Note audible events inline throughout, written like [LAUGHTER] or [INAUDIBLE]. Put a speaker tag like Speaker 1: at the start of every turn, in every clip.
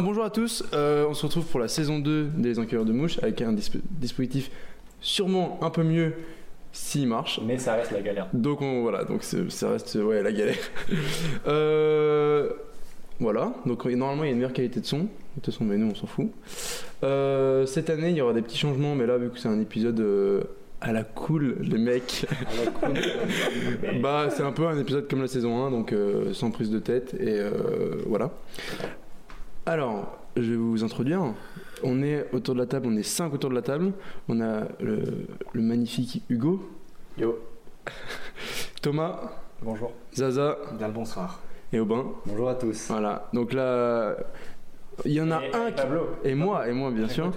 Speaker 1: Bonjour à tous, euh, on se retrouve pour la saison 2 des Enquêteurs de Mouches avec un disp- dispositif sûrement un peu mieux s'il marche.
Speaker 2: Mais ça reste la
Speaker 1: [LAUGHS]
Speaker 2: galère.
Speaker 1: Donc on, voilà, donc c'est- ça reste euh, ouais, la galère. [LAUGHS] Euh, voilà, donc et normalement il y a une meilleure qualité de son, de son mais nous on s'en fout. Euh, cette année il y aura des petits changements, mais là vu que c'est un épisode euh, à la cool, les mecs,
Speaker 2: [LAUGHS]
Speaker 1: bah c'est un peu un épisode comme la saison 1, donc euh, sans prise de tête et euh, voilà. Alors, je vais vous introduire. On est autour de la table, on est 5 autour de la table. On a le, le magnifique Hugo,
Speaker 2: Yo.
Speaker 1: Thomas,
Speaker 2: Bonjour.
Speaker 1: Zaza
Speaker 3: Bien le bonsoir.
Speaker 1: et Aubin.
Speaker 3: Bonjour à tous.
Speaker 1: Voilà, donc là, il y en a un qui...
Speaker 2: Pablo.
Speaker 1: Et moi, et moi bien sûr.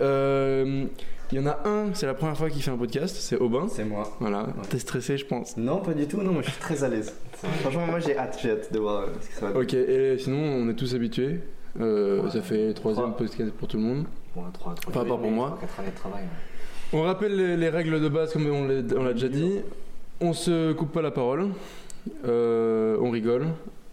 Speaker 1: Euh, Il y en a un, c'est la première fois qu'il fait un podcast, c'est Aubin.
Speaker 3: C'est moi.
Speaker 1: Voilà, t'es stressé je pense.
Speaker 3: Non, pas du tout, non, moi je suis très
Speaker 2: [LAUGHS]
Speaker 3: à l'aise. Franchement, moi j'ai hâte, j'ai hâte de voir euh, ce que ça va donner.
Speaker 1: Ok, et sinon on est tous habitués. Euh, Ça fait troisième podcast pour tout le monde.
Speaker 3: Bon, 3, 3,
Speaker 1: Par rapport pour moi.
Speaker 3: 4 années de travail.
Speaker 1: On rappelle les, les règles de base comme on l'a on l'a déjà dit. On se coupe pas la parole, Euh, on rigole,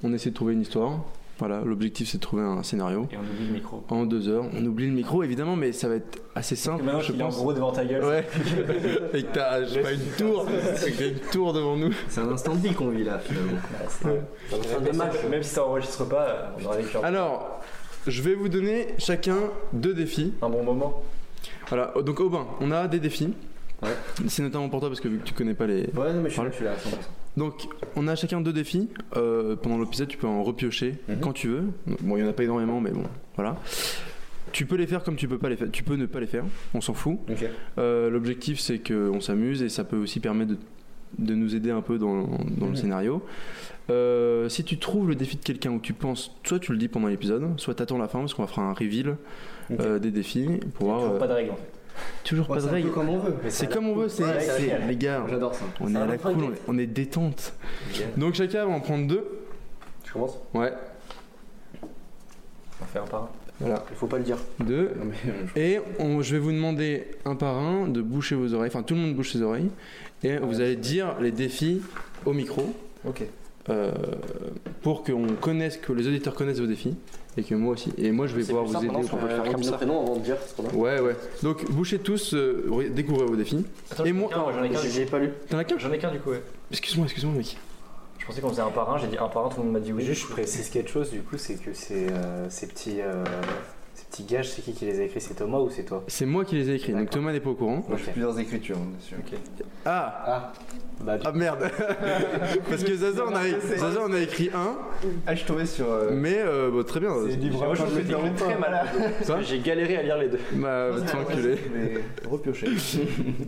Speaker 1: on essaie de trouver une histoire. Voilà, l'objectif c'est de trouver un scénario.
Speaker 2: Et on oublie le micro.
Speaker 1: En deux heures, on oublie le micro évidemment, mais ça va être assez
Speaker 2: Et
Speaker 1: simple.
Speaker 2: maintenant
Speaker 1: je
Speaker 2: qu'il est en
Speaker 1: pense.
Speaker 2: gros devant ta gueule.
Speaker 1: Ouais, [LAUGHS] et que t'as je sais pas, une tour, et que t'as une tour devant nous.
Speaker 3: C'est un instant de vie qu'on vit là finalement.
Speaker 2: Même, si- même si ça enregistre pas, euh, on aura vécu un-
Speaker 1: Alors, je vais vous donner chacun deux défis.
Speaker 2: un bon moment.
Speaker 1: Voilà, donc Aubin, on a des défis.
Speaker 3: Ouais.
Speaker 1: C'est notamment pour toi parce que vu que tu connais pas les.
Speaker 3: Ouais, non, mais je suis là, je suis là à 100%.
Speaker 1: Donc, on a chacun deux défis. Euh, pendant l'épisode, tu peux en repiocher
Speaker 3: Mhm.
Speaker 1: quand tu veux. Bon, il y en a pas énormément, mais bon, voilà. Tu peux les faire comme tu peux pas les faire. Tu peux ne pas les faire, on s'en fout.
Speaker 3: Ok.
Speaker 1: Euh, L'objectif, c'est qu'on s'amuse et ça peut aussi permettre de, de nous aider un peu dans, dans le
Speaker 2: Mhm.
Speaker 1: scénario. Euh, si tu trouves le défi de quelqu'un ou tu penses, soit tu le dis pendant l'épisode, soit t'attends la fin parce qu'on va faire un reveal
Speaker 3: Ok.
Speaker 1: euh, des défis pour voir.
Speaker 2: Toujours
Speaker 1: euh,
Speaker 2: pas de règles en fait.
Speaker 1: toujours pas
Speaker 3: Ouais,
Speaker 1: de
Speaker 3: c'est un peu
Speaker 1: règles.
Speaker 3: comme on veut. mais
Speaker 1: C'est
Speaker 3: ça-
Speaker 1: comme on veut, c'est
Speaker 2: Ouais,
Speaker 1: c'est-
Speaker 2: c'est-
Speaker 1: les gars.
Speaker 3: J'adore ça.
Speaker 1: On est à la
Speaker 2: Ça va,
Speaker 1: cool, on est, on est détente. Donc chacun va en prendre deux.
Speaker 3: Je commence
Speaker 1: Ouais,
Speaker 2: On fait un par un.
Speaker 1: voilà,
Speaker 3: Il faut pas le dire.
Speaker 1: deux.
Speaker 3: Non, mais euh,
Speaker 1: Et on- je vais vous demander un par un de boucher vos oreilles, enfin tout le monde bouche ses oreilles, et vous allez dire les défis au micro.
Speaker 3: Ok.
Speaker 1: euh, pour qu'on connaisse, que les auditeurs connaissent vos défis, et que moi aussi. Et moi je vais pouvoir vous aider. au-
Speaker 4: Euh,
Speaker 3: faire comme ça. prénom avant de dire ce qu'on
Speaker 1: Ouais, ouais. Donc bouchez tous, euh, re- découvrez vos défis.
Speaker 2: Attends,
Speaker 1: Et
Speaker 2: j'en ai
Speaker 1: moi-
Speaker 2: qu'un, J'en ai qu'un,
Speaker 3: a.
Speaker 2: du-
Speaker 3: J'ai pas lu.
Speaker 1: T'en as qu'un
Speaker 2: j'en ai qu'un du coup, ouais.
Speaker 1: Excuse-moi, excuse-moi mec.
Speaker 2: Je pensais qu'on faisait un par un, j'ai dit un par un, tout le monde m'a dit oui.
Speaker 4: Juste, je précise quelque chose, du coup, c'est que ces, euh, ces, petits, euh, ces petits gages, c'est qui qui les a écrits C'est Thomas ou c'est toi
Speaker 1: C'est moi qui les ai écrits, donc
Speaker 4: D'accord.
Speaker 1: Thomas n'est pas au courant.
Speaker 3: Moi j'ai
Speaker 4: Ok.
Speaker 3: plusieurs écritures, bien sûr.
Speaker 1: Ah
Speaker 4: Ah Bah, du
Speaker 1: Ah merde [LAUGHS] Parce que Zaza on, a, Zaza, on a écrit un,
Speaker 3: Ah, je suis tombé sur. euh,
Speaker 1: mais euh, bah, très bien.
Speaker 3: C'est libre.
Speaker 2: Moi je
Speaker 3: Moi, je
Speaker 2: me
Speaker 3: me permets
Speaker 2: suis
Speaker 3: pas.
Speaker 2: très
Speaker 4: Hein
Speaker 2: malade.
Speaker 1: Toi
Speaker 2: J'ai galéré à lire les deux.
Speaker 1: Bah, va te enculer.
Speaker 3: Mais repiocher.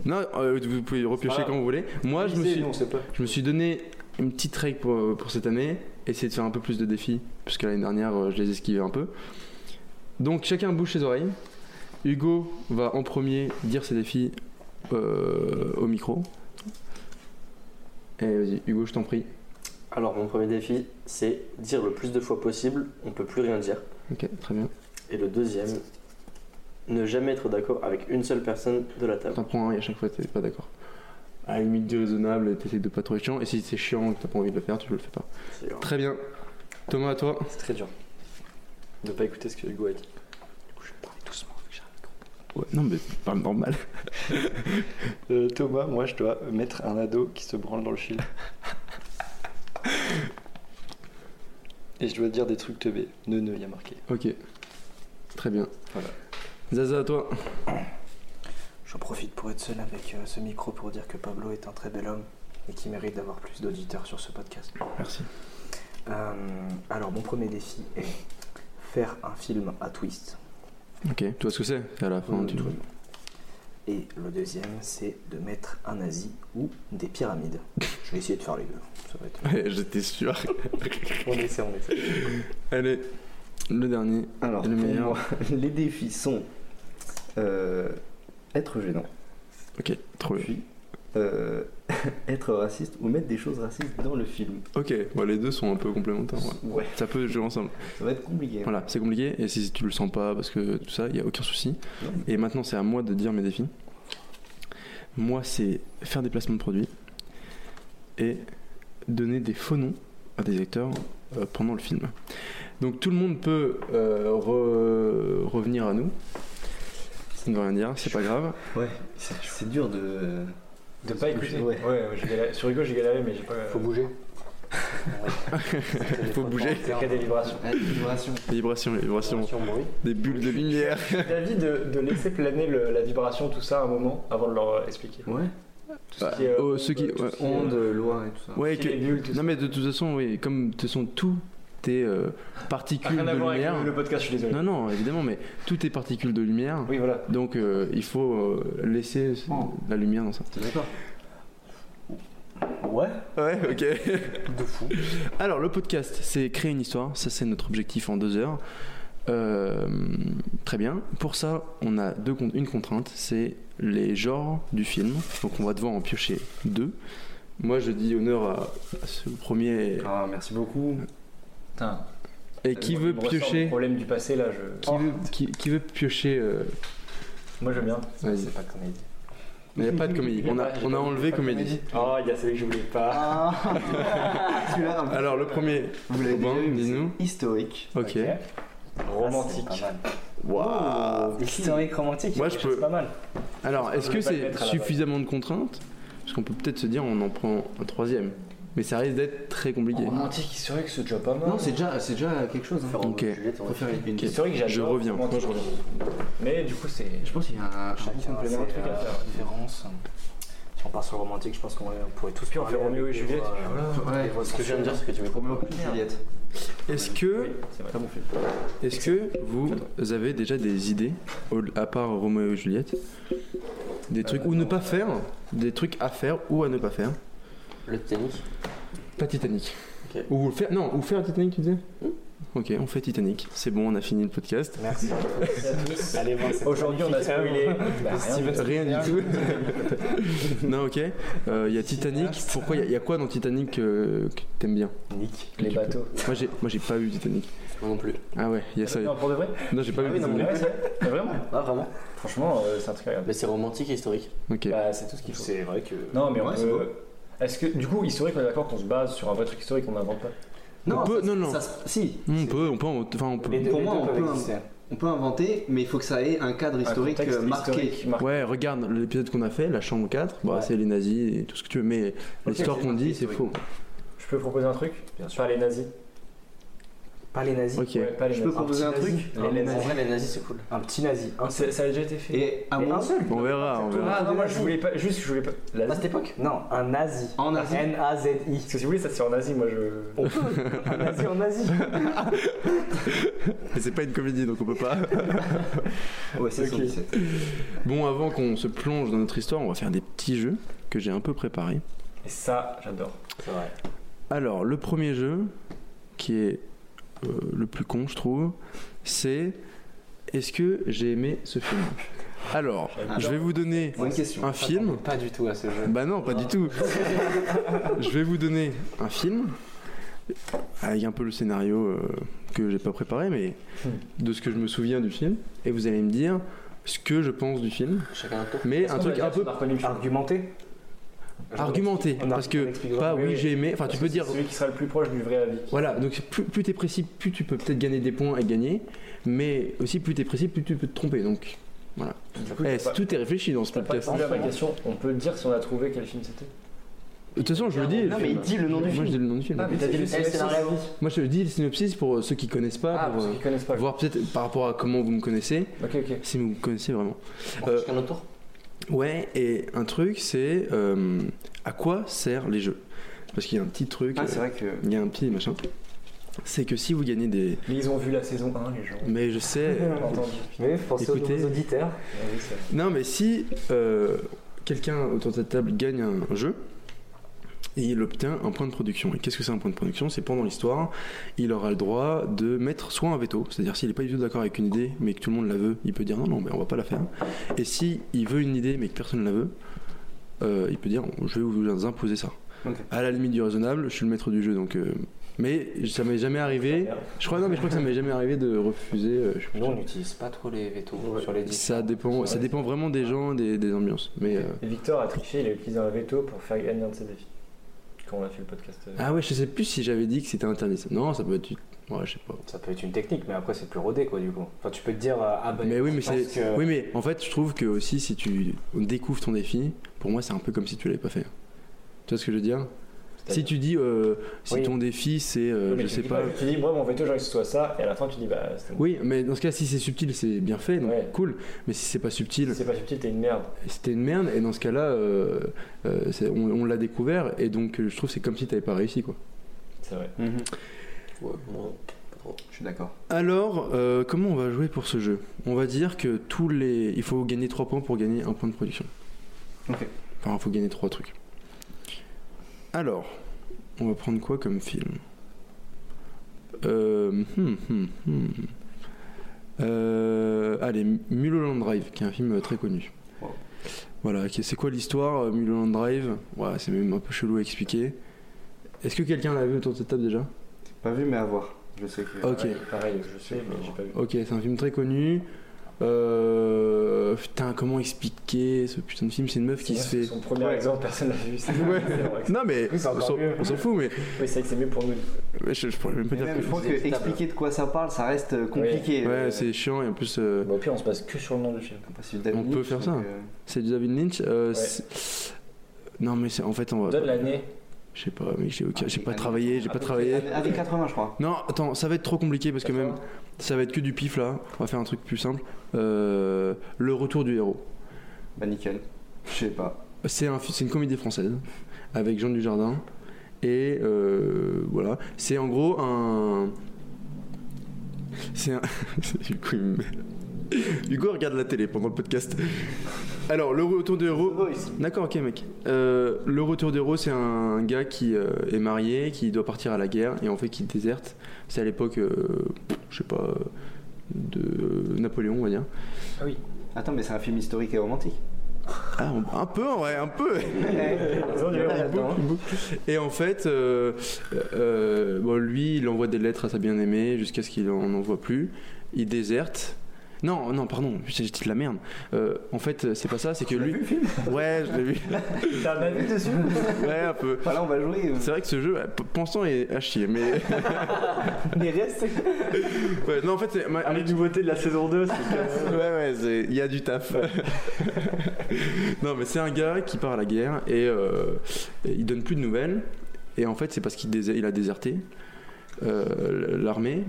Speaker 1: Non, euh, vous pouvez repiocher
Speaker 2: Voilà.
Speaker 1: quand vous voulez. Moi, je me, suis,
Speaker 4: on sait pas.
Speaker 1: je me suis donné une petite règle pour, pour cette année, essayer de faire un peu plus de défis, puisque l'année dernière, euh, je les esquivais un peu. Donc, chacun bouche ses oreilles. Hugo va en premier dire ses défis euh, au micro. Et vas-y, Hugo, je t'en prie.
Speaker 5: Alors, mon premier défi, c'est dire le plus de fois possible, on peut plus rien dire.
Speaker 1: Ok, très bien.
Speaker 5: Et le deuxième, ne jamais être d'accord avec une seule personne de la table.
Speaker 1: T'en prends un et à chaque fois t'es pas d'accord. À la limite du raisonnable, t'essayes de pas trop être chiant. Et si c'est chiant que t'as pas envie de le faire, tu le fais pas.
Speaker 5: C'est euh,
Speaker 1: Très bien. Thomas, à toi.
Speaker 4: C'est très dur. Ne pas écouter ce que Hugo a dit.
Speaker 1: Ouais, non, mais parle normal.
Speaker 4: Euh, Thomas, moi, je dois mettre un ado qui se branle dans
Speaker 1: [LAUGHS]
Speaker 4: le fil. Et je dois dire des trucs teubés. Ne, ne, il y a marqué.
Speaker 1: Ok. Très bien.
Speaker 4: Voilà.
Speaker 1: Zaza, à toi.
Speaker 4: J'en profite pour être seul avec euh, ce micro pour dire que Pablo est un très bel homme et qui mérite d'avoir plus d'auditeurs sur ce podcast.
Speaker 1: Merci.
Speaker 4: Euh, alors, mon premier défi est faire un film à twist.
Speaker 1: Ok. Tu vois ce que c'est À la fin, tu
Speaker 4: Euh, Et le deuxième, c'est de mettre un nazi ou des pyramides. Je vais essayer de faire les deux. Ça va être...
Speaker 1: Ouais, j'étais sûr.
Speaker 4: On essaie, on essaie.
Speaker 1: Allez, le dernier.
Speaker 3: Alors,
Speaker 1: Et le
Speaker 3: pour
Speaker 1: meilleur.
Speaker 3: moi, [LAUGHS] les défis sont euh, être gênant,
Speaker 1: Ok, trop bien.
Speaker 3: puis euh, [LAUGHS] être raciste ou mettre des choses racistes dans le film.
Speaker 1: Ok, bon, les deux sont un peu complémentaires. ouais.
Speaker 3: Ouais,
Speaker 1: Ça peut jouer ensemble.
Speaker 3: ça va être compliqué.
Speaker 1: Voilà, c'est compliqué. Et si tu le sens pas, parce que tout ça, il n'y a aucun souci.
Speaker 3: Non.
Speaker 1: Et maintenant, c'est à moi de dire mes défis. Moi, c'est faire des placements de produits et donner des faux noms à des acteurs euh, pendant le film. Donc tout le monde peut euh, re- revenir à nous. Ça ne veut rien dire, c'est pas
Speaker 2: [LAUGHS]
Speaker 1: grave.
Speaker 3: Ouais, c'est c'est dur de.
Speaker 2: De pas écouter.
Speaker 3: Ouais.
Speaker 2: Ouais, ouais, j'ai galéré. Sur Hugo, j'ai galéré, mais j'ai pas.
Speaker 5: Faut bouger.
Speaker 1: Il faut bouger.
Speaker 2: C'est qu'à
Speaker 1: [LAUGHS]
Speaker 2: des vibrations.
Speaker 3: Ouais, vibration.
Speaker 1: Les vibrations, les vibrations,
Speaker 5: Sur bruit.
Speaker 1: des bulles de
Speaker 2: [LAUGHS]
Speaker 1: lumière.
Speaker 2: D'avis de, euh, de laisser planer le- la vibration, tout ça, un moment, avant de leur euh, expliquer.
Speaker 3: Ouais.
Speaker 2: Tout ce
Speaker 1: Bah,
Speaker 2: qui est, euh,
Speaker 1: oh, ceux qui-
Speaker 2: tout ce qui est,
Speaker 3: Onde, loi et tout ça.
Speaker 2: euh,
Speaker 1: Ouais,
Speaker 2: qui est les
Speaker 1: que-
Speaker 2: bulles, tout ça.
Speaker 1: Non mais de toute façon, oui, comme ce sont tout tes euh,
Speaker 2: Ah,
Speaker 1: particules
Speaker 2: Rien
Speaker 1: de
Speaker 2: à voir avec
Speaker 1: lumière.
Speaker 2: le, le podcast, je suis désolé.
Speaker 1: Non non, évidemment, mais tout tes particules de lumière.
Speaker 2: Oui, voilà.
Speaker 1: Donc euh, il faut euh, laisser
Speaker 3: Oh.
Speaker 1: la lumière dans ça.
Speaker 3: T'es d'accord
Speaker 4: Ouais.
Speaker 1: Ouais, ok.
Speaker 4: De fou.
Speaker 1: Alors le podcast, c'est créer une histoire, ça c'est notre objectif en deux heures. Euh, très bien. Pour ça, on a deux con- une contrainte, c'est les genres du film. Donc on va devoir en piocher deux. Moi je dis honneur à, à ce premier.
Speaker 3: Ah, merci beaucoup.
Speaker 2: Putain.
Speaker 1: Et qui veut piocher
Speaker 2: problème euh, du passé, là, je.
Speaker 1: qui
Speaker 3: Oh.
Speaker 1: veut, qui- qui veut piocher euh,
Speaker 2: Moi, j'aime bien.
Speaker 1: Vas-y.
Speaker 4: C'est pas comédie.
Speaker 1: Il n'y a pas de comédie. On a, on a enlevé comédie.
Speaker 2: Oh, il y a celui que je voulais pas.
Speaker 3: Ah [LAUGHS] Celui-là, un peu-
Speaker 1: Alors le premier,
Speaker 3: vous l'avez
Speaker 1: Robin,
Speaker 3: déjà eu, mais
Speaker 1: dis-nous.
Speaker 3: c'est historique.
Speaker 1: Ok.
Speaker 2: Romantique.
Speaker 1: Waouh.
Speaker 4: Historique romantique.
Speaker 1: Moi, je
Speaker 4: C'est
Speaker 1: peux-
Speaker 4: pas mal.
Speaker 1: Alors est-ce
Speaker 2: Je
Speaker 1: que
Speaker 2: vais pas le
Speaker 1: c'est
Speaker 2: mettre à la base.
Speaker 1: suffisamment de contraintes Parce qu'on peut peut-être se dire on en prend un troisième. Mais ça risque d'être très compliqué.
Speaker 3: Oh,
Speaker 2: Romantique, historique, c'est déjà pas mal.
Speaker 3: Non, c'est déjà, c'est déjà quelque chose. Hein.
Speaker 1: Ok.
Speaker 3: Faut faire une- une-
Speaker 2: historique, j'adore.
Speaker 1: Je reviens.
Speaker 2: romantique.
Speaker 1: Moi, je reviens.
Speaker 2: Mais du coup, c'est.
Speaker 3: Je pense qu'il y a un, un bon
Speaker 4: Chacun a ses
Speaker 3: complément.
Speaker 2: truc à
Speaker 4: euh,
Speaker 2: faire.
Speaker 4: différences. Si on part sur le romantique, je pense qu'on ouais, on pourrait tous
Speaker 2: Puis on fait
Speaker 4: parler
Speaker 2: Roméo et
Speaker 4: avec,
Speaker 2: Juliette,
Speaker 4: euh,
Speaker 2: puis voilà.
Speaker 3: Ah, Ouais,
Speaker 5: Ce que je viens de dire, c'est que tu mets
Speaker 3: Roméo et Juliette.
Speaker 1: Est-ce que,
Speaker 2: Oui, c'est vrai.
Speaker 3: Très bon film.
Speaker 1: est-ce que vous avez déjà des idées, au- à part Roméo et Juliette Des trucs ou ne pas faire Des trucs à faire ou à ne pas faire
Speaker 5: le Titanic.
Speaker 1: Pas Titanic.
Speaker 5: Ok.
Speaker 1: Ou vous le faire Non, ou faire Titanic, tu disais Ok, on fait Titanic. C'est bon, on a fini le podcast.
Speaker 4: Merci. Allez voir cette
Speaker 2: Aujourd'hui, on a
Speaker 4: magnifique
Speaker 2: spoilé.
Speaker 4: œuvre.
Speaker 2: Bah, rien.
Speaker 1: Rien du tout.
Speaker 2: [LAUGHS]
Speaker 1: non, ok. Euh, Il y a Titanic. Pourquoi Il y, a quoi dans Titanic euh, que t'aimes bien
Speaker 5: Nick.
Speaker 2: Les bateaux.
Speaker 1: Moi, j'ai, moi, j'ai pas vu Titanic.
Speaker 5: Moi non plus.
Speaker 1: Ah ouais, il y a ça.
Speaker 2: Non, pour de vrai
Speaker 1: Non, j'ai pas
Speaker 2: Ah
Speaker 1: vu
Speaker 2: oui, non, mais
Speaker 1: Titanic.
Speaker 2: ouais, c'est vrai. Mais Vraiment
Speaker 5: Ah vraiment
Speaker 2: Franchement, euh, c'est un truc à regarder.
Speaker 5: Mais Bah, c'est romantique et historique.
Speaker 1: Ok.
Speaker 2: Bah, c'est tout ce qu'il faut.
Speaker 4: C'est vrai que.
Speaker 2: Non, mais on
Speaker 3: Ouais, c'est beau.
Speaker 2: peut. Est-ce que, du coup, historique, on est d'accord qu'on se base sur un vrai truc historique, on n'invente pas
Speaker 1: On peut-
Speaker 3: ça-
Speaker 1: non, non.
Speaker 3: ça se- si.
Speaker 1: Hum, On peut, on peut, on- enfin, on peut.
Speaker 4: Les deux,
Speaker 3: Pour
Speaker 4: les
Speaker 3: moi,
Speaker 4: deux
Speaker 3: on
Speaker 4: peuvent
Speaker 3: peut-
Speaker 4: exister.
Speaker 3: On peut inventer, mais il faut que ça ait un cadre historique
Speaker 2: Un contexte
Speaker 3: euh, marqué.
Speaker 2: historique marqué.
Speaker 1: Ouais, regarde l'épisode qu'on a fait, la chambre 4, bah,
Speaker 2: Ouais.
Speaker 1: c'est les nazis et tout ce que tu veux, mais l'histoire
Speaker 3: c'est
Speaker 1: qu'on dit,
Speaker 3: marqué,
Speaker 1: c'est
Speaker 3: oui.
Speaker 1: faux.
Speaker 2: Je peux proposer un truc
Speaker 3: Bien sûr.
Speaker 2: Pas les nazis.
Speaker 4: Pas les nazis.
Speaker 1: Ok.
Speaker 2: Ouais, pas les
Speaker 3: Je peux
Speaker 2: nazis.
Speaker 3: proposer un
Speaker 4: nazi.
Speaker 3: truc
Speaker 2: Les
Speaker 5: En
Speaker 2: nazis.
Speaker 5: vrai, les nazis, c'est cool.
Speaker 4: Un petit nazi. Un seul.
Speaker 2: C'est- Ça a déjà été fait.
Speaker 3: Et à
Speaker 4: Et
Speaker 3: mon
Speaker 4: un seul.
Speaker 1: On verra, on verra.
Speaker 2: Ah non, moi je voulais pas. Juste, je voulais pas.
Speaker 4: À
Speaker 2: L'Asie.
Speaker 4: cette époque Non, un nazi.
Speaker 3: En Asie.
Speaker 2: Parce
Speaker 4: N-A-Z-I.
Speaker 2: que si vous voulez, ça c'est en Asie, moi je.
Speaker 1: Oh.
Speaker 4: On peut. Un nazi en
Speaker 5: [LAUGHS]
Speaker 4: Asie.
Speaker 1: Et c'est pas une comédie, donc on peut
Speaker 2: [LAUGHS]
Speaker 1: pas.
Speaker 3: Ouais, c'est
Speaker 2: Ok.
Speaker 3: 77.
Speaker 1: bon, avant qu'on se plonge dans notre histoire, on va faire des petits jeux que j'ai un peu préparés.
Speaker 2: Et ça, j'adore.
Speaker 5: C'est vrai.
Speaker 1: Alors, le premier jeu, qui est euh, le plus con, je trouve, c'est Est-ce que j'ai aimé ce film Alors, je vais vous donner
Speaker 3: Bonne question.
Speaker 1: un film.
Speaker 5: Pas du tout à ce jeu.
Speaker 1: Bah non, pas du tout. Je vais vous donner un film avec un peu le scénario euh, que j'ai pas préparé, mais de ce que je me souviens du film, et vous allez me dire ce que je pense du film,
Speaker 5: Chacun un tour.
Speaker 1: mais
Speaker 2: Est-ce
Speaker 1: un
Speaker 2: qu'on
Speaker 1: truc
Speaker 2: va
Speaker 1: un
Speaker 2: dire si
Speaker 1: peu
Speaker 2: on a reconnu le film
Speaker 4: Argumenté.
Speaker 1: argumenté,
Speaker 4: on a-
Speaker 1: parce
Speaker 4: on
Speaker 1: que
Speaker 4: expliquera,
Speaker 1: pas
Speaker 2: oui,
Speaker 1: oui
Speaker 2: oui.
Speaker 1: j'ai aimé, enfin
Speaker 2: Parce
Speaker 1: Ah, tu
Speaker 2: que
Speaker 1: peux
Speaker 2: c'est
Speaker 1: dire
Speaker 2: Celui qui sera le plus proche du vrai avis.
Speaker 1: voilà, donc plus, plus t'es précis, plus tu peux peut-être gagner des points et gagner, mais aussi plus t'es précis, plus tu peux te tromper, donc voilà.
Speaker 2: Du coup,
Speaker 3: bah,
Speaker 1: Eh,
Speaker 2: t'as pas-
Speaker 1: tout est réfléchi dans ce
Speaker 2: t'as pas
Speaker 1: podcast.
Speaker 2: répondu à ma
Speaker 1: De
Speaker 2: question. On peut dire si on a trouvé quel film c'était
Speaker 1: toute façon, je le dis.
Speaker 3: Non, mais il dit le nom du
Speaker 1: Moi, je dis
Speaker 3: film.
Speaker 1: le nom du film.
Speaker 2: Ah, mais t'as dit le
Speaker 5: Eh, c'est la
Speaker 2: scénario.
Speaker 5: réalité.
Speaker 1: Moi, je dis le synopsis pour euh, ceux qui connaissent pas.
Speaker 2: Ah,
Speaker 1: pour,
Speaker 2: pour ceux
Speaker 1: euh,
Speaker 2: qui connaissent pas.
Speaker 1: voir peut-être par rapport à comment vous me connaissez,
Speaker 2: Ok, ok.
Speaker 1: si vous me connaissez vraiment.
Speaker 5: On fait Chacun un tour.
Speaker 1: Ouais, et un truc, c'est euh, à quoi servent les jeux Parce qu'il y a un petit truc,
Speaker 3: Ah,
Speaker 1: euh,
Speaker 3: c'est vrai que.
Speaker 1: il y a un petit machin. C'est que si vous gagnez des.
Speaker 2: Mais ils ont vu la saison 1,
Speaker 1: [LAUGHS]
Speaker 2: les gens.
Speaker 1: Mais je sais.
Speaker 3: [LAUGHS]
Speaker 2: J'ai entendu.
Speaker 4: Mais pensez aux
Speaker 1: Écoutez.
Speaker 4: nouveaux auditeurs.
Speaker 2: Ah oui, c'est vrai.
Speaker 1: non, mais si euh, quelqu'un autour de cette table gagne un jeu. Et il obtient un point de production. Et qu'est-ce que c'est un point de production C'est pendant l'histoire, il aura le droit de mettre soit un veto, c'est-à-dire s'il n'est pas du tout d'accord avec une idée, mais que tout le monde la veut, il peut dire non, non, mais on va pas la faire. Et si il veut une idée, mais que personne ne la veut, euh, il peut dire je vais vous imposer ça.
Speaker 3: Ok.
Speaker 1: À la limite du raisonnable, je suis le maître du jeu, donc. euh, mais ça m'est jamais arrivé. Je crois non, mais je crois que ça m'est jamais arrivé de refuser. euh, je-
Speaker 5: Nous, on n'utilise pas trop les vétos sur les disques.
Speaker 1: ça dépend, ça dépend vraiment des gens, des, des ambiances. Mais euh,
Speaker 2: Et Victor a triché, il a utilisé un veto pour faire gagner un de ses défis. Quand on a fait le podcast. euh,
Speaker 1: ah ouais, je sais plus si j'avais dit que c'était interdit. ça. Non, ça peut être. Ouais, je sais pas.
Speaker 4: Ça peut être une technique, mais après c'est plus rodé quoi du coup. Enfin tu peux te dire euh, ah
Speaker 2: bah,
Speaker 4: ben
Speaker 1: Mais oui, mais
Speaker 4: je pense
Speaker 1: c'est.
Speaker 2: euh,
Speaker 4: que-
Speaker 1: Oui, mais en fait, je trouve que aussi, si tu découvres ton défi, pour moi, c'est un peu comme si tu l'avais pas fait. Tu vois ce que je veux dire Si tu dis, euh, si
Speaker 4: Oui.
Speaker 1: ton défi, c'est, euh,
Speaker 2: Mais
Speaker 1: je
Speaker 2: tu
Speaker 1: sais
Speaker 2: dis
Speaker 1: pas.
Speaker 2: Tu dis, moi, mon veto, j'ai envie que ce soit ça, et à la fin, tu dis, bah, c'est
Speaker 1: Oui, mais dans ce cas, si c'est subtil, c'est bien fait, donc
Speaker 2: Ouais.
Speaker 1: cool. Mais si c'est pas subtil,
Speaker 2: Si c'est pas subtil, t'es une merde.
Speaker 1: c'était une merde. Et dans ce cas-là, euh, euh, c'est- on, on l'a découvert. Et donc, euh, je trouve que c'est comme si t'avais pas réussi, quoi.
Speaker 2: C'est vrai.
Speaker 5: Ouais, bon, pas trop.
Speaker 3: Mhm. Je suis d'accord.
Speaker 1: Alors, euh, comment on va jouer pour ce jeu On va dire que tous les. Il faut gagner 3 points pour gagner un point de production.
Speaker 3: Ok.
Speaker 1: Enfin, il faut gagner 3 trucs. Alors, on va prendre quoi comme film euh, hmm, hmm, hmm. Euh, Allez, Mulholland Drive, qui est un film euh, très connu.
Speaker 3: Wow.
Speaker 1: Voilà, ok, c'est quoi l'histoire euh, Mulholland Drive Ouais, c'est même un peu chelou à expliquer. Est-ce que quelqu'un l'a vu autour de cette table déjà
Speaker 3: Pas vu, mais à voir. Je sais que.
Speaker 1: Ok.
Speaker 2: Pareil, pareil, je sais, mais j'ai pas vu.
Speaker 1: Ok, c'est un film très connu. Euh, Putain, comment expliquer ce putain de film C'est une meuf qui se
Speaker 2: C'est
Speaker 1: fait.
Speaker 2: Son premier exemple, personne l'a vu. c'est-
Speaker 1: Ouais.
Speaker 2: c'est vrai que c'est-
Speaker 1: Non, mais
Speaker 2: Oui, c'est
Speaker 1: on
Speaker 2: encore
Speaker 1: s'en-
Speaker 2: mieux.
Speaker 1: on s'en fout, mais
Speaker 2: Oui, c'est vrai que c'est mieux pour nous.
Speaker 1: mais je, je pourrais même pas
Speaker 3: Mais
Speaker 1: dire
Speaker 3: même, je
Speaker 1: que.
Speaker 3: pense que expliquer de quoi ça parle, ça reste euh, compliqué.
Speaker 1: Ouais,
Speaker 3: euh,
Speaker 1: c'est chiant et en plus, euh,
Speaker 2: Bah, au pire, on se base que sur le nom du film.
Speaker 3: pas si David
Speaker 1: On peut
Speaker 3: Lynch,
Speaker 1: faire ça.
Speaker 3: donc, euh,
Speaker 1: c'est du David Lynch. euh, c'est- Non, mais c'est- en fait, on va.
Speaker 2: Donne l'année.
Speaker 1: Je sais pas, mais j'ai aucun- j'ai
Speaker 3: Ah,
Speaker 1: pas
Speaker 3: oui,
Speaker 1: travaillé, j'ai
Speaker 3: ah,
Speaker 1: pas
Speaker 3: donc,
Speaker 1: travaillé.
Speaker 3: années- Années 80, je crois.
Speaker 1: Non, attends, ça va être trop compliqué parce que même. Ça va être que du pif là. On va faire un truc plus simple. Euh, Le retour du héros.
Speaker 3: Bah, nickel. Je sais pas.
Speaker 1: C'est un fi- c'est une comédie française avec Jean Dujardin. Et euh, voilà. C'est en gros un. C'est un. [LAUGHS] Hugo, il me- Hugo regarde la télé pendant le podcast. Alors, le retour de héros. D'accord, ok, mec. Euh, le retour de héros, c'est un gars qui euh, est marié, qui doit partir à la guerre et en fait qui déserte. C'est à l'époque, euh, je sais pas, euh, de Napoléon, on va dire.
Speaker 3: Attends, mais c'est un film historique et romantique.
Speaker 1: Ah, un peu, ouais, un peu.
Speaker 3: Oh, Là-dedans.
Speaker 1: Et en fait, euh, euh, bon, lui, il envoie des lettres à sa bien-aimée jusqu'à ce qu'il en envoie plus. Il déserte. Non, non, pardon, j'ai dit de la merde. Euh, en fait, c'est pas ça, c'est que lui. ouais, je l'ai vu.
Speaker 2: T'as un avis dessus
Speaker 1: Ouais, un peu.
Speaker 3: Voilà, on va jouer. euh,
Speaker 1: C'est vrai que ce jeu, ouais, p- pensant est à chier, mais.
Speaker 2: Les restes,
Speaker 1: Ouais, non, en fait, c'est. ma- ma-
Speaker 2: Ah, nouveautés de la saison
Speaker 1: [LAUGHS]
Speaker 2: 2,
Speaker 1: ouais, ouais, c'est- il y a du taf. [LAUGHS] non, mais c'est un gars qui part à la guerre et euh, et il donne plus de nouvelles. Et en fait, c'est parce qu'il dés- il a déserté euh, l'armée.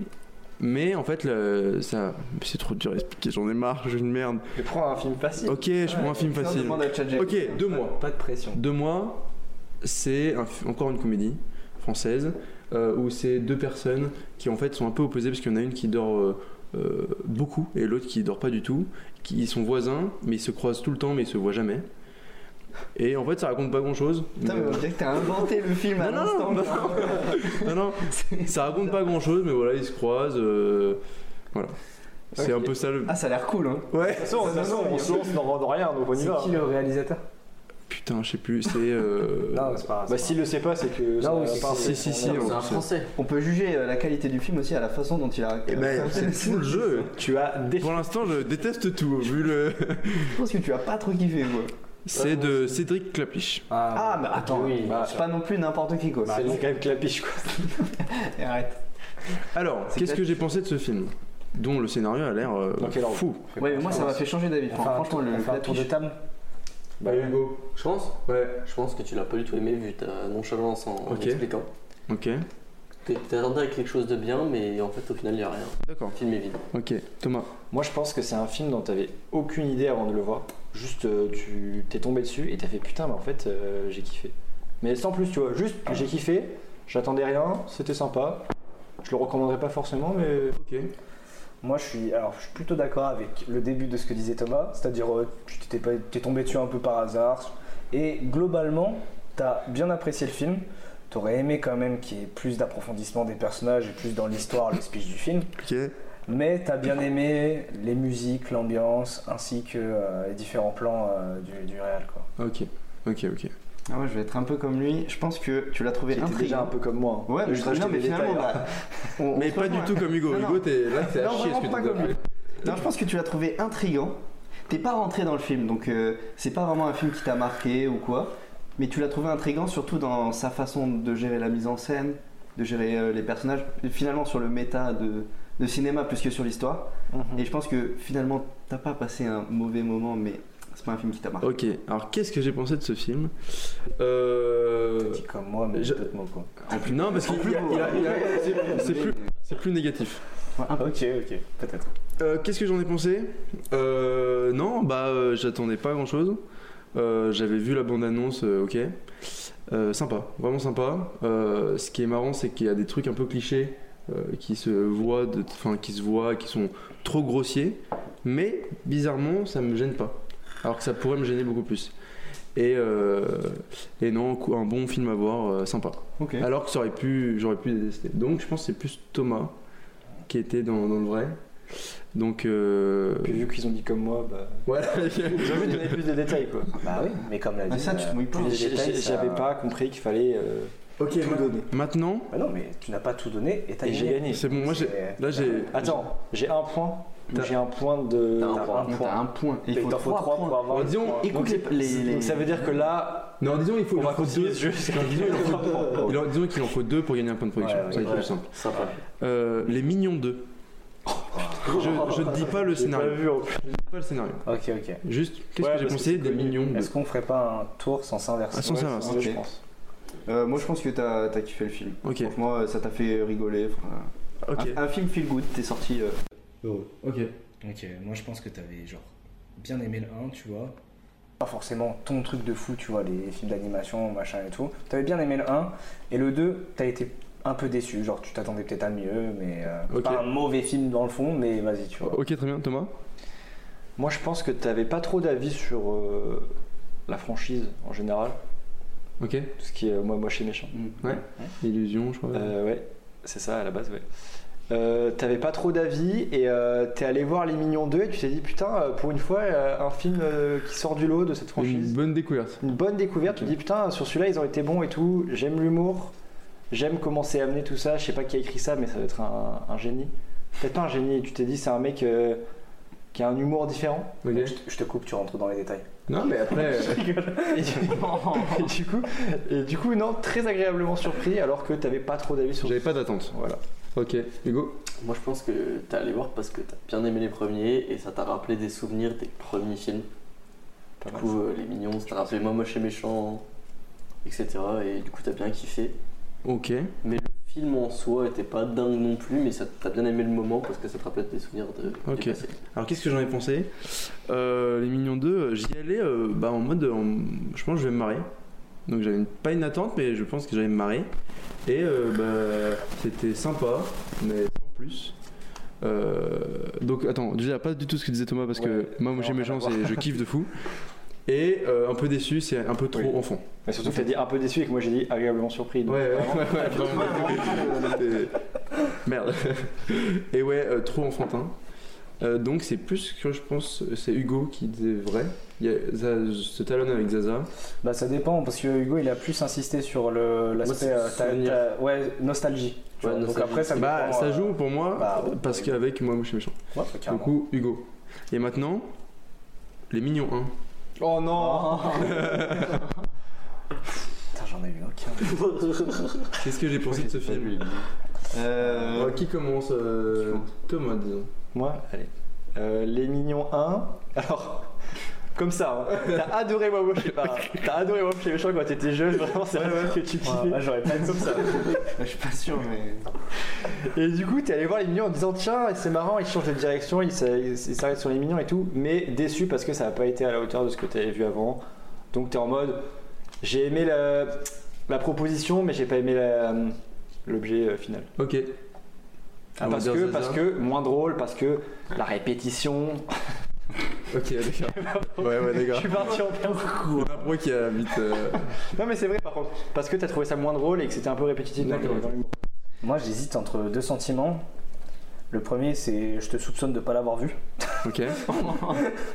Speaker 1: Mais en fait, le- ça, c'est trop dur à expliquer. J'en ai marre, j'ai une merde.
Speaker 2: Tu prends un film facile.
Speaker 1: Ok, je prends un film
Speaker 3: ça, on
Speaker 1: facile.
Speaker 3: demande à ChatGPT.
Speaker 1: Ok, deux mois.
Speaker 4: Pas de pression.
Speaker 1: Deux mois, c'est un f- encore une comédie française euh, où c'est deux personnes qui en fait sont un peu opposées parce qu'il y en a une qui dort euh, euh, beaucoup et l'autre qui dort pas du tout. Qui, ils sont voisins mais ils se croisent tout le temps mais ils se voient jamais. Et en fait ça raconte pas grand chose.
Speaker 3: Putain, mais on dirait que t'as inventé le film à
Speaker 1: Non, non,
Speaker 3: l'instant.
Speaker 1: non,
Speaker 3: [LAUGHS]
Speaker 1: euh, [LAUGHS] non, non, ça raconte pas grand chose mais voilà ils se croisent. euh, voilà. C'est un peu ça le.
Speaker 3: Ah, ça a l'air cool, hein.
Speaker 1: Ouais.
Speaker 2: De toute façon,
Speaker 3: Ça,
Speaker 2: non,
Speaker 3: ça,
Speaker 2: non, on se lance, on n'en rend rien, donc on y
Speaker 4: C'est
Speaker 2: va.
Speaker 4: qui le réalisateur
Speaker 1: Putain je sais plus c'est. euh,
Speaker 4: Non, c'est pas grave.
Speaker 2: Bah, s'il le sait pas, c'est que. ça
Speaker 4: Non, oui,
Speaker 2: va
Speaker 4: c'est-
Speaker 2: pas-
Speaker 1: si si si.
Speaker 5: C'est
Speaker 1: on-
Speaker 5: un français.
Speaker 3: On peut juger euh, la qualité du film aussi à la façon dont il a. euh,
Speaker 1: Eh ben, c'est tout le jeu.
Speaker 2: Tu as des.
Speaker 1: Pour l'instant, je déteste tout, hein, vu le.
Speaker 3: Je pense que tu as pas trop kiffé, quoi.
Speaker 1: [LAUGHS] C'est de Cédric Clapiche.
Speaker 3: Ah, mais attends,
Speaker 5: oui, bah,
Speaker 3: c'est pas non plus n'importe qui, quoi.
Speaker 2: C'est quand même clapiche, quoi.
Speaker 3: Et Arrête.
Speaker 1: Alors,
Speaker 3: C'est
Speaker 1: qu'est-ce que
Speaker 3: Clapiche.
Speaker 1: j'ai pensé de ce film Dont le scénario a l'air euh,
Speaker 2: Dans quel ordre
Speaker 1: fou.
Speaker 3: Ouais, mais moi ça m'a fait changer d'avis.
Speaker 4: Enfin,
Speaker 3: franchement, le
Speaker 4: on fait un tour de table.
Speaker 5: Bah,
Speaker 1: Hugo.
Speaker 5: Je pense,
Speaker 1: Ouais.
Speaker 5: je pense que tu l'as pas du tout aimé vu ta nonchalance en en
Speaker 1: Ok.
Speaker 5: expliquant.
Speaker 1: Ok.
Speaker 5: T'es t'es attendu avec quelque chose de bien, mais en fait au final il y a rien.
Speaker 1: D'accord.
Speaker 5: Le film est vide.
Speaker 1: Ok. Thomas.
Speaker 2: Moi, je pense que c'est un film dont t'avais aucune idée avant de le voir. Juste, euh, tu t'es tombé dessus et t'as fait putain, mais en fait, euh, j'ai kiffé. Mais sans plus, tu vois, juste, j'ai kiffé, j'attendais rien, c'était sympa. Je le recommanderais pas forcément, mais.
Speaker 1: Ok.
Speaker 4: Moi, je suis, alors, je suis plutôt d'accord avec le début de ce que disait Thomas, c'est-à-dire euh, tu t'étais pas- t'es tombé dessus un peu par hasard, et globalement, t'as bien apprécié le film. T'aurais aimé quand même qu'il y ait plus d'approfondissement des personnages et plus dans l'histoire, le speech du film.
Speaker 1: Ok.
Speaker 4: Mais t'as bien aimé les musiques, l'ambiance, ainsi que euh, les différents plans euh, du, du réal. Quoi.
Speaker 1: Ok. Ok. Ok.
Speaker 3: Ah ouais, je vais être un peu comme lui. Je pense que tu l'as trouvé
Speaker 2: J'étais déjà un
Speaker 3: intriguant.
Speaker 2: peu comme moi. hein.
Speaker 3: Ouais, mais,
Speaker 2: Juste
Speaker 3: non,
Speaker 2: rajouter
Speaker 3: mais
Speaker 2: des
Speaker 3: finalement,
Speaker 2: détails, hein.
Speaker 3: bah, on- on
Speaker 1: Mais
Speaker 3: se
Speaker 1: pas du
Speaker 3: rejoint.
Speaker 1: tout comme Hugo.
Speaker 3: Non, non.
Speaker 1: Hugo, t'es là, c'est à
Speaker 3: Non,
Speaker 1: chier ce
Speaker 3: vraiment
Speaker 1: que
Speaker 3: pas
Speaker 1: tu
Speaker 3: comme lui. Non, je pense que tu l'as trouvé intriguant. T'es pas rentré dans le film, donc euh, c'est pas vraiment un film qui t'a marqué ou quoi. Mais tu l'as trouvé intriguant, surtout dans sa façon de gérer la mise en scène, de gérer euh, les personnages, finalement sur le méta de, de cinéma plus que sur l'histoire.
Speaker 2: hein.
Speaker 3: Et je pense que finalement, t'as pas passé un mauvais moment, mais c'est pas un film qui t'a marqué.
Speaker 1: Ok, alors qu'est-ce que j'ai pensé de ce film euh...
Speaker 4: Petit comme moi, mais
Speaker 1: je-
Speaker 4: complètement quoi.
Speaker 1: Non, parce qu'il
Speaker 3: plus
Speaker 1: il a-
Speaker 3: beau.
Speaker 1: il a- il a- c'est- c'est plus, c'est plus négatif.
Speaker 4: Ok, ok, peut-être.
Speaker 1: Euh, qu'est-ce que j'en ai pensé Euh, Non, bah euh, j'attendais pas grand-chose. Euh, J'avais vu la bande-annonce, euh, ok. Euh, sympa, vraiment sympa. Euh, ce qui est marrant, c'est qu'il y a des trucs un peu clichés euh, qui se voient, de- enfin qui se voient, qui sont trop grossiers. Mais bizarrement, ça me gêne pas. Alors que ça pourrait me gêner beaucoup plus. Et, euh, et non, cou- un bon film à voir, euh, sympa.
Speaker 3: Ok.
Speaker 2: Ah,
Speaker 1: Alors que ça aurait pu, j'aurais pu détester. Donc je pense que c'est plus Thomas qui était dans, dans le vrai. Donc euh...
Speaker 2: Puis vu qu'ils ont dit comme moi, bah.
Speaker 1: voilà.
Speaker 2: J'ai envie de donner plus de détails quoi.
Speaker 4: Bah oui, mais comme l'a dit.
Speaker 3: Ah, ça, tu te mouilles pas.
Speaker 4: tous les
Speaker 2: J'ai-
Speaker 4: détails,
Speaker 2: j'ai-
Speaker 4: ça-
Speaker 2: J'avais pas compris qu'il fallait euh,
Speaker 1: ok.
Speaker 2: tout donner.
Speaker 1: Maintenant,
Speaker 4: Bah non, mais tu n'as pas tout donné et t'as
Speaker 2: Et j'ai gagné.
Speaker 1: c'est bon. Moi j'ai,
Speaker 4: C'est-
Speaker 1: là j'ai.
Speaker 2: Attends, j'ai un point.
Speaker 1: T'as-
Speaker 2: J'ai un point de.
Speaker 5: T'as un point.
Speaker 3: Donc, T'as un point. Et
Speaker 4: Il t'en faut
Speaker 3: trois
Speaker 4: 3
Speaker 3: points.
Speaker 4: pour avoir.
Speaker 1: Bon,
Speaker 4: le
Speaker 1: disons,
Speaker 4: point.
Speaker 3: Écoute
Speaker 2: Donc,
Speaker 3: les- les-
Speaker 2: Donc ça veut dire que là,
Speaker 1: Non, disons il faut.
Speaker 2: on
Speaker 1: il
Speaker 2: va
Speaker 1: en faut
Speaker 2: continuer
Speaker 1: deux.
Speaker 2: ce jeu.
Speaker 1: Non, disons, il en faut- il en- disons qu'il en faut deux pour gagner un point de production.
Speaker 4: Ouais, ouais,
Speaker 1: ça c'est
Speaker 5: ouais.
Speaker 1: plus simple.
Speaker 5: Sympa.
Speaker 1: Euh, les Mignons 2. Je, je ne dis pas le
Speaker 2: J'ai pas
Speaker 1: scénario.
Speaker 2: vu en plus.
Speaker 1: Je ne dis pas le scénanario.
Speaker 4: Ok, ok.
Speaker 1: Juste, qu'est-ce
Speaker 2: Ouais,
Speaker 1: que j'ai
Speaker 2: parce que
Speaker 1: pensé
Speaker 2: c'est
Speaker 1: des
Speaker 2: connu.
Speaker 1: Mignons
Speaker 3: Mm.
Speaker 1: 2
Speaker 4: Est-ce qu'on ferait pas un tour sans s'inverser
Speaker 1: Ah, sans
Speaker 4: Ouais,
Speaker 1: s'inverser,
Speaker 4: c'est ce que
Speaker 3: ok.
Speaker 4: je pense.
Speaker 3: Euh, moi, je pense que t'as as kiffé le film.
Speaker 1: Ok.
Speaker 3: Franchement, euh, ça t'a fait rigoler. enfin,
Speaker 2: Ah.
Speaker 1: Ok.
Speaker 3: un, un film feel good, t'es sorti. euh,
Speaker 1: Ok.
Speaker 4: Ok, moi je pense que t'avais genre bien aimé le 1, tu vois. Pas forcément ton truc de fou, tu vois, les films d'animation, machin et tout. T'avais bien aimé le 1, et le 2, t'as été un peu déçu, genre tu t'attendais peut-être à mieux, mais euh,
Speaker 1: Ok.
Speaker 4: pas un mauvais film dans le fond, mais vas-y, tu vois.
Speaker 1: Ok, très bien, Thomas.
Speaker 2: Moi, je pense que t'avais pas trop d'avis sur euh, la franchise en général.
Speaker 1: Ok.
Speaker 2: Tout ce qui est euh, moi, moche et méchant.
Speaker 1: Hmm. Illusion, je crois.
Speaker 2: Euh, ouais, c'est ça à la base, ouais. Euh, t'avais pas trop d'avis et euh, t'es allé voir Les Mignons 2 et tu t'es dit putain, euh, pour une fois, euh, un film euh, qui sort du lot de cette
Speaker 1: Une
Speaker 2: franchise.
Speaker 1: bonne découverte.
Speaker 3: Mm.
Speaker 2: Une bonne découverte, tu te dis putain, sur celui-là, ils ont été bons et tout. J'aime l'humour, j'aime comment c'est amené tout ça. Je sais pas qui a écrit ça, mais ça doit être un, un génie. Peut-être pas un génie, tu t'es dit c'est un mec euh, qui a un humour différent.
Speaker 1: Ok.
Speaker 4: Je te- Je te coupe, tu rentres dans les détails.
Speaker 1: Non, mais après. euh,
Speaker 2: Et du, [LAUGHS] et du coup, et du coup, non, très agréablement surpris alors que t'avais pas trop d'avis sur.
Speaker 1: J'avais pas d'attente.
Speaker 2: Voilà.
Speaker 1: Ok, Hugo
Speaker 5: Moi, je pense que t'es allé voir parce que t'as bien aimé les premiers et ça t'a rappelé des souvenirs des premiers films. Du coup, euh, les mignons, ça t'a rappelé moi, moche et méchant, etc. Et du coup, t'as bien kiffé.
Speaker 1: Ok.
Speaker 5: Le film en soi était pas dingue non plus, mais ça t'as bien aimé le moment parce que ça te rappelait des souvenirs de du
Speaker 1: Ok.
Speaker 5: passé.
Speaker 1: Alors qu'est-ce que j'en ai pensé Euh, Les Mignons 2, euh, j'y allais euh, bah, en mode. euh, en- Je pense que je vais me marrer. Donc j'avais une- pas une attente, mais je pense que j'allais me marrer. Et euh, bah, c'était sympa, mais sans plus. Euh, donc attends, déjà pas du tout ce que disait Thomas parce
Speaker 2: Ouais,
Speaker 1: que moi, moi
Speaker 2: ça
Speaker 1: chez
Speaker 2: n'a
Speaker 1: mes
Speaker 2: rien à
Speaker 1: gens, c'est je kiffe de fond. Et euh, un peu déçu, c'est un peu trop
Speaker 2: Oui.
Speaker 1: enfant.
Speaker 2: Mais surtout, t'as dit un peu déçu et que moi j'ai dit agréablement surpris. donc vraiment,
Speaker 1: ouais, vraiment. C'est- [LAUGHS] Merde. Et ouais, euh, trop enfantin. Euh, donc c'est plus que je pense, c'est Hugo qui disait vrai. Il y a Za- ce talon avec Zaza.
Speaker 4: Bah ça dépend parce que Hugo il a plus insisté sur le l'aspect
Speaker 5: c'est
Speaker 4: euh, t'as-
Speaker 5: souvenir.
Speaker 4: t'as- ouais nostalgie. tu
Speaker 5: Ouais,
Speaker 4: vois. Donc
Speaker 5: nostalgie.
Speaker 4: après ça
Speaker 1: Bah
Speaker 4: dépend,
Speaker 1: ça
Speaker 4: euh,
Speaker 1: joue pour moi
Speaker 4: bah, ouais.
Speaker 1: parce qu'avec moi, moi je suis méchant.
Speaker 4: ouais,
Speaker 1: Du
Speaker 4: carrément.
Speaker 1: coup Hugo. Et maintenant, les mignons 1.
Speaker 2: Oh non
Speaker 4: [LAUGHS] Putain, j'en ai eu aucun.
Speaker 1: Qu'est-ce que j'ai pensé de ce film
Speaker 3: euh,
Speaker 1: Euh, Qui commence euh, Thomas disons.
Speaker 2: Moi Allez. Euh, les Mignons 1. Alors, comme ça, hein. t'as adoré Moi je sais pas. T'as adoré Moi chez Méchant quand t'étais jeune, vraiment, c'est vrai que tu kiffais.
Speaker 4: Ouais, moi, j'aurais pas dit ça.
Speaker 3: Je suis pas sûr, mais.
Speaker 2: Et du coup, t'es allé voir les Mignons en disant tiens, c'est marrant, ils changent de direction, ils s'a- ils s'arrêtent sur les Mignons et tout, mais déçu parce que ça n'a pas été à la hauteur de ce que t'avais vu avant. Donc t'es en mode j'ai aimé la, la proposition, mais j'ai pas aimé la- l'objet euh, final.
Speaker 1: Ok. On va
Speaker 2: parce
Speaker 1: dire
Speaker 2: que,
Speaker 1: Zaza.
Speaker 2: parce que moins drôle, parce que la répétition.
Speaker 1: Ok d'accord. [LAUGHS] ouais ouais
Speaker 2: Je [LAUGHS]
Speaker 1: d'accord.
Speaker 2: suis parti en
Speaker 1: Il
Speaker 2: plein
Speaker 1: y en a un pro qui a vite. euh,
Speaker 2: Non mais c'est vrai par contre, parce que t'as trouvé ça moins drôle et que c'était un peu répétitif dans le-
Speaker 1: D'accord.
Speaker 2: dans l'humour.
Speaker 4: Moi, j'hésite entre deux sentiments. Le premier, c'est je te soupçonne de pas l'avoir vu.
Speaker 1: Ok.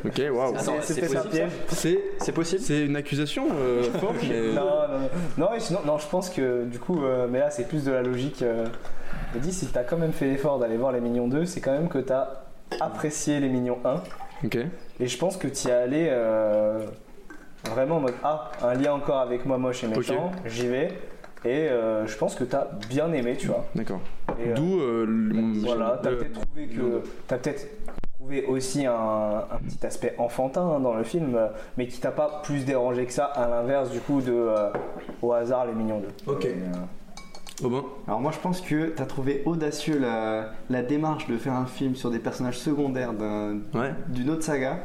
Speaker 1: ok waouh.
Speaker 5: Attends, c'est
Speaker 4: C'est- C'était un
Speaker 5: possible,
Speaker 4: piège.
Speaker 1: C'est
Speaker 2: C'est possible
Speaker 1: C'est une accusation euh, forte, mais.
Speaker 4: Non, non, non. Non, et sinon, non, je pense que du coup, euh, mais là, c'est plus de la logique. euh, je me dis, si t'as quand même fait l'effort d'aller voir les Mignons 2, c'est quand même que t'as apprécié les Mignons 1.
Speaker 1: Ok.
Speaker 4: Et je pense que t'y as allé euh, vraiment en mode Ah, un lien encore avec moi moche et méchant, j'y vais.
Speaker 2: Et euh, je pense que t'as bien aimé, tu vois.
Speaker 1: D'accord.
Speaker 2: Et, euh,
Speaker 1: D'où euh, le- mon- euh,
Speaker 2: voilà, t'as
Speaker 1: le-
Speaker 2: peut-être trouvé que t'as peut-être trouvé aussi un, un petit aspect enfantin hein, dans le film, euh, mais qui t'a pas plus dérangé que ça, à l'inverse du coup de euh, au hasard les mignons 2.
Speaker 1: Ok. Aubin
Speaker 3: Alors moi je pense que t'as trouvé audacieux la, la démarche de faire un film sur des personnages secondaires d'un-
Speaker 1: Ouais.
Speaker 3: d'une autre saga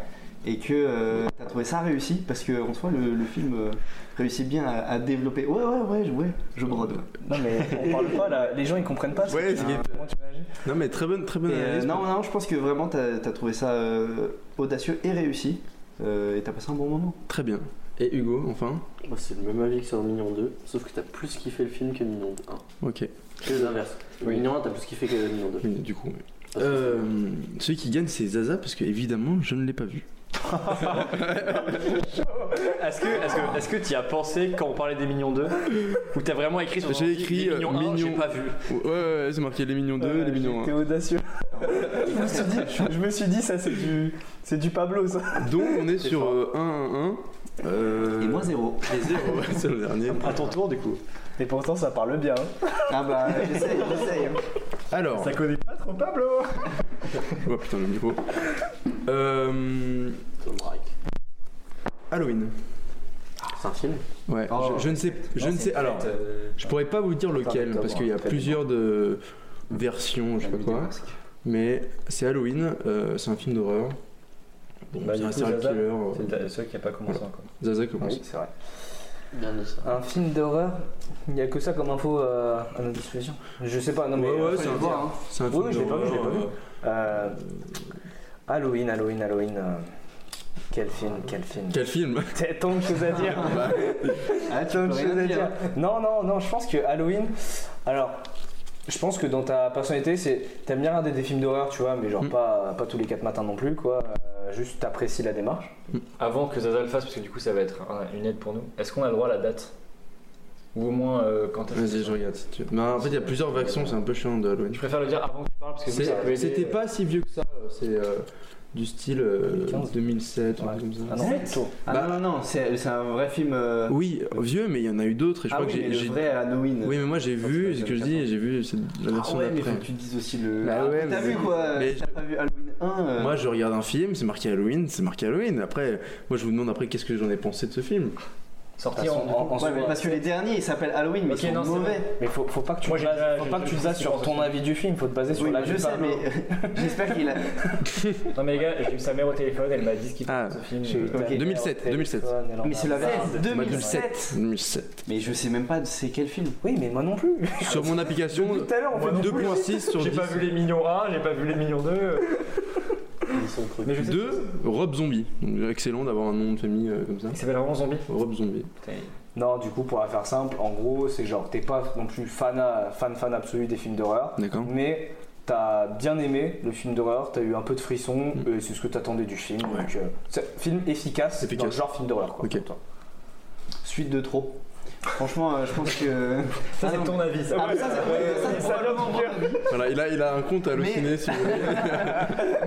Speaker 3: et que euh, t'as trouvé ça réussi parce que en soi le, le film euh, réussit bien à, à développer. Ouais ouais ouais je- ouais je brode.
Speaker 2: Non mais on parle pas là, les gens ils comprennent pas. ce
Speaker 1: Ouais,
Speaker 2: que-
Speaker 1: c'est qu'il-
Speaker 2: Comment tu réagis
Speaker 1: Ah. Non mais très bonne, très bonne
Speaker 3: Et, euh,
Speaker 1: analyse.
Speaker 3: non non je pense que vraiment t'as as trouvé ça euh, audacieux et réussi euh, et t'as passé un bon moment.
Speaker 1: Très bien. Et Hugo, enfin
Speaker 5: Moi, c'est le même avis que sur Mignon 2, sauf que t'as plus kiffé le film que Mignon 1.
Speaker 1: Ok.
Speaker 5: Que l'inverse. Mignon 1, t'as plus kiffé que Mignon 2.
Speaker 1: Mais Du coup, oui.
Speaker 5: Parce que
Speaker 1: Euh, celui qui gagne, c'est Zaza, parce que évidemment, je ne l'ai pas vu.
Speaker 6: Est-ce que, est-ce que, est-ce que t'y as pensé quand on parlait des Mignons 2 Ou t'as vraiment écrit sur
Speaker 1: J'ai
Speaker 6: ton
Speaker 1: écrit,
Speaker 6: ordi, les Mignons
Speaker 1: euh,
Speaker 6: 1,
Speaker 1: Mignons.
Speaker 6: j'ai pas vu.
Speaker 1: Ouais, ouais, ouais, c'est marqué les millions 2,
Speaker 2: Euh,
Speaker 1: les millions
Speaker 2: J'étais audacieux. je, me suis dit, je me suis dit, ça c'est du, c'est du Pablo ça.
Speaker 1: 1. Donc, on est sur
Speaker 6: fort.
Speaker 1: euh, 1, 1, 1. Euh... [LAUGHS]
Speaker 3: Et moi zéro.
Speaker 1: et zéro, ouais, c'est le dernier.
Speaker 6: À ton tour, du coup.
Speaker 2: Et pourtant ça parle bien. hein.
Speaker 3: Ah bah j'essaye j'essaye. hein.
Speaker 1: Alors,
Speaker 2: Ça connaît pas trop Pablo.
Speaker 1: oh putain, le micro. Euh,
Speaker 5: Tom Reich.
Speaker 1: Halloween. Oh.
Speaker 5: C'est un film
Speaker 1: Ouais, je, je ne sais, je ne sais, alors, je pourrais pas vous dire
Speaker 2: euh,
Speaker 1: lequel, parce qu'il y a plusieurs de versions, je sais pas quoi, mais c'est Halloween, euh, c'est un film d'horreur. Bon,
Speaker 2: Bah,
Speaker 1: c'est
Speaker 2: du
Speaker 1: un
Speaker 2: coup,
Speaker 1: serial
Speaker 2: Zaza,
Speaker 1: killer. euh,
Speaker 2: C'est ceux qui a pas commencé encore.
Speaker 1: Zaza
Speaker 6: Ah
Speaker 1: commence.
Speaker 2: c'est vrai.
Speaker 5: Dernier, ça.
Speaker 2: Un film d'horreur, il n'y a que ça comme info euh, à notre disposition. Je sais pas, non mais.
Speaker 1: Ouais,
Speaker 3: euh,
Speaker 1: ouais,
Speaker 2: faut
Speaker 1: c'est
Speaker 2: le
Speaker 1: un-
Speaker 2: voir, hein.
Speaker 1: C'est un
Speaker 2: Oui,
Speaker 1: film
Speaker 2: oui, je l'ai pas vu, je l'ai
Speaker 1: d'horreur,
Speaker 2: pas vu.
Speaker 1: euh,
Speaker 2: Euh, Halloween, Halloween, Halloween. euh, Quel film, quel film.
Speaker 1: Quel
Speaker 2: [LAUGHS]
Speaker 1: bah, film
Speaker 2: T'as tant de choses à dire.
Speaker 3: Ah, tu
Speaker 2: Tant de
Speaker 3: peux
Speaker 2: choses
Speaker 3: rien
Speaker 2: à
Speaker 3: dire,
Speaker 2: dire.
Speaker 3: hein.
Speaker 2: Non, non, non, je pense que Halloween. Alors, je pense que dans ta personnalité, c'est. T'aimes bien regarder des films d'horreur, tu vois, mais genre
Speaker 1: Mm.
Speaker 2: pas, pas tous les 4 matins non plus, quoi. Euh, juste t'apprécies la démarche.
Speaker 1: Mm.
Speaker 6: Avant que Zaza le fasse, parce que du coup, ça va être un- une aide pour nous. Est-ce qu'on a le droit à la date Ou au moins euh, quand est-ce
Speaker 1: Vas-y, je regarde si tu veux. Mais en fait, il y a plusieurs versions, c'est un peu chiant de Halloween.
Speaker 6: Je préfère le dire avant que tu parles, parce que du coup, ça peut
Speaker 1: C'est-
Speaker 6: aider.
Speaker 1: C'était pas si vieux que ça, euh, c'est euh, du style euh,
Speaker 2: 2015.
Speaker 1: 2007, un
Speaker 2: Ouais.
Speaker 1: truc comme ça.
Speaker 2: Ah non, tôt.
Speaker 3: Ah
Speaker 1: Bah-
Speaker 3: non non non c'est c'est un vrai film. euh,
Speaker 1: Oui, vieux, mais il y en a eu d'autres et je
Speaker 3: ah
Speaker 1: crois
Speaker 3: oui,
Speaker 1: que j'ai-
Speaker 3: mais
Speaker 1: j'ai.
Speaker 3: le vrai Halloween.
Speaker 1: Oui, mais moi j'ai vu,
Speaker 3: c'est
Speaker 1: ce que je dis, j'ai vu cette- la
Speaker 3: Ah
Speaker 1: version
Speaker 3: ouais, mais faut
Speaker 1: d'après.
Speaker 3: que tu dises aussi le.
Speaker 1: Bah
Speaker 3: Ah,
Speaker 1: ouais,
Speaker 3: t'as
Speaker 1: mais-
Speaker 3: vu quoi
Speaker 1: mais
Speaker 3: T'as pas vu Halloween 1 euh,
Speaker 1: Moi je regarde un film, c'est marqué Halloween, c'est marqué Halloween. Après, moi je vous demande après qu'est-ce que j'en ai pensé de ce film.
Speaker 6: Sorti
Speaker 2: De toute
Speaker 6: en,
Speaker 2: façon,
Speaker 6: en- en
Speaker 3: ouais, mais
Speaker 6: soi.
Speaker 3: parce que les derniers ils s'appellent Halloween, mais
Speaker 6: Ok,
Speaker 3: ils sont
Speaker 6: non, c'est
Speaker 3: mauvais.
Speaker 2: Mais faut, faut pas que tu,
Speaker 6: Moi,
Speaker 2: te
Speaker 6: j'ai
Speaker 2: bases-
Speaker 6: déjà-
Speaker 2: faut
Speaker 6: j'ai
Speaker 2: pas que
Speaker 6: déjà
Speaker 2: tu te
Speaker 6: fait
Speaker 2: bases
Speaker 6: ce
Speaker 2: sur
Speaker 6: genre de
Speaker 2: ton
Speaker 6: film.
Speaker 2: avis du film, faut te baser sur
Speaker 3: Oui,
Speaker 2: la
Speaker 3: je sais, mais [LAUGHS] j'espère qu'il a.
Speaker 6: [LAUGHS] Non, mais les gars, j'ai eu sa mère au téléphone, elle m'a dit ce qu'il
Speaker 1: Ah,
Speaker 6: pensait de ce film.
Speaker 2: J'ai eu ta
Speaker 3: Ok.
Speaker 2: mère
Speaker 1: 2007,
Speaker 2: au téléphone,
Speaker 1: 2007.
Speaker 2: elle en
Speaker 3: Mais c'est la
Speaker 2: a marre.
Speaker 3: version 2007
Speaker 1: 2007.
Speaker 3: Mais je sais même pas c'est quel film.
Speaker 2: Oui, mais moi non plus.
Speaker 6: [LAUGHS]
Speaker 1: Sur mon application,
Speaker 2: Tout à l'heure, on fait des-
Speaker 1: 2.6 sur
Speaker 6: J'ai
Speaker 1: 10.
Speaker 6: pas vu les Mignons 1, j'ai pas vu les Mignons 2.
Speaker 5: Ils sont trucs.
Speaker 6: Mais je sais.
Speaker 1: 2, Rob Zombie. Donc, excellent d'avoir un nom de famille euh, comme ça.
Speaker 6: Il s'appelle vraiment Zombie.
Speaker 1: Rob Zombie.
Speaker 2: Non, du coup, pour la faire simple, en gros, c'est genre, t'es pas non plus fan, à- fan, fan absolu des films d'horreur,
Speaker 6: Hein
Speaker 1: D'accord
Speaker 2: mais t'as bien aimé le film d'horreur, t'as eu un peu de frisson,
Speaker 6: Mm.
Speaker 2: et c'est ce que t'attendais du film.
Speaker 1: Ouais.
Speaker 2: Donc, euh, c'est- film efficace,
Speaker 1: Efficace.
Speaker 2: dans le genre film d'horreur, quoi.
Speaker 1: Ok.
Speaker 2: pour toi.
Speaker 3: Suite de trop. Franchement, euh, je pense que.
Speaker 6: Ça,
Speaker 3: Ah,
Speaker 6: c'est
Speaker 3: non.
Speaker 6: ton avis, ça.
Speaker 2: bah,
Speaker 3: Ah, mais ça, c'est- ouais, ça, c'est probablement mon avis.
Speaker 1: Voilà, il a, il a un compte à halluciner si vous voulez.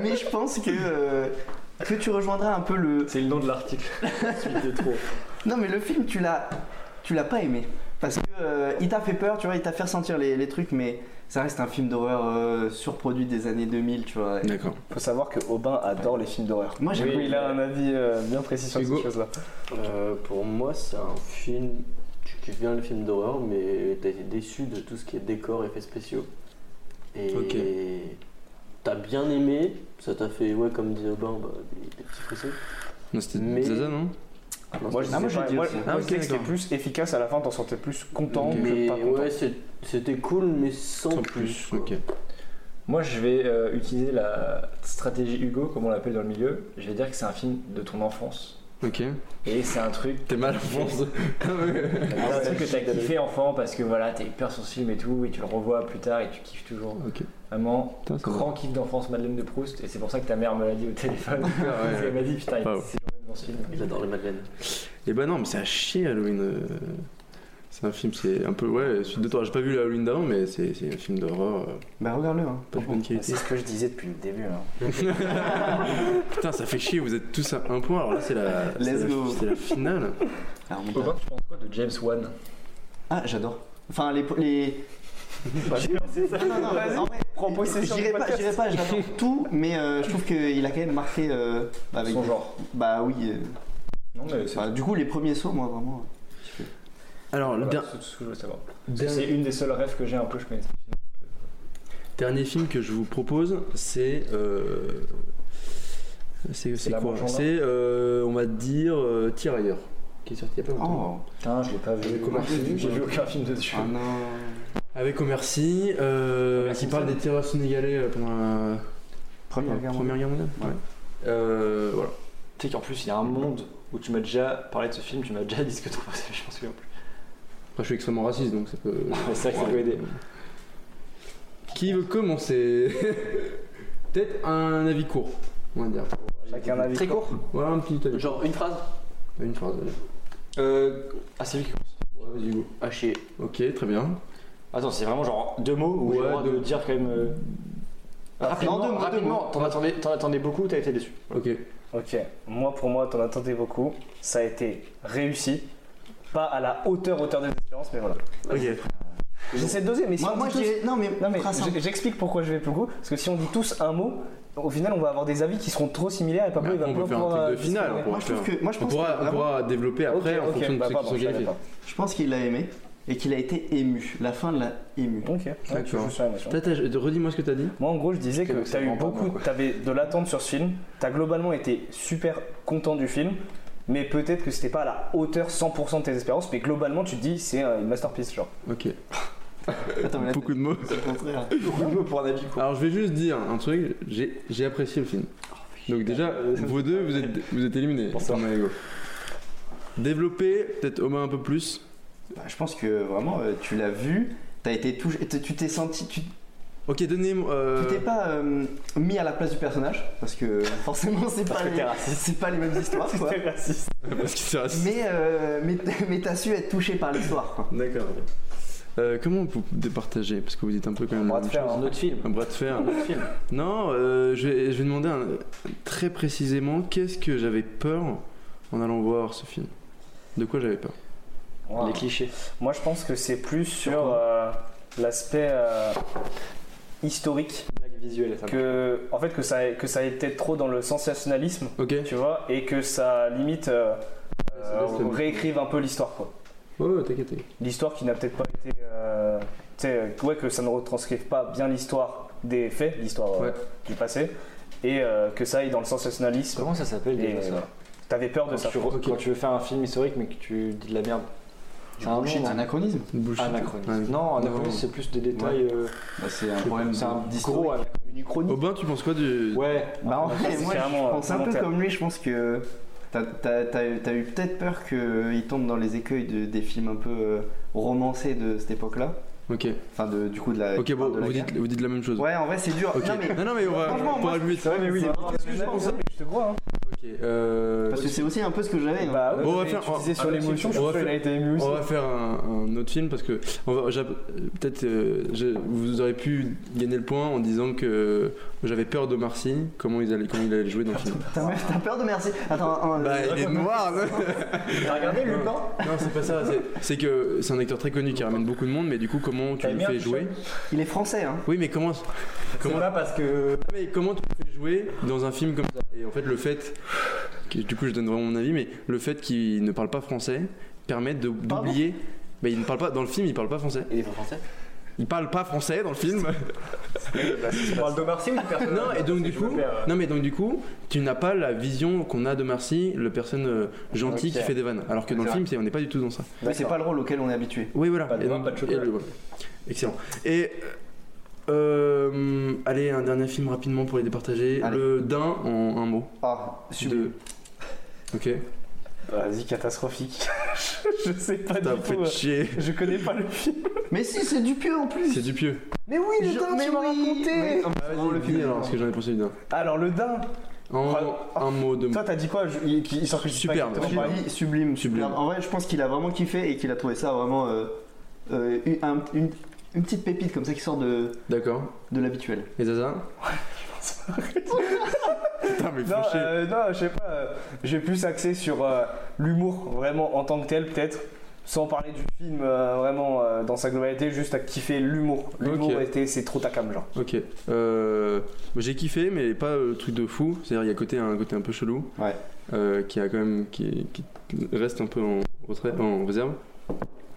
Speaker 3: Mais je pense que. euh, Que tu rejoindras un peu le.
Speaker 6: C'est le nom de l'article.
Speaker 2: [LAUGHS]
Speaker 6: Suite de trop.
Speaker 3: Non, mais le film, tu l'as. Tu l'as pas aimé. Parce que euh, il t'a fait peur, tu vois, il t'a fait ressentir les, les trucs, mais ça reste un film d'horreur euh, surproduit des années 2000, tu vois.
Speaker 1: D'accord.
Speaker 2: Faut savoir que Aubin adore les films d'horreur.
Speaker 3: Moi, j'ai-
Speaker 2: il a un avis euh, bien précis sur
Speaker 1: Hugo.
Speaker 2: cette chose-là.
Speaker 5: Euh, pour moi, c'est un film. Tu kiffes bien les films d'horreur, mais t'as été déçu de tout ce qui est décor, effets spéciaux. Et
Speaker 1: Ok.
Speaker 5: t'as bien aimé, ça t'a fait, ouais, comme disait Aubin, bah, des, des petits frissons.
Speaker 1: Non, C'était
Speaker 5: Mais-
Speaker 1: Zaza, non
Speaker 2: Moi, je
Speaker 3: Ah, moi,
Speaker 2: disais
Speaker 3: j'ai
Speaker 2: pas-
Speaker 3: dit
Speaker 2: moi-
Speaker 3: aussi.
Speaker 2: moi,
Speaker 1: Ah,
Speaker 2: je
Speaker 1: ok,
Speaker 2: disais que c'était
Speaker 1: d'accord.
Speaker 2: plus efficace à la fin, t'en sortais plus content que
Speaker 5: mais
Speaker 2: pas content.
Speaker 5: ouais, c'est- c'était cool, mais sans,
Speaker 1: Sans
Speaker 5: plus. quoi.
Speaker 1: Ok.
Speaker 6: Moi, je vais euh, utiliser la stratégie Hugo, comme on l'appelle dans le milieu. Je vais dire que c'est un film de ton enfance.
Speaker 1: Ok.
Speaker 6: Et c'est un truc.
Speaker 1: T'es mal en [LAUGHS] France.
Speaker 6: Ah, c'est
Speaker 2: Ah
Speaker 6: un truc que t'as kiffé enfant parce que voilà, t'as eu peur sur ce film et tout, et tu le revois plus tard et tu kiffes toujours.
Speaker 1: Ok.
Speaker 6: Vraiment,
Speaker 1: Putain, ça va.
Speaker 6: grand kiff d'enfance, Madeleine de Proust, et c'est pour ça que ta mère me l'a dit au téléphone. [LAUGHS]
Speaker 1: ouais.
Speaker 6: Elle m'a dit, putain, il
Speaker 1: Ah ouais.
Speaker 6: s'est joué dans ce film.
Speaker 5: Il adore les madeleines.
Speaker 1: Et bah non, mais c'est à chier Halloween. euh, C'est un film, c'est un peu. Ouais, suite de toi. J'ai pas vu le Halloween d'avant, mais c'est c'est un film d'horreur. euh,
Speaker 3: Bah, regarde-le. hein.
Speaker 1: Pas de bonne qualité.
Speaker 2: Ah, C'est ce que je disais depuis le début. hein.
Speaker 1: Putain, ça fait chier, vous êtes tous à un point. Alors là, c'est la,
Speaker 3: Let's
Speaker 1: c'est la-
Speaker 3: go.
Speaker 1: c'est la finale.
Speaker 3: Alors, mon
Speaker 6: Aubin, tu penses quoi de James Wan
Speaker 3: Ah, j'adore. Enfin, les. les... Non, non, en vrai,
Speaker 4: Prends possession du
Speaker 3: J'irai pas,
Speaker 4: podcast.
Speaker 3: j'irai
Speaker 6: [LAUGHS]
Speaker 3: pas, j'attends tout, mais euh, je trouve qu'il a quand même marqué. euh, bah, avec-
Speaker 7: Son genre.
Speaker 3: Bah oui. euh,
Speaker 7: Non, mais c'est
Speaker 3: enfin, du coup, les premiers sauts, moi, vraiment.
Speaker 1: Alors, le
Speaker 7: voilà,
Speaker 1: der-
Speaker 7: c'est tout ce que je veux savoir. Parce que
Speaker 1: der-
Speaker 7: C'est une des seules rêves que j'ai un peu, je connais.
Speaker 1: dernier film que je vous propose, c'est. euh, C'est c'est
Speaker 7: La
Speaker 1: quoi
Speaker 7: Manche en or
Speaker 1: C'est, euh, on va dire, euh, Tirailleurs, qui est sorti il y a pas longtemps.
Speaker 3: Oh,
Speaker 7: Putain, je l'ai pas vu.
Speaker 1: Avec Omar Sy.
Speaker 7: J'ai vu aucun film dessus.
Speaker 3: ah non.
Speaker 1: Avec Omer Sy, euh,
Speaker 7: Omer
Speaker 1: qui
Speaker 7: Sy,
Speaker 1: parle
Speaker 7: ça.
Speaker 1: des terreurs sénégalais euh, pendant la
Speaker 3: Première guerre mondiale.
Speaker 1: Première Guerre mondiale.
Speaker 3: Ouais.
Speaker 1: Euh, voilà.
Speaker 2: Tu sais qu'en plus, il y a un monde où tu m'as déjà parlé de ce film, tu m'as déjà dit ce que t'en pensais, mais je m'en souviens plus.
Speaker 1: Après, je suis extrêmement raciste, donc ça
Speaker 2: [LAUGHS]
Speaker 1: peut.
Speaker 2: Mais c'est vrai que ça peut aider.
Speaker 1: Qui veut commencer [LAUGHS] Peut-être un avis court, on va dire.
Speaker 4: Chacun un avis.
Speaker 5: Très court.
Speaker 1: Voilà un petit avis.
Speaker 5: Genre une phrase
Speaker 1: Une phrase. allez.
Speaker 2: Euh... Ah, c'est lui qui commence.
Speaker 1: Ouais, vas-y, go.
Speaker 5: à chier.
Speaker 1: Ok, très bien.
Speaker 2: Attends, c'est vraiment genre deux mots ou j'ai
Speaker 1: Ouais,
Speaker 2: le droit de
Speaker 1: deux.
Speaker 2: dire quand même. euh, Rapidement,
Speaker 3: non, deux mots, deux
Speaker 2: rapidement.
Speaker 3: mots.
Speaker 2: T'en attendais, t'en attendais beaucoup, t'as été déçu.
Speaker 1: Ok.
Speaker 4: Ok, moi pour moi, t'en attendais beaucoup. Ça a été réussi. Pas à la hauteur, hauteur des espérances, mais voilà.
Speaker 1: Ok.
Speaker 4: J'essaie de doser, mais si
Speaker 3: Moi,
Speaker 4: on
Speaker 3: moi,
Speaker 4: dit tous-
Speaker 3: j'ai. Non, mais.
Speaker 4: Non mais
Speaker 3: Trace un-
Speaker 4: j- j'explique pourquoi je vais plus gros, parce que si on dit tous un mot, au final on va avoir des avis qui seront trop similaires et
Speaker 1: Mais
Speaker 4: Pablo il va
Speaker 1: après, Bah, on peut
Speaker 4: pas
Speaker 1: faire un
Speaker 4: pouvoir,
Speaker 1: truc de
Speaker 4: euh,
Speaker 1: finale.
Speaker 4: discerner.
Speaker 1: on pourra
Speaker 3: Moi, je trouve
Speaker 1: faire-
Speaker 3: que- moi, je
Speaker 1: on
Speaker 3: pense
Speaker 1: pourra,
Speaker 3: que
Speaker 1: on pourra développer après
Speaker 4: Ok,
Speaker 1: en
Speaker 4: ok,
Speaker 1: fonction de
Speaker 4: bah,
Speaker 1: ceux
Speaker 4: pardon,
Speaker 1: qui
Speaker 4: je
Speaker 1: sont
Speaker 4: savais
Speaker 1: qualifiés.
Speaker 3: Je pense qu'il l'a aimé et qu'il a été ému. La fin l'a ému.
Speaker 4: pas. Ok, ouais, tu
Speaker 1: D'accord.
Speaker 4: joues sur l'émotion.
Speaker 1: Tata, je- redis-moi ce que t'as dit.
Speaker 4: Moi en gros je disais que
Speaker 5: Parce que
Speaker 4: t'as
Speaker 5: c'est
Speaker 4: eu
Speaker 5: vraiment pas
Speaker 4: beaucoup,
Speaker 5: moi,
Speaker 4: t'avais de l'attente sur ce film, t'as globalement été super content du film, mais peut-être que c'était pas à la hauteur 100% de tes espérances, mais globalement tu te dis c'est euh, une masterpiece genre.
Speaker 1: Ok.
Speaker 3: Attends, mais là,
Speaker 1: Beaucoup de mots.
Speaker 3: c'est le contraire.
Speaker 2: Beaucoup de mots pour un avis quoi.
Speaker 1: Alors je vais juste dire un truc, j'ai j'ai apprécié le film. Donc déjà, vous deux, vous êtes, vous êtes éliminés.
Speaker 2: Bonsoir.
Speaker 1: Thomas et Hugo. Développer peut-être Oma un peu plus.
Speaker 3: Bah, je pense que vraiment, euh, tu l'as vu, t'as été touché, tu tu t'es senti, tu
Speaker 1: Ok, donnez-moi...
Speaker 3: tu
Speaker 1: euh,
Speaker 3: t'es pas euh, mis à la place du personnage parce que [LAUGHS] forcément, c'est pas,
Speaker 2: que
Speaker 3: les-
Speaker 2: t'es raciste.
Speaker 3: c'est pas les mêmes histoires.
Speaker 2: [LAUGHS]
Speaker 3: quoi.
Speaker 1: [LAUGHS] parce que c'est raciste.
Speaker 3: Mais, euh, mais, mais t'as su être touché par l'histoire. quoi.
Speaker 1: D'accord. Euh, comment on peut départager Parce que vous dites un peu quand même... la
Speaker 4: On va
Speaker 1: même
Speaker 4: te faire
Speaker 1: chose.
Speaker 4: un autre film.
Speaker 1: Un bras de fer.
Speaker 2: film.
Speaker 1: Non, euh, je, vais, je vais demander un- très précisément qu'est-ce que j'avais peur en allant voir ce film. De quoi j'avais peur
Speaker 2: Les clichés.
Speaker 4: Moi, je pense que c'est plus sur euh, l'aspect euh, historique
Speaker 2: Blague visuelle, ça.
Speaker 4: que, en fait, que ça, que ça ait peut-être trop dans le sensationnalisme,
Speaker 1: Ok
Speaker 4: tu vois, et que ça limite euh, euh,
Speaker 1: c'est bon.
Speaker 4: réécrive un peu l'histoire, quoi.
Speaker 1: Oh, t'inquiète. t'inquiète.
Speaker 4: L'histoire qui n'a peut-être pas été, euh, tu sais, euh, ouais, que ça ne retranscrive pas bien l'histoire des faits, l'histoire euh,
Speaker 1: Ouais.
Speaker 4: du passé, et euh, que ça aille dans le sensationnalisme.
Speaker 2: Comment ça s'appelle
Speaker 4: Et
Speaker 2: déjà ça
Speaker 4: voilà. T'avais peur de
Speaker 2: quand
Speaker 4: ça.
Speaker 2: tu, re- quand tu veux faire un film historique mais que tu dis de la merde. C'est un
Speaker 3: bullshit.
Speaker 2: nom, non
Speaker 3: anachronisme.
Speaker 1: Bullshit. Ouais.
Speaker 2: Anachronisme. Non, anachronisme c'est plus des détails. euh,
Speaker 3: Bah, c'est un problème
Speaker 2: C'est un
Speaker 3: d'histoire.
Speaker 2: gros anachronisme.
Speaker 1: Aubin, tu penses quoi du...
Speaker 2: Ouais.
Speaker 3: Bah en
Speaker 4: Ah,
Speaker 3: fait,
Speaker 4: c'est
Speaker 3: moi
Speaker 4: carrément,
Speaker 3: je pense
Speaker 4: euh,
Speaker 3: un peu
Speaker 4: volontaire.
Speaker 3: comme lui, je pense que t'as t'as- t'as eu t'as eu peut-être peur qu'il tombe dans les écueils de- des films un peu euh, romancés de cette époque-là.
Speaker 1: Ok,
Speaker 3: Enfin, de, du coup, de la.
Speaker 1: ok,
Speaker 3: qui
Speaker 1: bon,
Speaker 3: parle de la
Speaker 1: vous
Speaker 3: guerre.
Speaker 1: dites, vous dites la même chose.
Speaker 3: Ouais, en vrai, c'est dur.
Speaker 1: Ok.
Speaker 3: Non, mais
Speaker 1: [LAUGHS] Non, non, mais on va,
Speaker 3: Franchement,
Speaker 1: on va
Speaker 3: moi,
Speaker 1: aller vite.
Speaker 2: vrai, mais oui, les-
Speaker 1: Qu'est-ce que je pense hein
Speaker 4: Je te crois, hein.
Speaker 1: Ok, euh,
Speaker 3: Parce que c'est aussi un peu ce que j'avais. hein.
Speaker 4: Bah,
Speaker 1: Bon, on va faire-
Speaker 4: tu disais
Speaker 1: on-
Speaker 4: sur l'émotion, je
Speaker 1: on
Speaker 4: pense
Speaker 1: va
Speaker 4: qu'elle
Speaker 1: faire-
Speaker 4: a été émue aussi.
Speaker 1: on va faire un, un autre film parce que on va, j'a- peut-être euh, je- vous aurez pu gagner le point en disant que j'avais peur de Marcy, comment ils allaient, comment il allait jouer dans le film.
Speaker 3: T'as même- t'as peur de merci. Attends, un-
Speaker 1: Bah, il est noir. non
Speaker 4: T'as regardé Lupin
Speaker 1: Non, c'est pas ça. c'est- C'est que c'est un acteur très connu qui ramène beaucoup de monde, mais du coup, comment tu
Speaker 4: T'as
Speaker 1: le
Speaker 4: bien
Speaker 1: fais
Speaker 4: touché.
Speaker 1: jouer
Speaker 3: il est français, hein.
Speaker 1: Oui, mais comment comment,
Speaker 2: Là parce que.
Speaker 1: mais comment tu le fais jouer dans un film comme ça Et en fait, le fait, que- du coup, je donne vraiment mon avis, mais le fait qu'il ne parle pas français permet de- d'oublier. Mais il ne parle pas dans le film, il parle pas français.
Speaker 5: Il est pas français
Speaker 1: Il parle pas français dans le film. Ah,
Speaker 7: Tu parles de Marcy ou de personne
Speaker 1: Non, et donc du coup, non mais donc du coup, tu n'as pas la vision qu'on a de Marcy, le personne euh, gentil qui
Speaker 7: Ok.
Speaker 1: fait des vannes. Alors que dans le
Speaker 7: C'est
Speaker 1: film, c'est- on n'est pas du tout dans ça.
Speaker 3: Mais c'est pas le rôle auquel on est habitué.
Speaker 1: Oui, voilà.
Speaker 7: Pas de
Speaker 1: Et
Speaker 7: vin,
Speaker 1: donc-
Speaker 7: pas de chocolat.
Speaker 1: et le- voilà. Excellent. Et euh, allez, un dernier film rapidement pour les départager.
Speaker 3: Allez.
Speaker 1: Le Dain en un mot.
Speaker 3: Ah, sublime.
Speaker 1: De- Ok.
Speaker 4: Vas-y,
Speaker 1: [LAUGHS]
Speaker 4: catastrophique. je sais pas
Speaker 1: T'as
Speaker 4: du
Speaker 1: fait
Speaker 4: tout. euh,
Speaker 1: chier.
Speaker 4: Je connais pas le film.
Speaker 3: Mais si, c'est du pieux en plus.
Speaker 1: C'est du pieux.
Speaker 4: Mais oui,
Speaker 3: Je- mais oui, mais- ah, bah,
Speaker 1: On le film alors, ce que j'en ai pensé du Dain.
Speaker 4: Alors, le din.
Speaker 1: En
Speaker 4: Ah.
Speaker 1: un mot, deux mots.
Speaker 4: Toi, t'as dit quoi je... Il, il sort que je dis pas
Speaker 1: Superbe.
Speaker 4: exactement
Speaker 3: J'ai
Speaker 4: pareil.
Speaker 3: dit
Speaker 1: Sublime.
Speaker 3: sublime, sublime. En vrai, je pense qu'il a vraiment kiffé et qu'il a trouvé ça vraiment euh, euh, une, un- une- une petite pépite comme ça qui sort de,
Speaker 1: D'accord.
Speaker 3: de l'habituel.
Speaker 1: Et Zaza [LAUGHS] Putain, mais
Speaker 4: Non,
Speaker 1: faut chier.
Speaker 4: euh, non, je sais pas. euh, J'ai plus axé sur euh, l'humour, vraiment en tant que tel, peut-être. sans parler du film euh, vraiment euh, dans sa globalité, juste à kiffer l'humour. L'humour
Speaker 1: Ok.
Speaker 4: était, bah, c'est trop ta cam, genre.
Speaker 1: Ok. Euh, j'ai kiffé, mais pas euh, le truc de fou. C'est-à-dire, il y a côté, un côté un peu chelou.
Speaker 3: Ouais.
Speaker 1: Euh, qui a quand même, qui, qui reste un peu en retrait, en réserve.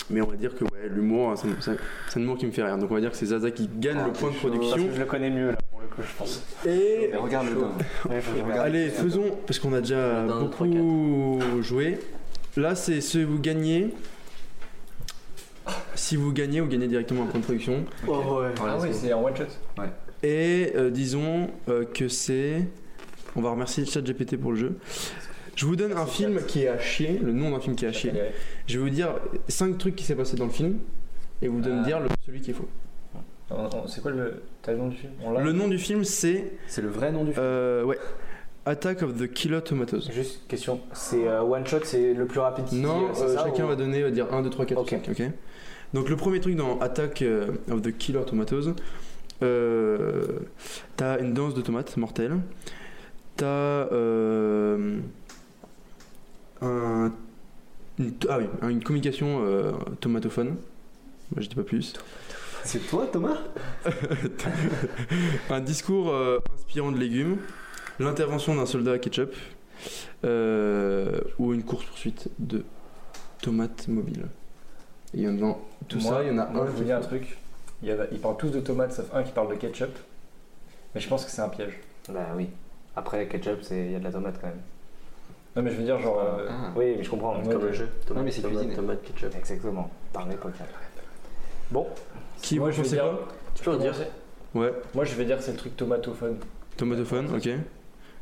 Speaker 1: Mais on va dire que ouais, l'humour, c'est un- c'est un- c'est un humour qui me fait rire. Donc on va dire que c'est Zaza qui gagne le point de
Speaker 4: Parce
Speaker 1: production.
Speaker 4: que je le connais mieux là pour le coup, je pense.
Speaker 1: Et
Speaker 3: Mais regarde le temps.
Speaker 4: Ouais, je regarde.
Speaker 3: Regarde.
Speaker 1: allez, faisons, parce qu'on a déjà
Speaker 5: On a un,
Speaker 1: beaucoup joué. Là, c'est ce que vous gagnez. Si vous gagnez, vous gagnez directement un point de production.
Speaker 5: Oh ouais.
Speaker 7: Ah oui, c'est en one shot.
Speaker 1: Et euh, disons euh, que c'est. On va remercier le chat GPT pour le jeu. Je vous donne un film qui est à chier, le nom d'un film qui est à chier. Je vais vous dire 5 trucs qui s'est passé dans le film et vous donner
Speaker 7: Ah.
Speaker 1: dire le- celui qui est faux.
Speaker 7: On- on- C'est quoi le. T'as le nom du film On l'a
Speaker 1: Le nom du film c'est.
Speaker 7: C'est le vrai nom du film.
Speaker 1: euh, ouais. Attack of the Killer Tomatoes.
Speaker 4: Juste question, c'est euh, one shot, c'est le plus rapide qui
Speaker 1: Non,
Speaker 4: dit, c'est
Speaker 1: euh,
Speaker 4: ça,
Speaker 1: chacun
Speaker 4: ou-
Speaker 1: va donner, va dire 1, 2, 3, 4,
Speaker 4: Ok.
Speaker 1: 5. Ok. Donc le premier truc dans Attack euh, of the Killer Tomatoes, euh, t'as une danse de tomates mortelle, t'as euh, un- une, ah oui, une communication euh, tomatophone. Moi, je dis pas plus.
Speaker 3: C'est toi, Thomas
Speaker 1: un discours euh, inspirant de légumes, l'intervention d'un soldat à ketchup euh, ou une course poursuite de tomates mobiles. Et Il y en a dans tout
Speaker 7: Moi-
Speaker 1: ça, il y en a
Speaker 7: moi,
Speaker 1: un
Speaker 7: Je vous
Speaker 1: qui
Speaker 7: dis un truc. Il y a- ils parlent tous de tomates sauf un qui parle de ketchup. Mais je pense que c'est un piège.
Speaker 8: Bah oui. Après, ketchup, c'est- il y a de la tomate quand même.
Speaker 7: Non, mais je veux dire, genre. euh,
Speaker 8: Oui, mais je comprends.
Speaker 7: Ouais,
Speaker 5: Comme
Speaker 7: ouais.
Speaker 5: le jeu. Tomate,
Speaker 3: mais c'est
Speaker 5: tomate,
Speaker 3: cuisiné.
Speaker 5: tomate, ketchup.
Speaker 8: Exactement. Par l'époque.
Speaker 4: hein.
Speaker 1: Qui
Speaker 7: Moi,
Speaker 1: vous
Speaker 7: je vais
Speaker 1: pensez
Speaker 7: dire-
Speaker 1: pas
Speaker 5: Tu peux le dire.
Speaker 1: Ouais,
Speaker 7: Moi, je vais dire, c'est le truc tomatophone.
Speaker 1: tomatophone, ok.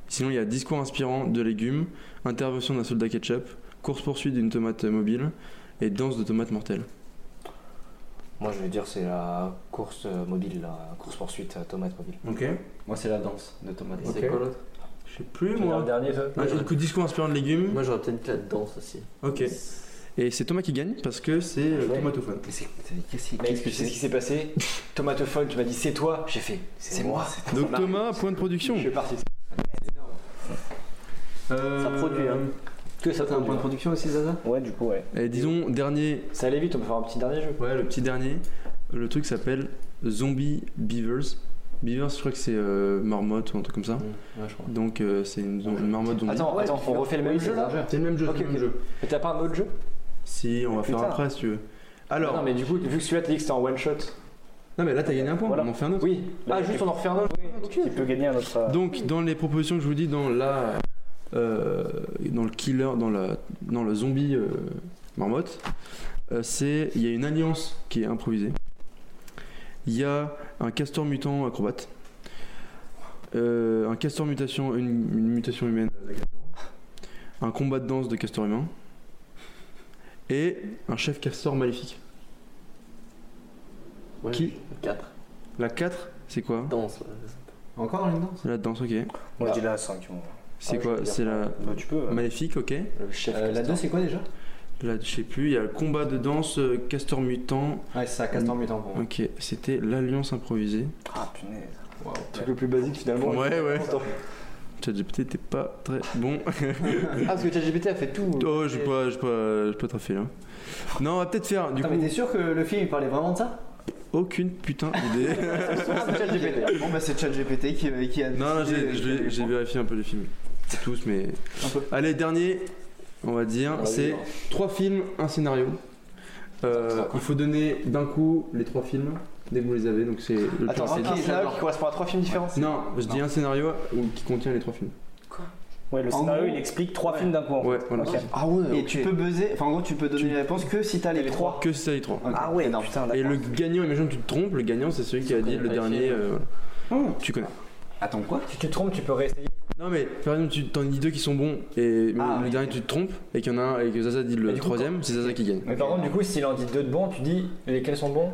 Speaker 1: Sinon, il y a discours inspirant de légumes, intervention d'un soldat ketchup, course poursuite d'une tomate mobile et danse de tomates mortelles.
Speaker 8: Moi, je vais dire, c'est la course euh, mobile, la course poursuite
Speaker 2: euh,
Speaker 8: tomate mobile.
Speaker 1: Ok.
Speaker 3: Moi, c'est la danse de Thomas.
Speaker 5: Et c'est quoi l'autre
Speaker 1: Je sais plus
Speaker 7: Tu veux dire le dernier, toi
Speaker 1: Ah, du coup, discours inspirant de légumes.
Speaker 5: Moi j'aurais peut-être mis la danse aussi.
Speaker 1: Ok. Et c'est Thomas qui gagne parce que c'est euh,
Speaker 8: Ouais.
Speaker 1: tomatophone.
Speaker 3: Mais c'est. c'est- Qu'est-ce qui-
Speaker 2: Mec,
Speaker 3: qu'est-ce
Speaker 2: tu
Speaker 3: que
Speaker 2: sais ce
Speaker 3: c'est
Speaker 2: qui s'est passé Tomatophone, tu m'as dit c'est toi, j'ai fait. C'est moi.
Speaker 1: Donc Thomas, point de
Speaker 2: Je
Speaker 1: production.
Speaker 2: suis parti.
Speaker 1: Euh,
Speaker 5: Ça produit, hein.
Speaker 2: Que ça
Speaker 3: T'as un point de production aussi, Zaza
Speaker 4: Ouais, du coup, ouais.
Speaker 1: Et disons, dernier,
Speaker 2: Ça allait vite, on peut faire un petit dernier jeu.
Speaker 1: ouais, le petit dernier, le truc s'appelle Zombie Beavers. Beavers, je crois que c'est euh, marmotte ou un truc comme ça.
Speaker 5: Ouais, je crois.
Speaker 1: Donc euh, c'est une, zom- une marmotte zombie.
Speaker 2: Attends, attends, on refait le même jeu là
Speaker 1: Ah, c'est le même jeu,
Speaker 2: Ok,
Speaker 1: c'est le même
Speaker 2: ok.
Speaker 1: jeu.
Speaker 2: Mais t'as pas un autre jeu
Speaker 1: Si, on va
Speaker 2: plus
Speaker 1: faire
Speaker 2: tard.
Speaker 1: après si tu veux. Alors,
Speaker 2: Non,
Speaker 1: non mais,
Speaker 2: mais du coup, vu que celui-là t'as dit que c'était en one shot.
Speaker 1: là t'as gagné un point,
Speaker 4: Voilà.
Speaker 1: on en fait un autre.
Speaker 2: Oui. Ah, juste on en refait un autre.
Speaker 4: Qui peut gagner un autre. euh,
Speaker 1: Donc dans les propositions que je vous dis dans la euh, dans le killer dans la dans le zombie euh, marmotte, euh, c'est il y a une alliance qui est improvisée. Il y a un castor mutant acrobate. Euh, un castor mutation une, une mutation humaine un combat de danse de castor humain et un chef castor maléfique.
Speaker 5: Ouais,
Speaker 1: Qui
Speaker 5: 4.
Speaker 1: La 4, c'est quoi
Speaker 5: Danse là.
Speaker 3: Encore une danse
Speaker 1: C'est la danse, OK.
Speaker 4: Moi, je dis la 5. moi.
Speaker 1: C'est
Speaker 4: Ah, je
Speaker 1: quoi
Speaker 4: peux dire
Speaker 1: C'est la
Speaker 4: Bah, tu peux.
Speaker 1: maléfique, OK.
Speaker 2: Le chef.
Speaker 3: Euh, La
Speaker 2: Castor.
Speaker 3: danse, c'est quoi déjà
Speaker 1: Là, je sais plus, il y a le combat de danse, euh, castor mutant.
Speaker 3: Ouais, c'est ça, Castor Mutant pour moi.
Speaker 1: Ok, c'était l'alliance improvisée.
Speaker 4: Ah, punaise.
Speaker 2: Le truc le plus basique finalement.
Speaker 1: Ouais, ouais. ChatGPT, t'es pas très bon.
Speaker 2: Ah, parce que ChatGPT a fait tout.
Speaker 1: oh, je pas, j'ai pas, j'ai pas trafié là. Non, on va peut-être faire du
Speaker 3: Attends,
Speaker 1: coup
Speaker 3: mais t'es sûr que le film il parlait vraiment de ça
Speaker 1: aucune putain d'idée.
Speaker 2: ChatGPT.
Speaker 3: [LAUGHS] Bon bah c'est ChatGPT qui, qui a.
Speaker 1: non, non, j'ai- je vais- j'ai vérifié un peu les films. Tous, mais. Allez, dernier, on va dire, c'est trois films, un scénario. Euh, il faut donner d'un coup les trois films dès que vous les avez, donc c'est le
Speaker 2: Attends,
Speaker 1: plus rapide.
Speaker 2: c'est un scénario qui correspond à trois films différents.
Speaker 1: Non, je dis un scénario où- qui contient les trois films.
Speaker 4: Ouais, le
Speaker 3: En
Speaker 4: scénario,
Speaker 3: gros-
Speaker 4: il explique trois films d'un coup. en
Speaker 1: Ouais,
Speaker 4: fait.
Speaker 1: voilà.
Speaker 4: Ok.
Speaker 2: Ah ouais.
Speaker 3: Et tu peux buzzer, enfin en gros tu peux donner les réponses que si t'as les trois.
Speaker 1: Que c'est ça les trois.
Speaker 3: Ok,
Speaker 4: Ah ouais,
Speaker 3: énorme.
Speaker 4: putain,
Speaker 1: Et
Speaker 4: d'accord.
Speaker 1: le gagnant, imagine que tu te trompes, le gagnant c'est celui qui a dit le
Speaker 5: connaît pas les
Speaker 1: dernier.
Speaker 5: films.
Speaker 1: euh, voilà. Tu connais.
Speaker 3: Attends quoi
Speaker 7: Si tu te trompes, tu peux réessayer.
Speaker 1: Non mais par exemple, tu t'en dis deux qui sont bons et
Speaker 3: Ah,
Speaker 1: le
Speaker 3: oui.
Speaker 1: dernier tu te trompes et qu'il y en a un et que Zaza dit
Speaker 7: Mais
Speaker 1: le
Speaker 7: du coup,
Speaker 1: troisième, c'est Zaza qui gagne.
Speaker 7: Mais par contre, du coup, s'il en dit deux de bons, tu dis lesquels sont bons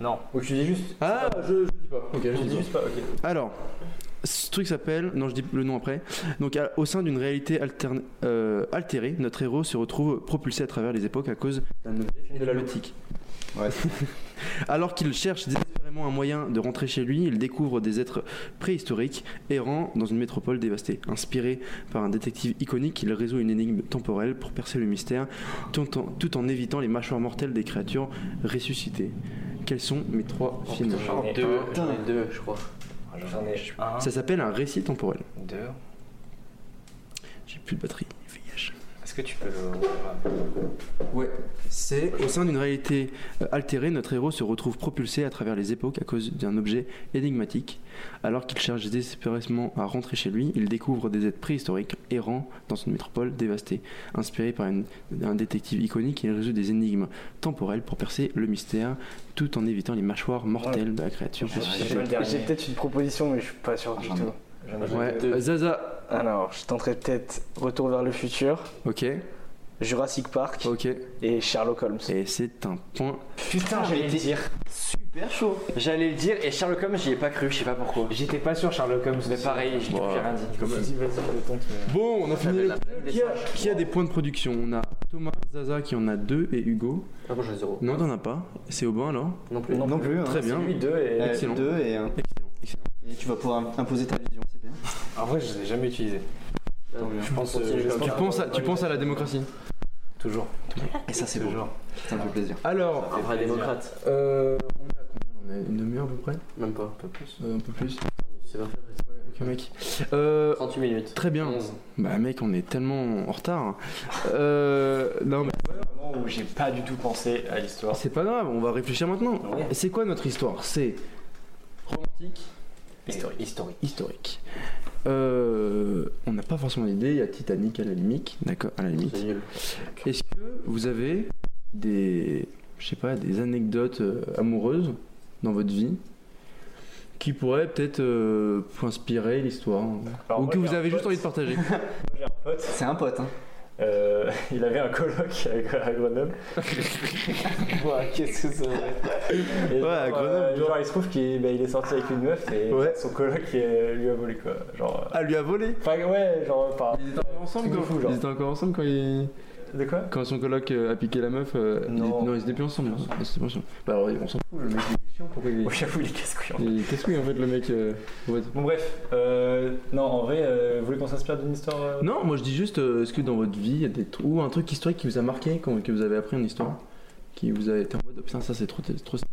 Speaker 8: Non.
Speaker 7: Ou tu dis juste.
Speaker 1: Ah, je, dis pas. Ok,
Speaker 7: Tu
Speaker 1: je
Speaker 7: dis
Speaker 1: dis
Speaker 7: juste pas, ok.
Speaker 1: pas. Alors, ce truc s'appelle. Non, je dis le nom après. Donc, à- au sein d'une réalité alterne- euh, altérée, notre héros se retrouve propulsé à travers les époques à cause d'un objet de la lotique.
Speaker 3: Ouais.
Speaker 1: [LAUGHS] Alors qu'il cherche désespérément un moyen de rentrer chez lui, il découvre des êtres préhistoriques errants dans une métropole dévastée. Inspiré par un détective iconique, il résout une énigme temporelle pour percer le mystère tout en, tout en évitant les mâchoires mortelles des créatures ressuscitées. Quels sont mes trois
Speaker 5: Oh,
Speaker 1: films
Speaker 5: putain, J'en ai deux, j'en ai deux, je crois.
Speaker 7: J'en ai un.
Speaker 1: Ça s'appelle un récit temporel.
Speaker 8: Deux.
Speaker 1: J'ai plus de batterie. il fait yesh.
Speaker 8: Est-ce que tu peux le.
Speaker 1: Ouais, c'est au sein d'une réalité euh, altérée, notre héros se retrouve propulsé à travers les époques à cause d'un objet énigmatique. Alors qu'il cherche désespérément à rentrer chez lui, il découvre des êtres préhistoriques errants dans une métropole dévastée. Inspiré par une- un détective iconique, il résout des énigmes temporelles pour percer le mystère tout en évitant les mâchoires mortelles de la créature.
Speaker 7: J'ai pas le dernier.
Speaker 4: Ah, J'ai peut-être une proposition, mais je suis pas sûr du tout.
Speaker 7: J'en ai
Speaker 1: Ouais,
Speaker 7: deux.
Speaker 1: euh, Zaza,
Speaker 4: Alors, je tenterai peut-être Retour vers le futur,
Speaker 1: ok,
Speaker 4: Jurassic Park
Speaker 1: ok,
Speaker 4: et Sherlock Holmes.
Speaker 1: et c'est un point.
Speaker 2: Putain, j'allais le dire.
Speaker 8: Super chaud
Speaker 2: J'allais le dire et Sherlock Holmes, j'y ai pas cru, je sais pas pourquoi.
Speaker 7: J'étais pas sûr Sherlock Holmes.
Speaker 2: Mais pareil, j'ai
Speaker 1: Voilà.
Speaker 2: rien dit.
Speaker 7: Je me suis dit, vas-y, je tente. mais-
Speaker 1: Bon, on a fini
Speaker 2: s'appelle
Speaker 1: le
Speaker 2: la
Speaker 1: Qui a, qui a des points de production On a Thomas, Zaza qui en a deux et Hugo.
Speaker 5: Ah bon, j'en ai zéro.
Speaker 1: Non, t'en as pas. C'est Aubin alors
Speaker 5: Non plus.
Speaker 3: Non plus, hein.
Speaker 1: Très bien.
Speaker 7: C'est lui deux et.
Speaker 3: Euh,
Speaker 1: Excellent.
Speaker 3: Deux et un.
Speaker 1: Excellent, excellent.
Speaker 3: Et tu vas pouvoir im- imposer ta vision, c'est bien.
Speaker 7: En vrai, je l'ai jamais utilisé.
Speaker 5: Je pense
Speaker 7: euh,
Speaker 5: que
Speaker 7: je pense
Speaker 1: Tu penses, à, tu penses à la démocratie
Speaker 7: Toujours.
Speaker 3: Et ça, c'est beau. Ça me fait plaisir.
Speaker 1: Alors,
Speaker 5: un vrai démocrate.
Speaker 1: euh, on est à combien On est à une demi-heure à peu près
Speaker 5: Même pas.
Speaker 1: Euh, Un peu plus.
Speaker 5: C'est parfait.
Speaker 1: Ok, mec. Euh,
Speaker 5: 38 minutes.
Speaker 1: très bien.
Speaker 5: Onze.
Speaker 1: Bah, mec, on est tellement en retard. hein. Euh, non, mais
Speaker 7: Moment où j'ai pas du tout pensé à l'histoire.
Speaker 1: c'est pas grave, on va réfléchir maintenant.
Speaker 7: Ouais.
Speaker 1: C'est quoi notre histoire C'est romantique
Speaker 7: Historique.
Speaker 1: historique. Historique. Euh, on n'a pas forcément d'idée, il y a Titanic à la limite, d'accord, à la limite.
Speaker 5: C'est nul.
Speaker 1: Est-ce que vous avez des, je sais pas, des anecdotes euh, amoureuses dans votre vie qui pourraient peut-être euh, inspirer l'histoire hein.
Speaker 7: Alors
Speaker 1: ou
Speaker 7: moi,
Speaker 1: que
Speaker 7: j'ai
Speaker 1: vous
Speaker 7: un
Speaker 1: avez juste
Speaker 7: pote-
Speaker 1: envie de partager [LAUGHS]
Speaker 7: J'ai un pote.
Speaker 3: C'est un pote, hein.
Speaker 7: euh, [LAUGHS] il avait un colloque à Grenoble.
Speaker 1: [LAUGHS]
Speaker 2: Ouais, Qu'est-ce que ça va être
Speaker 7: Et
Speaker 1: Ouais, à
Speaker 7: genre,
Speaker 1: Grenoble,
Speaker 7: euh,
Speaker 1: genre.
Speaker 7: genre, il se trouve qu'il bah, il est sorti avec une meuf et
Speaker 1: Ouais.
Speaker 7: son coloc euh, lui a volé quoi. Genre. euh,
Speaker 1: Ah, lui a volé
Speaker 7: Enfin, ouais, genre, par.
Speaker 1: Ils étaient encore ensemble
Speaker 7: Truc de
Speaker 1: quand,
Speaker 7: fou, genre.
Speaker 1: ils étaient encore ensemble quand, il-
Speaker 7: De quoi
Speaker 1: quand son coloc euh, a piqué la meuf. euh,
Speaker 7: Non.
Speaker 1: ils étaient- ils étaient plus ensemble. hein. Ils étaient plus ensemble. Bah, alors, on s'en fout, le mec il est chiant, pourquoi il
Speaker 7: Oui, j'avoue, il est casse-couille.
Speaker 1: il- Qu'est-ce que en fait le mec euh, ouais.
Speaker 7: Bon, bref, euh, non, en vrai, euh, vous voulez qu'on s'inspire d'une histoire euh,
Speaker 1: Non, moi je dis juste, euh, est-ce que dans votre vie, il y a des tr- ou un truc historique qui vous a marqué, quand- que vous avez appris en histoire, qui vous a été en mode, oh, putain, ça c'est trop, c'est trop stylé.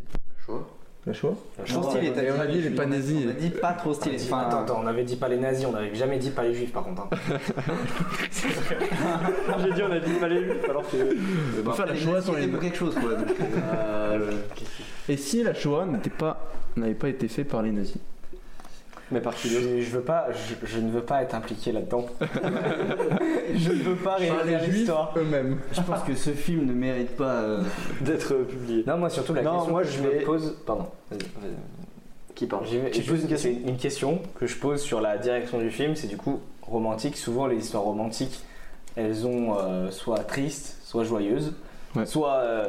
Speaker 5: La Shoah.
Speaker 1: La Shoah
Speaker 3: Trop stylé,
Speaker 1: Et on a dit les pas nazis.
Speaker 3: On a dit pas trop stylé.
Speaker 4: Ah,
Speaker 3: Enfin,
Speaker 8: Attends, attends, on avait dit pas les nazis, on avait jamais dit pas les juifs par
Speaker 7: [LAUGHS]
Speaker 8: contre. hein.
Speaker 7: J'ai dit, on a dit pas les juifs, alors que.
Speaker 1: Enfin, la
Speaker 3: les
Speaker 1: Shoah
Speaker 3: nazis,
Speaker 1: sont
Speaker 3: c'est
Speaker 1: les...
Speaker 3: pour quelque chose, quoi. donc, euh,
Speaker 5: Euh, qu'est-ce que-
Speaker 1: Et si la Shoah n'était pas, n'avait pas été faite par les nazis
Speaker 2: Mais par qui d'autre
Speaker 4: Je, je veux pas, je, je ne veux pas être impliqué là-dedans. je ne veux pas révéler l'histoire.
Speaker 1: eux-mêmes.
Speaker 3: je pense que ce film ne mérite pas. euh,
Speaker 2: d'être publié
Speaker 4: Non, moi surtout
Speaker 2: la question
Speaker 4: moi,
Speaker 2: que
Speaker 4: je
Speaker 2: je
Speaker 4: vais...
Speaker 2: me
Speaker 4: pose. Pardon.
Speaker 5: Qui parle
Speaker 4: J'ai- je pose une question. une question que je pose sur la direction du film, c'est du coup romantique. Souvent, les histoires romantiques, elles ont euh, soit tristes, soit joyeuses,
Speaker 1: Ouais.
Speaker 4: soit euh,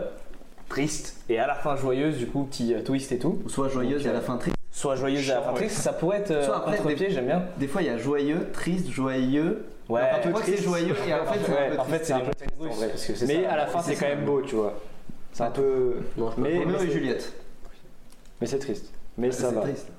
Speaker 4: tristes et à la fin joyeuses, du coup petit euh, twist et tout.
Speaker 3: Soit joyeuse
Speaker 4: Donc,
Speaker 3: et à la
Speaker 4: euh,
Speaker 3: fin triste.
Speaker 4: Soit joyeuses à la fin
Speaker 7: Ouais.
Speaker 4: triste, ça pourrait être euh,
Speaker 3: Soit
Speaker 4: un
Speaker 3: après,
Speaker 4: contre-pied, j'aime bien.
Speaker 3: Des fois, il y a joyeux, triste, joyeux.
Speaker 4: Ouais.
Speaker 3: Enfin, tu crois que c'est joyeux et en fait, c'est un
Speaker 4: Ouais,
Speaker 3: peu
Speaker 4: en fait,
Speaker 3: triste.
Speaker 4: c'est un peu triste, en vrai, parce que c'est
Speaker 7: Mais
Speaker 4: ça.
Speaker 7: à la fin, c'est quand même beau, tu vois. C'est un peu.
Speaker 5: Non, je
Speaker 7: Mais,
Speaker 3: Roméo
Speaker 7: mais
Speaker 3: et Juliette.
Speaker 7: mais c'est triste. Mais ça
Speaker 3: C'est
Speaker 7: va.
Speaker 3: triste.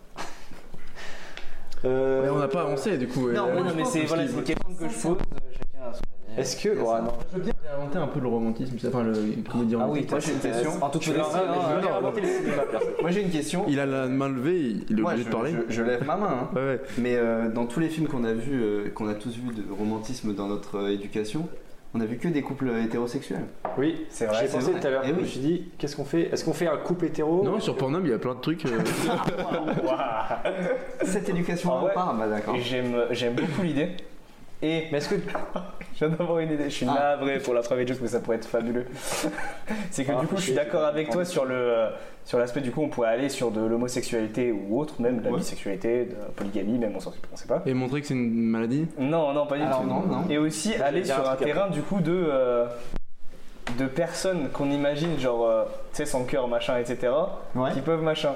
Speaker 7: Euh,
Speaker 1: Mais on n'a pas avancé du coup. euh,
Speaker 3: Non,
Speaker 4: Ouais,
Speaker 3: moi,
Speaker 4: non, mais
Speaker 3: pense
Speaker 4: c'est
Speaker 3: que
Speaker 4: voilà,
Speaker 3: ce
Speaker 4: c'est une
Speaker 3: qui-
Speaker 4: question que je pose. euh, Chacun à son avis.
Speaker 7: Est-ce que. Ouais, non.
Speaker 1: Je veux bien réinventer un peu le romantisme, enfin le comédien.
Speaker 4: Ah oui,
Speaker 3: Moi, j'ai une question.
Speaker 4: En toute
Speaker 7: Je vais
Speaker 4: modestie,
Speaker 7: inventer-
Speaker 4: mais
Speaker 7: je vais
Speaker 4: je veux
Speaker 7: inventer le cinéma, perso.
Speaker 3: Moi, j'ai une question.
Speaker 1: Il a la main levée, il il est
Speaker 3: Moi,
Speaker 1: obligé
Speaker 3: je-
Speaker 1: de parler.
Speaker 3: je- je lève ma main. hein.
Speaker 1: Ouais, ouais.
Speaker 3: Mais euh, dans tous les films qu'on a vus, euh, qu'on a tous vus de romantisme dans notre euh, éducation, on a vu que des couples euh, hétérosexuels.
Speaker 7: Oui, c'est vrai. J'ai
Speaker 3: c'est
Speaker 7: pensé
Speaker 3: vrai.
Speaker 7: tout à l'heure.
Speaker 3: Eh
Speaker 7: Je me
Speaker 3: oui.
Speaker 7: suis dit, qu'est-ce qu'on fait Est-ce qu'on fait un couple
Speaker 3: Oh.
Speaker 1: [LAUGHS]
Speaker 7: hétéro
Speaker 1: Non, sur Pornhub, il y a plein de trucs.
Speaker 3: [LAUGHS]
Speaker 1: euh,
Speaker 7: Ouah.
Speaker 3: Cette éducation
Speaker 4: Ah
Speaker 3: on
Speaker 4: ouais.
Speaker 3: part, bah d'accord.
Speaker 4: Et J'aime, j'aime beaucoup l'idée. Et, mais est-ce que. [LAUGHS] Je viens d'avoir une idée, je suis
Speaker 3: Ah.
Speaker 4: navré pour la première joke, mais ça pourrait être fabuleux. [LAUGHS] C'est que
Speaker 7: Ah,
Speaker 4: du coup, je suis
Speaker 7: j'ai-
Speaker 4: d'accord avec toi sur, le, euh, sur l'aspect, du coup, on pourrait aller sur de l'homosexualité ou autre, même de la
Speaker 3: Ouais.
Speaker 4: bisexualité, de la polygamie, même on s'en on sait pas.
Speaker 1: Et montrer que c'est une maladie
Speaker 4: Non, non, pas du
Speaker 3: Alors
Speaker 4: tout.
Speaker 3: non, non.
Speaker 4: Et aussi aller
Speaker 7: dire un
Speaker 4: sur un
Speaker 7: truc
Speaker 4: terrain, du coup, de. euh, de personnes qu'on imagine, genre, euh, tu sais, sans cœur, machin, etc.,
Speaker 3: Ouais.
Speaker 4: qui peuvent machin.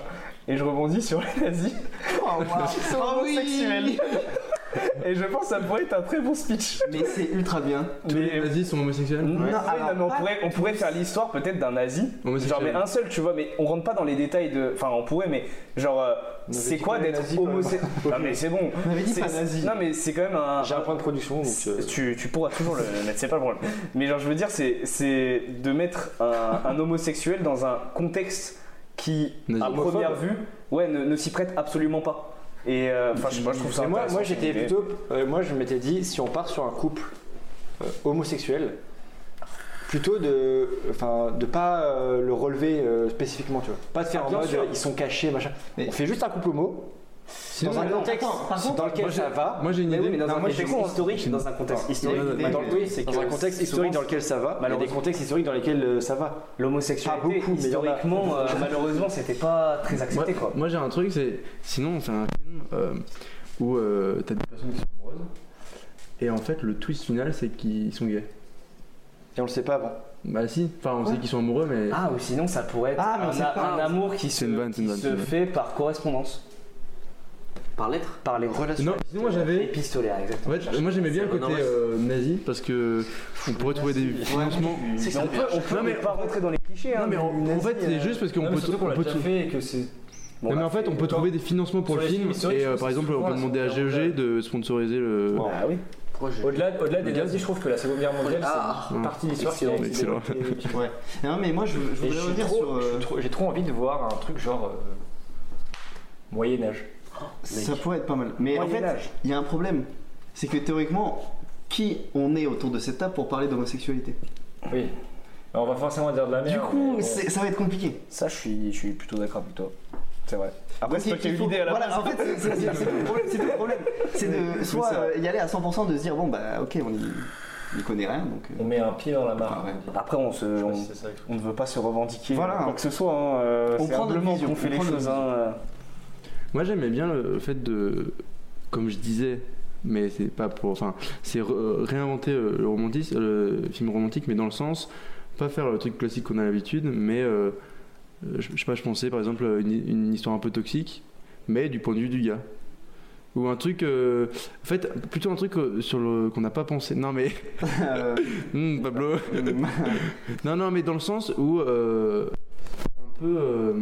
Speaker 4: Et je rebondis sur les nazis.
Speaker 3: Oh, wow.
Speaker 4: Ils sont homosexuels. Ah [LAUGHS] Et je pense que ça pourrait être un très bon speech.
Speaker 3: Mais c'est ultra bien.
Speaker 1: Tous
Speaker 4: Mais-
Speaker 1: les nazis sont homosexuels
Speaker 4: Non,
Speaker 3: Ouais.
Speaker 4: oui,
Speaker 3: Alors,
Speaker 4: non, mais on
Speaker 3: pas-
Speaker 4: pourrait, on pourrait faire l'histoire peut-être d'un nazi. Genre,
Speaker 1: Homosexuel.
Speaker 4: mais un seul, tu vois, mais on rentre pas dans les détails de. Enfin, on pourrait, mais genre, euh, c'est
Speaker 2: dit
Speaker 4: quoi
Speaker 2: pas les
Speaker 4: d'être
Speaker 2: nazis, quand même. [LAUGHS]
Speaker 4: homosexuel Non, mais c'est bon.
Speaker 3: On avait dit
Speaker 4: C'est-
Speaker 3: pas nazi.
Speaker 4: Non, mais c'est quand même un.
Speaker 2: J'ai un point de production, donc. euh,
Speaker 4: Tu, tu pourras toujours le mettre, c'est pas le problème. Mais genre, je veux dire, c'est c'est de mettre un, un homosexuel dans un contexte qui,
Speaker 1: Nazi.
Speaker 3: Ah
Speaker 4: à
Speaker 2: Homophobe.
Speaker 4: première vue, ouais, ne, ne s'y prête absolument pas. Et euh, enfin, je sais pas, je trouve ça
Speaker 2: Et moi,
Speaker 4: intéressant
Speaker 2: moi
Speaker 4: comme
Speaker 2: j'étais
Speaker 4: idée.
Speaker 2: plutôt. euh, moi, je m'étais dit, si on part sur un couple euh, homosexuel, plutôt de, enfin, de pas euh, le relever euh, spécifiquement, tu vois. Pas de faire
Speaker 4: Ah,
Speaker 2: en
Speaker 4: bien
Speaker 2: mode
Speaker 4: sûr.
Speaker 2: euh, ils sont cachés, machin.
Speaker 3: Mais-
Speaker 2: On fait juste un couple homo dans
Speaker 3: non,
Speaker 2: un
Speaker 3: mais
Speaker 2: contexte
Speaker 3: attends, par
Speaker 2: dans lequel
Speaker 1: moi, j'ai-
Speaker 2: ça va.
Speaker 1: Moi j'ai une
Speaker 8: Mais
Speaker 1: idée.
Speaker 8: oui, mais dans
Speaker 2: Non,
Speaker 8: un
Speaker 2: moi, je suis
Speaker 8: contexte
Speaker 2: con, hein.
Speaker 8: historique, dans un contexte historique.
Speaker 3: mais-
Speaker 2: Dans, le-
Speaker 8: oui, c'est
Speaker 2: dans
Speaker 8: que
Speaker 2: un contexte
Speaker 8: souvent,
Speaker 2: historique dans lequel ça va, mais il y a des
Speaker 4: Malheureusement.
Speaker 2: contextes historiques dans lesquels euh, ça va.
Speaker 4: L'homosexualité,
Speaker 7: Ah,
Speaker 2: Pas beaucoup, mais il y en a.
Speaker 4: historiquement, euh, malheureusement, c'était pas très
Speaker 1: Moi,
Speaker 4: accepté quoi.
Speaker 1: moi, j'ai un truc, c'est. Sinon, on fait un film euh, où euh, t'as des personnes qui sont amoureuses. Et en fait, le twist final, c'est qu'ils sont gays.
Speaker 2: Et on le sait pas avant.
Speaker 1: Bah, si. Enfin, on sait qu'ils sont amoureux, mais.
Speaker 4: Ah, ou sinon, ça pourrait être
Speaker 3: Ah, mais on
Speaker 4: un,
Speaker 3: sait pas.
Speaker 4: un
Speaker 7: hein.
Speaker 4: amour qui se,
Speaker 1: C'est une vanne, c'est une
Speaker 4: qui
Speaker 1: vanne,
Speaker 4: se
Speaker 1: c'est une vanne.
Speaker 4: fait par correspondance,
Speaker 8: Par lettre
Speaker 4: par les
Speaker 1: non, sinon, moi j'avais.
Speaker 8: Épistolaire, exactement.
Speaker 1: En fait, moi j'aimais bien le
Speaker 8: Non,
Speaker 1: côté
Speaker 8: ouais.
Speaker 1: euh, nazi parce que on pourrait trouver des financements.
Speaker 3: C'est que
Speaker 4: Mais on peut, on peut
Speaker 1: Non, mais-
Speaker 4: pas rentrer dans les clichés.
Speaker 1: Non
Speaker 4: hein,
Speaker 1: mais en,
Speaker 4: du
Speaker 1: en
Speaker 4: nazi,
Speaker 1: fait
Speaker 4: euh,
Speaker 1: c'est juste parce qu'on
Speaker 7: Non, mais
Speaker 1: peut,
Speaker 7: surtout qu'on
Speaker 1: on
Speaker 7: l'a
Speaker 1: peut
Speaker 7: déjà
Speaker 1: trou-
Speaker 7: fait et que c'est.
Speaker 1: Non, mais en fait on peut trouver des financements pour le
Speaker 7: Sur les
Speaker 1: film
Speaker 7: films, bah, c'est vrai,
Speaker 1: et
Speaker 7: je
Speaker 1: euh,
Speaker 7: pense
Speaker 1: par
Speaker 7: que
Speaker 1: exemple on
Speaker 7: souvent,
Speaker 1: peut
Speaker 7: la
Speaker 1: demander à
Speaker 7: Seconde Guerre
Speaker 1: GEG de sponsoriser le.
Speaker 2: Bon.
Speaker 4: Bah oui.
Speaker 8: Pourquoi j'ai-
Speaker 7: Au-delà au-delà des nazis, je trouve que la Seconde Guerre mondiale,
Speaker 8: Ah.
Speaker 7: c'est une partie de l'histoire qui
Speaker 1: Excellent,
Speaker 7: est
Speaker 1: excellent.
Speaker 3: Ouais. Non, mais moi, je, je
Speaker 7: Et
Speaker 3: voudrais
Speaker 7: je suis
Speaker 3: revenir
Speaker 7: trop-
Speaker 3: sur.
Speaker 7: je suis
Speaker 3: euh,
Speaker 7: trop- J'ai trop envie de voir un truc genre. euh, Moyen-Âge.
Speaker 3: ça pourrait être pas mal. Mais en fait,
Speaker 4: Moyen-Âge.
Speaker 3: il y a un problème. C'est que théoriquement, qui on est autour de cette table pour parler d'homosexualité
Speaker 7: Oui. Alors, on va forcément dire de
Speaker 2: Ah,
Speaker 7: la
Speaker 3: Du
Speaker 7: merde. mais
Speaker 3: coup,
Speaker 2: euh,
Speaker 7: bon.
Speaker 3: c'est- ça va être compliqué.
Speaker 4: Ça, je suis, je suis plutôt d'accord avec toi. C'est vrai. Après,
Speaker 3: Oui,
Speaker 4: c'est toi qui as
Speaker 3: il
Speaker 4: eu
Speaker 3: faut-
Speaker 4: l'idée à la
Speaker 3: Voilà, en fait, c'est- c'est c'est- c'est tout le problème. C'est tout le problème.
Speaker 4: [LAUGHS]
Speaker 3: C'est de soit
Speaker 4: c'est vrai.
Speaker 3: euh, y aller à 100% de se dire, bon, bah, ok, on y, on y connaît rien, donc. euh,
Speaker 7: On met un pied dans la mare.
Speaker 3: enfin, ouais.
Speaker 4: Après, on se.
Speaker 7: Je sais
Speaker 4: on-
Speaker 7: pas si c'est ça.
Speaker 4: on ne veut pas se revendiquer
Speaker 3: Voilà.
Speaker 4: quoi que ce soit. hein, euh,
Speaker 3: On
Speaker 4: c'est
Speaker 3: prend notre
Speaker 4: humblement
Speaker 3: vision,
Speaker 4: qu'on fait
Speaker 3: on
Speaker 4: les
Speaker 3: prend notre
Speaker 4: choses. hein, euh.
Speaker 1: Moi j'aimais bien le fait de, comme je disais, mais c'est pas pour, enfin c'est re- réinventer euh, le romantisme, euh, le film romantique, mais dans le sens pas faire le truc classique qu'on a l'habitude, mais euh, euh, je je sais pas, je pensais par exemple à une, une histoire un peu toxique, mais du point de vue du gars. Ou un truc, euh, en fait, plutôt un truc euh, sur le qu'on n'a pas pensé. Non mais, [LAUGHS]
Speaker 3: Euh,
Speaker 1: Hmm, Pablo.
Speaker 3: hum,
Speaker 1: Non, non, mais dans le sens où euh, un peu euh,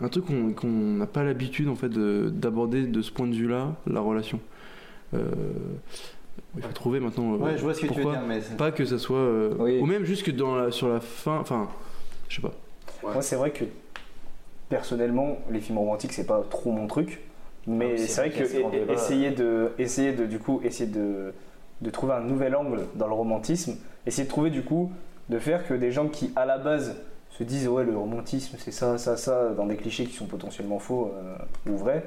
Speaker 1: un truc qu'on qu'on n'a pas l'habitude en fait de- d'aborder de, ce point de vue-là, la relation. Euh, il faut trouver maintenant. euh,
Speaker 3: ouais, je vois ce que
Speaker 1: pourquoi
Speaker 3: tu veux dire, mais. c'est-
Speaker 1: Pas que ça soit euh,
Speaker 7: Oui.
Speaker 1: ou même juste que dans la, sur la fin, enfin, je sais pas.
Speaker 4: Moi, c'est vrai que personnellement, les films romantiques, c'est pas trop mon truc.
Speaker 7: Ah,
Speaker 4: Mais
Speaker 7: mais c'est
Speaker 4: c'est vrai
Speaker 7: vrai qu'il y a ce grand
Speaker 4: que e-
Speaker 7: débat.
Speaker 4: essayer de, essayer de, du coup, essayer de, de trouver un nouvel angle dans le romantisme, essayer de trouver du coup, de faire que des gens qui à la base se disent ouais le romantisme c'est ça, ça, ça, dans des clichés qui sont potentiellement faux euh, ou vrais,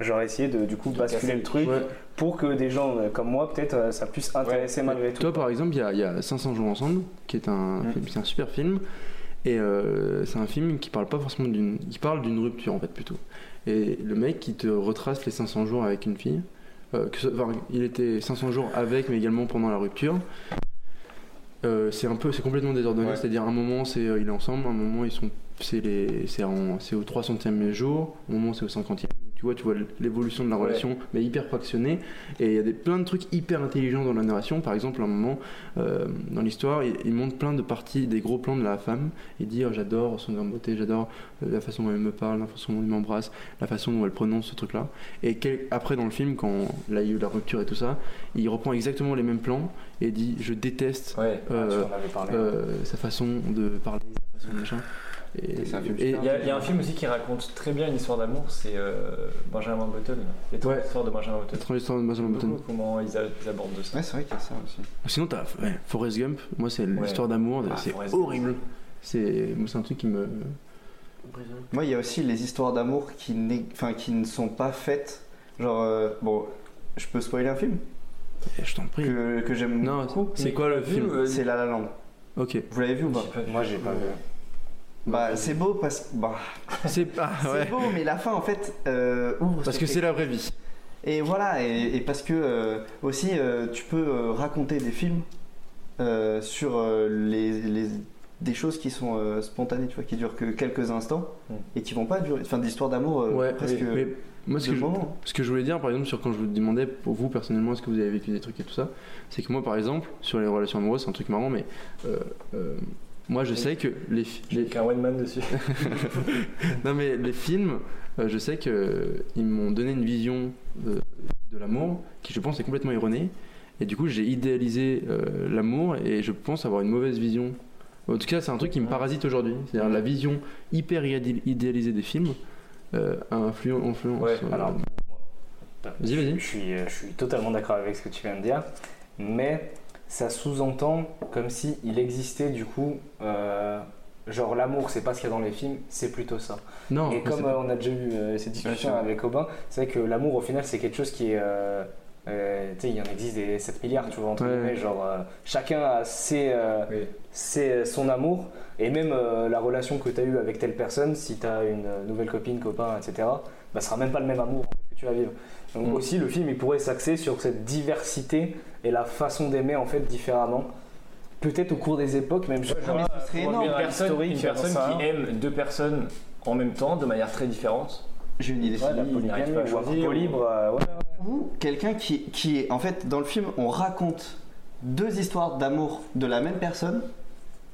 Speaker 4: genre essayer de euh, du coup basculer le truc
Speaker 1: Ouais.
Speaker 4: pour que des gens euh, comme moi peut-être euh, ça puisse intéresser malgré tout.
Speaker 1: Toi, par exemple, il y a- il y, a 500 jours ensemble, qui est un,
Speaker 7: Mm.
Speaker 1: film- c'est un super film, et euh, c'est un film qui parle pas forcément d'une, qui parle d'une rupture en fait plutôt. Et le mec qui te retrace les 500 jours avec une fille, euh, que ce- enfin, il était 500 jours avec, mais également pendant la rupture. Euh, c'est un peu, c'est complètement désordonné. C'est-à-dire un moment c'est euh, il est ensemble, un moment ils sont, c'est les, c'est en- c'est au 300e jour, un moment c'est au 50e. Tu vois, tu vois l'évolution de la
Speaker 7: Ouais.
Speaker 1: relation, mais hyper fractionnée. Et il y a des, plein de trucs hyper intelligents dans la narration. Par exemple, à un moment, euh, dans l'histoire, il, il montre plein de parties, des gros plans de la femme. Il dit oh, J'adore son grande beauté, j'adore euh, la façon dont elle me parle, la façon dont il m'embrasse, la façon dont elle prononce ce truc-là. Et quel- après, dans le film, quand là, il y a eu la rupture et tout ça, il reprend exactement les mêmes plans et dit Je déteste
Speaker 7: Ouais.
Speaker 1: euh,
Speaker 8: Tu en avais parlé.
Speaker 1: euh, sa façon de parler, sa façon de machin. Et,
Speaker 3: C'est un film
Speaker 1: et-
Speaker 3: super.
Speaker 7: Il y, a- il y a un film aussi qui raconte très bien une histoire d'amour, c'est euh, Benjamin Button. Les trois
Speaker 1: Ouais.
Speaker 7: histoires de Benjamin Button.
Speaker 1: Étrange histoire de Benjamin
Speaker 7: J'aime
Speaker 1: Button.
Speaker 7: beaucoup Comment ils, a- ils abordent de ça.
Speaker 3: Ouais, c'est vrai qu'il y a ça aussi.
Speaker 1: Sinon, t'as ouais, Forrest Gump. Moi, c'est l'histoire d'amour.
Speaker 7: Ah,
Speaker 1: c'est
Speaker 7: Forrest Gump.
Speaker 1: horrible. C'est moi, c'est un truc qui me.
Speaker 3: Moi, il y a aussi les histoires d'amour qui, n'ex- enfin, qui ne sont pas faites. Genre, euh, bon, je peux spoiler un film
Speaker 1: Eh, Je t'en prie.
Speaker 3: que, que j'aime
Speaker 1: Non,
Speaker 3: beaucoup.
Speaker 1: c'est quoi le film
Speaker 3: C'est La La Land.
Speaker 1: Ok.
Speaker 3: Vous l'avez vu ou pas
Speaker 8: Moi, j'ai pas vu.
Speaker 3: Bah, c'est beau parce que. Bah,
Speaker 1: C'est
Speaker 7: [LAUGHS]
Speaker 3: c'est
Speaker 1: ah, ouais.
Speaker 3: beau, mais la fin, en fait, euh, ouvre.
Speaker 1: Parce
Speaker 3: sur
Speaker 1: que
Speaker 3: quelque-
Speaker 1: c'est la vraie vie.
Speaker 3: Et voilà, et, et parce que euh, aussi, euh, tu peux euh, raconter des films euh, sur euh, les, les des choses qui sont euh, spontanées, tu vois, qui durent que quelques instants
Speaker 7: Mm.
Speaker 3: et qui vont pas durer. Enfin, des histoires d'amour euh,
Speaker 1: Ouais,
Speaker 3: presque.
Speaker 1: mais moi, ce
Speaker 3: de
Speaker 1: que, je,
Speaker 3: moment.
Speaker 1: ce que je voulais dire, par exemple, sur quand je vous demandais pour vous personnellement, est-ce que vous avez vécu des trucs et tout ça, c'est que moi, par exemple, sur les relations amoureuses, c'est un truc marrant, mais euh, euh, moi, je sais que les, fi-
Speaker 7: J'ai
Speaker 1: les-
Speaker 7: écrit un one man dessus.
Speaker 1: non, mais les films, euh, je sais qu'ils m'ont donné une vision euh, de l'amour qui, je pense, est complètement erronée. Et du coup, j'ai idéalisé euh, l'amour et je pense avoir une mauvaise vision. En tout cas, c'est un truc qui me parasite aujourd'hui. C'est-à-dire la vision hyper idéal- idéalisée des films euh, a influent- influence.
Speaker 7: Ouais,
Speaker 1: euh,
Speaker 7: alors,
Speaker 1: Vas-y, vas-y.
Speaker 4: Je suis, euh, je suis totalement d'accord avec ce que tu viens de dire, mais ça sous-entend comme si il existait du coup, euh, genre l'amour, c'est pas ce qu'il y a dans les films, c'est plutôt ça.
Speaker 1: Non,
Speaker 4: Et
Speaker 1: mais
Speaker 4: comme
Speaker 1: c'est-
Speaker 4: euh, on a déjà eu euh, cette discussion avec Aubin, c'est vrai que l'amour au final c'est quelque chose qui est. euh, euh, tu sais, il y en existe des 7 milliards, tu vois, entre
Speaker 1: Ouais.
Speaker 4: guillemets, genre euh, chacun a ses, euh,
Speaker 7: Oui.
Speaker 4: ses- son amour et même euh, la relation que tu as eue avec telle personne, si tu as une euh, nouvelle copine, copain, etc., bah, ce sera même pas le même amour en fait, que tu vas vivre. Donc
Speaker 1: Mm.
Speaker 4: aussi, le film il pourrait s'axer sur cette diversité et la façon d'aimer en fait différemment. Peut-être au cours des époques, même.
Speaker 3: Ah, mais ce serait énorme.
Speaker 7: Une personne,
Speaker 4: historique,
Speaker 7: une personne
Speaker 4: dans ça.
Speaker 7: qui aime deux personnes en même temps, de manière très différente.
Speaker 3: J'ai une idée.
Speaker 7: Ouais, la polygamie,
Speaker 4: Bien
Speaker 7: ou un couple libre,
Speaker 4: libre, euh, ouais.
Speaker 3: Ou quelqu'un qui, qui est. En fait, dans le film, on raconte deux histoires d'amour de la même personne,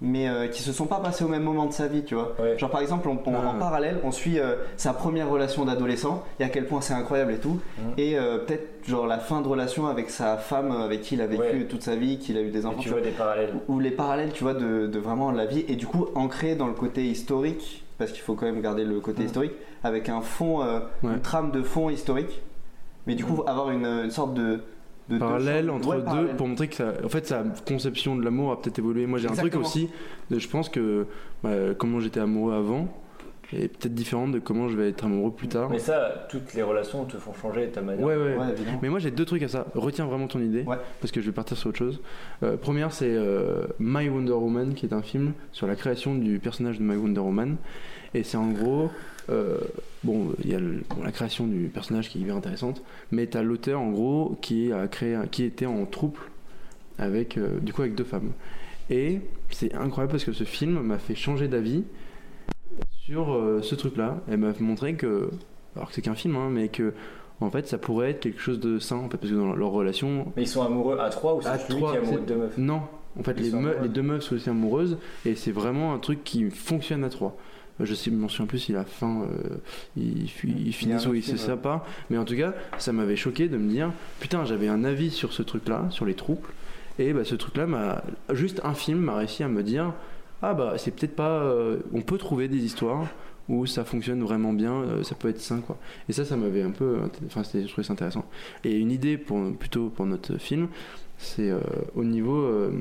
Speaker 3: mais euh, qui se sont pas passées au même moment de sa vie, tu vois.
Speaker 7: Ouais. Ah.
Speaker 3: Genre, par exemple, on, on-
Speaker 1: Ouais.
Speaker 3: en parallèle, on suit euh, sa première relation d'adolescent et à quel point c'est incroyable et tout.
Speaker 7: Mmh.
Speaker 3: Et euh, peut-être, genre, la fin de relation avec sa femme euh, avec qui il a vécu
Speaker 7: Ouais.
Speaker 3: toute sa vie, qu'il a eu des
Speaker 7: Et
Speaker 3: enfants,
Speaker 7: tu
Speaker 3: tu
Speaker 7: vois des parallèles.
Speaker 3: ou les parallèles, tu vois, de, de vraiment la vie, et du coup ancré dans le côté historique, parce qu'il faut quand même garder le
Speaker 7: Mmh.
Speaker 3: côté historique, avec un fond, euh,
Speaker 1: Ouais.
Speaker 3: une trame de fond historique, mais du coup avoir une, une sorte de, de- de
Speaker 1: parallèle
Speaker 3: sorte-
Speaker 1: entre
Speaker 3: ouais,
Speaker 1: deux
Speaker 3: parallèle.
Speaker 1: pour montrer que ça, en fait sa conception de l'amour a peut-être évolué moi j'ai un truc
Speaker 3: Exactement.
Speaker 1: aussi de- je pense que bah, comment j'étais amoureux avant est peut-être différente de comment je vais être amoureux plus tard
Speaker 7: Mais ça, toutes les relations te font changer ta manière.
Speaker 1: ouais ouais,
Speaker 3: Ouais, évidemment.
Speaker 1: mais moi j'ai deux trucs à ça retiens vraiment ton idée
Speaker 3: Ouais.
Speaker 1: parce que je vais partir sur autre chose Euh, première c'est euh, My Wonder Woman qui est un film sur la création du personnage de My Wonder Woman et c'est en gros euh, bon il y a le- bon, la création du personnage qui est hyper intéressante mais t'as l'auteur en gros qui a créé un- qui était en trouble avec euh, du coup avec deux femmes et c'est incroyable parce que ce film m'a fait changer d'avis sur euh, ce truc là elle m'a montré que alors que c'est qu'un film hein, mais que en fait ça pourrait être quelque chose de sain en fait, parce que dans leur relation
Speaker 7: Mais ils sont amoureux à trois ou c'est
Speaker 1: À
Speaker 7: celui
Speaker 1: trois,
Speaker 7: qui est amoureux
Speaker 1: c'est-
Speaker 7: de deux meufs
Speaker 1: non, en fait,
Speaker 7: Ils
Speaker 1: les,
Speaker 7: sont
Speaker 1: me-
Speaker 7: amoureux.
Speaker 1: les deux meufs sont aussi amoureuses et c'est vraiment un truc qui fonctionne à trois. Euh, Je sais, je m'en souviens plus si la fin euh, ils, fu- ils finissent
Speaker 3: un
Speaker 1: ou ils
Speaker 3: film,
Speaker 1: se séparent, mais en tout cas, ça m'avait choqué de me dire putain, j'avais un avis sur ce truc-là, sur les troupes, et bah, ce truc-là m'a juste un film m'a réussi à me dire ah bah c'est peut-être pas, euh, on peut trouver des histoires où ça fonctionne vraiment bien, euh, ça peut être sain quoi. Et ça, ça m'avait un peu, int- enfin, c'était- je trouvais ça intéressant. Et une idée pour plutôt pour notre film, c'est euh, au niveau euh,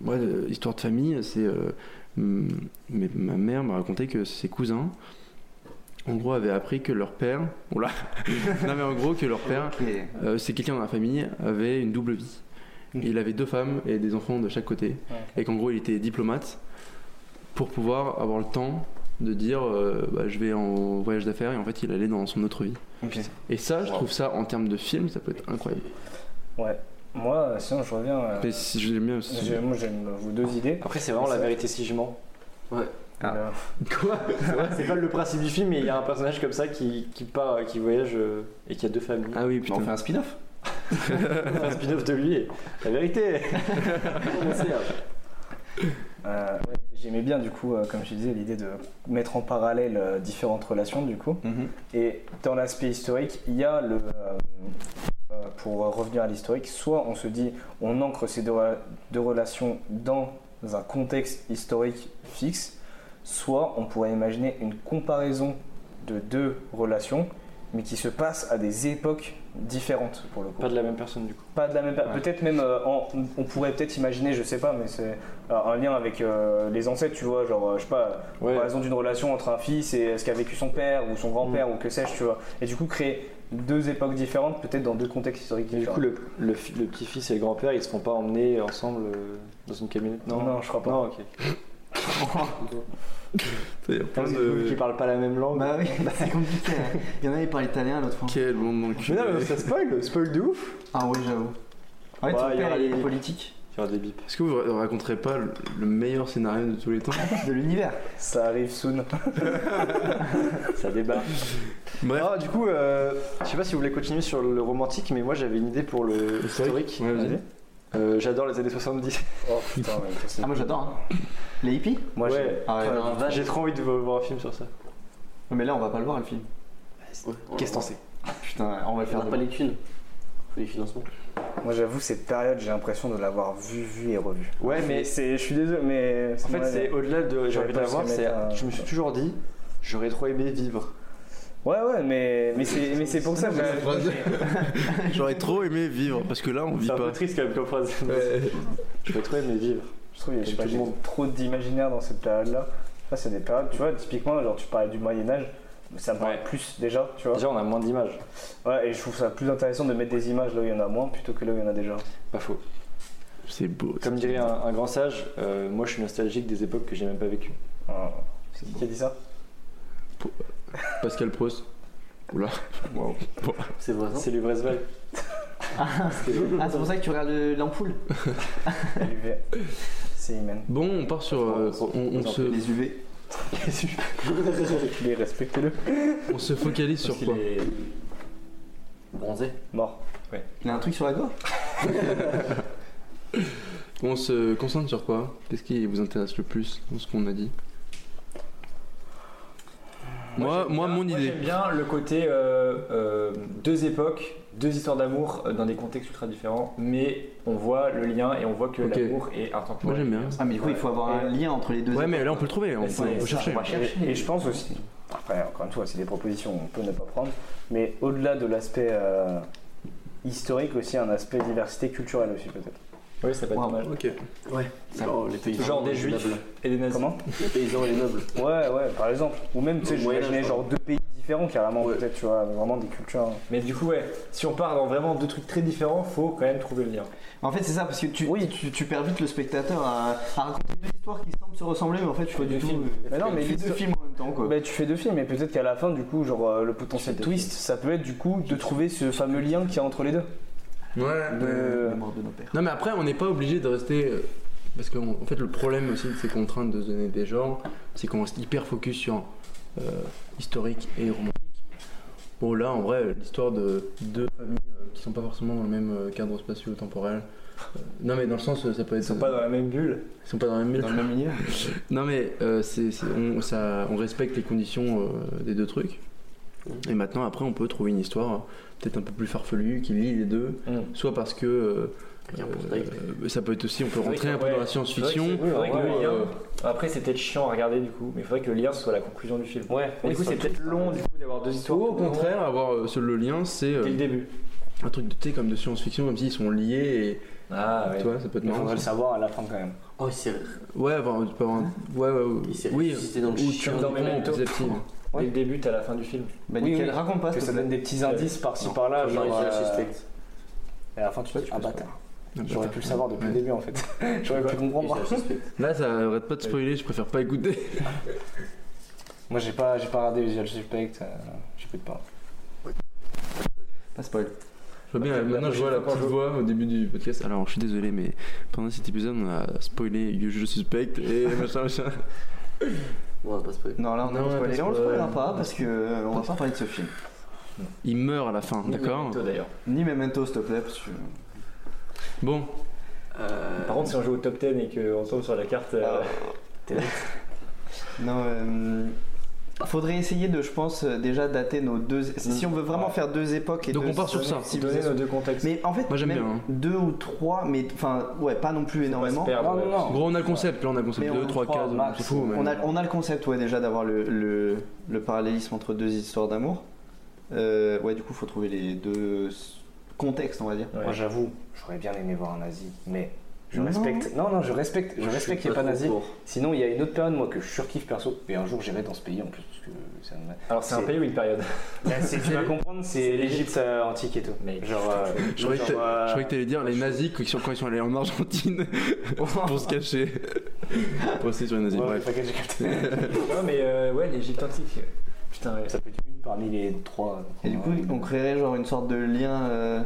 Speaker 1: ouais, euh, histoire de famille c'est euh, hum, mais ma mère m'a raconté que ses cousins en gros avaient appris que leur père oula [LAUGHS] non mais en gros que leur père
Speaker 3: Ok.
Speaker 1: euh, c'est quelqu'un dans la famille avait une double vie Et il avait deux femmes et des enfants de chaque côté et qu'en gros il était diplomate pour pouvoir avoir le temps de dire euh, Bah, je vais en voyage d'affaires et en fait il allait dans son autre vie et ça je
Speaker 5: Wow.
Speaker 1: trouve ça en termes de film ça peut être incroyable
Speaker 4: Moi, euh, sinon, je reviens. euh,
Speaker 1: mais si je l'aime bien aussi.
Speaker 4: j'ai- moi, j'aime vos deux idées.
Speaker 2: Après, c'est vraiment la vérité si je mens.
Speaker 3: Ah.
Speaker 4: Euh,
Speaker 2: c'est pas le principe du film, mais il y a un personnage comme ça qui, qui part, qui voyage euh, et qui a deux familles.
Speaker 1: ah oui
Speaker 3: Bah, on
Speaker 1: putain
Speaker 3: fait un spin-off
Speaker 2: On fait un spin-off de lui. et La vérité. On sait, hein.
Speaker 4: Euh, ouais, J'aimais bien, du coup, euh, comme je disais, l'idée de mettre en parallèle euh, différentes relations, du coup.
Speaker 3: Mhm.
Speaker 4: Et dans l'aspect historique, il y a le. euh, euh, pour revenir à l'historique, soit on se dit on ancre ces deux, re- deux relations dans un contexte historique fixe, soit on pourrait imaginer une comparaison de deux relations, mais qui se passent à des époques différentes pour le coup.
Speaker 2: Pas de la même personne du coup.
Speaker 4: Pas de la même. Peut-être même. euh, en- on pourrait peut-être imaginer, je sais pas, mais c'est euh, un lien avec euh, les ancêtres, tu vois. Genre, euh, je sais pas,
Speaker 2: Ouais.
Speaker 4: par exemple, d'une relation entre un fils et ce qu'a vécu son père ou son grand-père ou que sais-je, tu vois. Et du coup, créer deux époques différentes, peut-être dans deux contextes historiques
Speaker 2: Mais du
Speaker 4: différents.
Speaker 2: coup, le, le fi- le petit-fils et le grand-père, ils se font pas emmener ensemble euh, dans une camionnette
Speaker 4: non, non, je crois pas.
Speaker 2: Non, ok.
Speaker 1: Il y a plein
Speaker 2: Parce
Speaker 1: de-
Speaker 2: que Qui parlent pas la même langue.
Speaker 3: Bah oui, bah, c'est compliqué. hein. Il y en a, ils parlent italien, l'autre fois.
Speaker 1: Quel monde
Speaker 2: mais non, mais ça spoil, spoil de ouf.
Speaker 3: Ah oui, j'avoue. Ouais,
Speaker 2: Ouais,
Speaker 3: ton
Speaker 2: il y
Speaker 3: père,
Speaker 2: aura
Speaker 3: il est
Speaker 2: les-
Speaker 3: politique.
Speaker 2: Il faire des bips.
Speaker 1: Est-ce que vous ne raconterez pas le le meilleur scénario de tous les temps
Speaker 3: de l'univers.
Speaker 4: Ça arrive soon.
Speaker 2: Ça débat.
Speaker 1: Bref.
Speaker 2: Ah, du coup, euh, je sais pas si vous voulez continuer sur le romantique, mais moi j'avais une idée pour le
Speaker 1: Historique.
Speaker 2: historique.
Speaker 1: Ouais, vas-y.
Speaker 2: Euh, J'adore les années 70.
Speaker 4: Oh putain, mais c'est-
Speaker 3: Ah, moi j'adore. hein. Les hippies
Speaker 2: Moi,
Speaker 3: Ouais.
Speaker 2: j'ai-
Speaker 3: Ah ouais.
Speaker 5: Enfin, un vache.
Speaker 2: j'ai trop envie de voir un film sur ça.
Speaker 3: Mais là, on va pas le voir le film.
Speaker 5: Ouais, on-
Speaker 2: Qu'est-ce que t'en sais
Speaker 3: Putain, on va le
Speaker 5: On
Speaker 3: faire.
Speaker 5: n'a pas les
Speaker 3: demain.
Speaker 5: thunes. Faut les financements.
Speaker 4: Moi j'avoue, cette période, j'ai l'impression de l'avoir vu, vu et revu.
Speaker 2: Ouais, mais
Speaker 4: c'est, je suis désolé, mais.
Speaker 2: en fait, c'est au-delà de. J'ai
Speaker 4: J'aurais
Speaker 2: envie de
Speaker 4: pas
Speaker 2: la voir,
Speaker 4: su
Speaker 2: c'est.
Speaker 4: mettre un-
Speaker 2: Je me suis toujours dit, j'aurais trop aimé vivre.
Speaker 4: Ouais, ouais, mais, mais, c'est, mais c'est pour ça que j'ai-
Speaker 1: J'aurais trop aimé vivre parce que là on vit
Speaker 2: C'est un peu
Speaker 1: pas.
Speaker 2: triste quand même comme phrase.
Speaker 1: Ouais.
Speaker 2: J'aurais trop aimé vivre.
Speaker 4: je trouve qu'il y a je sais pas,
Speaker 2: Tout le
Speaker 4: j'ai
Speaker 2: monde.
Speaker 4: trop d'imaginaire dans cette période-là. Ça, c'est des périodes, tu vois, typiquement, genre tu parlais du Moyen-Âge, ça me parle
Speaker 2: Ouais.
Speaker 4: plus déjà, tu vois.
Speaker 2: Déjà, on a moins d'images.
Speaker 4: Ouais, et je trouve ça plus intéressant de mettre des images là où il y en a moins plutôt que là où il y en a déjà.
Speaker 2: Pas faux.
Speaker 1: C'est beau.
Speaker 2: Comme dirait un, un grand sage, euh, moi je suis nostalgique des époques que j'ai même pas vécues.
Speaker 4: Ah,
Speaker 1: C'est
Speaker 4: Qui a dit ça
Speaker 1: Pascal Prost. Oula.
Speaker 5: C'est vrai.
Speaker 4: hein.
Speaker 2: C'est le Bresval.
Speaker 3: [LAUGHS] Ah, c'est pour ça que tu regardes euh, l'ampoule
Speaker 4: LUV. C'est Imen.
Speaker 1: Bon, on part sur. euh, on, on se,
Speaker 3: Les UV.
Speaker 4: Les respectez-le.
Speaker 1: on se focalise sur quoi
Speaker 5: Bronzé.
Speaker 4: Mort.
Speaker 3: Il a un truc sur la gorge
Speaker 1: On se concentre sur quoi Qu'est-ce qui vous intéresse le plus dans ce qu'on a dit Moi, moi, mon idée.
Speaker 7: J'aime bien le côté euh, euh, deux époques, deux histoires d'amour euh, dans des contextes ultra différents, mais on voit le lien et on voit que
Speaker 1: Ok.
Speaker 7: l'amour est
Speaker 1: Moi,
Speaker 7: intemporel.
Speaker 1: j'aime bien.
Speaker 3: Ah, mais du coup, il faut avoir un lien entre les deux.
Speaker 1: Ouais, mais là on peut le trouver. On
Speaker 7: Mais
Speaker 1: peut,
Speaker 7: c'est-
Speaker 1: on peut
Speaker 7: c'est ça,
Speaker 1: chercher.
Speaker 3: on va chercher.
Speaker 4: Et je pense aussi, après, encore une fois, c'est des propositions, on peut ne pas prendre, mais au-delà de l'aspect euh, historique, aussi un aspect diversité culturelle aussi, peut-être.
Speaker 7: Oui, ça peut être
Speaker 3: Wow.
Speaker 7: pas mal.
Speaker 1: Ok.
Speaker 5: Genre Oh, les paysans.
Speaker 7: Genre des
Speaker 5: les
Speaker 7: juifs
Speaker 5: nobles.
Speaker 7: et des nazis.
Speaker 4: Comment
Speaker 5: Les paysans et les nobles.
Speaker 4: Ouais, ouais, par exemple. Ou même, tu sais,
Speaker 5: Au Moyen-Âge,
Speaker 4: j'imaginais genre deux pays différents, carrément,
Speaker 5: Ouais.
Speaker 4: peut-être, tu vois, vraiment des cultures.
Speaker 7: Mais du coup, ouais, si on part dans vraiment deux trucs très différents, faut quand même trouver le lien.
Speaker 3: En fait, c'est ça, parce que tu,
Speaker 4: Oui.
Speaker 3: tu, tu perds vite le spectateur à, à raconter deux histoires qui semblent se ressembler, mais en fait, tu fais du
Speaker 7: Deux
Speaker 3: tout.
Speaker 7: films.
Speaker 3: euh,
Speaker 4: Mais Bah non, mais
Speaker 3: tu fais deux
Speaker 4: l'histoire-
Speaker 3: films en même temps, quoi.
Speaker 4: Bah, tu fais deux films, et peut-être qu'à la fin, du coup, genre, euh, le potentiel twist, ça peut être, du coup, de trouver ce fameux lien qu'il y a entre les deux.
Speaker 1: Ouais.
Speaker 4: De-
Speaker 3: La mort de nos pères.
Speaker 1: Non, mais après, on n'est pas obligé de rester. euh, Parce que, en fait, le problème aussi de ces contraintes de se donner des genres, c'est qu'on reste hyper focus sur euh, historique et romantique. Bon, là, en vrai, l'histoire de deux familles euh, qui sont pas forcément dans le même euh, cadre spatio-temporel. euh, non, mais dans le sens, euh, ça peut être.
Speaker 7: Ils sont pas dans la même bulle.
Speaker 1: ils sont pas dans la même.
Speaker 3: Dans le même univers.
Speaker 1: Non, mais euh, c'est- c'est- on, ça- on respecte les conditions euh, des deux trucs.
Speaker 7: Mm.
Speaker 1: Et maintenant, après, on peut trouver une histoire euh, peut-être un peu plus farfelue qui lie les deux,
Speaker 7: Mm.
Speaker 1: soit parce que. euh,
Speaker 5: Avec un portail.
Speaker 1: euh, ça peut être aussi, on peut rentrer un peu
Speaker 7: Ouais.
Speaker 1: dans la science-fiction.
Speaker 7: C'est vrai que
Speaker 1: Ouais,
Speaker 7: le
Speaker 1: ouais.
Speaker 7: lien- Après, c'est peut-être chiant à regarder du coup, mais il faudrait que le lien soit la conclusion du film.
Speaker 2: Ouais,
Speaker 7: Mais du coup, c'est peut-être long du coup d'avoir deux histoires.
Speaker 1: Ou au contraire, avoir euh, ce- le lien, c'est euh,
Speaker 7: dès le début.
Speaker 1: un truc de thé comme de science-fiction, comme s'ils sont liés et
Speaker 7: Ah ouais.
Speaker 1: tu vois, ça peut être
Speaker 4: Il
Speaker 1: marrant.
Speaker 4: faudrait le savoir à la fin, quand même.
Speaker 5: Oh, il s'est
Speaker 1: Ouais, avoir, tu peux avoir un- ouais, ouais, ouais.
Speaker 5: il s'est
Speaker 1: oui,
Speaker 5: ressuscité dans le
Speaker 1: ou tu
Speaker 5: chien.
Speaker 1: me
Speaker 7: dans mes
Speaker 1: prends
Speaker 7: manteaux.
Speaker 1: petit à petit.
Speaker 7: Dès le début, t'as la fin du film.
Speaker 3: Bah,
Speaker 4: Oui,
Speaker 3: nickel,
Speaker 4: oui.
Speaker 3: raconte pas
Speaker 4: Que
Speaker 3: s'il
Speaker 4: ça
Speaker 3: te plaît.
Speaker 4: donne des petits indices par-ci par-là,
Speaker 5: Genre,
Speaker 4: genre.
Speaker 5: il
Speaker 4: euh,
Speaker 5: s'est suspect.
Speaker 4: Et à la fin, tu te
Speaker 5: bah,
Speaker 4: dis, ah bâtard. J'aurais pu le savoir depuis le
Speaker 1: Ouais.
Speaker 4: début en fait. [LAUGHS] J'aurais pu comprendre.
Speaker 5: Il s'est suspect.
Speaker 1: Là, ça arrête pas de spoiler, je préfère pas écouter.
Speaker 4: Moi j'ai pas, j'ai pas regardé Visual Suspect, euh, j'écoute pas.
Speaker 3: Pas spoil.
Speaker 1: Je vois bien,
Speaker 7: La
Speaker 1: maintenant je vois la
Speaker 7: prochaine fois
Speaker 1: petite
Speaker 7: qu'on
Speaker 1: voix au début du podcast. Alors je suis désolé, mais pendant cet épisode, on a spoilé Je Suspect et machin, machin.
Speaker 5: Bon, on va pas spoiler.
Speaker 3: Non, là, on
Speaker 1: Non,
Speaker 3: a spoilé.
Speaker 1: pas
Speaker 3: Et on le
Speaker 1: spoil.
Speaker 3: spoilera pas parce que euh, on va pas parler de ce film.
Speaker 1: Il meurt à la fin, d'accord
Speaker 7: Memento, d'ailleurs.
Speaker 3: Ni Memento, s'il te plaît, parce que.
Speaker 1: Bon,
Speaker 5: Euh,
Speaker 7: Par contre, si on joue au top 10 et qu'on tombe sur la carte. euh,
Speaker 3: Non, euh, faudrait essayer de, je pense, euh, déjà dater nos deux. Si on veut vraiment
Speaker 7: Ouais.
Speaker 3: faire deux époques et
Speaker 1: Donc
Speaker 3: deux
Speaker 1: on part sur ça.
Speaker 7: donner nos
Speaker 3: civilisations.
Speaker 7: deux contextes.
Speaker 3: Mais en fait,
Speaker 1: Moi, j'aime
Speaker 3: même
Speaker 1: bien, hein.
Speaker 3: deux ou trois, mais enfin, ouais, pas non plus énormément.
Speaker 4: Non, non, non.
Speaker 1: en gros, on a le concept. Là, on a le concept
Speaker 3: Mais on
Speaker 1: 2, 3,
Speaker 3: prend
Speaker 1: 4,
Speaker 4: max.
Speaker 1: c'est fou. mais-
Speaker 3: On a, on a le concept, ouais, déjà d'avoir le, le, le parallélisme entre deux histoires d'amour. Euh, ouais, du coup, faut trouver les deux s- contextes, on va dire.
Speaker 8: Moi, j'avoue, j'aurais bien aimé voir un nazi, mais
Speaker 4: Je
Speaker 3: Non.
Speaker 4: respecte. Non non je respecte, je
Speaker 5: suis
Speaker 4: respecte qu'il n'y ait pas
Speaker 5: trop
Speaker 4: nazi.
Speaker 5: pour.
Speaker 4: Sinon il y a une autre période moi que je surkiffe perso.
Speaker 8: et un jour j'irai dans ce pays en plus, parce que ça me.
Speaker 7: Alors, c'est un
Speaker 4: C'est-
Speaker 7: pays ou une période
Speaker 4: Là, c'est- [LAUGHS] tu vas comprendre, c'est l'Égypte euh, antique et tout.
Speaker 7: Mais-
Speaker 4: Genre. euh,
Speaker 1: Je croyais que
Speaker 4: genre,
Speaker 1: t'a-
Speaker 4: euh,
Speaker 1: je croyais que t'allais dire les nazis quand ils sont- quand ils sont allés en Argentine [LAUGHS] pour se cacher. [LAUGHS] Pour rester sur les nazis,
Speaker 4: ouais,
Speaker 1: bref.
Speaker 4: t'inquiète, j'ai capté.
Speaker 7: Non, mais euh, ouais, l'Égypte antique. Putain, ouais.
Speaker 4: Ça peut être une parmi les trois.
Speaker 3: Et du coup, on créerait genre une sorte de lien euh,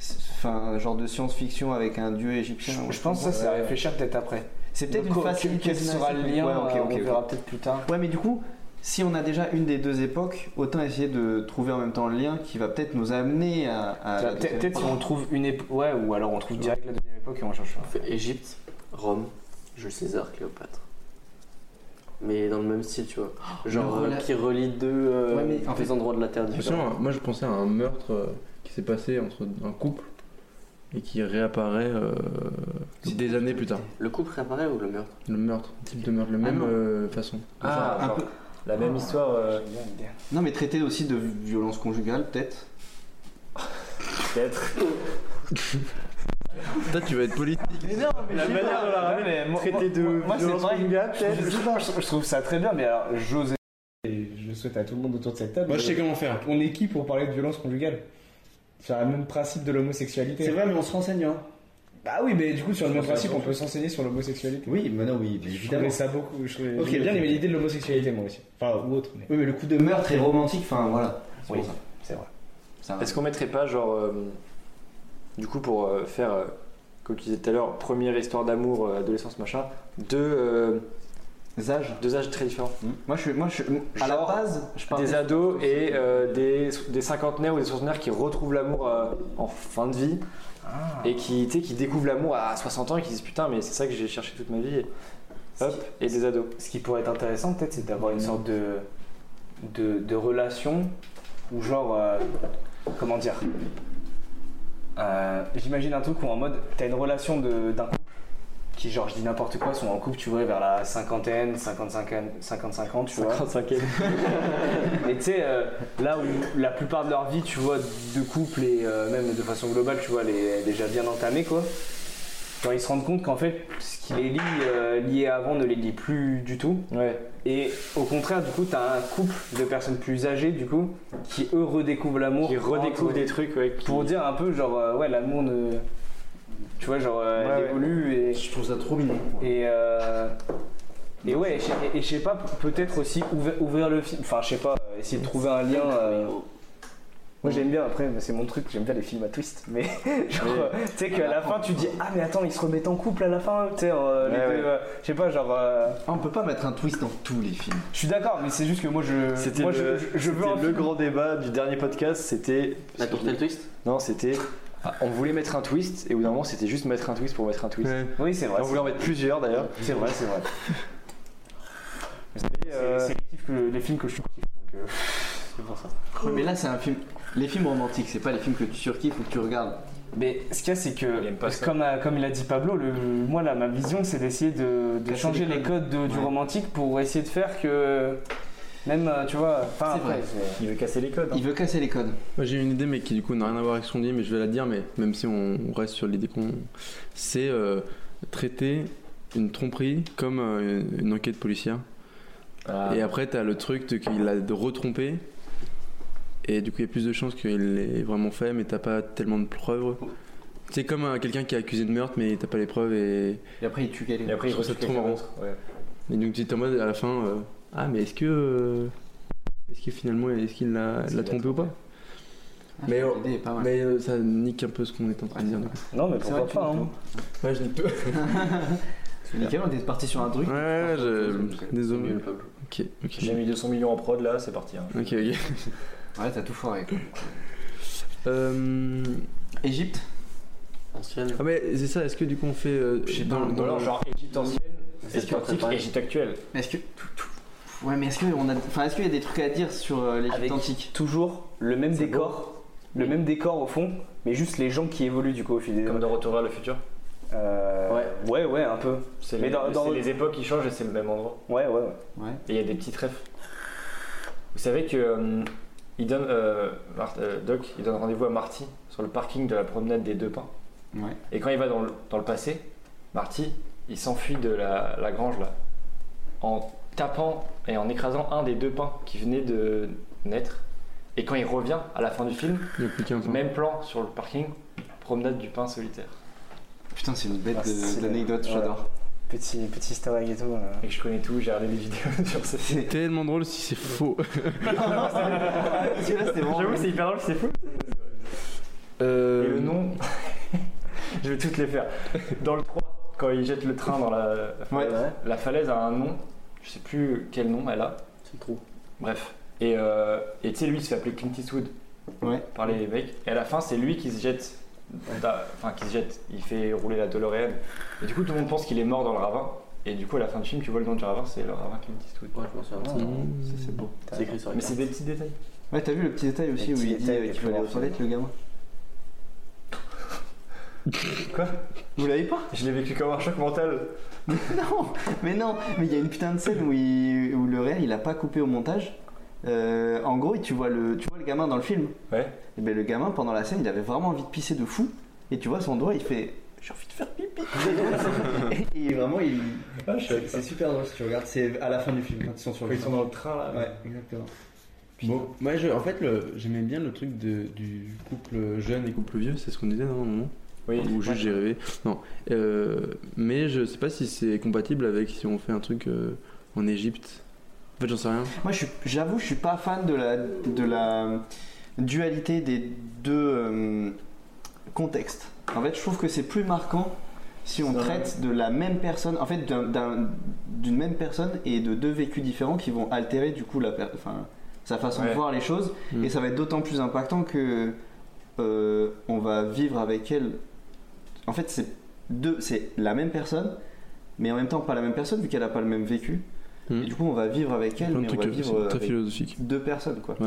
Speaker 3: s- enfin, genre de science-fiction avec un dieu égyptien.
Speaker 4: Je,
Speaker 3: ouais.
Speaker 4: je pense que ça, c'est à
Speaker 2: Ouais.
Speaker 4: réfléchir peut-être après.
Speaker 3: C'est peut-être
Speaker 4: De
Speaker 3: une
Speaker 4: quoi-
Speaker 3: phase
Speaker 4: quel, quel
Speaker 3: quasi-
Speaker 4: sera le lien
Speaker 3: Ouais, ok,
Speaker 4: euh,
Speaker 3: ok,
Speaker 4: On
Speaker 3: ok.
Speaker 4: verra peut-être plus tard.
Speaker 3: Ouais, mais du coup, si on a déjà une des deux époques, autant essayer de trouver en même temps le lien qui va peut-être nous amener à. à la
Speaker 4: Peut-
Speaker 3: deuxième
Speaker 4: Peut-être si
Speaker 3: époque.
Speaker 4: on trouve une époque. Ouais, ou alors on trouve direct la deuxième époque et on cherche.
Speaker 5: On fait Égypte, Rome, Jules César, Cléopâtre. Mais dans le même style, tu vois. Genre euh,
Speaker 3: le rela-
Speaker 5: qui relie deux, euh,
Speaker 3: Ouais, mais en
Speaker 5: deux
Speaker 3: fait-
Speaker 5: endroits de la Terre différents.
Speaker 1: Attention, moi je pensais à un meurtre euh, qui s'est passé entre un couple et qui réapparaît euh, des années plus tard.
Speaker 5: Le couple réapparaît ou le meurtre
Speaker 1: Le meurtre, type de meurtre, la même
Speaker 5: non.
Speaker 1: euh, façon.
Speaker 7: Ah,
Speaker 3: un
Speaker 7: genre,
Speaker 3: peu-
Speaker 7: la même histoire. euh,
Speaker 3: Non, mais traiter aussi de violence conjugale, peut-être.
Speaker 7: Peut-être.
Speaker 1: Toi tu vas être poli.
Speaker 4: Mais non, mais
Speaker 7: La
Speaker 4: je sais
Speaker 7: manière
Speaker 4: pas,
Speaker 7: de la
Speaker 4: ouais,
Speaker 7: ramener,
Speaker 4: mais moi-
Speaker 7: traiter
Speaker 4: moi-
Speaker 7: de
Speaker 4: moi, c'est
Speaker 7: violence
Speaker 4: vrai,
Speaker 7: conjugale, peut-être.
Speaker 4: Je, sais pas, je- je trouve ça très bien, mais alors, José. Et je le souhaite à tout le monde autour de cette table.
Speaker 1: Moi je sais comment faire.
Speaker 4: On est qui pour parler de violence conjugale Sur le même principe de l'homosexualité.
Speaker 3: vrai, mais on se renseigne. Hein.
Speaker 4: Bah oui, mais du coup, sur le même principe, on peut s'enseigner sur l'homosexualité.
Speaker 3: Oui, mais non, oui, mais
Speaker 4: Je trouvais ça beaucoup. Je trouvais,
Speaker 3: Ok,
Speaker 4: j'aimais bien
Speaker 3: ok.
Speaker 4: aimé l'idée de l'homosexualité, moi aussi. Enfin, ou autre, mais
Speaker 3: Oui, mais le coup de meurtre est romantique, enfin voilà. C'est
Speaker 4: Oui.
Speaker 3: pour ça.
Speaker 4: c'est vrai.
Speaker 3: Ça
Speaker 1: Ah.
Speaker 3: va.
Speaker 7: Est-ce qu'on mettrait pas, genre, euh, du coup, pour euh, faire, euh, comme tu disais tout à l'ure, première histoire d'amour, euh, adolescence, machin, deux, euh,
Speaker 3: Les âges
Speaker 7: deux âges très différents
Speaker 3: Moi, je suis. Moi, je, à la
Speaker 7: Genre,
Speaker 3: base, je parle
Speaker 7: Des ados et euh, des, des cinquantenaires ou des soixantenaires qui retrouvent l'amour euh, en fin de vie
Speaker 1: Ah.
Speaker 7: et qui, tu sais, qui découvrent l'amour à 60 ans et qui disent putain, mais c'est ça que j'ai cherché toute ma vie. Hop, et des ados.
Speaker 4: Ce qui pourrait être intéressant, peut-être, c'est d'avoir une sorte de, de, de relation où, genre, euh, comment dire Euh, J'imagine un truc où, en mode, t'as une relation de- d'un couple qui, genre, je dis n'importe quoi, sont en couple, tu vois, vers la cinquantaine, 55 ans, tu vois. [LAUGHS]
Speaker 7: 55e.
Speaker 4: Et tu sais, euh, là où la plupart de leur vie, tu vois, de couple et euh, même de façon globale, tu vois, elle est déjà bien entamée, quoi. Quand ils se rendent compte qu'en fait, ce qui les lie, euh, lié avant, ne les lie plus du tout.
Speaker 7: Ouais.
Speaker 4: Et au contraire, du coup, t'as un couple de personnes plus âgées, du coup, qui eux redécouvrent l'amour.
Speaker 7: Qui redécouvrent
Speaker 4: entre-
Speaker 7: des trucs, ouais. qui-
Speaker 4: Pour dire un peu, genre, euh, ouais, l'amour ne. Tu vois, genre, euh,
Speaker 7: Ouais,
Speaker 4: elle
Speaker 7: ouais.
Speaker 4: évolue et.
Speaker 3: Je trouve ça trop mignon.
Speaker 4: Et, euh, et ouais, et je sais- et je sais pas, peut-être aussi ouvrir, ouvrir le film, enfin je sais pas, euh, essayer de trouver un lien. euh, Moi j'aime bien, après c'est mon truc, j'aime bien les films à twist, mais genre, euh, tu sais qu'à la fin tu dis, ah mais attends, ils se remettent en couple à la fin, tu sais, euh, les
Speaker 7: Ouais,
Speaker 4: deux,
Speaker 7: ouais.
Speaker 4: euh, je sais pas, genre, euh,
Speaker 3: Ah, on peut pas mettre un twist dans tous les films.
Speaker 4: je suis d'accord, mais c'est juste que moi je,
Speaker 7: C'était
Speaker 4: moi,
Speaker 7: le,
Speaker 4: je, je- je veux
Speaker 7: c'était
Speaker 4: un
Speaker 7: le
Speaker 4: film-
Speaker 7: grand débat du dernier podcast, c'était.
Speaker 5: La tourtelle twist
Speaker 7: Non, c'était. ah, On voulait mettre un twist, et au bout d'un moment, c'était juste mettre un twist pour mettre un twist.
Speaker 4: Oui, c'est
Speaker 7: Et
Speaker 4: vrai,
Speaker 7: on voulait en mettre plusieurs d'ailleurs.
Speaker 4: c'est vrai, c'est vrai.
Speaker 7: Et, euh,
Speaker 4: [LAUGHS] C'est les, kiffs que- les films que je suis donc euh, c'est pour ça.
Speaker 3: Ouais, mais là, c'est un film. Les films romantiques, c'est pas les films que tu surkiffes ou que tu regardes.
Speaker 4: Mais ce qu'il y a, c'est que,
Speaker 7: Il aime pas
Speaker 4: parce que
Speaker 7: ça.
Speaker 4: comme, a- comme il a dit Pablo, le, moi, là, ma vision, c'est d'essayer de, de
Speaker 3: Casser
Speaker 4: changer
Speaker 3: les
Speaker 4: les codes de- du
Speaker 3: Ouais.
Speaker 4: romantique pour essayer de faire que. Même, euh, tu vois, enfin,
Speaker 3: C'est
Speaker 4: après,
Speaker 3: vrai.
Speaker 4: c'est-
Speaker 7: il veut casser les codes. hein.
Speaker 3: Il veut casser les codes.
Speaker 1: Moi j'ai une idée mais qui du coup n'a rien à voir avec ce qu'on dit mais je vais la dire mais même si on on reste sur l'idée qu'on... C'est euh, traiter une tromperie comme euh, une enquête policière.
Speaker 7: Ah.
Speaker 1: Et après t'as le truc de qu'il l'a retrompé et du coup il y a plus de chances qu'il l'ait vraiment fait mais t'as pas tellement de preuves. C'est comme euh, quelqu'un qui est accusé de meurtre mais t'as pas les preuves et,
Speaker 3: Et après, il tue
Speaker 7: Et
Speaker 3: quelqu'un.
Speaker 7: après, il
Speaker 1: Je trouve ça
Speaker 7: retouche
Speaker 1: trop
Speaker 7: les
Speaker 1: marrant.
Speaker 7: autres, ouais.
Speaker 1: et donc tu t'es en mode à la fin euh, ah mais est-ce que euh, est-ce que finalement est-ce qu'il l'a
Speaker 7: Est-ce
Speaker 1: l'a
Speaker 7: qu'il l'a
Speaker 1: trompé ou pas
Speaker 3: Ah,
Speaker 1: Mais, oh,
Speaker 3: L'idée est pas mal.
Speaker 1: Mais euh, ça nique un peu ce qu'on est en train de dire. donc.
Speaker 4: Non, mais
Speaker 3: C'est vrai
Speaker 4: pourquoi
Speaker 3: que tu
Speaker 4: pas,
Speaker 3: dis
Speaker 4: hein.
Speaker 1: Ouais, je nique peu.
Speaker 3: tout. Nickel, on est parti sur un truc.
Speaker 1: Ouais, ouais, je...
Speaker 5: Mieux,
Speaker 1: désolé.
Speaker 5: le peuple.
Speaker 1: Ok, ok.
Speaker 4: hein.
Speaker 7: J'ai mis 200 millions en prod là, c'est parti. hein.
Speaker 1: Ok, ok.
Speaker 3: Ouais, t'as tout foiré. quoi.
Speaker 1: Euh...
Speaker 3: Égypte
Speaker 5: Ancienne.
Speaker 1: Ah, mais c'est ça, est-ce que du coup on fait. euh,
Speaker 3: Je sais
Speaker 1: dans-
Speaker 3: pas,
Speaker 1: dans-
Speaker 7: Ou alors, genre Égypte ancienne,
Speaker 5: C'est
Speaker 7: Égypte
Speaker 5: pas
Speaker 7: antique,
Speaker 5: préparé.
Speaker 7: Égypte actuelle.
Speaker 3: Mais est-ce que. tout- tout- Ouais, mais est-ce qu'il a... enfin, est qu'il y a des trucs à dire sur euh, l'Égypte
Speaker 4: Avec
Speaker 3: antique
Speaker 4: toujours le même
Speaker 5: C'est
Speaker 4: décor, le
Speaker 5: Oui.
Speaker 4: même décor au fond, mais juste les gens qui évoluent, du coup, au fil des.
Speaker 7: Comme dans Retour vers le futur.
Speaker 4: Euh, ouais. ouais, un peu.
Speaker 7: C'est
Speaker 4: Mais
Speaker 7: les,
Speaker 4: dans-
Speaker 7: c'est
Speaker 4: dans-
Speaker 7: les époques qui changent et c'est le même endroit.
Speaker 4: Ouais, ouais, ouais.
Speaker 3: Ouais.
Speaker 7: Et il y a des petits trèfles. Vous savez que euh, il donne, euh, Mar- euh, Doc, il donne rendez-vous à Marty sur le parking de la promenade des Deux Pins.
Speaker 3: Ouais.
Speaker 7: Et quand il va dans le, dans le passé, Marty, il s'enfuit de la, la grange là, en tapant et en écrasant un des deux pins qui venait de naître. Et quand il revient à la fin du film,
Speaker 1: Il n'y a plus qu'un point.
Speaker 7: même plan sur le parking, promenade du pin solitaire.
Speaker 3: Putain, c'est une bête
Speaker 4: Ah, c'est
Speaker 3: de-
Speaker 4: le-
Speaker 3: d'anecdote,
Speaker 4: ouais.
Speaker 3: j'adore.
Speaker 4: Petit, petit easter egg et tout. euh.
Speaker 7: Et je connais tout, j'ai regardé des [LAUGHS] vidéos sur ça.
Speaker 1: C'est tellement drôle si c'est faux.
Speaker 3: [LAUGHS] Celui-là, c'est vraiment.
Speaker 7: J'avoue, c'est hyper drôle, c'est fou. Et le nom, [LAUGHS] Je vais toutes les faire. Dans le 3, quand il jette le train dans la, la falaise,
Speaker 2: Ouais.
Speaker 7: la falaise a un nom. Je sais plus quel nom elle a.
Speaker 5: C'est le trou.
Speaker 7: Bref. Et, euh, et tu sais, lui, il se fait appeler Clint Eastwood
Speaker 3: Ouais.
Speaker 7: par les mecs. Et à la fin, c'est lui qui se jette. Da- Enfin, qui se jette. Il fait rouler la DeLorean. Et du coup, tout le monde pense qu'il est mort dans le ravin. Et du coup, à la fin du film, tu vois le nom du ravin, c'est le ravin Clint Eastwood.
Speaker 5: Ouais, je m'en souviens.
Speaker 1: Euh,
Speaker 3: Ça, c'est beau.
Speaker 5: C'est écrit sur la
Speaker 7: Mais c'est
Speaker 5: carte.
Speaker 7: des petits détails.
Speaker 3: Ouais, t'as vu le petit détail aussi
Speaker 4: Les
Speaker 3: où
Speaker 4: petits
Speaker 3: il dit
Speaker 4: détails
Speaker 3: euh,
Speaker 4: les
Speaker 3: qu'il
Speaker 4: plus
Speaker 3: va aller aux
Speaker 4: grands,
Speaker 3: toilettes, le gamin Quoi Vous l'avez pas
Speaker 7: Je l'ai vécu comme un choc mental.
Speaker 3: Non Mais non Mais il y a une putain de scène où, il- où le réel il a pas coupé au montage. Euh, en gros, tu vois, le, tu vois le gamin dans le film.
Speaker 7: Ouais.
Speaker 3: Et ben le gamin pendant la scène, il avait vraiment envie de pisser de fou. Et tu vois son doigt, il fait J'ai envie de faire [LAUGHS] pipi Et vraiment, il. c'est c'est super drôle si tu regardes, c'est à la fin du film quand ils sont sur le train.
Speaker 7: dans le train là.
Speaker 3: Ouais, exactement.
Speaker 1: Bon, moi je, en fait, le- j'aimais bien le truc de, du couple jeune et couple vieux, c'est ce qu'on disait non, à un moment
Speaker 7: Oui.
Speaker 1: Ou juste j'ai rêvé. Non. Euh, mais je sais pas si c'est compatible avec si on fait un truc euh, en Égypte. En fait, j'en sais rien.
Speaker 3: Moi, je suis- j'avoue, je suis pas fan de la, de la dualité des deux euh, contextes. En fait, je trouve que c'est plus marquant si on
Speaker 2: C'est vrai.
Speaker 3: traite de la même personne, en fait, d'un- d'un- d'une même personne et de deux vécus différents qui vont altérer du coup la, per- enfin, sa façon de
Speaker 7: Ouais.
Speaker 3: voir les choses.
Speaker 1: Mm.
Speaker 3: Et ça va être d'autant plus impactant que euh, on va vivre avec elle. En fait, c'est deux, c'est la même personne, mais en même temps pas la même personne vu qu'elle a pas le même vécu.
Speaker 1: Hmm.
Speaker 3: Et du coup, on va vivre avec elle,
Speaker 1: Plein de
Speaker 3: mais on
Speaker 1: trucs
Speaker 3: va
Speaker 1: euh,
Speaker 3: vivre
Speaker 1: c'est très
Speaker 3: avec
Speaker 1: philosophique.
Speaker 3: deux personnes, quoi.
Speaker 1: Ouais.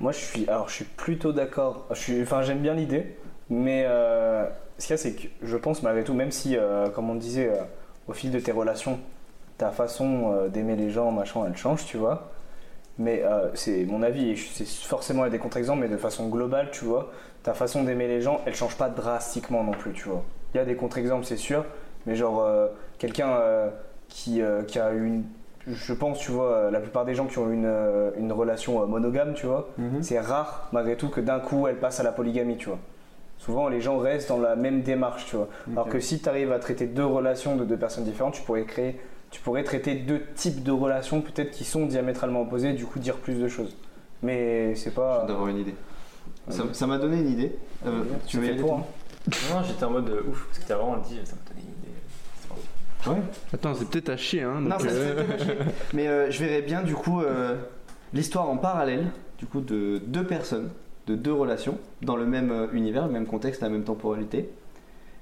Speaker 4: Moi, je suis, alors, je suis plutôt d'accord. Je suis- Enfin, j'aime bien l'idée, mais euh, ce qu'il y a, c'est que je pense malgré tout, même si, euh, comme on disait, euh, au fil de tes relations, ta façon euh, d'aimer les gens, machin, elle change, tu vois. Mais euh, c'est mon avis, et je- c'est forcément il y a des contre-exemples, mais de façon globale, tu vois, ta façon d'aimer les gens, elle change pas drastiquement non plus, tu vois. Il y a des contre-exemples, c'est sûr, mais genre euh, quelqu'un euh, qui, euh, qui a une, je pense, tu vois, euh, la plupart des gens qui ont une, euh, une relation euh, monogame, tu vois, c'est rare, malgré tout, que d'un coup, elle passe à la polygamie, tu vois. Souvent, les gens restent dans la même démarche, tu vois. Alors que si tu arrives à traiter deux relations de deux personnes différentes, tu pourrais créer, tu pourrais traiter deux types de relations, peut-être qui sont diamétralement opposées, du coup, dire plus de choses. Mais c'est
Speaker 3: Je
Speaker 4: pas.
Speaker 3: viens d'avoir une idée. Ça ça m'a donné Ah une idée. Euh, tu veux y
Speaker 4: fais
Speaker 3: aller
Speaker 4: pour,
Speaker 3: toi
Speaker 7: Non, non, j'étais en mode euh, ouf, parce que t'as vraiment dit, ça m'a donné une idée. C'est pas grave.
Speaker 1: Attends, c'est peut-être à chier, hein.
Speaker 3: Non,
Speaker 1: donc,
Speaker 3: ça
Speaker 1: euh,
Speaker 3: c'est dommage. Mais euh, je verrais bien du coup euh, l'histoire en parallèle, du coup de deux personnes, de deux relations, dans le même euh, univers, le même contexte, la même temporalité.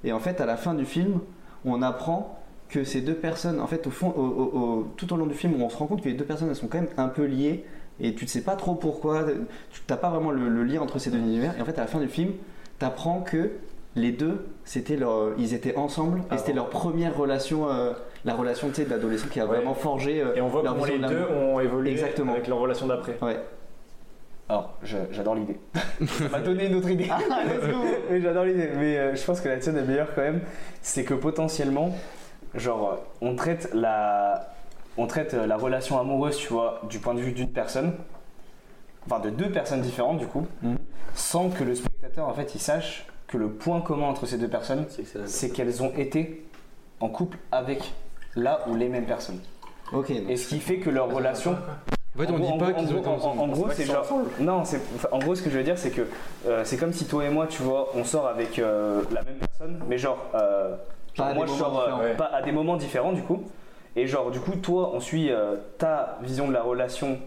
Speaker 3: Et en fait, à la fin du film, on apprend que ces deux personnes, en fait, au fond, au- au- au- tout au long du film, on se rend compte que les deux personnes, elles sont quand même un peu liées. Et tu ne sais pas trop pourquoi, tu n'as pas vraiment le, le lien entre ces deux univers. Et en fait, à la fin du film, tu apprends que les deux, c'était leur, ils étaient ensemble et
Speaker 7: Ah
Speaker 3: c'était
Speaker 7: bon.
Speaker 3: leur première relation, euh, la relation tu sais, d'adolescent qui a
Speaker 7: Ouais.
Speaker 3: vraiment forgé. euh,
Speaker 7: Et on voit
Speaker 3: leur
Speaker 7: comment les
Speaker 3: vision de
Speaker 7: deux
Speaker 3: l'amour.
Speaker 7: ont évolué
Speaker 3: Exactement.
Speaker 7: avec leur relation d'après.
Speaker 3: Ouais.
Speaker 4: Alors, je- j'adore l'idée. Ça m'a donné une autre idée. mais j'adore l'idée. Mais euh, je pense que la tienne est meilleure quand même. C'est que potentiellement, genre, euh, on traite la, on traite euh, la relation amoureuse, tu vois, du point de vue d'une personne, enfin de deux personnes différentes du coup,
Speaker 1: Mhm.
Speaker 4: sans que le spectateur en fait il sache que le point commun entre ces deux personnes,
Speaker 5: C'est excellent.
Speaker 4: c'est qu'elles ont été en couple avec là ou les mêmes personnes.
Speaker 3: [LAUGHS] Ok. donc-
Speaker 4: Et ce qui fait que leur relation
Speaker 1: En fait, on
Speaker 4: en gros-
Speaker 1: dit pas
Speaker 4: en gros-
Speaker 1: qu'ils ont
Speaker 4: en
Speaker 1: été
Speaker 4: gros- en-
Speaker 1: ensemble.
Speaker 4: En gros, c'est genre. Non, c'est- enfin, en gros, ce que je veux dire, c'est que euh, c'est comme si toi et moi, tu vois, on sort avec euh, la même personne, mais genre. euh,
Speaker 3: Pas à
Speaker 4: moi,
Speaker 3: des
Speaker 4: je
Speaker 3: moments
Speaker 4: sors euh,
Speaker 7: différents.
Speaker 4: pas à des moments différents, du coup. Et genre, du coup, toi, on suit euh, ta vision de la relation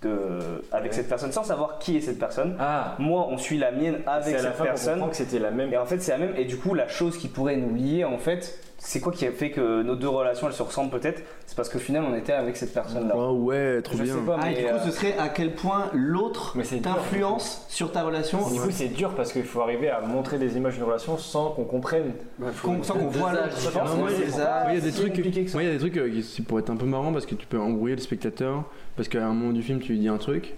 Speaker 4: de, avec
Speaker 7: Ouais.
Speaker 4: cette personne sans savoir qui est cette personne.
Speaker 7: Ah,
Speaker 4: Moi, on suit la mienne
Speaker 7: c'est
Speaker 4: avec
Speaker 7: à la
Speaker 4: cette
Speaker 7: fin qu'on
Speaker 4: personne.
Speaker 7: comprend que c'était la même.
Speaker 4: Et en fait, c'est la même. Et du coup, la chose qui pourrait nous lier, en fait, c'est quoi qui a fait que nos deux relations, elles se ressemblent peut-être C'est parce qu'au final, on était avec cette personne-là.
Speaker 1: Ah ouais, trop
Speaker 4: Je
Speaker 1: bien.
Speaker 4: sais pas,
Speaker 3: Ah, et
Speaker 4: mais,
Speaker 3: du coup,
Speaker 4: euh,
Speaker 3: ce serait à quel point l'autre
Speaker 7: Mais c'est dur.
Speaker 3: t'influence sur ta relation
Speaker 7: Du coup, c'est dur parce qu'il faut arriver à montrer des images d'une relation sans qu'on comprenne.
Speaker 3: qu'on- sans qu'on voit l'autre.
Speaker 1: Non, moi, il y a-
Speaker 3: C'est ça.
Speaker 1: moi, il y a des
Speaker 4: si
Speaker 1: trucs,
Speaker 4: compliqué que ça.
Speaker 1: moi, il y a des trucs euh, qui qui pourraient être un peu marrants parce que tu peux embrouiller le spectateur parce qu'à un moment du film tu lui dis un truc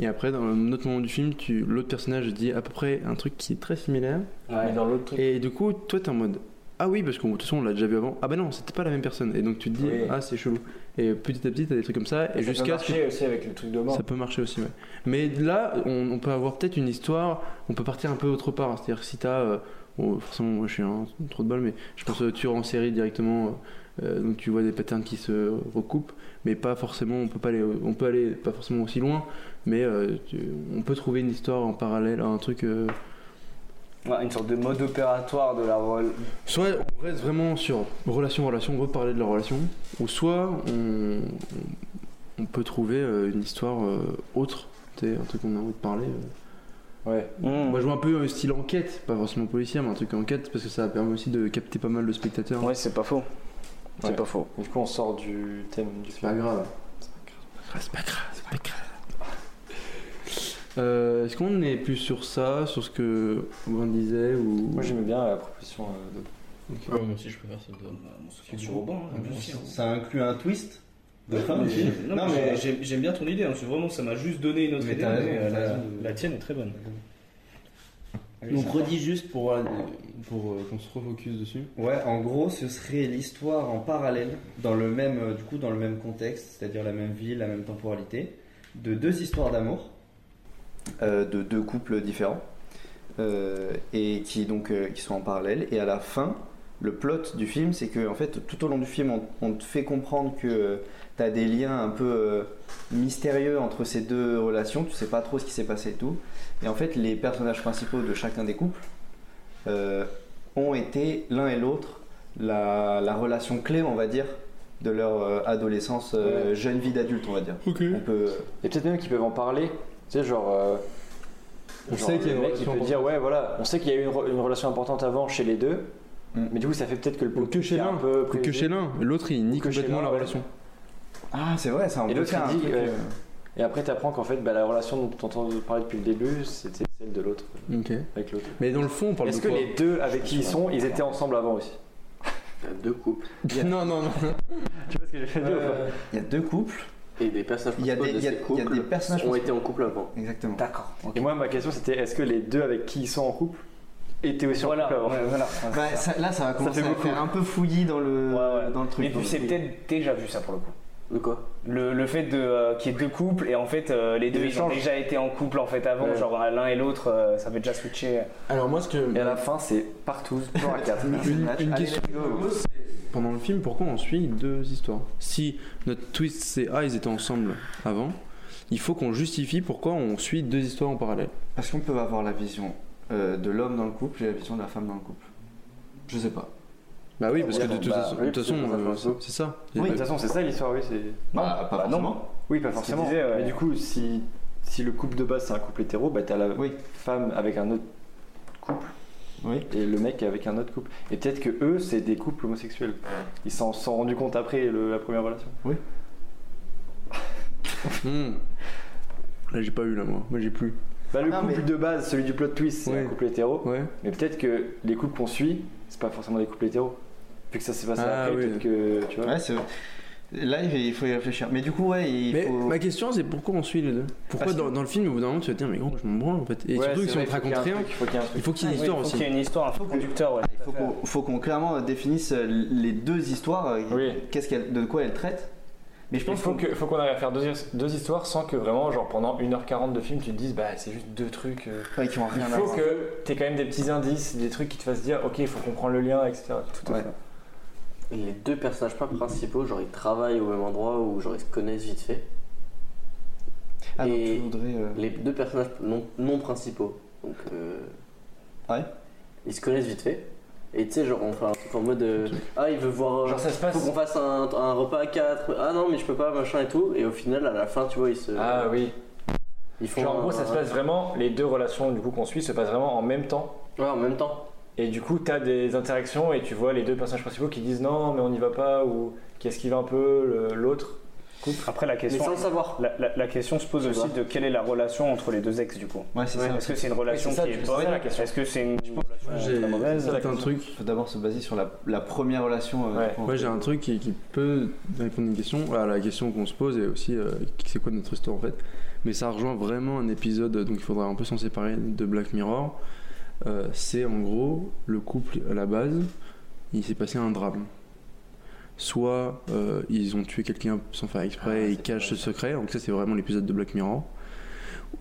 Speaker 1: et après dans un autre moment du film tu l'autre personnage dit à peu près un truc qui est très similaire
Speaker 7: Mais dans l'autre truc.
Speaker 1: et du coup toi t'es en mode ah oui parce qu'en de toute façon on l'a déjà vu avant ah bah non c'était pas la même personne et donc tu te dis
Speaker 7: Oui.
Speaker 1: ah c'est chelou et petit à petit t'as des trucs comme ça et,
Speaker 7: Et
Speaker 1: jusqu'à ce que
Speaker 7: marcher aussi avec le truc de mort.
Speaker 1: ça peut marcher aussi, ouais. Mais là, on, on peut avoir peut-être une histoire, on peut partir un peu autre part. C'est-à-dire que si t'as. euh, bon, forcément, moi je suis un trop de balle, mais je pense euh, tueur en série directement. euh, donc tu vois des patterns qui se recoupent, mais pas forcément, on peut, pas aller, on peut aller pas forcément aussi loin, mais euh, tu- on peut trouver une histoire en parallèle, un truc. euh,
Speaker 4: Ouais, une sorte de mode opératoire de la rôle.
Speaker 1: Soit on reste vraiment sur relation, relation, on veut parler de la relation, ou soit on, on peut trouver euh, une histoire euh, autre, tu sais, un truc qu'on a envie de parler. euh.
Speaker 2: Ouais.
Speaker 1: Moi, je vois un peu euh, style enquête, pas forcément policière, mais un truc enquête, parce que ça permet aussi de capter pas mal de spectateurs.
Speaker 4: Ouais, c'est pas faux. C'est
Speaker 2: Ouais.
Speaker 4: pas faux.
Speaker 2: Du coup, on sort du thème du
Speaker 1: C'est pas grave. C'est pas grave, c'est pas grave. Euh, Est-ce qu'on est plus sur ça, sur ce que Van disait ou...
Speaker 2: Moi, j'aimais bien la proposition euh, de
Speaker 8: moi aussi, je préfère celle de.
Speaker 9: On se fait sur au banc, hein, aussi, hein.
Speaker 3: Ça inclut un twist de fin
Speaker 9: Mais- non,
Speaker 3: Non,
Speaker 9: mais
Speaker 3: mais-
Speaker 9: j'aime j'aime bien ton idée, hein, parce que vraiment ça m'a juste donné une autre
Speaker 3: Mais
Speaker 9: idée.
Speaker 3: t'as raison,
Speaker 9: mais, euh,
Speaker 3: t'as
Speaker 9: la,
Speaker 3: raison.
Speaker 9: la tienne est très bonne.
Speaker 3: Avec
Speaker 9: Donc
Speaker 3: ça.
Speaker 9: redis juste pour. euh,
Speaker 1: Pour euh, qu'on se refocus dessus.
Speaker 3: Ouais, en gros, ce serait l'histoire en parallèle, dans le même, euh, du coup, dans le même contexte, c'est-à-dire la même ville, la même temporalité, de deux histoires d'amour, euh, de deux couples différents, euh, et qui donc euh, qui sont en parallèle. Et à la fin, le plot du film, c'est que en fait, tout au long du film, on, on te fait comprendre que tu as des liens un peu euh, mystérieux entre ces deux relations. Tu sais pas trop ce qui s'est passé et tout. Et en fait, les personnages principaux de chacun des couples. euh, ont été l'un et l'autre la, la relation clé, on va dire, de leur euh, adolescence, euh, jeune vie d'adulte, on va dire.
Speaker 1: Ok.
Speaker 3: On peut,
Speaker 2: Et peut-être même qu'ils peuvent en parler. Tu sais, genre. euh,
Speaker 1: On sait qu'il y a une
Speaker 2: le mec, il
Speaker 1: relation
Speaker 2: peut dire, ouais, voilà, on sait qu'il y a eu une, re- une relation importante avant chez les deux.
Speaker 3: Mm.
Speaker 2: Mais du coup, ça fait peut-être que le
Speaker 1: Ou que
Speaker 2: plot
Speaker 1: chez
Speaker 2: est un
Speaker 1: l'un,
Speaker 2: peu
Speaker 1: Que
Speaker 2: prévu.
Speaker 1: chez l'un, l'autre il nie
Speaker 2: Que chez
Speaker 1: complètement
Speaker 2: l'un,
Speaker 1: la
Speaker 2: ouais.
Speaker 1: relation.
Speaker 3: Ah, c'est vrai, ça, on
Speaker 2: Et
Speaker 3: peut
Speaker 2: l'autre,
Speaker 3: faire
Speaker 2: il
Speaker 3: un
Speaker 2: dit,
Speaker 3: truc,
Speaker 2: ouais.
Speaker 3: euh,
Speaker 2: Et après, t'apprends qu'en fait, bah, la relation dont t'entends parler depuis le début, c'était celle de l'autre,
Speaker 1: Ok.
Speaker 2: avec l'autre.
Speaker 1: Mais dans le fond, on parle
Speaker 2: Est-ce
Speaker 1: de
Speaker 2: que
Speaker 1: quoi
Speaker 2: les deux avec qui ils sont, ils étaient ensemble avant aussi
Speaker 5: Il y a deux couples
Speaker 1: [LAUGHS] Non, non, non.
Speaker 2: Tu vois ce que j'ai fait de
Speaker 4: Euh,
Speaker 3: Il y a deux couples.
Speaker 5: et des personnages
Speaker 3: Il y a
Speaker 5: principaux de
Speaker 3: des- il y a-
Speaker 5: ces
Speaker 3: il y a des
Speaker 5: couples
Speaker 3: personnages
Speaker 5: ont été en couple avant.
Speaker 3: Exactement.
Speaker 4: D'accord. ok.
Speaker 2: Et moi, ma question, c'était est-ce que les deux avec qui ils sont en couple étaient aussi en
Speaker 4: Voilà,
Speaker 2: couple avant
Speaker 4: ouais, voilà.
Speaker 3: Bah, ça- là, ça va commencer
Speaker 2: fait
Speaker 3: à
Speaker 2: beaucoup.
Speaker 3: faire un peu fouillis dans le,
Speaker 4: Ouais, ouais.
Speaker 3: Dans le truc.
Speaker 4: Mais tu sais peut-être déjà vu ça pour le coup.
Speaker 5: De quoi
Speaker 4: Le, le fait de euh, qu'il y ait deux couples et en fait euh, les deux ils ont
Speaker 2: échangent.
Speaker 4: déjà été en couple en fait avant,
Speaker 2: Ouais.
Speaker 4: genre l'un et l'autre euh, ça avait déjà switché.
Speaker 1: Alors moi, ce que
Speaker 2: Et à la fin, c'est partout, toujours à quatre.
Speaker 1: une,
Speaker 3: Match.
Speaker 1: une
Speaker 3: Allez,
Speaker 1: question
Speaker 3: let's go.
Speaker 1: que je me pose, c'est, pendant le film, pourquoi on suit deux histoires Si notre twist c'est ah ils étaient ensemble avant, il faut qu'on justifie pourquoi on suit deux histoires en parallèle.
Speaker 3: Parce qu'on peut avoir la vision euh, de l'homme dans le couple et la vision de la femme dans le couple. Je sais pas.
Speaker 1: Bah oui, parce que
Speaker 2: Ouais,
Speaker 1: de toute
Speaker 2: bah,
Speaker 1: façon,
Speaker 2: oui,
Speaker 1: de toute façon,
Speaker 2: parce que ça
Speaker 1: euh,
Speaker 2: fait un peu.
Speaker 1: c'est ça.
Speaker 2: Oui, de toute façon, c'est ça l'histoire, oui. c'est-
Speaker 3: Bah, pas
Speaker 4: bah non.
Speaker 3: forcément.
Speaker 2: Oui, pas
Speaker 4: qu'il
Speaker 2: forcément.
Speaker 4: disait, ouais.
Speaker 2: Mais du coup, si, si le couple de base c'est un couple hétéro, bah t'as la
Speaker 3: Oui.
Speaker 2: femme avec un autre couple
Speaker 3: Oui.
Speaker 2: et le mec avec un autre couple. Et peut-être que eux, c'est des couples homosexuels. Ils s'en sont rendus compte après le- la première relation.
Speaker 1: Hmm. Là j'ai pas eu là moi, moi j'ai plus.
Speaker 2: Bah, le
Speaker 3: Non,
Speaker 2: couple
Speaker 3: mais-
Speaker 2: de base, celui du plot twist, c'est
Speaker 1: Ah, Ouais.
Speaker 2: un couple hétéro.
Speaker 1: Ouais.
Speaker 2: Mais peut-être que les couples qu'on suit, c'est pas forcément des couples hétéros. Vu que ça s'est passé
Speaker 1: Ah,
Speaker 2: après,
Speaker 1: oui.
Speaker 2: peut-être que tu vois.
Speaker 3: Ouais, c'est Là, il faut y réfléchir. Mais du coup, ouais, il
Speaker 1: Mais
Speaker 3: faut.
Speaker 1: ma question c'est pourquoi on suit les deux Pourquoi
Speaker 3: Parce que-
Speaker 1: dans, dans le film au bout d'un moment tu vas te dire mais gros je m'en branle en fait Et
Speaker 2: Ouais,
Speaker 1: surtout
Speaker 2: c'est
Speaker 1: que si
Speaker 2: vrai,
Speaker 1: on te
Speaker 2: faut qu'il y ait
Speaker 1: raconte
Speaker 2: un
Speaker 1: rien,
Speaker 2: truc, Ah faut qu'il y ait un truc.
Speaker 1: il faut qu'il y ait une
Speaker 4: Oui,
Speaker 1: histoire
Speaker 4: faut
Speaker 1: aussi.
Speaker 4: qu'il y ait une histoire, un faux conducteur. Ouais,
Speaker 3: Il faut qu'on, faut qu'on clairement définisse euh, les deux histoires, euh,
Speaker 7: Oui.
Speaker 3: qu'est-ce qu'elles- de quoi elles traitent. Mais je
Speaker 7: Il
Speaker 3: pense
Speaker 7: faut
Speaker 3: qu'on
Speaker 7: que- faut qu'on arrive à faire deux, deux histoires sans que vraiment, genre pendant 1h40 de film, tu te dises, bah c'est juste deux trucs. euh.
Speaker 3: ouais, qu'ils ont
Speaker 7: Il
Speaker 3: rien à
Speaker 7: faut
Speaker 3: voir.
Speaker 7: que t'aies quand même des petits indices, des trucs qui te fassent dire, ok, il faut comprendre le lien, etc. Tout à
Speaker 3: Ouais.
Speaker 7: fait.
Speaker 5: Les deux personnages pas principaux, genre ils travaillent au même endroit ou genre ils se connaissent vite fait.
Speaker 3: Ah, donc,
Speaker 5: Et-
Speaker 3: tu voudrais. euh,
Speaker 5: Les deux personnages non, non principaux, donc euh,
Speaker 3: Ouais.
Speaker 5: ils se connaissent vite fait. Et tu sais, genre on fait un truc en mode euh, ah il veut voir,
Speaker 7: Genre
Speaker 5: euh,
Speaker 7: ça se passe.
Speaker 5: faut qu'on fasse un, un repas à quatre. Ah non mais je peux pas machin et tout. Et au final à la fin tu vois ils se,
Speaker 7: Ah oui.
Speaker 5: ils font.
Speaker 7: Genre en gros,
Speaker 5: un-
Speaker 7: ça
Speaker 4: euh,
Speaker 7: se passe vraiment, les deux relations du coup qu'on suit se passent vraiment en même temps.
Speaker 5: Ouais en même temps.
Speaker 7: Et du coup, t'as des interactions et tu vois les deux personnages principaux qui disent non, mais on n'y va pas, ou qui esquivent un peu le- l'autre.
Speaker 4: Après la
Speaker 5: Mais
Speaker 4: question,
Speaker 5: sans le savoir.
Speaker 4: la, la- la question se pose
Speaker 5: Tu
Speaker 4: aussi
Speaker 5: vois.
Speaker 4: de quelle est la relation entre les deux ex du coup.
Speaker 3: Ouais, c'est
Speaker 5: Ouais.
Speaker 3: ça.
Speaker 4: Est-ce que c'est une relation
Speaker 7: Oui, c'est ça,
Speaker 4: qui est
Speaker 7: c'est ça,
Speaker 4: bonne
Speaker 7: la question.
Speaker 4: Est-ce que c'est une
Speaker 1: J'ai
Speaker 4: relation mauvaise
Speaker 1: c'est un truc
Speaker 3: Il faut d'abord se baser sur la, la première relation. euh,
Speaker 7: Ouais.
Speaker 3: qu'on-
Speaker 1: Ouais, j'ai un truc qui, qui peut répondre à une question, à la question qu'on se pose et aussi euh, qui- c'est quoi notre histoire en fait. Mais ça rejoint vraiment un épisode, donc il faudra un peu s'en séparer de Black Mirror. Euh, c'est en gros le couple à la base, il s'est passé un drame. Soit euh, ils ont tué quelqu'un sans faire
Speaker 7: Ah,
Speaker 1: exprès et ils cachent ce secret, donc ça c'est vraiment l'épisode de Black Mirror.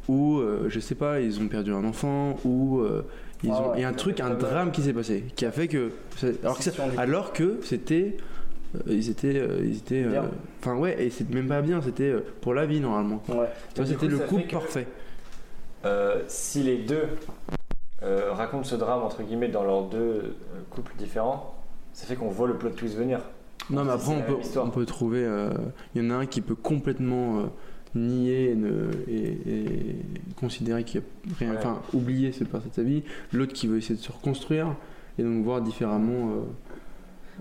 Speaker 1: Ou euh, je sais pas, ils ont perdu un enfant, ou euh, ils
Speaker 7: Ah
Speaker 1: ont.
Speaker 7: ouais,
Speaker 1: il y a un
Speaker 7: ça
Speaker 1: truc,
Speaker 7: fait
Speaker 1: un
Speaker 7: pas mal.
Speaker 1: drame qui s'est passé, qui a fait que. c'est- Alors que, ça-
Speaker 4: Scission du-
Speaker 1: alors que c'était euh, ils étaient, euh, ils étaient, euh,
Speaker 7: Bien.
Speaker 1: enfin ouais, et c'est même pas bien, c'était euh, pour la vie normalement.
Speaker 4: Ouais.
Speaker 1: Tu vois,
Speaker 7: Du [LAUGHS]
Speaker 1: c'était
Speaker 7: coup,
Speaker 1: le
Speaker 7: ça
Speaker 1: couple
Speaker 7: fait que-
Speaker 1: parfait.
Speaker 7: Euh, si les deux euh, racontent ce drame entre guillemets dans leurs deux euh, couples différents, ça fait qu'on voit le plot twist venir.
Speaker 10: Non, mais
Speaker 7: Si
Speaker 10: après,
Speaker 7: c'est
Speaker 10: on
Speaker 7: la
Speaker 10: peut,
Speaker 7: même histoire.
Speaker 10: on peut trouver. euh, Il y en a un qui peut complètement euh, nier et, ne- et- et considérer qu'il n'y a rien.
Speaker 7: Ouais.
Speaker 10: Enfin, oublier ce passé de sa vie. L'autre qui veut essayer de se reconstruire et donc voir différemment. euh,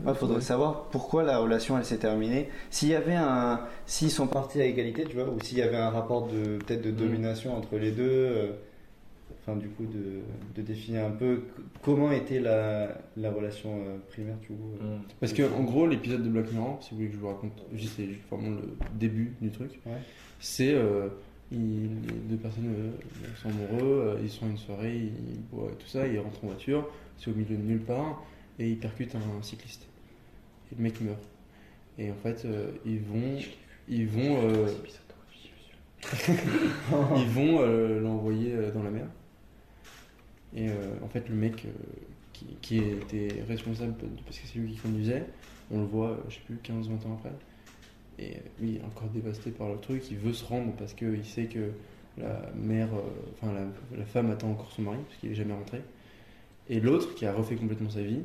Speaker 3: Il faudrait savoir pourquoi la relation elle s'est terminée. S'il y avait un, s'ils sont partis à égalité, tu vois, ou s'il y avait un rapport de peut-être de
Speaker 7: Mm.
Speaker 3: domination entre les deux. euh, Enfin, du coup, de, de définir un peu c- comment était la, la relation euh, primaire, tu vois. euh.
Speaker 1: Parce que en gros, l'épisode de Black Mirror, si vous voulez que je vous raconte juste les- vraiment le début du truc,
Speaker 3: Ouais.
Speaker 1: c'est euh, ils- les deux personnes euh, sont amoureux, euh, ils sont à une soirée, ils boivent et tout ça, ils rentrent en voiture, c'est au milieu de nulle part et ils percutent un cycliste. Et le mec meurt. Et en fait, euh, ils vont, ils vont, euh, [LAUGHS] ils vont euh, l'envoyer euh, dans la mer. Et euh, en fait, le mec euh, qui, qui était responsable parce que c'est lui qui conduisait, on le voit, euh, je sais plus, 15-20 ans après. Et euh, lui, il est encore dévasté par le truc, il veut se rendre parce qu'il sait que la mère, euh, enfin la, la femme attend encore son mari, parce qu'il est jamais rentré. Et l'autre, qui a refait complètement sa vie,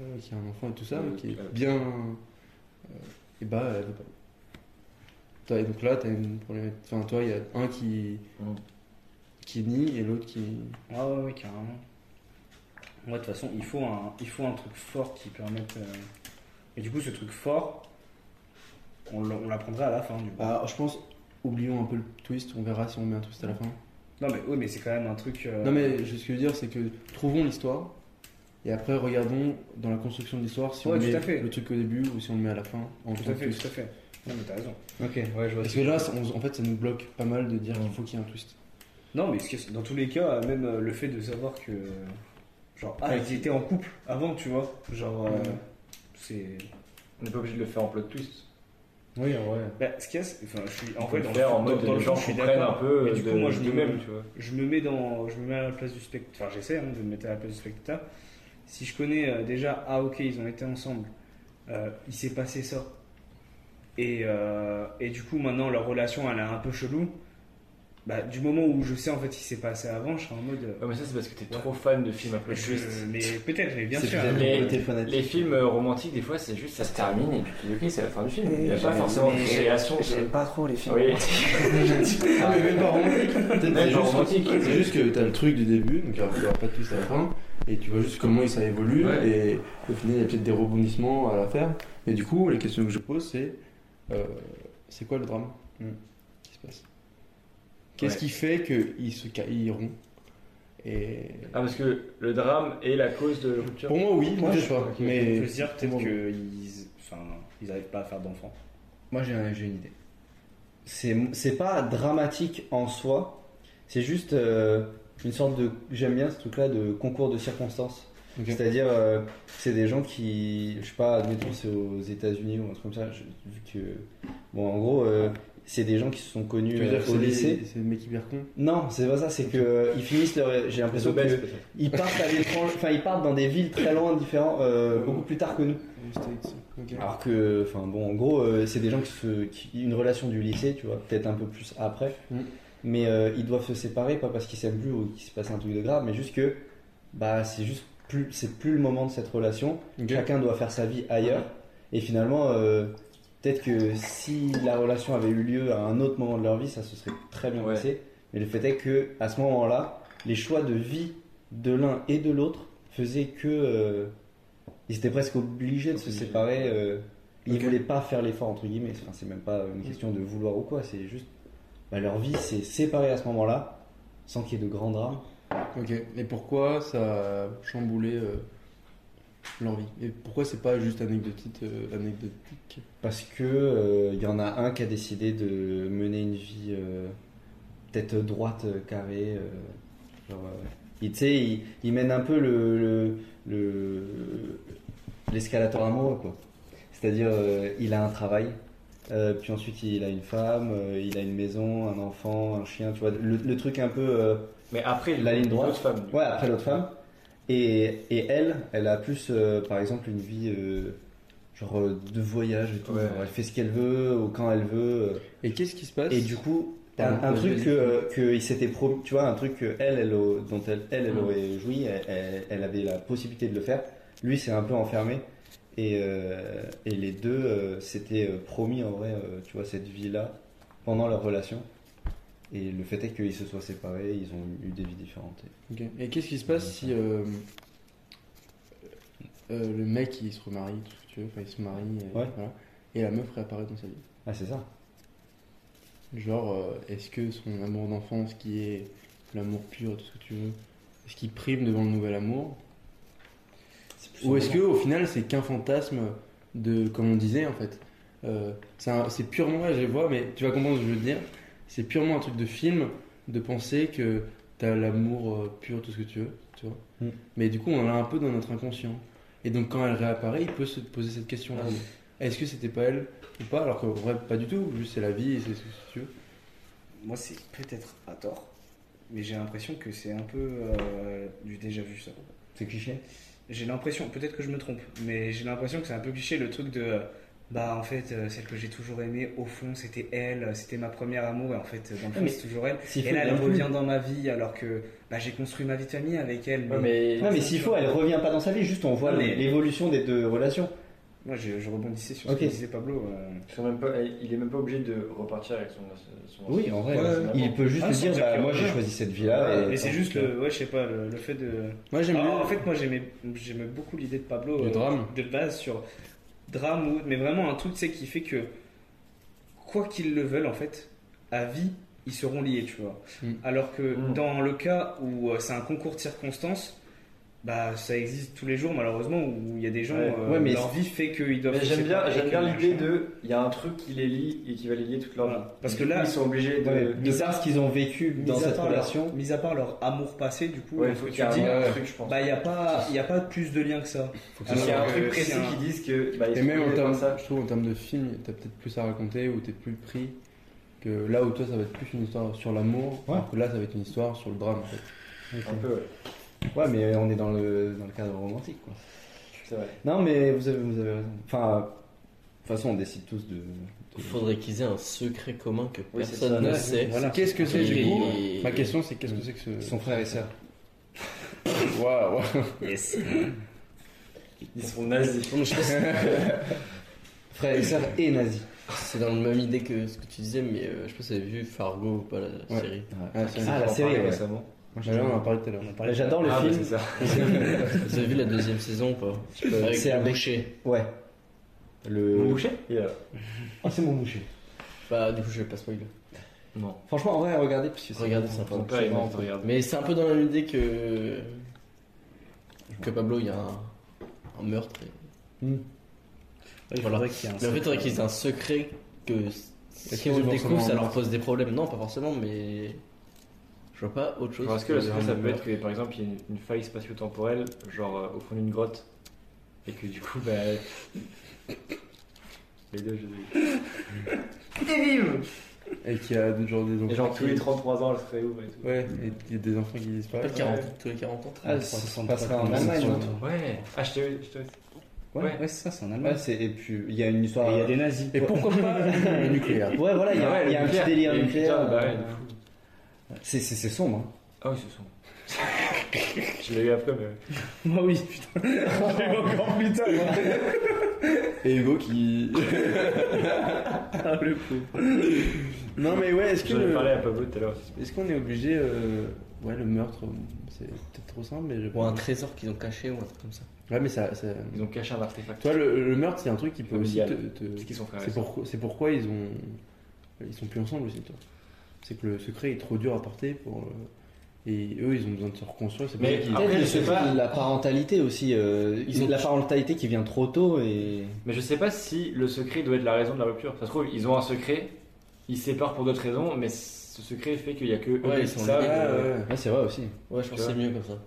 Speaker 1: euh, qui a un enfant et tout ça,
Speaker 7: Euh,
Speaker 1: qui est
Speaker 7: euh,
Speaker 1: bien. et bah, elle veut pas. T'as- Et donc là, t'as une problématique. Enfin, toi, il y a un qui.
Speaker 7: Mm.
Speaker 1: qui nie et l'autre qui.
Speaker 4: Ah ouais, ouais, carrément. Moi, de toute façon, il faut, un, il faut un truc fort qui permette. euh, Et du coup, ce truc fort, on l'- on l'apprendrait à la fin du coup.
Speaker 1: Bah, je pense, oublions un peu le twist, on verra si on met un twist à la fin.
Speaker 4: Non, mais oui, mais c'est quand même un truc. euh,
Speaker 1: Non, mais je- ce que je veux dire, c'est que trouvons l'histoire et après regardons dans la construction de l'histoire si
Speaker 4: Ouais,
Speaker 1: on
Speaker 4: tout
Speaker 1: met
Speaker 4: à fait.
Speaker 1: le truc au début ou si on le met à la fin en
Speaker 4: Tout
Speaker 1: tant
Speaker 4: à
Speaker 1: que
Speaker 4: fait,
Speaker 1: twist.
Speaker 4: tout à fait. Non, mais t'as raison.
Speaker 3: Ok, ouais, je vois.
Speaker 1: Parce que là, ça- on- en fait, ça nous bloque pas mal de dire qu'il faut qu'il y ait un twist.
Speaker 4: Non, mais ce qui est- dans tous les cas, même euh, le fait de savoir que. Genre, ah, ils étaient en couple avant, tu vois. Genre, euh, c'est.
Speaker 7: On n'est pas obligé de le faire en plot twist.
Speaker 1: Oui, ouais.
Speaker 4: Bah, ce qu'il y a, c'est- enfin, je suis. En
Speaker 7: On peut
Speaker 4: fait,
Speaker 7: le
Speaker 4: dans,
Speaker 7: faire
Speaker 4: le,
Speaker 7: en mode
Speaker 4: dans, dans
Speaker 7: les
Speaker 4: le
Speaker 7: gens
Speaker 4: fond, je suis
Speaker 7: comprennent un
Speaker 4: d'accord.
Speaker 7: peu
Speaker 4: Mais du coup, moi, je me,
Speaker 7: même, tu vois.
Speaker 4: je me mets dans, je me mets à la place du spectateur. Enfin, j'essaie hein, de me mettre à la place du spectateur. Si je connais euh, déjà, ah ok, ils ont été ensemble, euh, il s'est passé ça, et, euh, et du coup maintenant leur relation elle est un peu chelou. Bah, du moment où je sais en fait ce qui s'est passé avant, je serai en mode. euh,
Speaker 7: Ouais, mais ça c'est parce que t'es trop fan de films à plot
Speaker 4: je-
Speaker 7: twist.
Speaker 4: mais peut-être, mais bien
Speaker 3: C'est
Speaker 4: sûr.
Speaker 3: peut-être
Speaker 7: Mais-
Speaker 3: le côté fanatique.
Speaker 7: Les films euh, romantiques, des fois, c'est juste ça se termine et puis tu dis, ok, c'est la fin du film. Il n'y a pas
Speaker 2: J'aime-
Speaker 7: forcément de
Speaker 2: mais-
Speaker 7: création. de-
Speaker 2: J'aime pas trop les films.
Speaker 7: Oui.
Speaker 1: Ah, mais même pas romantique. Peut-être
Speaker 7: Même
Speaker 1: c'est
Speaker 7: pas
Speaker 1: juste-
Speaker 7: romantique.
Speaker 1: C'est juste que t'as le truc du début, donc il n'y aura pas de twist à la fin, et tu vois juste comment ça évolue,
Speaker 7: Ouais.
Speaker 1: et au final il y a peut-être des rebondissements à la faire. Et du coup, les questions que je pose, c'est euh, c'est quoi le drame
Speaker 4: Hmm.
Speaker 1: qui se passe Qu'est-ce qui fait qu'ils se cailliront Et
Speaker 7: Ah, parce que le drame est la cause de la rupture.
Speaker 1: pour moi, oui,
Speaker 4: Moi,
Speaker 1: peut-être
Speaker 4: je-
Speaker 1: pas.
Speaker 4: On
Speaker 1: Mais
Speaker 4: peut se dire peut-être
Speaker 1: Bon.
Speaker 4: qu'ils enfin, ils n'arrivent pas à faire d'enfants.
Speaker 1: moi, j'ai un- j'ai une idée.
Speaker 3: C'est c'est pas dramatique en soi, c'est juste euh, une sorte de. J'aime bien ce truc-là de concours de circonstances.
Speaker 1: Ok.
Speaker 3: C'est-à-dire, euh, c'est des gens qui, je sais pas, admettons c'est aux États-Unis ou un truc comme ça, je- vu que, bon, en gros, euh, c'est des gens qui se sont
Speaker 1: Tu
Speaker 3: connus
Speaker 1: veux dire
Speaker 3: euh,
Speaker 1: que
Speaker 3: au
Speaker 1: c'est-
Speaker 3: lycée.
Speaker 1: C'est le mec hyper con euh,
Speaker 3: Non, c'est pas ça, c'est que euh, ils finissent leur, j'ai l'impression
Speaker 7: Obèse,
Speaker 3: que
Speaker 7: peut-être.
Speaker 3: ils partent à l'étranger, enfin ils partent dans des villes très loin, différentes, euh, beaucoup plus tard que nous.
Speaker 1: Ok.
Speaker 3: Alors que, enfin bon, en gros, euh, c'est des gens qui se. qui- une relation du lycée, tu vois, peut-être un peu plus après.
Speaker 1: Mm.
Speaker 3: Mais euh, ils doivent se séparer, pas parce qu'ils s'aiment plus ou qu'il se passe un truc de grave, mais juste que, bah, c'est juste plus. c'est plus le moment de cette relation.
Speaker 1: Ok.
Speaker 3: Chacun doit faire sa vie ailleurs. Et finalement, euh, peut-être que si la relation avait eu lieu à un autre moment de leur vie, ça se serait très bien
Speaker 7: Ouais.
Speaker 3: passé. Mais le fait est que, à ce moment-là, les choix de vie de l'un et de l'autre faisaient que. euh, ils étaient presque obligés de se
Speaker 7: Obligés.
Speaker 3: séparer. euh, ils
Speaker 1: Ok.
Speaker 3: voulaient pas faire l'effort, entre guillemets. Enfin, c'est même pas une question de vouloir ou quoi. C'est juste. bah, leur vie s'est séparée à ce moment-là, sans qu'il y ait de grand drame.
Speaker 1: Ok, et pourquoi ça a chamboulé euh, leur vie Et pourquoi c'est pas juste anecdotique, euh, anecdotique
Speaker 3: Parce que euh, il y en a un qui a décidé de mener une vie euh, peut-être droite, euh, carrée. euh, genre, euh, il, tu sais, il, il mène un peu le le- le- l'escalator amoureux quoi. C'est-à-dire euh, il a un travail, euh, puis ensuite il a une femme, euh, il a une maison, un enfant, un chien, tu vois, le, le truc un peu euh,
Speaker 7: Mais après,
Speaker 3: La ligne droite.
Speaker 7: l'autre femme.
Speaker 3: ouais après l'autre femme. Et, et elle, elle a plus euh, par exemple une vie euh, genre euh, de voyage et tout.
Speaker 7: Ouais.
Speaker 3: Genre, elle fait ce qu'elle veut ou quand elle veut. euh,
Speaker 1: Et qu'est-ce qui se passe
Speaker 3: et du coup, Un,
Speaker 1: Pardon,
Speaker 3: un
Speaker 1: vas-y,
Speaker 3: truc
Speaker 1: vas-y.
Speaker 3: que, euh, que il s'était pro, tu vois, un truc que elle, elle, au- dont elle, elle, elle aurait joui, elle, elle- elle avait la possibilité de le faire. Lui, c'est un peu enfermé. Et, euh, et les deux euh, s'étaient euh, promis en vrai, euh, tu vois, cette vie-là pendant leur relation. Et le fait est qu'ils se soient séparés, ils ont eu des vies différentes.
Speaker 1: Ok. Et qu'est-ce qui se passe si euh, euh, le mec il se remarie, tout ce que tu veux, enfin il se marie, et,
Speaker 3: Ouais.
Speaker 1: voilà, et la meuf réapparaît dans sa vie
Speaker 3: Ah, c'est ça.
Speaker 1: Genre, euh, est-ce que son amour d'enfance qui est l'amour pur, tout ce que tu veux, est-ce qu'il prime devant le nouvel amour
Speaker 3: C'est plus
Speaker 1: Ou est-ce
Speaker 3: un-
Speaker 1: que au final c'est qu'un fantasme de, comme on disait en fait, euh, c'est un- c'est purement, ouais, je les vois, mais tu vas comprendre ce que je veux dire, c'est purement un truc de film de penser que t'as l'amour euh, pur, tout ce que tu veux, tu vois.
Speaker 3: Mm.
Speaker 1: Mais du coup on l'a un peu dans notre inconscient. Et donc quand elle réapparaît, il peut se poser cette question-là. Est-ce que c'était pas elle ou pas Alors qu'en vrai pas du tout, juste c'est la vie et c'est ce que tu veux.
Speaker 3: Moi, c'est peut-être à tort, mais j'ai l'impression que c'est un peu euh, du déjà vu, ça. C'est cliché.
Speaker 4: J'ai l'impression, peut-être que je me trompe, mais j'ai l'impression que c'est un peu cliché le truc de euh, bah en fait euh, celle que j'ai toujours aimée au fond c'était elle, euh, c'était ma première amour et en fait euh, dans le fond
Speaker 3: mais
Speaker 4: c'est toujours elle.
Speaker 3: S'il
Speaker 4: Et
Speaker 3: faut,
Speaker 4: là
Speaker 3: il y
Speaker 4: elle
Speaker 3: a un peu-
Speaker 4: revient dans ma vie alors que bah, j'ai construit ma vie de famille avec elle.
Speaker 3: Euh,
Speaker 7: Ouais, mais
Speaker 3: Non, mais s'il faut, elle revient pas dans sa vie, juste on voit
Speaker 4: Non, mais-
Speaker 3: l'évolution des deux relations.
Speaker 4: Moi je, je rebondissais sur
Speaker 3: Ok.
Speaker 4: ce que disait Pablo. euh,
Speaker 7: c'est même pas- il est même pas obligé de repartir avec son. son-
Speaker 3: Oui, en vrai,
Speaker 4: Ouais,
Speaker 3: euh,
Speaker 4: ouais.
Speaker 3: il peut juste
Speaker 4: Ah,
Speaker 3: te
Speaker 4: sans
Speaker 3: dire,
Speaker 4: dire
Speaker 3: bah,
Speaker 4: que-
Speaker 3: moi j'ai
Speaker 4: ouais.
Speaker 3: choisi cette vie-là.
Speaker 4: mais
Speaker 3: et-
Speaker 4: c'est juste le, ouais, je sais pas, le, le fait de.
Speaker 1: Moi j'aime
Speaker 4: Ah,
Speaker 1: bien.
Speaker 4: en fait, moi j'aimais, j'aimais beaucoup l'idée de Pablo
Speaker 1: Du
Speaker 4: euh,
Speaker 1: drame.
Speaker 4: de base sur drame ou mais vraiment un truc, c'est qui fait que quoi qu'ils le veulent en fait, à vie, ils seront liés, tu vois.
Speaker 1: Mm.
Speaker 4: Alors que
Speaker 7: Mm.
Speaker 4: dans le cas où euh, c'est un concours de circonstances, bah ça existe tous les jours malheureusement où il y a des gens,
Speaker 7: Ouais.
Speaker 4: euh,
Speaker 3: Ouais, mais
Speaker 4: leur vie fait qu'ils doivent.
Speaker 7: Mais
Speaker 4: se
Speaker 7: j'aime bien,
Speaker 4: séparer,
Speaker 7: j'aime
Speaker 4: que
Speaker 7: bien l'idée
Speaker 4: machin.
Speaker 7: de. Il y a un truc qui les lie et qui va les lier toute leur
Speaker 4: Voilà.
Speaker 7: vie.
Speaker 4: Parce
Speaker 7: Du
Speaker 4: que
Speaker 7: coup,
Speaker 4: là-
Speaker 7: ils sont obligés de.
Speaker 3: Ouais,
Speaker 7: de-
Speaker 3: mis à ce qu'ils ont vécu
Speaker 4: Mis
Speaker 3: dans
Speaker 4: à
Speaker 3: cette
Speaker 4: part leur-
Speaker 3: relation.
Speaker 4: mis à part leur amour passé, du coup,
Speaker 7: Ouais, il
Speaker 4: tu
Speaker 7: faut
Speaker 4: te
Speaker 7: qu'il y
Speaker 4: dis,
Speaker 7: ait un
Speaker 1: ouais.
Speaker 7: truc, je pense.
Speaker 4: bah il n'y a pas, il y a pas plus de lien que ça.
Speaker 7: Parce qu'il y a un
Speaker 4: Alors
Speaker 7: truc
Speaker 4: que
Speaker 7: précis
Speaker 4: c'est un-
Speaker 7: qui disent que. Bah, ils
Speaker 1: Et
Speaker 7: sont
Speaker 1: même en
Speaker 7: obligés de
Speaker 1: termes,
Speaker 7: faire ça.
Speaker 1: je trouve en termes de film, t'as peut-être plus à raconter ou t'es plus pris que là où toi ça va être plus une histoire sur l'amour,
Speaker 3: Ouais.
Speaker 1: alors que là ça va être une histoire sur le drame. En fait.
Speaker 7: Un peu, ouais.
Speaker 3: Ouais, mais on est dans le, dans le cadre romantique, quoi.
Speaker 7: C'est vrai.
Speaker 3: Non, mais vous avez, vous avez raison. Enfin, euh, de toute façon, on décide tous de.
Speaker 5: Il faudrait qu'ils aient un secret commun que
Speaker 7: Oui, c'est
Speaker 5: personne
Speaker 7: ça,
Speaker 5: ne
Speaker 7: ouais,
Speaker 5: sait.
Speaker 4: Voilà.
Speaker 1: Qu'est-ce que Ah, c'est du
Speaker 5: Et-
Speaker 1: coup Ma question c'est qu'est-ce que c'est que ce. Ah,
Speaker 3: Son frère et sœur.
Speaker 1: Waouh
Speaker 4: Yes.
Speaker 7: Ils sont nazis.
Speaker 5: Non, mais je pense que
Speaker 3: Frère et sœur et nazi.
Speaker 5: [LAUGHS] c'est dans la même idée que ce que tu disais, mais euh, je sais pas si vous avez vu Fargo ou pas la
Speaker 1: Ouais.
Speaker 5: série.
Speaker 1: Ah, c'est
Speaker 3: Ah,
Speaker 1: vrai.
Speaker 3: la série, ouais.
Speaker 7: récemment.
Speaker 1: Bah là, on en a parlé tout à l'heure.
Speaker 3: J'adore le
Speaker 7: Ah, bah,
Speaker 3: film.
Speaker 7: c'est ça.
Speaker 5: vous avez vu la deuxième saison ou pas Avec
Speaker 3: Euh, C'est
Speaker 5: le
Speaker 3: avec-
Speaker 5: boucher.
Speaker 3: Ouais. Le...
Speaker 7: Il est là.
Speaker 3: Ah, c'est mon boucher.
Speaker 5: Bah, du coup, je vais pas spoiler.
Speaker 3: Franchement, en vrai, regardez, parce que c'est.
Speaker 5: Regardez, c'est sympa.
Speaker 7: Mon père est mort, regarde.
Speaker 5: Mais c'est un peu dans la même idée que. que Pablo, il y a un, un meurtre. et-
Speaker 3: Hmm.
Speaker 5: Et voilà.
Speaker 4: qu'il y ait un
Speaker 5: Mais en fait, il
Speaker 4: secret.
Speaker 5: faudrait qu'ils aient un secret que si
Speaker 1: que
Speaker 5: on
Speaker 1: c'est
Speaker 5: le découvre,
Speaker 1: forcément
Speaker 5: ça
Speaker 1: un
Speaker 5: leur
Speaker 1: meurtre
Speaker 5: pose des problèmes. Non, pas forcément, mais. Je vois pas autre chose.
Speaker 7: Parce que le
Speaker 5: c'est
Speaker 7: secret, ça peut être que par exemple, il y a une, une faille spatio-temporelle, genre euh, au fond d'une grotte, et que du coup, bah. [LAUGHS] Les deux, je les
Speaker 1: Et qu'il y a des- genre des enfants.
Speaker 7: ai. Et genre tous
Speaker 1: qui-
Speaker 7: les 33 ans, elle se réouvre et tout.
Speaker 1: Ouais, et qu'il y a des enfants qui disparaissent.
Speaker 5: 40, tous les 40 ans.
Speaker 3: Ah, ça se passera en Allemagne. non
Speaker 7: Ouais, ah, je t'ai je t'ai-
Speaker 4: Ouais, ouais, c'est ça, c'est en Allemagne.
Speaker 3: Ouais, c'est- et puis il y a une histoire.
Speaker 4: Et Il y a des nazis.
Speaker 3: Et pourquoi pas
Speaker 1: Le nucléaire.
Speaker 3: Ouais, voilà, il y a,
Speaker 7: Ah ouais,
Speaker 3: il y a
Speaker 7: le
Speaker 3: un petit
Speaker 7: nucléaire,
Speaker 3: délire
Speaker 7: il y a une
Speaker 3: nucléaire.
Speaker 7: putain, bah ouais,
Speaker 3: euh,
Speaker 7: de fou.
Speaker 3: c'est, c'est, c'est sombre. hein.
Speaker 7: Ah oui, ce sont. [LAUGHS] je l'ai eu après, mais.
Speaker 4: Moi oui, putain. J'ai encore plus tard.
Speaker 1: Et Hugo [LAUGHS] qui. Ah, Non mais ouais, est-ce que.
Speaker 7: J'en ai parlé à Pablo tout à l'heure.
Speaker 1: Est-ce qu'on est obligé. euh, Ouais, le meurtre, c'est peut-être trop simple, mais je
Speaker 5: Ou un trésor qu'ils ont caché ou un truc comme ça.
Speaker 1: Ouais, mais ça. ça...
Speaker 7: Ils ont caché un artefact.
Speaker 1: Toi, le, le meurtre, c'est un truc qui peut aussi te.
Speaker 7: Familial.
Speaker 1: te-
Speaker 7: Parce qu'ils sont frères et
Speaker 1: C'est
Speaker 7: sœurs.
Speaker 1: pourquoi, c'est pourquoi ils ont, ils sont plus ensemble aussi, toi. C'est que le secret est trop dur à porter pour. euh, Et eux, ils ont besoin de se reconstruire. C'est pas
Speaker 7: Mais ah,
Speaker 1: qu'ils-
Speaker 7: Après,
Speaker 3: Peut-être
Speaker 7: je
Speaker 3: que
Speaker 7: sais
Speaker 3: c'est
Speaker 7: pas.
Speaker 3: La parentalité aussi. euh,
Speaker 7: Ils ont-
Speaker 3: La parentalité qui vient trop tôt et.
Speaker 7: Mais je sais pas si le secret doit être la raison de la rupture. Ça se trouve, ils ont un secret, ils se séparent pour d'autres raisons, mais ce secret fait qu'il y a que eux
Speaker 5: Ouais, ils
Speaker 7: qui
Speaker 5: sont
Speaker 7: savent.
Speaker 5: liés.
Speaker 7: euh,
Speaker 1: Ah, Ouais, ouais.
Speaker 3: Ouais, c'est vrai aussi.
Speaker 5: Ouais, je pense que c'est mieux comme ça.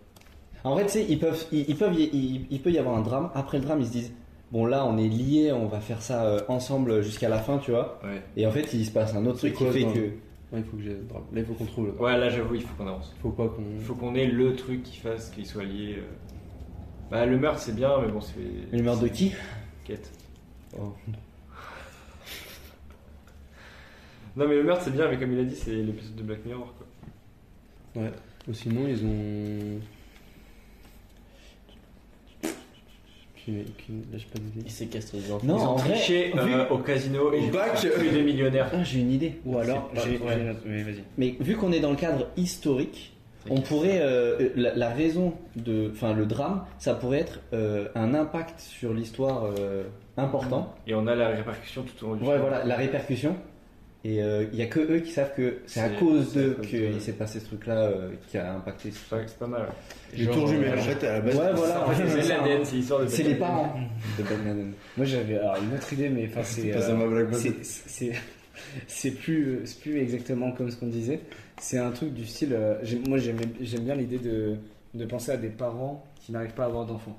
Speaker 3: En vrai, tu sais, ils peuvent, ils, ils peuvent, y- il, il peut y avoir un drame. Après le drame, ils se disent bon là, on est liés, on va faire ça euh, ensemble jusqu'à la fin, tu vois.
Speaker 7: Ouais.
Speaker 3: Et en fait, il se passe un autre
Speaker 1: C'est
Speaker 3: truc qui
Speaker 1: quoi,
Speaker 3: fait
Speaker 1: dans-
Speaker 3: que.
Speaker 1: Ouais, il faut que j'ai. le drame. Là, il faut qu'on trouve. le drame.
Speaker 7: Ouais, là j'avoue, il faut qu'on avance.
Speaker 1: Faut pas qu'on.
Speaker 7: Il faut qu'on ait le truc qui fasse qu'ils soient liés. euh. Bah, le meurtre c'est bien, mais bon, c'est.
Speaker 3: Le meurtre de qui
Speaker 7: Quête.
Speaker 3: Oh.
Speaker 7: Non, mais le meurtre, c'est bien, mais comme il a dit, c'est l'épisode de Black Mirror. Quoi.
Speaker 1: Ou sinon, ils ont. Qui- qui- Là, j'ai pas d'idée.
Speaker 5: Il séquestre les enfants.
Speaker 7: Ils
Speaker 3: Non,
Speaker 7: ont
Speaker 3: en vrai,
Speaker 7: triché euh, au casino et
Speaker 5: Au bac,
Speaker 7: ils ont tué des millionnaires.
Speaker 3: Ah, j'ai une idée.
Speaker 4: Ou alors,
Speaker 5: pas-
Speaker 4: j'ai.
Speaker 5: ouais.
Speaker 4: j'ai- Mais vas-y.
Speaker 3: Mais vu qu'on est dans le cadre historique, on pourrait euh, euh, la, la raison de, enfin le drame, ça pourrait être euh, un impact sur l'histoire euh, important.
Speaker 7: Et on a la répercussion tout au long du
Speaker 3: Ouais,
Speaker 7: film.
Speaker 3: voilà la répercussion. Et euh, il y a que eux qui savent que c'est à
Speaker 7: C'est-
Speaker 3: cause d'eux
Speaker 7: c'est à cause d'eux.
Speaker 3: qu'il s'est passé ce truc-là euh, qui a impacté.
Speaker 7: C'est vrai que c'est pas mal.
Speaker 1: J'ai
Speaker 5: Genre,
Speaker 1: tout revu, mais
Speaker 5: euh,
Speaker 1: en fait, à la base.
Speaker 3: Ouais, voilà.
Speaker 7: En fait,
Speaker 3: c'est
Speaker 7: c'est
Speaker 3: ça,
Speaker 7: l'ADN,
Speaker 3: hein.
Speaker 7: c'est l'histoire de
Speaker 3: C'est les parents de Batman.
Speaker 4: Moi j'avais alors, une autre idée, mais enfin c'est.
Speaker 5: Pas
Speaker 4: euh,
Speaker 5: à ma blague, vas-y.
Speaker 4: c'est- c'est- C'est plus, euh, c'est plus exactement comme ce qu'on disait. C'est un truc du style. euh, j'ai- moi j'aimais- j'aime bien l'idée de, de penser à des parents qui n'arrivent pas à avoir d'enfants.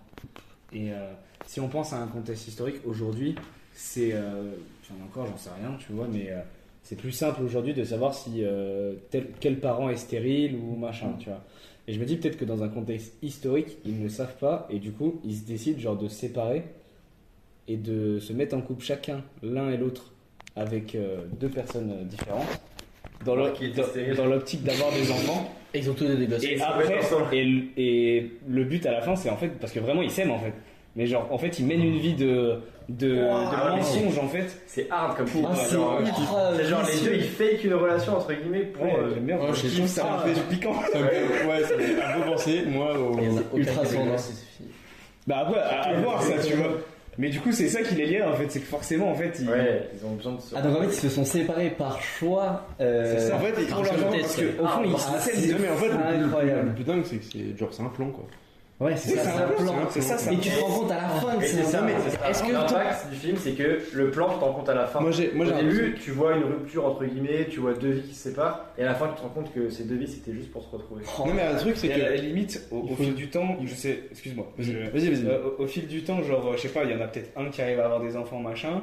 Speaker 4: Et euh, si on pense à un contexte historique, aujourd'hui, c'est. euh, enfin, encore, j'en sais rien, tu vois, mais euh, c'est plus simple aujourd'hui de savoir si euh, tel, quel parent est stérile ou machin, tu vois. Et je me dis peut-être que dans un contexte historique, ils ne le savent pas et du coup, ils se décident genre de se séparer et de se mettre en couple chacun, l'un et l'autre, avec euh, deux personnes euh, différentes, dans le- dans- dans l'optique d'avoir des enfants.
Speaker 5: Et ils ont tous des débats.
Speaker 4: Et après, et, le- et le but à la fin, c'est en fait, parce que vraiment, ils s'aiment en fait. Mais genre, en fait, ils mènent une vie de, de, de mensonge en fait.
Speaker 7: C'est hard comme film.
Speaker 3: Ah, c'est
Speaker 7: Genre, euh,
Speaker 3: ultra
Speaker 7: c'est genre les
Speaker 3: vicieux.
Speaker 7: deux ils fake une relation entre guillemets pour.
Speaker 4: Ouais,
Speaker 7: euh,
Speaker 4: j'aime bien.
Speaker 1: Oh, je trouve ça me fait du piquant. Ça me fait- Ouais, ça me fait un peu penser, moi, au.
Speaker 3: Ultra sanguin.
Speaker 4: Bah après, à, à voir ça, tu vois. Mais du coup, c'est ça qui les lie en fait, c'est que forcément, en fait, ils.
Speaker 7: Ouais, ils ont besoin de se.
Speaker 3: Ah donc en fait ils se sont séparés par choix. euh,
Speaker 4: C'est ça.
Speaker 1: En fait, ils
Speaker 4: Pour l'argent, parce que,
Speaker 5: euh,
Speaker 4: au fond, ils
Speaker 5: bah,
Speaker 3: ah,
Speaker 4: s'aiment.
Speaker 3: c'est
Speaker 1: Non, mais en fait, le plus-
Speaker 3: incroyable.
Speaker 1: le plus dingue, c'est que c'est genre, c'est un plan quoi.
Speaker 3: Ouais, c'est
Speaker 4: C'est
Speaker 3: ça.
Speaker 4: ça,
Speaker 3: c'est un plan.
Speaker 4: c'est ça, c'est un
Speaker 3: Et tu te rends compte à la fin que
Speaker 7: Et
Speaker 3: c'est
Speaker 7: c'est
Speaker 3: un
Speaker 7: ça,
Speaker 3: plan.
Speaker 7: mais c'est ça. L'impact du film, c'est que le plan, tu t'en compte à la fin.
Speaker 1: Moi j'ai. Moi,
Speaker 7: Au
Speaker 1: j'ai un-
Speaker 7: début, tu vois une rupture entre guillemets, tu vois deux vies qui se séparent, et à la fin, tu te rends compte que ces deux vies, c'était juste pour se retrouver.
Speaker 1: Non, mais un truc, c'est
Speaker 4: Et à la
Speaker 1: que.
Speaker 4: limite, au, au
Speaker 1: faut-
Speaker 4: fil du temps, je sais, excuse-moi. je-
Speaker 1: Vas-y, vas-y.
Speaker 4: Euh, au, au fil du temps, genre, euh, je sais pas, il y en a peut-être un qui arrive à avoir des enfants, machin.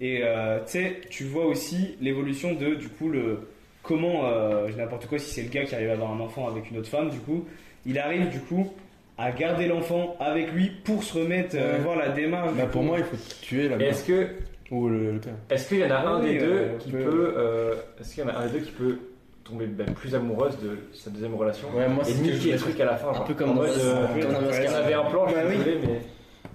Speaker 4: Et euh, tu sais, tu vois aussi l'évolution de, du coup, le comment, euh, je dis n'importe quoi, si c'est le gars qui arrive à avoir un enfant avec une autre femme, du coup, il arrive, du coup, à garder l'enfant avec lui pour se remettre, euh,
Speaker 1: Ouais.
Speaker 4: voir la démarche.
Speaker 1: Bah,
Speaker 4: du
Speaker 1: pour
Speaker 4: coup.
Speaker 1: moi, il faut tuer la
Speaker 7: Et
Speaker 1: mère.
Speaker 7: est-ce que,
Speaker 1: Ou le, le père.
Speaker 7: est-ce qu'il y en a un
Speaker 4: Oui,
Speaker 7: des
Speaker 4: euh,
Speaker 7: deux qui
Speaker 4: peu.
Speaker 7: peut, euh, est-ce qu'il y en a un des deux qui peut tomber bah, plus amoureuse de sa deuxième relation
Speaker 5: Ouais, moi,
Speaker 7: et
Speaker 5: c'est ce que je
Speaker 7: niquer
Speaker 5: voulais
Speaker 7: le truc à la fin.
Speaker 5: Un
Speaker 7: genre.
Speaker 5: peu comme
Speaker 7: En
Speaker 5: dans
Speaker 7: mode,
Speaker 5: Mas-
Speaker 7: euh,
Speaker 5: comme dans
Speaker 7: ouais,
Speaker 5: Mascara.
Speaker 7: On avait un plan, je
Speaker 4: Bah
Speaker 7: suis
Speaker 4: oui.
Speaker 7: désolé, mais.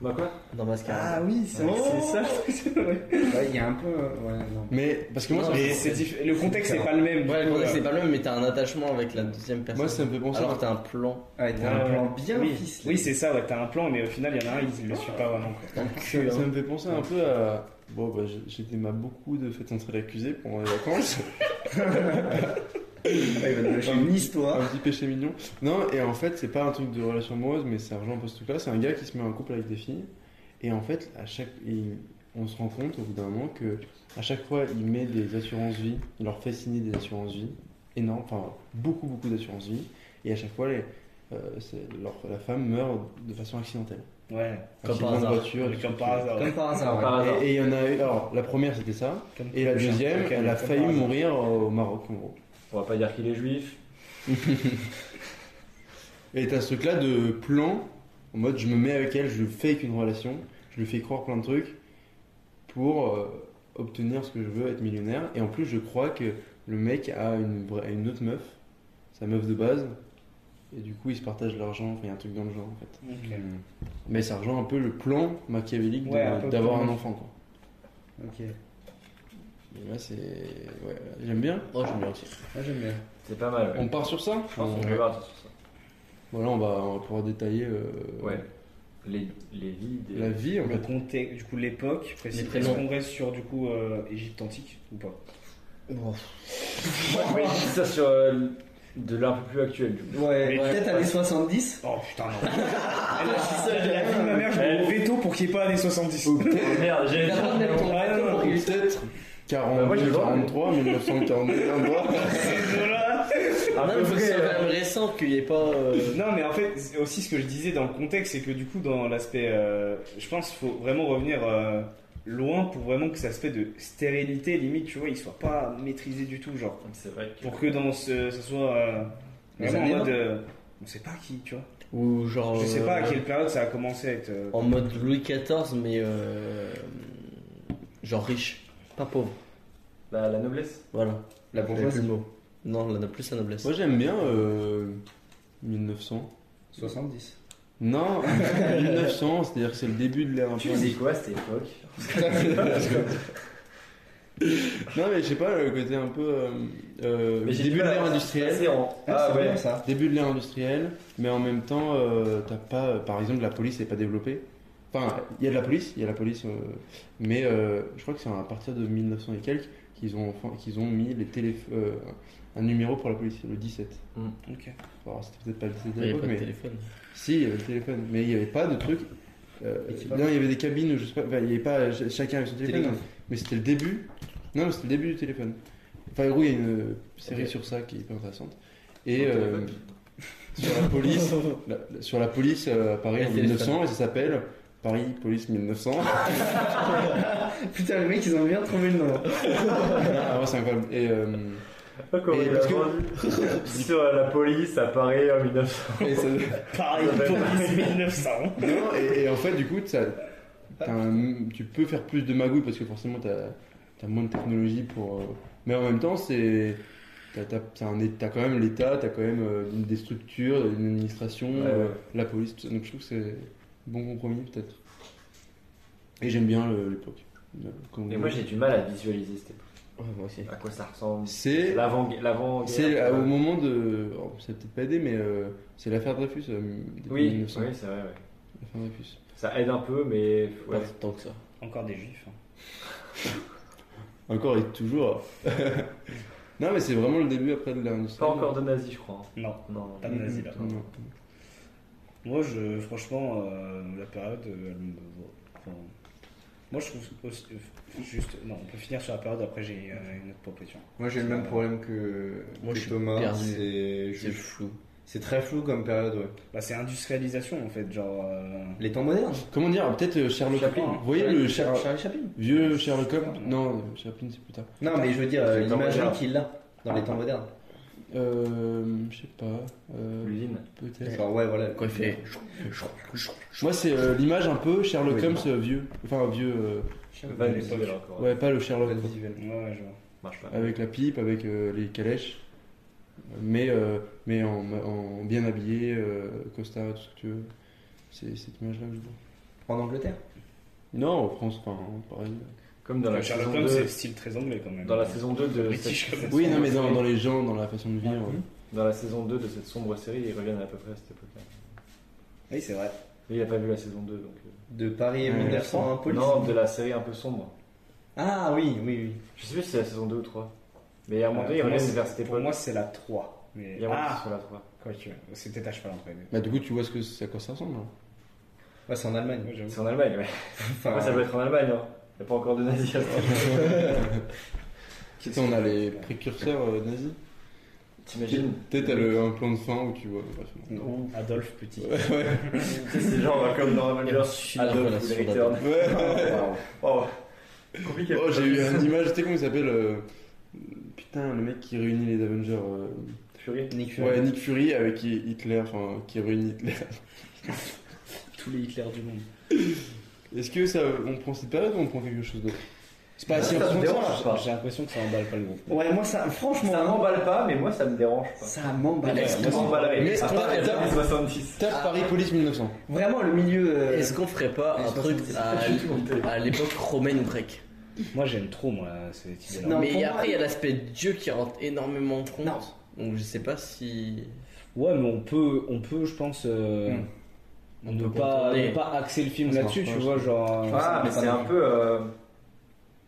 Speaker 7: Bah quoi
Speaker 5: Dans Mascara.
Speaker 4: Ah oui, c'est vrai que c'est ça. [LAUGHS] c'est vrai.
Speaker 3: Ouais, il y a un peu. euh, Ouais, non.
Speaker 1: Mais parce que moi, ça,
Speaker 4: Et c'est diff- le contexte n'est pas le même. du
Speaker 5: Ouais, le
Speaker 4: coup,
Speaker 5: contexte,
Speaker 4: euh,
Speaker 5: c'est pas le même, mais t'as un attachement avec la deuxième personne.
Speaker 1: moi, ça me fait penser.
Speaker 5: Alors
Speaker 1: à-
Speaker 5: que t'as un plan.
Speaker 3: Ouais, t'as
Speaker 4: ouais,
Speaker 3: un plan
Speaker 4: ouais.
Speaker 3: bien
Speaker 4: oui.
Speaker 3: ficelé.
Speaker 4: Oui, c'est ça, ouais, t'as un plan, mais au final, il y en a un, il ne le suit pas vraiment. quoi.
Speaker 1: Ça me fait penser un peu à. Bon, bah, j'ai- j'ai des ma beaucoup de fêtes entre l'accusé pendant les vacances.
Speaker 3: Ouais, il va te lâcher
Speaker 1: Un
Speaker 3: une
Speaker 1: petit-
Speaker 3: histoire.
Speaker 1: Un petit péché mignon. Non, et en fait, c'est pas un truc de relation amoureuse, mais ça rejoint un peu ce truc-là. C'est un gars qui se met en couple avec des filles. Et en fait, à chaque. il- On se rend compte au bout d'un moment que à chaque fois, il met des assurances vie. Il leur fait signer des assurances vie. Énorme. Enfin, beaucoup, beaucoup d'assurances vie. Et à chaque fois, les, euh, c'est- leur, la femme meurt de façon accidentelle.
Speaker 4: Ouais,
Speaker 5: Comme
Speaker 1: Accident
Speaker 5: par
Speaker 1: de
Speaker 5: hasard.
Speaker 1: voiture, tout
Speaker 4: comme
Speaker 1: ce
Speaker 4: par
Speaker 1: qui-
Speaker 4: hasard.
Speaker 3: Comme par hasard. ouais.
Speaker 7: Par hasard.
Speaker 1: Et- Et il y en a eu. Alors, la première, c'était ça.
Speaker 4: Comme-
Speaker 1: Et la
Speaker 4: comme-
Speaker 1: deuxième,
Speaker 4: comme-
Speaker 1: elle a
Speaker 4: comme
Speaker 1: failli
Speaker 4: par hasard.
Speaker 1: mourir au Maroc, en gros.
Speaker 7: On va pas dire qu'il est juif.
Speaker 1: [LAUGHS] Et t'as ce truc-là de plan, en mode je me mets avec elle, je fake une relation, je lui fais croire plein de trucs pour euh, obtenir ce que je veux, être millionnaire. Et en plus, je crois que le mec a une, vraie- a une autre meuf, sa meuf de base, et du coup, ils se partagent l'argent, enfin, il y a un truc dans le genre, en fait.
Speaker 4: Ok.
Speaker 1: Mais ça rejoint un peu le plan machiavélique de-
Speaker 4: Ouais, un peu
Speaker 1: d'avoir
Speaker 4: comme-
Speaker 1: un enfant, quoi.
Speaker 4: Ok.
Speaker 1: Et là, c'est. Ouais, j'aime bien.
Speaker 5: Oh, j'aime bien aussi.
Speaker 4: Ah, j'aime bien.
Speaker 7: C'est pas mal. ouais.
Speaker 1: On part sur ça
Speaker 7: Je pense qu'on peut voir sur ça.
Speaker 1: Voilà, on va, on va pouvoir détailler euh,
Speaker 7: Ouais. Les, les vies des.
Speaker 1: la vie, en
Speaker 4: Le
Speaker 1: fait.
Speaker 4: contexte, du coup, l'époque, précis.
Speaker 5: prénoms.
Speaker 4: Est-ce qu'on reste sur, du coup, euh, Égypte antique ou pas
Speaker 7: Moi, je vais dire ça sur euh, de l'un peu plus actuel du coup.
Speaker 3: Ouais,
Speaker 4: Mais
Speaker 3: peut-être années 70.
Speaker 4: Oh putain, [LAUGHS] non. Elle a la vie de ma mère, je mets mon veto pour qu'il n'y ait pas années 70.
Speaker 7: Merde, j'ai
Speaker 3: Il a pas de même temps.
Speaker 4: Ah, non, non.
Speaker 1: Peut-être 42,
Speaker 7: Bah, moi, j'ai le droit,
Speaker 1: 43, 1942, un droit.
Speaker 7: un
Speaker 5: non,
Speaker 7: peu
Speaker 5: mais faut que ce
Speaker 7: vrai,
Speaker 5: soit
Speaker 7: euh,
Speaker 5: quand même récent qu'il y ait pas. euh,
Speaker 4: Non, mais en fait, c'est aussi ce que je disais dans le contexte, c'est que du coup, dans l'aspect. euh, je pense qu'il faut vraiment revenir euh, loin pour vraiment que cet aspect de stérilité, limite, tu vois, il soit pas maîtrisé du tout, genre.
Speaker 7: C'est vrai que.
Speaker 4: Pour que dans ce, ça soit. euh,
Speaker 3: Les
Speaker 4: vraiment
Speaker 3: années
Speaker 4: en mode. euh, on sait pas qui, tu vois.
Speaker 5: Ou genre.
Speaker 4: Je sais pas à
Speaker 5: euh,
Speaker 4: quelle période ça a commencé à être. euh,
Speaker 5: En mode Louis XIV, mais. euh, Genre riche, pas pauvre.
Speaker 7: Bah,
Speaker 2: La, la noblesse
Speaker 5: Voilà.
Speaker 3: La
Speaker 5: J'avais
Speaker 3: bourgeoisie.
Speaker 5: plus le mot. Non, la, plus la noblesse.
Speaker 1: Moi j'aime bien euh, 1900.
Speaker 3: 70.
Speaker 1: Non, [LAUGHS] 1900, c'est-à-dire que c'est le début de l'ère
Speaker 2: Tu
Speaker 1: impériale.
Speaker 2: faisais quoi à cette époque
Speaker 1: [LAUGHS] Non mais je sais pas, le côté un peu... euh, euh,
Speaker 2: Mais j'ai
Speaker 1: début
Speaker 2: du
Speaker 1: de
Speaker 2: mal à-
Speaker 1: l'ère industrielle.
Speaker 2: C'est en-
Speaker 3: Ah,
Speaker 2: Ah
Speaker 3: c'est
Speaker 2: ouais.
Speaker 3: bien ça.
Speaker 1: Début de l'ère industrielle, mais en même temps, euh, t'as pas... euh, par exemple, la police n'est pas développée. Enfin, il y a de la police, il y a de la police, euh, mais euh, je crois que c'est à partir de 1900 et quelques qu'ils ont, enfin, qu'ils ont mis les téléph- euh, un numéro pour la police, le 17.
Speaker 11: Ok.
Speaker 1: Bon, alors, c'était peut-être pas le 17
Speaker 5: Mm. Il
Speaker 1: à
Speaker 5: n'y avait
Speaker 1: l'époque,
Speaker 5: pas de
Speaker 1: mais...
Speaker 5: téléphone.
Speaker 1: Si, il y avait le téléphone, mais il n'y avait pas de truc. euh,
Speaker 3: Et qui
Speaker 1: non, il y avait des cabines, où je sais pas, enfin, il n'y avait pas ch- chacun avec son téléphone,
Speaker 3: Télégraphe.
Speaker 1: mais c'était le début. Non, mais c'était le début du téléphone. Enfin, en gros, il y a une euh, série
Speaker 2: Ok.
Speaker 1: sur ça qui est hyper intéressante. Et
Speaker 2: Sur le
Speaker 1: euh, [LAUGHS] sur
Speaker 11: [LAUGHS]
Speaker 1: la police, la- la- sur la police euh, à Paris
Speaker 5: Et
Speaker 1: en
Speaker 5: le téléphone.
Speaker 1: 1900, et ça s'appelle Paris Police 1900.
Speaker 11: [LAUGHS]
Speaker 1: [LAUGHS]
Speaker 11: Putain, les mecs, ils ont bien trouvé le nom.
Speaker 1: ah ouais, c'est incroyable. Et, euh,
Speaker 2: Comment
Speaker 1: Et
Speaker 2: il a
Speaker 1: parce que-
Speaker 2: vendu Sur la police à Paris en 1900.
Speaker 1: et
Speaker 2: [LAUGHS]
Speaker 1: ça-
Speaker 4: Pareil,
Speaker 1: [LAUGHS]
Speaker 2: police
Speaker 4: 1900.
Speaker 1: Non, et, et en fait, du coup, ça- t'as un- tu peux faire plus de magouilles parce que forcément, t'as as moins de technologie pour. euh, mais en même temps, c'est. T'as t'as- t'as un é- t'as quand même l'État, t'as quand même euh, des structures, une administration,
Speaker 2: Ouais,
Speaker 1: euh,
Speaker 2: ouais.
Speaker 1: la police, tout ça. Donc je trouve que c'est bon compromis, peut-être. Et j'aime bien le- l'époque. Le- comment-
Speaker 2: Et moi j'ai du mal à visualiser cette époque. Ah.
Speaker 5: Ouais, moi aussi.
Speaker 2: À quoi ça ressemble
Speaker 1: C'est.
Speaker 2: L'avant- L'avant.
Speaker 1: C'est euh, au moment de. oh, ça peut-être pas aidé, mais euh, c'est l'affaire Dreyfus. euh, depuis
Speaker 2: Oui, oui
Speaker 1: 1900.
Speaker 2: c'est vrai. ouais.
Speaker 1: L'affaire Dreyfus.
Speaker 2: Ça aide un peu, mais ouais.
Speaker 5: Pas tant que ça.
Speaker 4: Encore des juifs. hein.
Speaker 1: Encore et toujours. [LAUGHS] non, mais c'est vraiment le début après de l'industrie.
Speaker 2: Pas encore de nazis, je crois. hein.
Speaker 4: Non,
Speaker 2: Non.
Speaker 4: pas de nazis là.
Speaker 1: Non.
Speaker 4: Moi, je, franchement, euh, la période, euh, elle me va. Enfin, moi, je trouve aussi- euh, juste. Non, on peut finir sur la période. Après, j'ai euh, une autre proposition.
Speaker 3: Moi j'ai le même problème que,
Speaker 5: Moi,
Speaker 3: que
Speaker 5: je suis
Speaker 3: Thomas.
Speaker 5: perdu.
Speaker 3: C'est
Speaker 5: C'est
Speaker 3: je-
Speaker 5: flou.
Speaker 3: c'est très flou comme période, ouais.
Speaker 4: Bah, c'est industrialisation en fait, genre. euh,
Speaker 3: Les temps modernes.
Speaker 1: Comment dire Peut-être euh, Sherlock
Speaker 3: Chaplin.
Speaker 1: Holmes. Vous voyez le Sher-
Speaker 3: Charlie Chaplin.
Speaker 1: vieux Sherlock Holmes
Speaker 4: Chaplin.
Speaker 1: Non, euh, Chaplin c'est plus tard.
Speaker 3: Non, mais je veux dire,
Speaker 2: Les
Speaker 3: euh,
Speaker 2: temps
Speaker 3: l'imagerie
Speaker 2: modernes.
Speaker 3: qu'il a dans les temps modernes.
Speaker 1: Euh, je sais pas. euh,
Speaker 2: L'usine.
Speaker 1: Peut-être.
Speaker 3: Genre, ouais, voilà.
Speaker 5: Quand il fait.
Speaker 1: Moi c'est euh, l'image un peu Sherlock
Speaker 3: Oui.
Speaker 1: Holmes euh, vieux. Enfin vieux. euh,
Speaker 2: Van Diesel encore.
Speaker 1: Ouais, pas le Sherlock quoi.
Speaker 4: Ouais, je vois.
Speaker 2: Marche pas.
Speaker 1: avec la pipe, avec euh, les calèches. Mais, euh, mais en, en bien habillé, euh, costard, tout ce que tu veux. C'est cette image-là que je vois.
Speaker 3: En Angleterre.
Speaker 1: Non, en France, enfin, pareil.
Speaker 2: Comme dans la
Speaker 4: Sherlock
Speaker 2: saison
Speaker 4: Holmes, c'est
Speaker 2: 2.
Speaker 4: le style très anglais quand même.
Speaker 2: Dans la saison 2 de
Speaker 4: British,
Speaker 2: cette-
Speaker 4: comme
Speaker 1: Oui, non, mais dans, dans les gens, dans la façon de vivre.
Speaker 2: Dans la saison 2 de cette sombre série, ils reviennent à peu près à cette époque-là.
Speaker 12: Oui, c'est vrai.
Speaker 2: Mais il a pas vu la saison 2, donc. euh.
Speaker 3: De Paris
Speaker 1: Ouais.
Speaker 3: 1901 police.
Speaker 2: Non, de la série un peu sombre.
Speaker 3: Ah oui, oui, oui.
Speaker 2: Je sais plus si c'est la saison 2 ou 3. Mais à un moment donné, ils
Speaker 4: Euh, pour moi,
Speaker 2: reviennent
Speaker 4: c'est-
Speaker 2: vers cette
Speaker 4: Pour
Speaker 2: époque.
Speaker 4: moi, c'est la 3. Mais...
Speaker 2: Il y a un moment qu'ils
Speaker 4: Ah,
Speaker 2: sont sur la 3.
Speaker 4: quoi tu veux. C'était à cheval entre les deux.
Speaker 1: Bah, du coup, tu vois ce que c'est- à quoi ça ressemble. hein.
Speaker 3: Ouais, c'est en Allemagne.
Speaker 4: Moi, j'avoue.
Speaker 2: C'est en Allemagne, ouais.
Speaker 3: Enfin,
Speaker 2: Ouais, ça peut être en Allemagne, hein. Il n'y a pas encore de nazis.
Speaker 4: [LAUGHS]
Speaker 2: à ce moment-là.
Speaker 1: Tu sais, on a les précurseurs euh, nazis.
Speaker 2: T'imagines
Speaker 1: Peut-être t'as le- un plan de fin où tu vois. bref.
Speaker 4: Adolphe Petit.
Speaker 2: Tu sais, C'est genre euh, comme dans Avengers.
Speaker 5: la
Speaker 2: Adolf
Speaker 5: relation
Speaker 2: ou Return. Oh, compliqué.
Speaker 1: Oh, j'ai eu une image, tu sais comment il s'appelle euh, Putain, le mec qui réunit les Avengers. euh,
Speaker 2: Fury.
Speaker 3: Nick Fury.
Speaker 1: Ouais, Nick Fury avec Hi- Hitler, enfin, qui réunit Hitler.
Speaker 12: Tous les Hitler du monde.
Speaker 1: Est-ce que ça, on prend cette période ou on prend quelque chose d'autre C'est pas si
Speaker 2: Ça me
Speaker 1: important que ça.
Speaker 2: dérange pas.
Speaker 12: J'ai l'impression que ça emballe pas le groupe.
Speaker 3: Ouais, moi ça, franchement,
Speaker 2: Ça m'emballe pas, mais moi ça me dérange pas.
Speaker 3: ça m'emballe.
Speaker 5: Mais
Speaker 2: Ça m'emballerait.
Speaker 1: Mais
Speaker 2: à part
Speaker 1: attends,
Speaker 2: les
Speaker 1: attends.
Speaker 2: années 70.
Speaker 1: Tape Paris Police 1900.
Speaker 3: Vraiment le milieu. euh,
Speaker 5: Est-ce qu'on ferait pas
Speaker 3: les
Speaker 5: un truc à,
Speaker 3: 70,
Speaker 5: à l'époque romaine ou grecque
Speaker 4: Moi, j'aime trop, moi, cette idée-là.
Speaker 3: Non,
Speaker 5: Mais
Speaker 3: pour moi,
Speaker 5: après, il y a l'aspect Dieu qui rentre énormément en compte.
Speaker 3: Non.
Speaker 5: Donc je sais pas si.
Speaker 4: Ouais, mais on peut, on peut je pense. euh, On ne peut pas,
Speaker 5: contourner.
Speaker 4: ne pas axer le film
Speaker 1: Ça
Speaker 4: là-dessus,
Speaker 1: marche
Speaker 4: tu
Speaker 1: pas,
Speaker 4: vois, genre.
Speaker 2: Ah, mais c'est un peu. euh,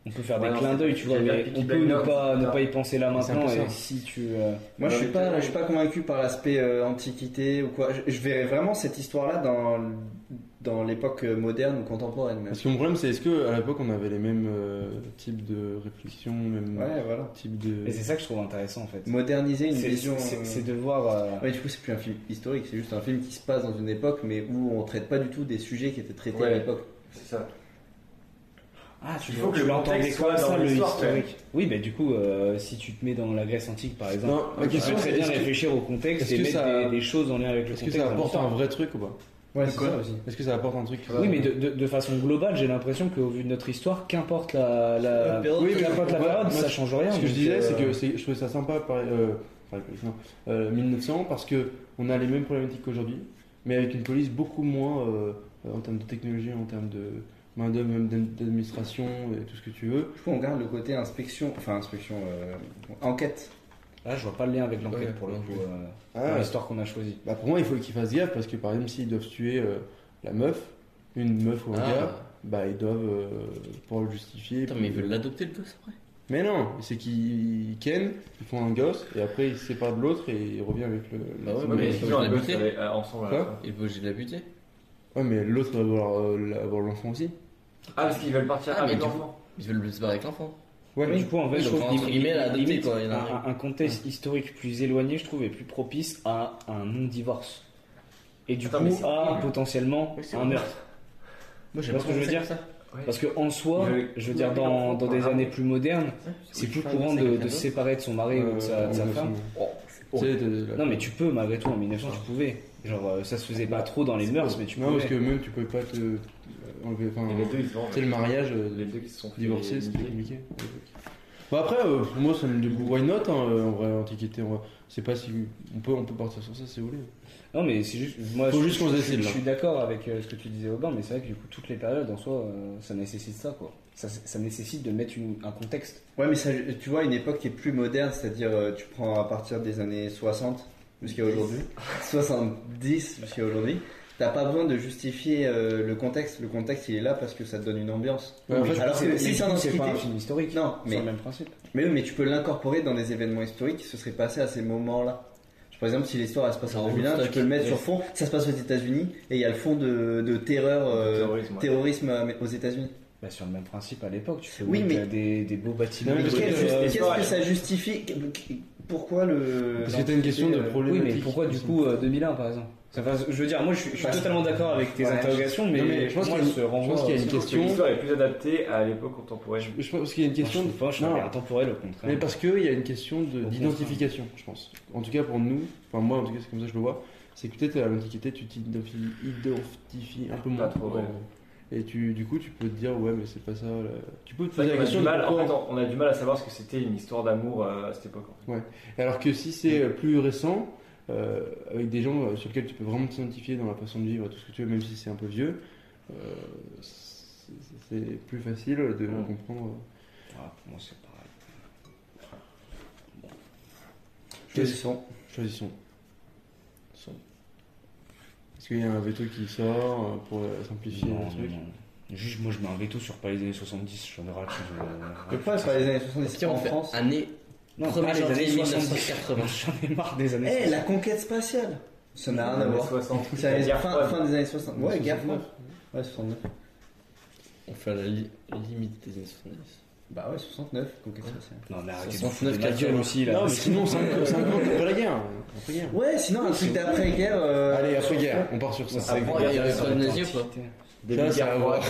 Speaker 4: On peut faire
Speaker 2: Ouais,
Speaker 4: des
Speaker 2: non,
Speaker 4: clins
Speaker 2: c'est-
Speaker 4: d'œil, tu vois,
Speaker 2: c'est bien
Speaker 4: mais
Speaker 2: Peaky
Speaker 4: on peut ne
Speaker 2: Blinders,
Speaker 4: pas, ne
Speaker 2: etc.
Speaker 4: pas y penser là
Speaker 1: C'est un peu
Speaker 4: maintenant.
Speaker 1: ça.
Speaker 4: Et si tu. euh,
Speaker 3: Moi, je suis
Speaker 2: Ouais,
Speaker 3: pas,
Speaker 2: mais-
Speaker 3: je suis pas convaincu par l'aspect euh, antiquité ou quoi. Je, je verrais vraiment cette histoire-là dans dans l'époque euh, moderne ou contemporaine. Même.
Speaker 1: Parce que mon problème, c'est est-ce qu'à l'époque, on avait les mêmes euh, types de réflexions, même
Speaker 3: Ouais, voilà.
Speaker 1: type de.
Speaker 4: Et c'est ça que je trouve intéressant en fait.
Speaker 3: Moderniser une
Speaker 4: C'est-
Speaker 3: vision.
Speaker 4: C'est
Speaker 3: euh,
Speaker 4: c'est de voir. euh,
Speaker 3: Ouais, du coup, c'est plus un film historique, c'est juste un film qui se passe dans une époque, mais où on traite pas du tout des sujets qui étaient traités à
Speaker 2: Ouais.
Speaker 3: l'époque.
Speaker 2: C'est ça.
Speaker 4: Ah, tu
Speaker 2: Il faut
Speaker 4: tu
Speaker 2: que le
Speaker 4: l'entendais
Speaker 2: contexte
Speaker 4: comme
Speaker 2: soit
Speaker 4: ça,
Speaker 2: dans
Speaker 4: le
Speaker 2: l'histoire,
Speaker 4: historique. Oui, mais du coup, euh, si tu te mets dans la Grèce antique par exemple,
Speaker 1: Non, ma
Speaker 4: tu
Speaker 1: question,
Speaker 4: peux très
Speaker 1: c'est
Speaker 4: bien
Speaker 1: est-ce que-
Speaker 4: réfléchir au contexte
Speaker 1: est-ce
Speaker 4: et
Speaker 1: que
Speaker 4: mettre
Speaker 1: ça-
Speaker 4: des, des choses en lien avec le
Speaker 1: est-ce
Speaker 4: contexte.
Speaker 1: que ça
Speaker 4: dans
Speaker 1: apporte un
Speaker 4: l'histoire.
Speaker 1: vrai truc ou pas
Speaker 4: Ouais,
Speaker 1: De
Speaker 4: c'est
Speaker 1: quoi
Speaker 4: ça aussi.
Speaker 1: Est-ce que ça apporte un truc
Speaker 4: Oui, mais de, de- de façon globale, j'ai l'impression qu'au vu de notre histoire, qu'importe la, la,
Speaker 5: La période.
Speaker 4: oui, mais qu'importe la
Speaker 1: Ouais,
Speaker 4: période,
Speaker 1: moi,
Speaker 4: ça change rien.
Speaker 1: Ce que je
Speaker 4: donc,
Speaker 1: disais,
Speaker 4: euh,
Speaker 1: c'est que c'est- je trouvais ça sympa, par, euh, par- non, euh, 1900, parce que on a les mêmes problématiques qu'aujourd'hui, mais avec une police beaucoup moins euh, en termes de technologie, en termes de main d'œuvre, même d'ad- d'administration, et tout ce que tu veux.
Speaker 3: Du coup, on garde le côté inspection, enfin inspection, euh, enquête.
Speaker 4: Là, Ah, je vois pas le lien avec l'enquête
Speaker 1: Ouais,
Speaker 4: pour le
Speaker 1: non
Speaker 4: coup,
Speaker 1: plus.
Speaker 4: euh,
Speaker 1: Ah,
Speaker 4: dans
Speaker 1: ouais.
Speaker 4: l'histoire qu'on a choisie.
Speaker 1: Bah, pour moi, il faut qu'ils fassent gaffe, parce que par exemple, s'ils doivent tuer euh, la meuf, une meuf ou un gars, bah ils doivent euh, pour le justifier.
Speaker 5: Ah. Putain,
Speaker 1: puis-
Speaker 5: mais ils veulent l'adopter le gosse après.
Speaker 1: Mais non, c'est qu'ils ken, ils font un gosse, et après ils se séparent de l'autre et ils reviennent avec le.
Speaker 5: Bah ouais,
Speaker 1: le-
Speaker 5: mais
Speaker 1: le-
Speaker 5: ils sont toujours
Speaker 1: le-
Speaker 5: la butée.
Speaker 7: euh, ensemble. à la
Speaker 1: Quoi
Speaker 7: fin.
Speaker 5: Ils veulent que je la buter.
Speaker 1: Ouais, mais l'autre va vouloir euh, avoir l'enfant aussi.
Speaker 7: Ah, parce qu'ils veulent partir
Speaker 5: Ah, mais
Speaker 7: avec
Speaker 5: du
Speaker 7: l'enfant.
Speaker 5: Ils veulent le séparer avec l'enfant.
Speaker 1: Ouais,
Speaker 4: Mais du coup, en fait,
Speaker 5: Oui,
Speaker 4: je
Speaker 5: donc,
Speaker 4: trouve
Speaker 5: entre
Speaker 4: qu'il-
Speaker 5: guillemets, elle a adopté,
Speaker 4: limite,
Speaker 5: quoi, il y en a
Speaker 4: un, un contexte historique plus éloigné, je trouve, est plus propice à un non-divorce. Et du
Speaker 7: Attends, mais
Speaker 4: coup,
Speaker 7: c'est
Speaker 4: à
Speaker 7: horrible.
Speaker 4: potentiellement
Speaker 5: Oui, c'est
Speaker 4: un
Speaker 5: horrible.
Speaker 4: meurtre.
Speaker 5: Moi,
Speaker 4: Tu vois ce que je veux dire Parce que en soi,
Speaker 7: Il veut-
Speaker 4: je veux dire, dans, dans des années plus modernes, c'est plus courant de, de se séparer de son mari
Speaker 1: Euh,
Speaker 4: ou de sa, de sa femme.
Speaker 1: Tu sais, de- de-
Speaker 4: Non, mais tu peux, malgré tout, en 1900, tu pouvais. Genre, euh, ça se faisait pas trop dans les mœurs, mais tu
Speaker 1: Bah, Non, parce que
Speaker 4: pouvais.
Speaker 1: même tu pouvais pas te euh, enlever. Enfin,
Speaker 7: Et les deux, ils se
Speaker 1: tu
Speaker 7: vendent.
Speaker 1: sais, le mariage, euh,
Speaker 7: Les deux qui se sont fait
Speaker 1: divorcé, c'était
Speaker 7: niquer.
Speaker 1: compliqué. à l'époque. Bon, après, euh, pour moi, ça me dégoûte. Why not, hein, euh, en vrai, antiquité. en vrai. C'est pas si. On peut, on peut partir sur ça si vous voulez.
Speaker 4: Non, mais c'est juste. Moi,
Speaker 1: Faut
Speaker 4: je,
Speaker 1: juste qu'on se
Speaker 4: je-
Speaker 1: décide,
Speaker 4: je
Speaker 1: là.
Speaker 4: suis d'accord avec euh, ce que tu disais, Aubin, mais c'est vrai que du coup, toutes les périodes, en soi, euh, ça nécessite ça, quoi. Ça, ça nécessite de mettre une- un contexte.
Speaker 3: Ouais, mais ça, tu vois, une époque qui est plus moderne, c'est-à-dire euh, tu prends à partir des années 60 jusqu'à aujourd'hui, 70 jusqu'à aujourd'hui, t'as pas besoin de justifier euh, le contexte. Le contexte, il est là parce que ça te donne une ambiance.
Speaker 1: Ouais, en fait,
Speaker 3: Alors que si
Speaker 4: Mais
Speaker 3: c'est un
Speaker 4: du coup, c'est pas un
Speaker 3: antiquité,
Speaker 4: film historique.
Speaker 3: Non,
Speaker 4: c'est
Speaker 3: mais-
Speaker 4: le même principe.
Speaker 3: mais oui, mais tu peux l'incorporer dans des événements historiques qui se seraient passés à ces moments-là. Par exemple, si l'histoire elle se passe
Speaker 5: Dans
Speaker 3: en
Speaker 4: Ah,
Speaker 3: 2001, tu
Speaker 5: Woodstock,
Speaker 3: peux le mettre
Speaker 5: oui.
Speaker 3: sur fond. Ça se passe aux États-Unis et il y a le fond de, de terreur, euh,
Speaker 7: Terrorisme, ouais.
Speaker 3: terrorisme euh, aux États-Unis.
Speaker 4: Bah, sur le même principe à l'époque, tu fais
Speaker 3: Oui, mais-
Speaker 4: des, des euh, beaux bâtiments.
Speaker 1: Non, mais
Speaker 3: Mais
Speaker 1: parce
Speaker 3: Qu'est-ce
Speaker 1: que,
Speaker 3: qu'est-ce que ça justifie Pourquoi le. euh,
Speaker 1: Parce que t'as une question de
Speaker 4: Oui,
Speaker 1: problématique.
Speaker 4: mais pourquoi du coup euh, 2001 par exemple Enfin, Je veux dire, moi je suis, je suis
Speaker 3: Parce-
Speaker 4: totalement d'accord avec tes
Speaker 3: Ouais.
Speaker 4: interrogations, mais,
Speaker 1: Non, mais je pense
Speaker 4: moi,
Speaker 1: qu'il y a-
Speaker 4: se
Speaker 1: je
Speaker 4: renvoie-
Speaker 1: pense qu'il y a une
Speaker 4: Moi,
Speaker 1: question.
Speaker 7: L'histoire est plus adaptée à l'époque contemporaine.
Speaker 1: Je pense qu'il y a une
Speaker 4: Je
Speaker 1: question.
Speaker 4: trouve pas, je suis
Speaker 1: Non.
Speaker 4: intemporel au contraire.
Speaker 1: Mais parce qu'il y a une question de-
Speaker 4: Au
Speaker 1: d'identification, je pense. En tout cas pour nous, enfin moi en tout cas c'est comme ça que je le vois, c'est que peut-être à l'Antiquité tu t'identifies identifies un peu moins.
Speaker 7: trop,
Speaker 1: quoi.
Speaker 7: ouais.
Speaker 1: Et tu, du coup tu peux te dire ouais mais c'est pas ça. là. Tu peux te
Speaker 7: On
Speaker 1: poser la
Speaker 7: a, du
Speaker 1: question de
Speaker 7: mal, en
Speaker 1: pourquoi.
Speaker 7: fait, on a du mal à savoir ce que c'était une histoire d'amour euh, à cette époque. en fait.
Speaker 1: Alors que si c'est euh, plus récent, euh, avec des gens euh, sur lesquels tu peux vraiment t'identifier dans la façon de vivre, tout ce que tu veux, même si c'est un peu vieux, euh, c'est c'est plus facile de
Speaker 7: Ouais.
Speaker 1: comprendre. euh,
Speaker 4: Ah, pour moi, c'est pareil.
Speaker 1: Choisissons. Choisissons. Son. Est-ce qu'il y a un veto qui sort euh, pour euh, simplifier
Speaker 4: Non,
Speaker 1: le truc
Speaker 4: non, non. Juste, moi je mets un veto sur pas les années 70, j'en ai ras le cul,
Speaker 7: euh,
Speaker 4: [LAUGHS] je-
Speaker 3: Le problème sur les années 70
Speaker 5: Tiens, on
Speaker 3: en
Speaker 5: fait
Speaker 3: France.
Speaker 5: année
Speaker 4: Non,
Speaker 5: 1er
Speaker 7: Ah,
Speaker 4: pas les années
Speaker 5: janvier
Speaker 4: 70.
Speaker 5: 1980.
Speaker 4: J'en ai marre des
Speaker 3: Eh,
Speaker 4: années 70.
Speaker 3: la conquête spatiale Ça n'a rien
Speaker 7: Les
Speaker 3: à
Speaker 7: années
Speaker 3: voir.
Speaker 7: 60,
Speaker 3: C'est la
Speaker 7: la guerre
Speaker 3: fin,
Speaker 7: froide.
Speaker 3: fin des années 60. Ouais, guerre froide.
Speaker 1: 69.
Speaker 3: Ouais, 69.
Speaker 5: On fait à la li- limite des années 70.
Speaker 3: Bah ouais, 69, conquête spatiale.
Speaker 4: Non, mais arrêtez de
Speaker 5: 69,
Speaker 4: vous foutre de la
Speaker 5: 80.
Speaker 4: gueule aussi là.
Speaker 1: Non, mais sinon, 50 50, après la guerre. Après guerre.
Speaker 3: Ouais, sinon, un truc d'après-guerre. euh,
Speaker 1: Allez, après guerre, on part sur
Speaker 4: Oh,
Speaker 1: ça.
Speaker 5: Avant, il y avait pas de nazis ou pas
Speaker 1: Ça, ça
Speaker 7: Début
Speaker 1: va
Speaker 7: guerre froide.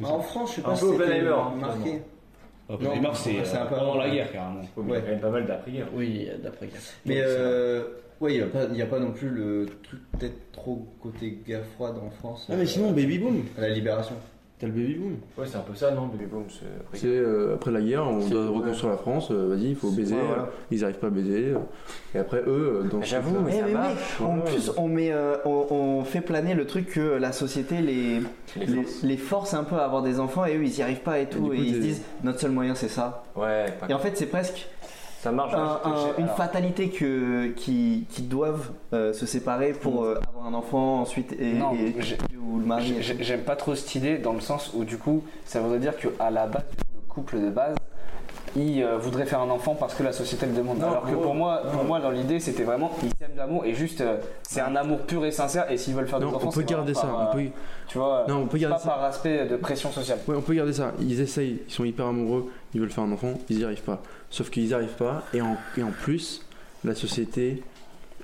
Speaker 3: bah, En France, je sais
Speaker 7: Un
Speaker 3: pas si
Speaker 7: peu
Speaker 3: c'était
Speaker 7: Oppenheimer.
Speaker 2: hein.
Speaker 3: marqué.
Speaker 4: les morts, c'est
Speaker 3: c'est un
Speaker 4: euh,
Speaker 3: peu
Speaker 4: avant
Speaker 3: avant.
Speaker 4: la guerre carrément.
Speaker 7: Oh, mais Il y a quand même pas mal d'après-guerre.
Speaker 5: Oui, d'après-guerre.
Speaker 3: Mais
Speaker 5: Donc,
Speaker 3: euh, ouais, il n'y a, pas non plus le truc peut-être trop côté guerre froide en France.
Speaker 1: Ah, mais
Speaker 3: euh,
Speaker 1: sinon, baby boom.
Speaker 3: à la libération.
Speaker 1: T'as le baby boom.
Speaker 7: Ouais, c'est un peu ça, non Baby Boom, c'est après-guerre.
Speaker 13: C'est euh, après la guerre, on doit reconstruire la France, euh, vas-y, il faut baiser.
Speaker 3: Ouais, voilà.
Speaker 13: euh, Ils arrivent pas à baiser. euh, et après, eux, euh, dans ce
Speaker 7: J'avoue,
Speaker 13: truc-là-
Speaker 7: mais ça
Speaker 2: mais
Speaker 7: va.
Speaker 2: mec, en plus, on, met, euh, on, on fait planer le truc que la société les, les, les force un peu à avoir des enfants et eux ils y arrivent pas et
Speaker 13: du
Speaker 2: tout.
Speaker 13: coup,
Speaker 2: Et, ils se
Speaker 13: t'es-
Speaker 2: disent notre seul moyen c'est ça.
Speaker 7: Ouais, pas-
Speaker 2: Et en fait, c'est presque
Speaker 7: ça marche.
Speaker 2: un- un-
Speaker 7: Alors,
Speaker 2: une fatalité que, qui, qui doivent euh, se séparer pour euh, avoir un enfant ensuite et,
Speaker 4: Non,
Speaker 2: et-
Speaker 4: j'ai-
Speaker 2: ou le mari.
Speaker 4: Ah J'ai- j'ai- J'aime pas trop cette idée dans le sens où du coup ça voudrait dire que à la base le couple de base il euh, voudrait faire un enfant parce que la société le demande. Alors que pour moi, pour moi dans l'idée c'était vraiment ils s'aiment d'amour et juste euh, c'est un amour pur et sincère et s'ils veulent faire des
Speaker 13: Non,
Speaker 4: enfants
Speaker 13: on peut
Speaker 4: c'est
Speaker 13: garder ça.
Speaker 4: vraiment
Speaker 13: on
Speaker 4: par,
Speaker 13: peut-
Speaker 4: euh, tu vois
Speaker 13: Non, on peut
Speaker 4: pas
Speaker 13: garder ça.
Speaker 4: par aspect de pression sociale.
Speaker 13: Ouais, on peut garder ça. Ils essayent, ils sont hyper amoureux, ils veulent faire un enfant, ils y arrivent pas. Sauf qu'ils y arrivent pas, et en, et en plus, la société,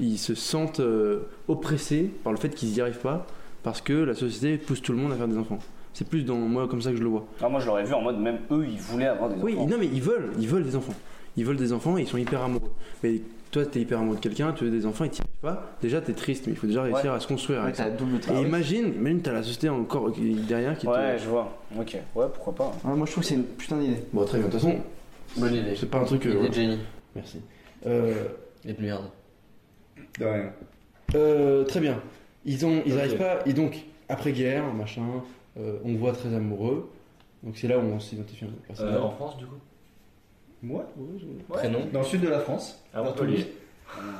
Speaker 13: ils se sentent euh, oppressés par le fait qu'ils y arrivent pas, parce que la société pousse tout le monde à faire des enfants. C'est plus dans moi comme ça que je le vois.
Speaker 4: Non, moi je l'aurais vu en mode même eux ils voulaient avoir des
Speaker 13: Oui,
Speaker 4: enfants.
Speaker 13: non mais ils veulent, ils veulent des enfants.
Speaker 1: Ils veulent des enfants et ils sont hyper amoureux. Mais toi, t'es hyper amoureux de quelqu'un, tu veux des enfants et t'y arrives pas. Déjà, t'es triste, mais il faut déjà réussir à se construire.
Speaker 3: Ah Ouais,
Speaker 1: avec ça.
Speaker 3: t'as double
Speaker 1: Et
Speaker 3: travail.
Speaker 1: imagine, même t'as la société encore qui- derrière qui
Speaker 4: Ouais,
Speaker 1: te.
Speaker 4: je vois. Ok, ouais, pourquoi pas.
Speaker 3: Ouais, moi je trouve que c'est une putain d'idée.
Speaker 1: Bon, très bien, de toute façon,
Speaker 5: Bonne idée.
Speaker 1: c'est pas un truc. euh,
Speaker 5: Idée
Speaker 1: voilà.
Speaker 5: de génie.
Speaker 9: Merci. Euh, les milliards.
Speaker 14: De rien.
Speaker 9: Euh, très bien. Ils ont, ils
Speaker 14: Ok.
Speaker 9: arrivent pas. Et donc après guerre, machin, euh, on voit très amoureux. Donc c'est là où on s'identifie un peu. au personnage.
Speaker 7: Euh, En France, du coup
Speaker 14: Moi
Speaker 8: Prénom
Speaker 14: Dans le sud de la France.
Speaker 7: À
Speaker 14: Dans Toulouse.
Speaker 7: Montpellier.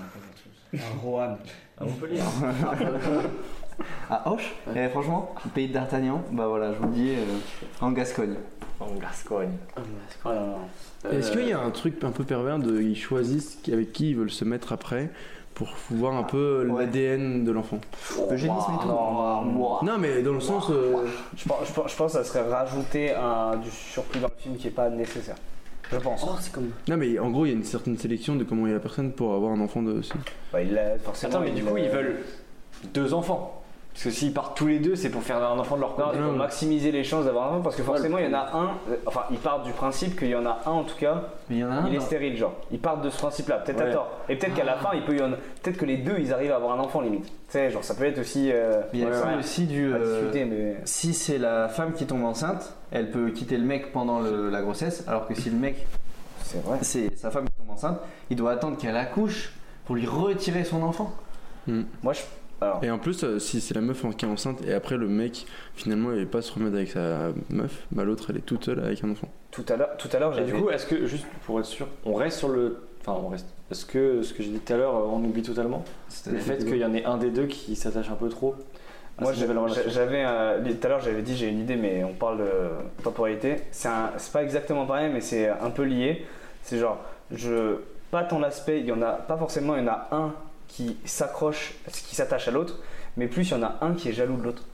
Speaker 15: Un Rohan.
Speaker 7: À Montpellier.
Speaker 3: [LAUGHS] À Auch
Speaker 5: Ouais.
Speaker 3: Eh, Franchement, le pays d'Artagnan, bah voilà, je vous le dis, euh, en Gascogne.
Speaker 7: En Gascogne.
Speaker 5: Ah, mais c'est quoi, là
Speaker 1: Est-ce
Speaker 5: Euh,
Speaker 1: qu'il y a un truc un peu pervers de ils choisissent qui- avec qui ils veulent se mettre après pour voir un peu
Speaker 3: Ouais.
Speaker 1: l'ADN de l'enfant
Speaker 3: Eugénisme et tout.
Speaker 1: Non, mais dans le sens. euh,
Speaker 4: Je pense, je pense, je pense que ça serait rajouter un, du surplus dans le film qui est pas nécessaire. Je pense.
Speaker 5: Oh, c'est comme.
Speaker 1: Non, mais en gros, il y a une certaine sélection de comment est la personne pour avoir un enfant de.
Speaker 4: Bah, il l'a forcément.
Speaker 7: Attends, mais du
Speaker 4: il
Speaker 7: coup,
Speaker 4: l'a-
Speaker 7: ils veulent deux enfants. Parce que s'ils partent tous les deux, c'est pour faire un enfant de leur
Speaker 4: Non,
Speaker 7: côté.
Speaker 4: il faut
Speaker 1: Non.
Speaker 4: maximiser les chances d'avoir un enfant parce que forcément, il y en a un. euh, Enfin, ils partent du principe qu'il y en a un en tout cas.
Speaker 3: Mais il y en a un. Ah.
Speaker 4: il est
Speaker 3: dans-
Speaker 4: stérile, genre. Ils partent de ce principe-là, peut-être à
Speaker 7: Ouais.
Speaker 4: tort. Et peut-être qu'à la fin, il peut y en. Peut-être que les deux, ils arrivent à avoir un enfant limite. Tu sais, genre, ça peut être aussi. euh,
Speaker 3: mais il y a
Speaker 4: ouais,
Speaker 3: ça
Speaker 4: ouais.
Speaker 3: aussi du.
Speaker 4: À
Speaker 3: euh,
Speaker 4: discuter, mais.
Speaker 3: si c'est la femme qui tombe enceinte, elle peut quitter le mec pendant le- la grossesse, alors que si le mec,
Speaker 4: C'est vrai.
Speaker 3: c'est sa femme qui tombe enceinte, il doit attendre qu'elle accouche pour lui retirer son enfant.
Speaker 4: Moi, je. Alors.
Speaker 1: Et en plus, euh, si c'est la meuf en- qui est enceinte et après le mec, finalement, il va pas se remettre avec sa meuf, bah l'autre, elle est toute seule avec un enfant.
Speaker 4: Tout à l'heure, tout à l'heure,
Speaker 7: Et du
Speaker 4: j'avais.
Speaker 7: coup, est-ce que, juste pour être sûr, on reste sur le. Enfin, on reste. Est-ce que ce que j'ai dit tout à l'heure, euh, on oublie totalement Le fait qu'il y en ait un des deux qui s'attache un peu trop à
Speaker 4: Moi,
Speaker 7: cette
Speaker 4: j'avais,
Speaker 7: nouvelle relation.
Speaker 4: j'avais, euh, tout à l'heure, j'avais dit, j'ai une idée, mais on parle de temporalité. C'est, un- c'est pas exactement pareil, mais c'est un peu lié. C'est genre, je, pas tant l'aspect, il y en a pas forcément, il y en a un qui s'accroche, qui s'attache à l'autre, mais plus il y en a un qui est jaloux de l'autre.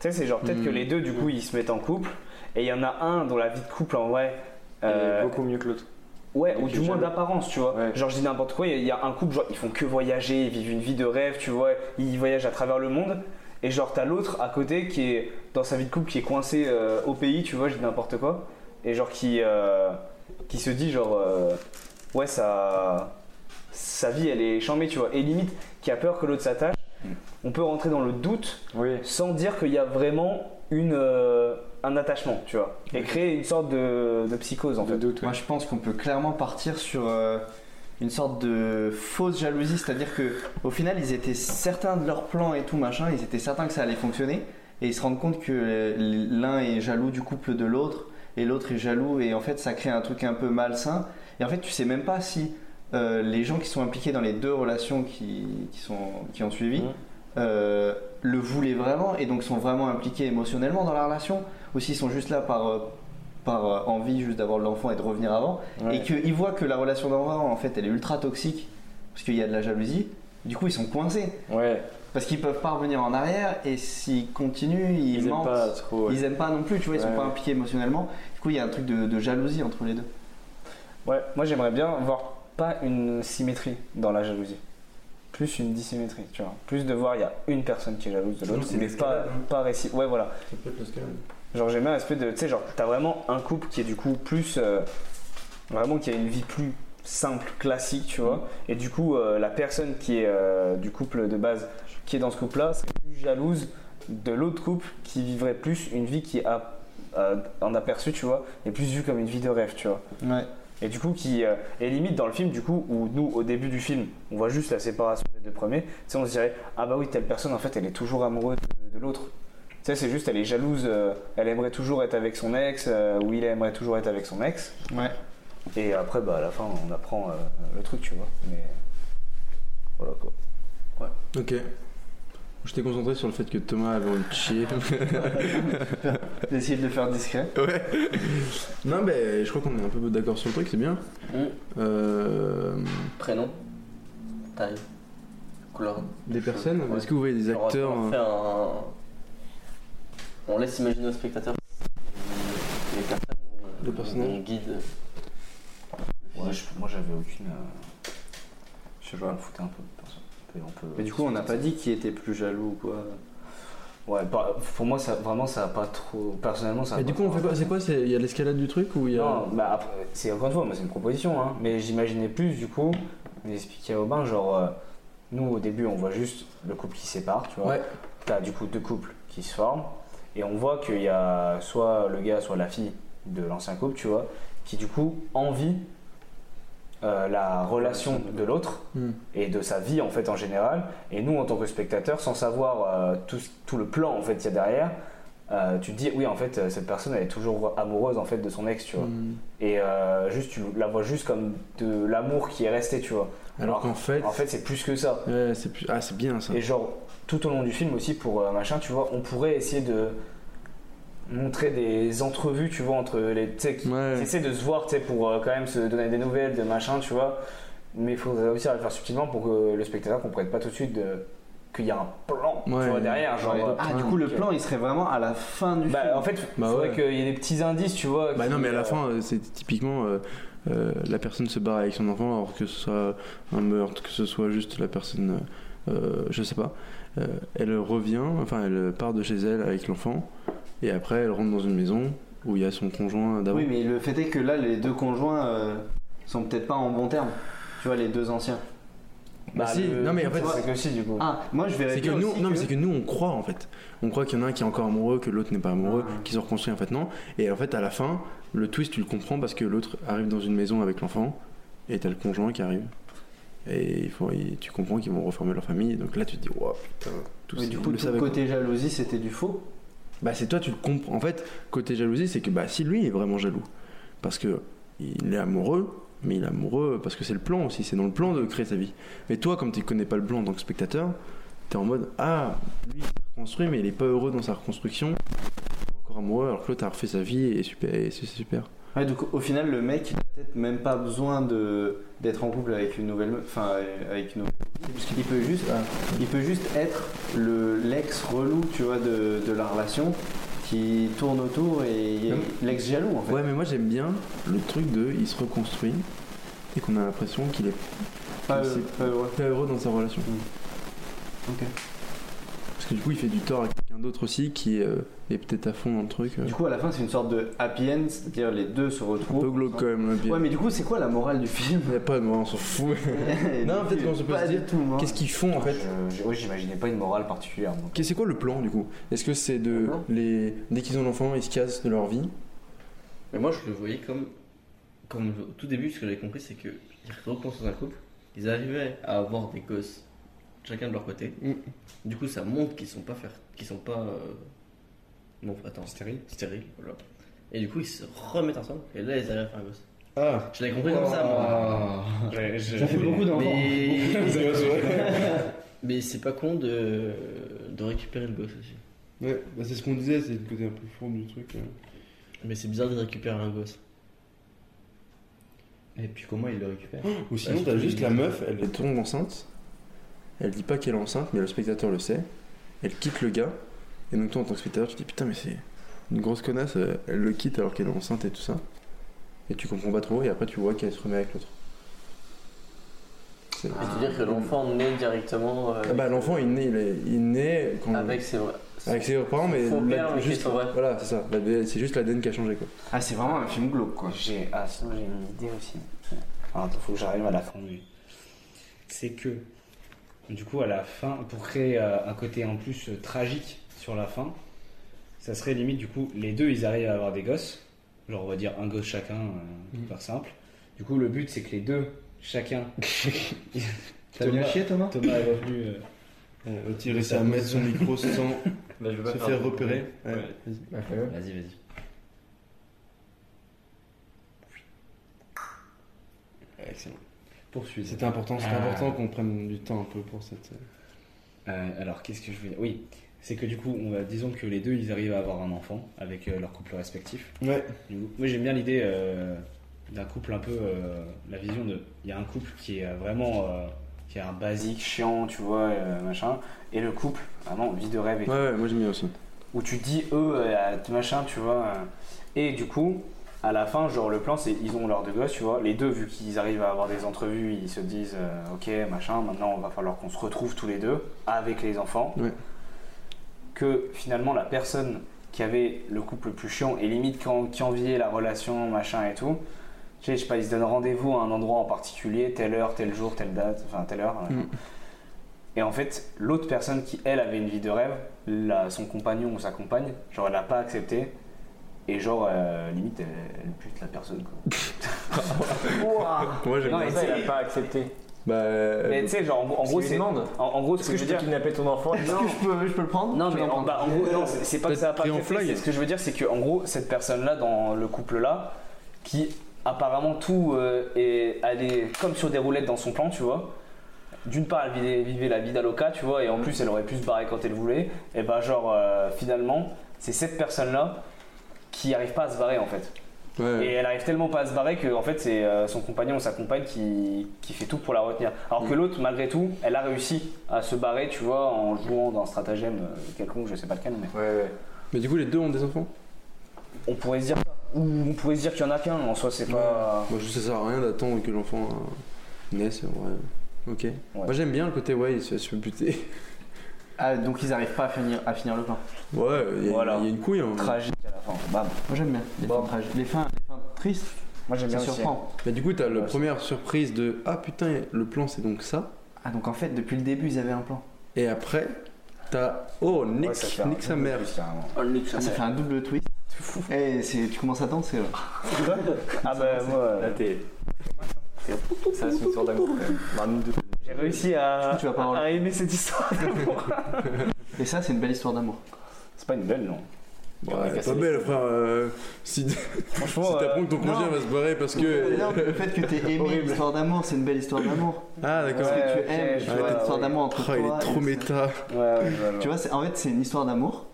Speaker 4: Tu sais, c'est genre, peut-être
Speaker 1: Mhm.
Speaker 4: que
Speaker 7: Hmm.
Speaker 4: les deux, du coup, ils se mettent en couple, et il y en a un dont la vie de couple, en vrai.
Speaker 7: Elle est
Speaker 4: euh,
Speaker 7: beaucoup mieux que l'autre.
Speaker 4: Ouais,
Speaker 7: Donc,
Speaker 4: ou du
Speaker 7: il est
Speaker 4: moins
Speaker 7: jaloux.
Speaker 4: d'apparence, tu vois.
Speaker 7: Ouais.
Speaker 4: Genre, je dis n'importe quoi, il y a- il y, a un couple, genre, ils font que voyager, ils vivent une vie de rêve, tu vois, ils voyagent à travers le monde. Et genre, t'as l'autre à côté qui est dans sa vie de couple, qui est coincé euh, au pays, tu vois, je dis n'importe quoi. Et genre, qui, euh, qui se dit, genre, euh, ouais, ça. Sa vie, elle est chambée, tu vois. Et limite, qui a peur que l'autre s'attache, on peut rentrer dans le doute
Speaker 7: Oui.
Speaker 4: sans dire qu'il y a vraiment une, euh, un attachement, tu vois. Et créer une sorte de, de psychose, en fait.
Speaker 3: Moi, je pense qu'on peut clairement partir sur euh, une sorte de fausse jalousie, c'est-à-dire que au final, ils étaient certains de leur plan et tout machin, ils étaient certains que ça allait fonctionner, et ils se rendent compte que euh, l'un est jaloux du couple de l'autre, et l'autre est jaloux, et en fait, ça crée un truc un peu malsain. Et en fait, tu sais même pas si euh, les gens qui sont impliqués dans les deux relations qui, qui sont, qui ont suivi.
Speaker 4: Mmh.
Speaker 3: euh, le voulaient vraiment et donc sont vraiment impliqués émotionnellement dans la relation ou s'ils sont juste là par, euh, par euh, envie juste d'avoir de l'enfant et de revenir avant, et qu'ils voient que la relation d'enfant, en fait, elle est ultra toxique, parce qu'il y a de la jalousie, du coup, ils sont coincés,
Speaker 7: Ouais.
Speaker 3: parce qu'ils peuvent pas revenir en arrière, et s'ils continuent, ils,
Speaker 7: Ils aiment
Speaker 3: mentent,
Speaker 7: pas trop. ouais.
Speaker 3: ils aiment pas non plus, tu vois, ils
Speaker 7: Ouais,
Speaker 3: sont pas
Speaker 7: ouais.
Speaker 3: impliqués émotionnellement, du coup, il y a un truc de, de jalousie entre les deux.
Speaker 4: Ouais, moi j'aimerais bien voir pas une symétrie dans la jalousie, plus une dissymétrie, tu vois. Plus de voir il y a une personne qui est jalouse de l'autre,
Speaker 1: c'est
Speaker 4: mais pas,
Speaker 1: l'escalade, hein.
Speaker 4: pas réci- Ouais, voilà. Genre j'aime bien l'aspect de, tu sais, genre t'as vraiment un couple qui est du coup plus, euh, vraiment qui a une vie plus simple, classique, tu vois.
Speaker 1: Mm.
Speaker 4: Et du coup euh, la personne qui est euh, du couple de base, qui est dans ce couple-là, serait plus jalouse de l'autre couple qui vivrait plus une vie qui a euh, en aperçu, tu vois, et plus vue comme une vie de rêve, tu vois.
Speaker 3: Ouais.
Speaker 4: Et du coup, qui euh, est limite dans le film, du coup, où nous, au début du film, on voit juste la séparation des deux premiers, tu sais, on se dirait, ah bah oui, telle personne, en fait, elle est toujours amoureuse de, de l'autre. Tu sais, c'est juste, elle est jalouse, euh, elle aimerait toujours être avec son ex, euh, ou il aimerait toujours être avec son ex.
Speaker 3: Ouais.
Speaker 4: Et après, bah, à la fin, on apprend euh, le truc, tu vois. Mais voilà quoi.
Speaker 1: Ok. J'étais concentré sur le fait que Thomas avait envie de [LAUGHS] chier.
Speaker 3: D'essayer de le faire discret.
Speaker 1: ouais. Non, mais je crois qu'on est un peu d'accord sur le truc, c'est bien.
Speaker 5: Mm.
Speaker 1: Euh,
Speaker 5: Prénom, taille, couleur.
Speaker 1: des personnes
Speaker 5: Ouais.
Speaker 1: Est-ce que vous voyez des
Speaker 5: Genre,
Speaker 1: acteurs
Speaker 5: On,
Speaker 1: euh,
Speaker 5: fait un- on laisse imaginer au spectateur les personnes, on-
Speaker 1: Le personnage.
Speaker 5: on guide.
Speaker 2: Ouais, je- moi j'avais aucune. euh, Je sais pas, je me foutais un peu. perso. On peut- on peut-
Speaker 3: Mais du coup, on n'a pas dit qui était plus jaloux ou quoi.
Speaker 4: Ouais, pas- pour moi, ça, vraiment, ça a pas trop. Personnellement, ça. a
Speaker 1: Et du
Speaker 4: pas
Speaker 1: coup, on
Speaker 4: trop-
Speaker 1: fait quoi C'est quoi c'est- Il y a de l'escalade du truc ou il y a.
Speaker 4: Non, bah après, c'est encore une fois, moi c'est une proposition, hein, mais j'imaginais plus du coup, d'expliquer à Robin, genre, euh, nous au début on voit juste le couple qui se sépare, tu vois.
Speaker 1: Ouais.
Speaker 4: T'as du coup deux couples qui se forment, et on voit qu'il y a soit le gars, soit la fille de l'ancien couple, tu vois, qui du coup envie euh, la relation de l'autre
Speaker 1: Hmm.
Speaker 4: et de sa vie en fait en général, et nous en tant que spectateurs, sans savoir euh, tout, ce- tout le plan en fait qu'il y a derrière. euh, tu te dis oui en fait euh, cette personne elle est toujours amoureuse en fait de son ex tu vois
Speaker 1: Hmm.
Speaker 4: et euh, juste tu la vois juste comme de l'amour qui est resté tu vois
Speaker 1: Alors qu'en fait.
Speaker 4: en fait c'est plus que ça
Speaker 1: Ouais, c'est plus- Ah, c'est bien ça.
Speaker 4: et genre tout au long du film aussi pour euh, machin tu vois on pourrait essayer de montrer des entrevues tu vois entre les tu sais qui- qui
Speaker 1: Ouais.
Speaker 4: essaient de se voir tu sais pour euh, quand même se donner des nouvelles de machin tu vois mais il faudrait réussir à le faire subtilement pour que le spectateur comprenne pas tout de suite de- qu'il y a un plan tu
Speaker 1: Ouais.
Speaker 4: vois derrière genre euh,
Speaker 3: Ah, du coup, le plan, il serait vraiment à la fin du
Speaker 4: bah,
Speaker 3: film.
Speaker 4: en fait
Speaker 1: Bah
Speaker 4: faudrait
Speaker 1: ouais.
Speaker 4: qu'il y ait des petits indices tu vois
Speaker 1: Bah
Speaker 4: qui,
Speaker 1: non, mais à
Speaker 4: euh,
Speaker 1: la fin, euh, c'est typiquement euh, euh, la personne se barre avec son enfant, alors que ce soit un meurtre, que ce soit juste la personne, euh, euh, je sais pas. Euh, elle revient, enfin, elle part de chez elle avec l'enfant, et après, elle rentre dans une maison où il y a son conjoint d'avant.
Speaker 3: Oui, mais le fait est que là, les deux conjoints euh, sont peut-être pas en bon terme. Tu vois, les deux anciens.
Speaker 1: Bah si,
Speaker 4: le-
Speaker 1: non, mais en fait,
Speaker 4: c'est que si du coup
Speaker 3: Ah, moi, je verrais
Speaker 1: C'est que
Speaker 3: bien
Speaker 1: nous,
Speaker 3: aussi
Speaker 1: non, mais c'est que nous, on croit en fait. On croit qu'il y en a un qui est encore amoureux, que l'autre n'est pas amoureux,
Speaker 3: Ah.
Speaker 1: qu'ils ont reconstruit en fait non. Et en fait, à la fin, le twist, tu le comprends parce que l'autre arrive dans une maison avec l'enfant et t'as le conjoint qui arrive. Et il faut, et tu comprends qu'ils vont reformer leur famille. Donc là, tu te dis, wow, putain, tout
Speaker 3: Mais
Speaker 1: ça,
Speaker 3: du
Speaker 1: ils
Speaker 3: coup,
Speaker 1: le
Speaker 3: tout
Speaker 1: savaient,
Speaker 3: le
Speaker 1: quoi.
Speaker 3: côté jalousie, c'était du faux.
Speaker 1: Bah, c'est toi, tu le comprends. En fait, côté jalousie, c'est que bah, si lui est vraiment jaloux, parce que il est amoureux, mais il est amoureux parce que c'est le plan aussi, c'est dans le plan de créer sa vie. Mais toi, comme tu connais pas le plan en tant que spectateur, t'es en mode Ah, lui, il s'est reconstruit, mais il est pas heureux dans sa reconstruction, il est encore amoureux, alors que l'autre a refait sa vie et, super, et c'est c'est super.
Speaker 3: Ouais, donc au final, le mec, il a peut-être même pas besoin de d'être en couple avec une nouvelle, meuf- enfin euh, avec une nouvelle, parce qu'il peut juste, il peut juste être le l'ex relou, tu vois, de, de la relation qui tourne autour et
Speaker 1: Même-
Speaker 3: l'ex jaloux en fait.
Speaker 1: Ouais, mais moi j'aime bien le truc de il se reconstruit et qu'on a l'impression qu'il est
Speaker 3: Pas-
Speaker 1: c'est-
Speaker 3: pas- ouais.
Speaker 1: pas heureux dans sa relation.
Speaker 4: Mm.
Speaker 3: Ok.
Speaker 1: Parce que du coup, il fait du tort à quelqu'un d'autre aussi qui euh, est peut-être à fond dans le truc. euh.
Speaker 3: Du coup, à la fin, c'est une sorte de happy end, c'est-à-dire les deux se
Speaker 1: Un
Speaker 3: retrouvent.
Speaker 1: peu glauque quand même, l'Olympia.
Speaker 3: Ouais, mais du coup, c'est quoi la morale du [LAUGHS] film
Speaker 1: Il n'y a pas de moi, on s'en fout. Non, peut-être qu'on se peut
Speaker 3: pas
Speaker 1: se dire,
Speaker 3: du tout. moi.
Speaker 1: Qu'est-ce qu'ils font en fait
Speaker 4: je- je- oui, j'imaginais pas une morale particulière moi.
Speaker 1: Qu'est- C'est quoi le plan du coup Est-ce que c'est de. Les... Dès qu'ils ont l'enfant, ils se cassent de leur vie
Speaker 5: Mais moi, je le voyais comme. comme au tout début, ce que j'avais compris, c'est qu'ils reconstruisent un couple, ils arrivaient à avoir des gosses, chacun de leur côté.
Speaker 1: Mm.
Speaker 5: Du coup, ça montre qu'ils sont pas. fer- qu'ils sont pas euh, Non, attends. Stériles. Stériles, voilà. Et du coup, ils se remettent ensemble, et là, ils arrivent à faire un gosse.
Speaker 16: Ah,
Speaker 5: Je l'avais compris comme ça,
Speaker 3: Ah.
Speaker 5: moi.
Speaker 4: J'ai- j'ai-
Speaker 3: Ça fait beaucoup d'enfants.
Speaker 5: Mais.
Speaker 16: [LAUGHS] ouais,
Speaker 5: [LAUGHS] Mais c'est pas con de. de récupérer le gosse aussi.
Speaker 16: bah, c'est ce qu'on disait, c'est le côté un peu fourbe du truc. hein.
Speaker 5: Mais c'est bizarre de récupérer un gosse.
Speaker 2: Et puis comment il le récupère
Speaker 16: Ou
Speaker 5: Ouais,
Speaker 16: sinon,
Speaker 5: c'est
Speaker 16: t'as juste
Speaker 5: tout.
Speaker 16: la meuf, elle
Speaker 1: Elle
Speaker 16: est.
Speaker 1: tombe enceinte, elle dit pas qu'elle est enceinte, mais le spectateur le sait, elle quitte le gars, et donc toi en tant que spectateur, tu te dis putain, mais c'est une grosse connasse, euh, elle le quitte alors qu'elle est enceinte et tout ça. Et tu comprends pas trop, et après tu vois qu'elle se remet avec l'autre. C'est-
Speaker 17: C'est-à-dire que l'enfant naît directement. euh,
Speaker 1: Ah bah, l'enfant il naît, il, est- il naît quand
Speaker 17: Avec ses vrais.
Speaker 1: avec ses parents, mais,
Speaker 17: Son
Speaker 1: la-
Speaker 17: père, mais qui est
Speaker 1: juste,
Speaker 17: son vrai.
Speaker 1: voilà, c'est ça, la- c'est juste l'ADN qui a changé quoi.
Speaker 3: Ah, c'est vraiment un film glauque quoi.
Speaker 4: J'ai... Ah, sinon j'ai une idée aussi. Alors, il Ah, faut que j'arrive à la fin.
Speaker 18: Oui. C'est que, du coup, à la fin, pour créer euh, un côté en plus euh, tragique sur la fin, ça serait limite, du coup, les deux, ils arrivent à avoir des gosses. Genre, on va dire un gosse chacun, euh,
Speaker 2: Mm.
Speaker 18: pour faire simple. Du coup, le but, c'est que les deux,
Speaker 2: [LAUGHS]
Speaker 18: chacun.
Speaker 2: T'as bien chié, Thomas
Speaker 18: Thomas est revenu. euh,
Speaker 16: Euh, tu réussis à mettre son micro sans
Speaker 19: Bah, je vais pas
Speaker 16: se faire repérer.
Speaker 19: Ouais.
Speaker 16: Ouais, vas-y.
Speaker 2: Vas-y, vas-y.
Speaker 16: Ouais, excellent.
Speaker 2: Poursuis.
Speaker 16: C'était important, c'était
Speaker 18: Ah.
Speaker 16: important qu'on prenne du temps un peu pour cette. euh,
Speaker 18: Euh, alors, qu'est-ce que je veux dire Oui, c'est que du coup, on va, disons que les deux, ils arrivent à avoir un enfant avec euh, leur couple respectif.
Speaker 16: Ouais.
Speaker 18: Du coup, moi, j'aime bien l'idée euh, d'un couple un peu. euh, la vision de. Il y a un couple qui est euh, vraiment. euh, qui est un basique, chiant, tu vois, euh, machin. Et le couple, vraiment, vie de rêve et
Speaker 1: Ouais, ouais, moi j'aime bien aussi.
Speaker 4: où tu dis eux euh, machin tu vois euh. et du coup à la fin genre le plan c'est ils ont leurs deux gosses tu vois les deux vu qu'ils arrivent à avoir des entrevues ils se disent euh, ok machin maintenant on va falloir qu'on se retrouve tous les deux avec les enfants
Speaker 1: Ouais.
Speaker 4: que finalement la personne qui avait le couple le plus chiant et limite qui, en- qui enviait la relation, machin et tout, tu sais, je sais pas, ils se donnent rendez-vous à un endroit en particulier, telle heure, tel jour, telle date, enfin telle heure. ouais.
Speaker 1: Mm.
Speaker 4: Et en fait, l'autre personne qui, elle, avait une vie de rêve, la- son compagnon ou sa compagne, genre, elle n'a pas accepté. Et genre, euh, limite, elle, elle bute la personne. Quoi.
Speaker 1: Moi j'aime
Speaker 4: euh, [LAUGHS] Non,
Speaker 1: bien.
Speaker 4: mais
Speaker 7: Ça,
Speaker 4: tu
Speaker 7: il
Speaker 4: sais,
Speaker 7: a pas accepté.
Speaker 1: Bah,
Speaker 4: mais tu sais, genre, en, en gros,
Speaker 7: Parce qu'il
Speaker 4: c'est.
Speaker 7: lui demande.
Speaker 4: En, en gros,
Speaker 7: Est-ce que je peux kidnapper ton enfant
Speaker 4: Non,
Speaker 3: Je peux, je peux le prendre
Speaker 4: non,
Speaker 3: Je
Speaker 4: mais
Speaker 3: peux le
Speaker 4: en,
Speaker 3: prendre.
Speaker 4: bah, en gros, non, c'est c'est pas que ça a pas
Speaker 1: Peut-être pris en
Speaker 4: accepté,
Speaker 1: flag.
Speaker 4: c'est- Ce que je veux dire, c'est que en gros, cette personne-là, dans le couple-là, qui apparemment tout euh, est allé comme sur des roulettes dans son plan, tu vois. D'une part, elle vivait, vivait la vie d'Aloca, tu vois, et en plus, elle aurait pu se barrer quand elle voulait. Et ben, genre, euh, finalement, c'est cette personne-là qui arrive pas à se barrer en fait.
Speaker 1: ouais.
Speaker 4: Et elle arrive tellement pas à se barrer que en fait c'est euh, son compagnon ou sa compagne qui, qui fait tout pour la retenir. Alors que l'autre, malgré tout, elle a réussi à se barrer, tu vois, en jouant d'un stratagème euh, quelconque, je sais pas lequel, mais
Speaker 1: Mais du coup, les deux ont des enfants
Speaker 4: on pourrait se dire ça. Ou on pourrait se dire qu'il y en a qu'un, en soi c'est pas.
Speaker 1: Moi, je sais, ça sert à rien d'attendre que l'enfant euh, naisse, ouais. Ok. Moi, j'aime bien le côté, ouais, il se fait se buter. [LAUGHS]
Speaker 3: Ah, donc ils arrivent pas à finir, à finir le plan.
Speaker 1: Ouais, il y, a-
Speaker 4: Voilà.
Speaker 1: il y a une couille. Hein.
Speaker 4: Tragique à la fin. Bam.
Speaker 3: Moi j'aime bien. Les, fins, tragiques. les, fins, les fins tristes,
Speaker 4: Moi j'aime
Speaker 3: ça
Speaker 4: bien surprendre.
Speaker 3: surprend.
Speaker 1: Mais du coup, t'as la première surprise de Ah putain, le plan c'est donc ça.
Speaker 3: Ah, donc en fait, depuis le début, ils avaient un plan.
Speaker 1: Et après, t'as Oh, nique,
Speaker 4: Ouais, ça fait un
Speaker 1: nique sa
Speaker 4: truc de
Speaker 1: mère.
Speaker 4: plus, carrément.
Speaker 5: Oh, le nique,
Speaker 3: Ah,
Speaker 5: ça
Speaker 3: ça
Speaker 5: fait-
Speaker 3: fait un double twist. Et c'est- tu commences à tendre, c'est.
Speaker 4: Ah bah moi, euh,
Speaker 7: Ça, c'est une sourde d'amour. quand même.
Speaker 4: j'ai réussi à,
Speaker 3: Tu vas pas avoir le-
Speaker 4: à aimer cette histoire.
Speaker 3: Et ça, c'est une belle histoire d'amour.
Speaker 4: c'est pas une belle non.
Speaker 1: Ouais, elle est pas belle, frère. euh, si [LAUGHS] si
Speaker 4: Franchement, euh,
Speaker 1: t'apprends que ton
Speaker 3: non.
Speaker 1: conjoint va se barrer parce que.
Speaker 3: Non, mais le fait que t'aies aimé une histoire d'amour, c'est une belle histoire d'amour.
Speaker 1: Ah, d'accord.
Speaker 3: Parce que
Speaker 4: Ouais,
Speaker 3: tu
Speaker 4: ok,
Speaker 3: aimes,
Speaker 4: je
Speaker 3: tu
Speaker 4: vois,
Speaker 3: vois, une histoire
Speaker 4: ouais.
Speaker 3: d'amour entre
Speaker 1: Oh,
Speaker 9: Ah,
Speaker 3: toi.
Speaker 1: il est
Speaker 3: et
Speaker 1: trop
Speaker 3: le scénario.
Speaker 1: méta.
Speaker 4: euh, ouais, ouais, ouais, ouais.
Speaker 3: Tu vois, c'est- en fait, c'est une histoire d'amour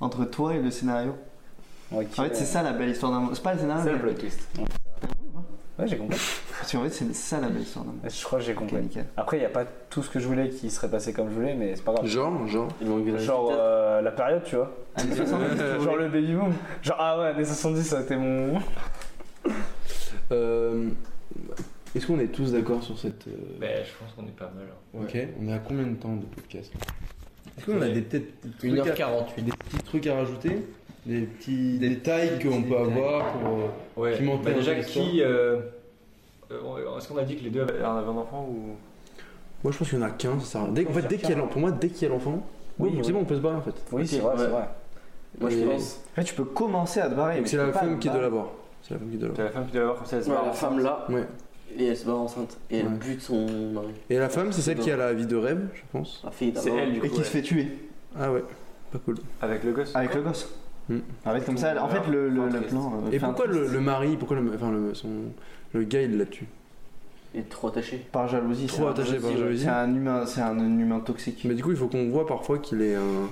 Speaker 3: entre toi et le scénario.
Speaker 4: Ouais,
Speaker 3: En fait, c'est ça la belle histoire d'amour. C'est pas le scénario.
Speaker 4: C'est le
Speaker 3: mais-
Speaker 4: plot twist. Ouais, j'ai compris.
Speaker 3: Parce qu'en fait, c'est ça la belle histoire d'amour.
Speaker 4: Je crois que j'ai
Speaker 3: Ok,
Speaker 4: compris.
Speaker 3: nickel.
Speaker 4: Après, il n'y a pas tout ce que je voulais qui serait passé comme je voulais, mais c'est pas grave.
Speaker 1: Genre, genre.
Speaker 5: Il manque de la
Speaker 4: Genre
Speaker 5: vitesse.
Speaker 4: euh, la période, tu vois.
Speaker 3: Années 70, tu
Speaker 4: Genre
Speaker 3: vois.
Speaker 4: le baby boom. Genre, ah ouais, années 70, ça a été mon.
Speaker 1: Euh, Est-ce qu'on est tous d'accord sur cette. euh,
Speaker 7: Ben, je pense qu'on est pas mal. hein.
Speaker 9: Ok, on est à combien de temps de podcast là Est-ce qu'on a
Speaker 8: Ouais.
Speaker 9: des peut-être des trucs à-
Speaker 8: 1h48.
Speaker 9: des petits trucs à rajouter Des petits détails qu'on peut avoir pour. euh,
Speaker 7: Ouais.
Speaker 9: Qui mentait
Speaker 7: Bah,
Speaker 9: dans
Speaker 7: déjà,
Speaker 9: l'histoire.
Speaker 7: qui. euh, euh, Est-ce qu'on a dit que les deux avaient avaient un enfant ou.
Speaker 1: Moi, je pense qu'il y en a qu'un, ça sert à rien. Dès, en fait, dès qu'il y a l'en- pour moi, dès qu'il y a l'enfant,
Speaker 4: Oui,
Speaker 1: bon,
Speaker 4: oui.
Speaker 1: c'est bon, on peut se barrer en fait.
Speaker 4: Oui, c'est vrai,
Speaker 5: ouais.
Speaker 4: c'est vrai.
Speaker 5: Moi, je
Speaker 1: Et-
Speaker 5: pense.
Speaker 3: En fait, tu peux commencer à te barrer. mais
Speaker 1: C'est
Speaker 3: tu
Speaker 1: la
Speaker 3: peux pas
Speaker 1: femme qui
Speaker 3: te
Speaker 1: doit
Speaker 3: barrer.
Speaker 1: l'avoir. C'est la femme qui doit
Speaker 7: C'est
Speaker 1: l'avoir.
Speaker 7: la femme qui doit l'avoir comme ça, elle se
Speaker 5: Ouais,
Speaker 7: barre.
Speaker 5: la femme là,
Speaker 1: Ouais.
Speaker 5: et elle se barre enceinte. Et elle
Speaker 1: Ouais.
Speaker 5: bute son mari.
Speaker 1: Et la femme, c'est celle qui a la vie de rêve, je pense.
Speaker 5: La fille
Speaker 7: C'est
Speaker 5: d'abord.
Speaker 7: elle, du coup.
Speaker 3: Et qui se
Speaker 7: ouais.
Speaker 3: fait tuer
Speaker 1: Ah ouais, pas cool.
Speaker 7: Avec le gosse.
Speaker 3: avec le gosse.
Speaker 1: Hmm.
Speaker 3: En fait, comme ça, en fait, le, le- le plan. euh,
Speaker 1: Et
Speaker 3: fait un
Speaker 1: pourquoi
Speaker 3: twist.
Speaker 1: le, le mari, pourquoi le, enfin le, son, le gars il la tue
Speaker 5: Il est trop attaché.
Speaker 3: Par jalousie.
Speaker 1: Trop
Speaker 3: c'est un-
Speaker 1: attaché par jalousie.
Speaker 3: C'est un humain, c'est un humain toxique.
Speaker 1: Mais du coup il faut qu'on voit parfois qu'il est un,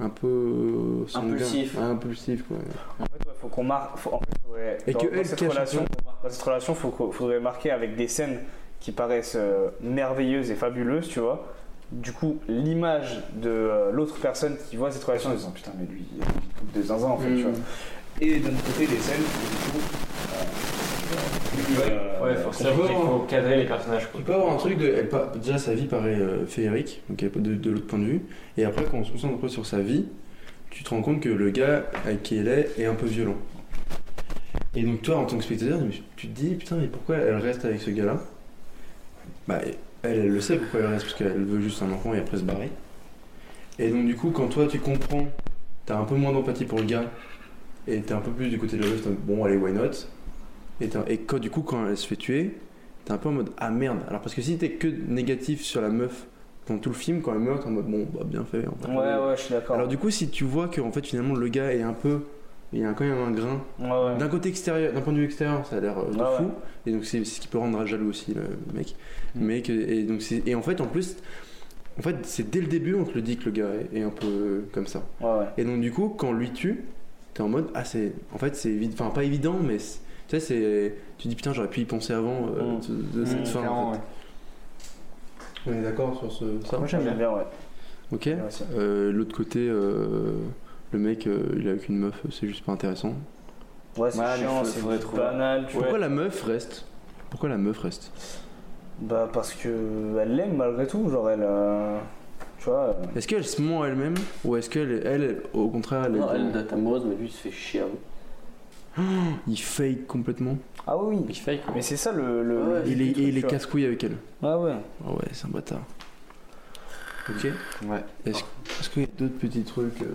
Speaker 1: un peu euh, sanguin.
Speaker 5: Impulsif.
Speaker 1: Ouais, impulsif quoi.
Speaker 4: En fait, ouais, faut qu'on marque. Faut... En fait, faudrait...
Speaker 1: Et
Speaker 4: dans,
Speaker 1: que
Speaker 4: dans
Speaker 1: elle
Speaker 4: cette
Speaker 1: cache
Speaker 4: relation,
Speaker 1: un
Speaker 4: dans cette relation, faut qu'on- faudrait marquer avec des scènes qui paraissent euh, merveilleuses et fabuleuses, tu vois. Du coup, l'image de euh, l'autre personne qui voit cette relation en disant putain, mais lui, il a une coupe de zinzin en fait, tu vois. Et d'un autre côté, des scènes où du coup. euh, euh,
Speaker 7: Ouais, forcément, il faut cadrer les personnages. quoi.
Speaker 1: Tu peux avoir un truc de. elle pa- déjà, sa vie paraît euh, féerique, donc elle- de, de l'autre point de vue. Et après, quand on se concentre un peu sur sa vie, tu te rends compte que le gars avec qui elle est est un peu violent. Et donc, toi, en tant que spectateur, tu te dis putain, mais pourquoi elle reste avec ce gars-là Bah, elle, elle le sait pourquoi elle reste, parce qu'elle veut juste un enfant et après se barrer. Et donc, du coup, quand toi tu comprends, t'as un peu moins d'empathie pour le gars, et t'es un peu plus du côté de la meuf, t'es en mode, bon, allez, why not et, t'as- et quand, du coup, quand elle se fait tuer, T'es un peu en mode ah merde. Alors parce que si t'es que négatif sur la meuf dans tout le film, quand elle meurt, t'es en mode bon bah bien fait. en fait.
Speaker 4: Ouais, ouais, je suis d'accord.
Speaker 1: Alors du coup, si tu vois que en fait finalement le gars est un peu, il y a quand même un grain.
Speaker 4: Ouais, ouais.
Speaker 1: D'un côté extérieur, d'un point de vue extérieur, ça a l'air euh, de
Speaker 4: Ah
Speaker 1: fou.
Speaker 4: ouais. Mm.
Speaker 1: Et donc c'est c'est ce qui peut rendre jaloux aussi le mec. Mais que et donc c'est et en fait en plus. En fait, c'est dès le début, on te le dit que le gars est est un peu comme ça.
Speaker 4: Ouais, ouais.
Speaker 1: Et donc, du coup, quand lui tue, t'es en mode, ah, c'est. En fait, c'est évident. Enfin, pas évident, mais c'est- tu sais, c'est. Tu dis, putain, j'aurais pu y penser avant euh,
Speaker 4: Mm.
Speaker 1: de, de
Speaker 4: Mm,
Speaker 1: cette fin.
Speaker 3: Hmm, Clairement,
Speaker 1: En fait. On est d'accord sur ce, ça
Speaker 3: Moi, j'aime bien.
Speaker 4: ouais.
Speaker 1: Ok.
Speaker 4: Ouais, c'est-
Speaker 1: Euh, L'autre côté, euh, le mec, euh, il a qu'une meuf, c'est juste pas intéressant.
Speaker 4: Ouais, c'est
Speaker 3: Ouais, mais faut-
Speaker 4: chiant, c'est
Speaker 3: faudrait trouver.
Speaker 4: banal, tu
Speaker 1: Pourquoi
Speaker 4: vois.
Speaker 1: la meuf reste Pourquoi la meuf reste
Speaker 4: Bah parce que elle l'aime malgré tout, genre elle. euh, Tu vois, euh,
Speaker 1: Est-ce qu'elle se ment elle-même ou est-ce qu'elle, elle, au contraire, elle, est
Speaker 5: Non,
Speaker 1: dans-
Speaker 5: elle doit être amoureuse, mais lui il se fait chier avant.
Speaker 1: il fake complètement
Speaker 4: Ah oui,
Speaker 7: Il fake.
Speaker 4: mais c'est ça le. le-
Speaker 5: Ouais,
Speaker 4: le-
Speaker 1: Il est,
Speaker 4: le truc,
Speaker 1: il est
Speaker 4: tu vois.
Speaker 1: casse-couille avec elle.
Speaker 4: Ah ouais.
Speaker 1: Ah ouais, c'est un bâtard. Ok.
Speaker 3: Ouais.
Speaker 1: Est-ce, est-ce qu'il y a d'autres petits trucs euh,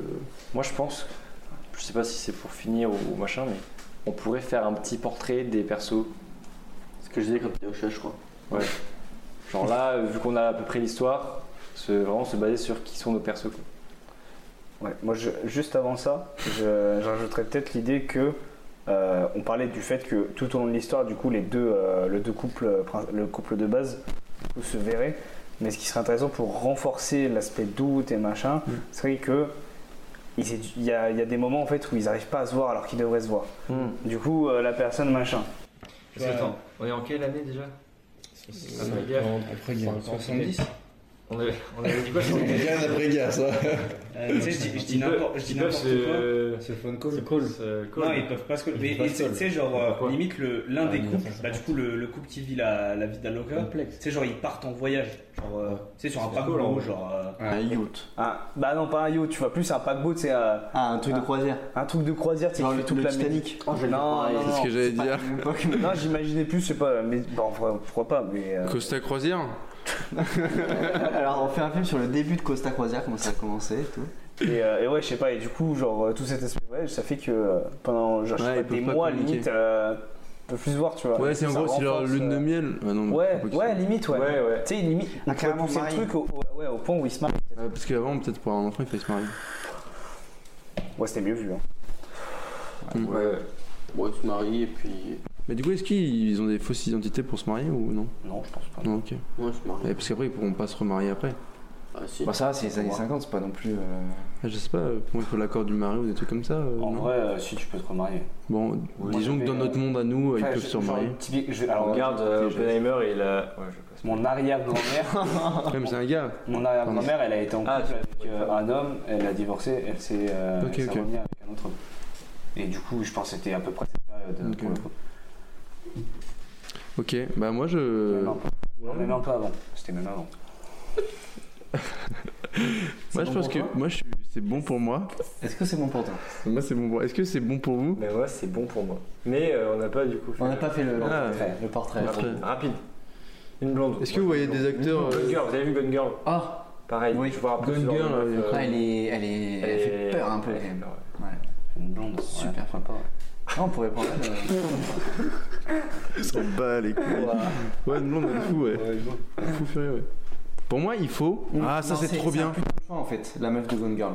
Speaker 7: Moi, je pense, je sais pas si c'est pour finir ou, ou machin, mais on pourrait faire un petit portrait des persos.
Speaker 5: Ce que je disais quand t'étais au chat, je crois.
Speaker 7: Genre là, euh, vu qu'on a à peu près l'histoire, se, vraiment se baser sur qui sont nos persos. quoi.
Speaker 4: Ouais, moi, je- juste avant ça, je, je rajouterais peut-être l'idée que euh, on parlait du fait que tout au long de l'histoire, du coup, les deux, euh, le deux couples, euh, prin- le couple de base, tout se verrait. Mais ce qui serait intéressant pour renforcer l'aspect doute et machin,
Speaker 7: Mm.
Speaker 4: serait que ils étu- il y, a, il y a des moments en fait où ils n'arrivent pas à se voir alors qu'ils devraient se voir.
Speaker 7: Mm.
Speaker 4: Du coup, euh, la personne machin.
Speaker 8: Parce que attends, on est en quelle année déjà Après-guerre.
Speaker 9: Après, il y a 70.
Speaker 8: On est- on avait dit quoi sur les-
Speaker 14: Rien d'après-guerre, ça.
Speaker 15: Euh, tu sais, je dis- je dis n'importe je dis n'importe quoi.
Speaker 14: Ce phone
Speaker 8: C'est cool. C'est cool.
Speaker 15: Non, ils peuvent pas se coller.
Speaker 14: Ils
Speaker 15: Mais
Speaker 14: peuvent pas
Speaker 15: et
Speaker 14: se
Speaker 15: c'est- tu sais, genre, euh,
Speaker 8: Pourquoi
Speaker 15: limite, le- l'un
Speaker 14: Ah,
Speaker 15: des
Speaker 14: non,
Speaker 15: couples,
Speaker 14: ça, ça
Speaker 15: bah, du coup, le, le couple qui vit la, la vie d'Aloca, tu
Speaker 14: Complexe.
Speaker 15: sais, genre, ils partent en voyage. Genre, euh, tu sais, sur un paquebot, genre. euh,
Speaker 4: Ah,
Speaker 1: Ah,
Speaker 3: Un yacht.
Speaker 4: Un- bah non, pas un yacht, tu vois, plus un paquebot, c'est un,
Speaker 3: Ah, un truc
Speaker 4: Ah.
Speaker 3: de croisière.
Speaker 4: un truc de croisière, tu sais,
Speaker 3: Genre
Speaker 4: qui
Speaker 3: le,
Speaker 4: fait toute
Speaker 3: le
Speaker 4: la
Speaker 3: Titanic.
Speaker 5: Oh, je l'ai dit
Speaker 4: Non,
Speaker 5: pareil.
Speaker 4: non,
Speaker 1: C'est ce que j'allais dire.
Speaker 4: Non, j'imaginais plus, je sais pas, mais bon, en vrai, pourquoi pas, mais. euh,
Speaker 1: Costa Croisière
Speaker 3: [LAUGHS] Alors, on fait un film sur le début de Costa Croisière, comment ça a commencé et tout.
Speaker 4: Et, euh, et ouais, je sais pas, et du coup, genre, euh, tout cet aspect voyage, ça fait que euh, pendant genre, je sais
Speaker 1: Ouais,
Speaker 4: pas,
Speaker 1: ils peuvent
Speaker 4: des
Speaker 1: pas
Speaker 4: mois,
Speaker 1: communiquer.
Speaker 4: limite, euh, on peut plus se voir, tu vois.
Speaker 1: Ouais, c'est en
Speaker 4: Ça
Speaker 1: gros, c'est leur
Speaker 4: renforce,
Speaker 1: lune de
Speaker 4: euh,
Speaker 1: miel. Ah non, mais
Speaker 4: Ouais,
Speaker 1: faut pas que
Speaker 4: ouais,
Speaker 1: ça-
Speaker 4: limite, ouais.
Speaker 7: Ouais, ouais.
Speaker 4: Tu sais, limite,
Speaker 3: Ah,
Speaker 4: on peut
Speaker 3: carrément
Speaker 4: pousser le
Speaker 3: marié.
Speaker 4: truc au, au- ouais, au point où ils se marient.
Speaker 1: Euh, parce qu'avant, peut-être pour avoir un enfant, il fallait se marier.
Speaker 4: Ouais, c'était mieux vu. Hein.
Speaker 7: Ouais.
Speaker 5: Bon, tu te maries et puis.
Speaker 1: Mais du coup, est-ce qu'ils ont des fausses identités pour se marier ou non
Speaker 4: Non, je pense pas.
Speaker 1: Non, ok.
Speaker 5: Moi, je me marie.
Speaker 1: Ouais, parce qu'après, ils pourront pas se remarier après.
Speaker 5: Ah, si.
Speaker 3: Bah, ça, va, c'est les années 50, c'est pas non plus. euh,
Speaker 1: Ah, je sais pas, euh, pour moi, il faut l'accord du mari ou des trucs comme ça. euh,
Speaker 2: En
Speaker 1: non
Speaker 2: vrai, euh, si tu peux te remarier.
Speaker 1: Bon, disons que dans notre monde à nous, euh, ils
Speaker 2: Enfin,
Speaker 1: peuvent
Speaker 2: je-
Speaker 1: se
Speaker 2: genre,
Speaker 1: remarier.
Speaker 2: typique- je vais-
Speaker 7: Alors,
Speaker 2: alors,
Speaker 7: regarde, euh, Oppenheimer, il a. Ouais, je passe.
Speaker 2: mon arrière-grand-mère,
Speaker 1: Ouais, mais c'est un gars.
Speaker 2: mon arrière-grand-mère, elle a été en couple
Speaker 7: Ah,
Speaker 2: avec euh, un homme, elle a divorcé, elle s'est euh,
Speaker 1: Ok,
Speaker 2: elle s'est
Speaker 1: ok.
Speaker 2: revenue avec un autre homme. Et du coup, je pense que c'était à peu près cette période. euh,
Speaker 1: Ok.
Speaker 2: pour le coup.
Speaker 1: Ok, bah moi je.
Speaker 2: Non, non, même un peu avant. C'était même avant.
Speaker 1: Moi je pense que moi je suis- c'est bon pour moi.
Speaker 3: Est-ce que c'est hein bon pour toi
Speaker 1: Moi c'est bon pour. Est-ce que c'est bon pour vous
Speaker 7: Mais moi, c'est bon pour moi. Mais euh, on n'a pas du coup fait.
Speaker 3: On n'a pas fait le,
Speaker 1: Ah,
Speaker 3: le portrait.
Speaker 1: Après.
Speaker 7: Rapide. Une blonde.
Speaker 1: Est-ce que vous voyez des acteurs
Speaker 7: Gun
Speaker 1: euh,
Speaker 7: Girl, vous avez vu Gun Girl
Speaker 3: Ah,
Speaker 7: Pareil,
Speaker 3: Oui.
Speaker 7: je vois un peu
Speaker 1: Gun
Speaker 7: ce genre de
Speaker 1: Girl,
Speaker 7: meuf,
Speaker 1: ouais.
Speaker 7: euh,
Speaker 3: elle, est, elle, est, elle fait
Speaker 7: et-
Speaker 3: peur un peu quand
Speaker 7: elle fait
Speaker 3: même.
Speaker 7: peur, ouais.
Speaker 2: Une blonde.
Speaker 3: Super sympa. Ah, on pourrait prendre elle.
Speaker 1: Ils s'en bat les couilles. Ouais, non, on est fou, ouais. Fou furieux, ouais. Pour moi, il faut. Ah, ça
Speaker 3: Non,
Speaker 1: c'est trop
Speaker 3: un
Speaker 1: bien.
Speaker 3: putain de choix en fait, la meuf de Gone Girl.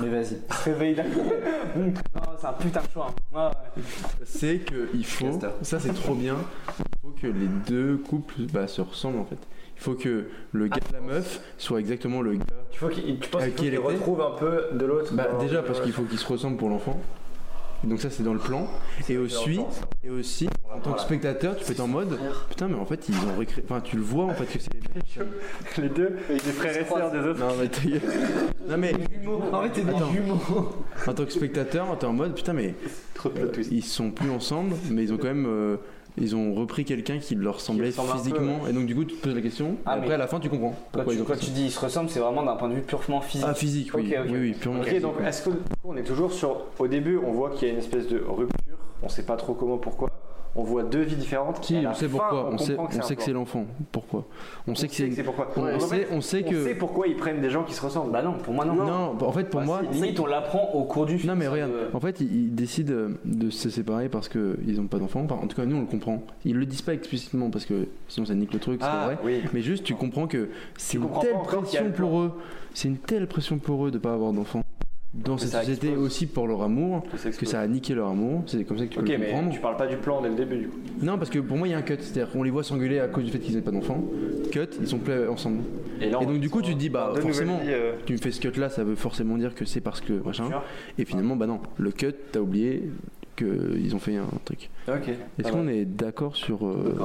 Speaker 3: Mais vas-y. [LAUGHS]
Speaker 4: Réveil d'un Non, c'est un putain de choix. hein. Ouais, ouais.
Speaker 1: C'est que il faut.
Speaker 3: Caster.
Speaker 1: Ça c'est trop bien. Il faut que les deux couples bah, se ressemblent en fait. Il faut que le gars de la meuf soit exactement le gars.
Speaker 7: Tu, vois qu'il- tu penses
Speaker 1: Euh,
Speaker 7: qu'il faut
Speaker 1: qui
Speaker 7: qu'il
Speaker 1: elle était
Speaker 7: retrouve un peu de l'autre
Speaker 1: Bah
Speaker 7: dans-
Speaker 1: déjà parce
Speaker 7: dans-
Speaker 1: qu'il faut qu'ils se ressemblent pour l'enfant. Donc ça c'est dans le plan. Et aussi, et aussi, en tant que spectateur, tu peux être en mode putain mais en fait ils ont récré. Enfin tu le vois en fait que c'est les mêmes.
Speaker 7: Les deux, les frères et sœurs des autres.
Speaker 1: Non mais ta gueule. Non mais
Speaker 3: En fait, t'es des
Speaker 1: Attends.
Speaker 3: jumeaux.
Speaker 1: en tant que spectateur, t'es en mode putain mais euh, ils sont plus ensemble, mais ils ont quand même euh, ils ont repris quelqu'un qui leur semblait
Speaker 7: ressemble un peu,
Speaker 1: physiquement. Et donc du coup tu te poses la question.
Speaker 4: Ah,
Speaker 1: et après
Speaker 4: mais-
Speaker 1: à la fin tu comprends.
Speaker 4: Quand,
Speaker 1: pourquoi ils
Speaker 4: Bah, tu,
Speaker 1: ont
Speaker 4: quand
Speaker 1: fait
Speaker 4: tu dis ils se ressemblent, c'est vraiment d'un point de vue purement
Speaker 1: ça.
Speaker 4: physique.
Speaker 1: Ah physique oui.
Speaker 7: Ok, ok.
Speaker 1: Oui oui purement.
Speaker 7: Ok,
Speaker 1: physique,
Speaker 7: donc
Speaker 1: ouais.
Speaker 7: est-ce que du coup, on est toujours sur. Au début, on voit qu'il y a une espèce de rupture, on sait pas trop comment, pourquoi. On voit deux vies différentes.
Speaker 1: Si,
Speaker 7: et à
Speaker 1: on
Speaker 7: la
Speaker 1: sait
Speaker 7: fin,
Speaker 1: pourquoi, on sait,
Speaker 7: comprend
Speaker 1: on sait
Speaker 7: un
Speaker 1: que c'est
Speaker 7: plan.
Speaker 1: l'enfant. Pourquoi On sait que c'est.
Speaker 7: c'est pourquoi.
Speaker 1: On
Speaker 7: En
Speaker 1: sait,
Speaker 7: fait,
Speaker 1: on sait
Speaker 7: on sait
Speaker 1: que.
Speaker 7: pourquoi ils prennent des gens qui se ressemblent.
Speaker 2: Bah non, pour moi non.
Speaker 1: Non, bah, en fait pour moi,
Speaker 2: Limite, on l'apprend au cours du film.
Speaker 1: Non mais regarde,
Speaker 2: Euh,
Speaker 1: en fait ils, ils décident euh, de se séparer parce qu'ils n'ont pas d'enfants. Enfin, En tout cas nous on le comprend. Ils le disent pas explicitement parce que sinon ça nique le truc, c'est vrai.
Speaker 7: Ah, oui.
Speaker 1: Mais juste tu comprends que c'est une
Speaker 7: comprends
Speaker 1: telle
Speaker 7: pas encore qu'il y a
Speaker 1: pression
Speaker 7: le plan.
Speaker 1: pour eux, c'est une telle pression pour eux de pas avoir d'enfants dans cette
Speaker 7: ça
Speaker 1: société
Speaker 7: explose.
Speaker 1: aussi pour leur amour que ça a niqué leur amour. C'est comme ça que tu
Speaker 7: Ok,
Speaker 1: peux le
Speaker 7: mais
Speaker 1: comprendre.
Speaker 7: tu parles pas du plan dès le début du coup.
Speaker 1: Non parce que pour moi il y a un cut, c'est-à-dire qu'on les voit s'engueuler à cause du fait qu'ils n'aient pas d'enfants. Cut, ils sont plus ensemble.
Speaker 7: Et là,
Speaker 1: Et
Speaker 7: on-
Speaker 1: donc du coup tu te dis bah
Speaker 7: deux nouvelles
Speaker 1: forcément
Speaker 7: vies, euh,
Speaker 1: tu me fais ce cut là, ça veut forcément dire que c'est parce que machin. Et finalement, bah non, le cut, t'as oublié qu'ils ont fait un truc.
Speaker 7: Ok.
Speaker 1: Est-ce qu'on est d'accord sur euh,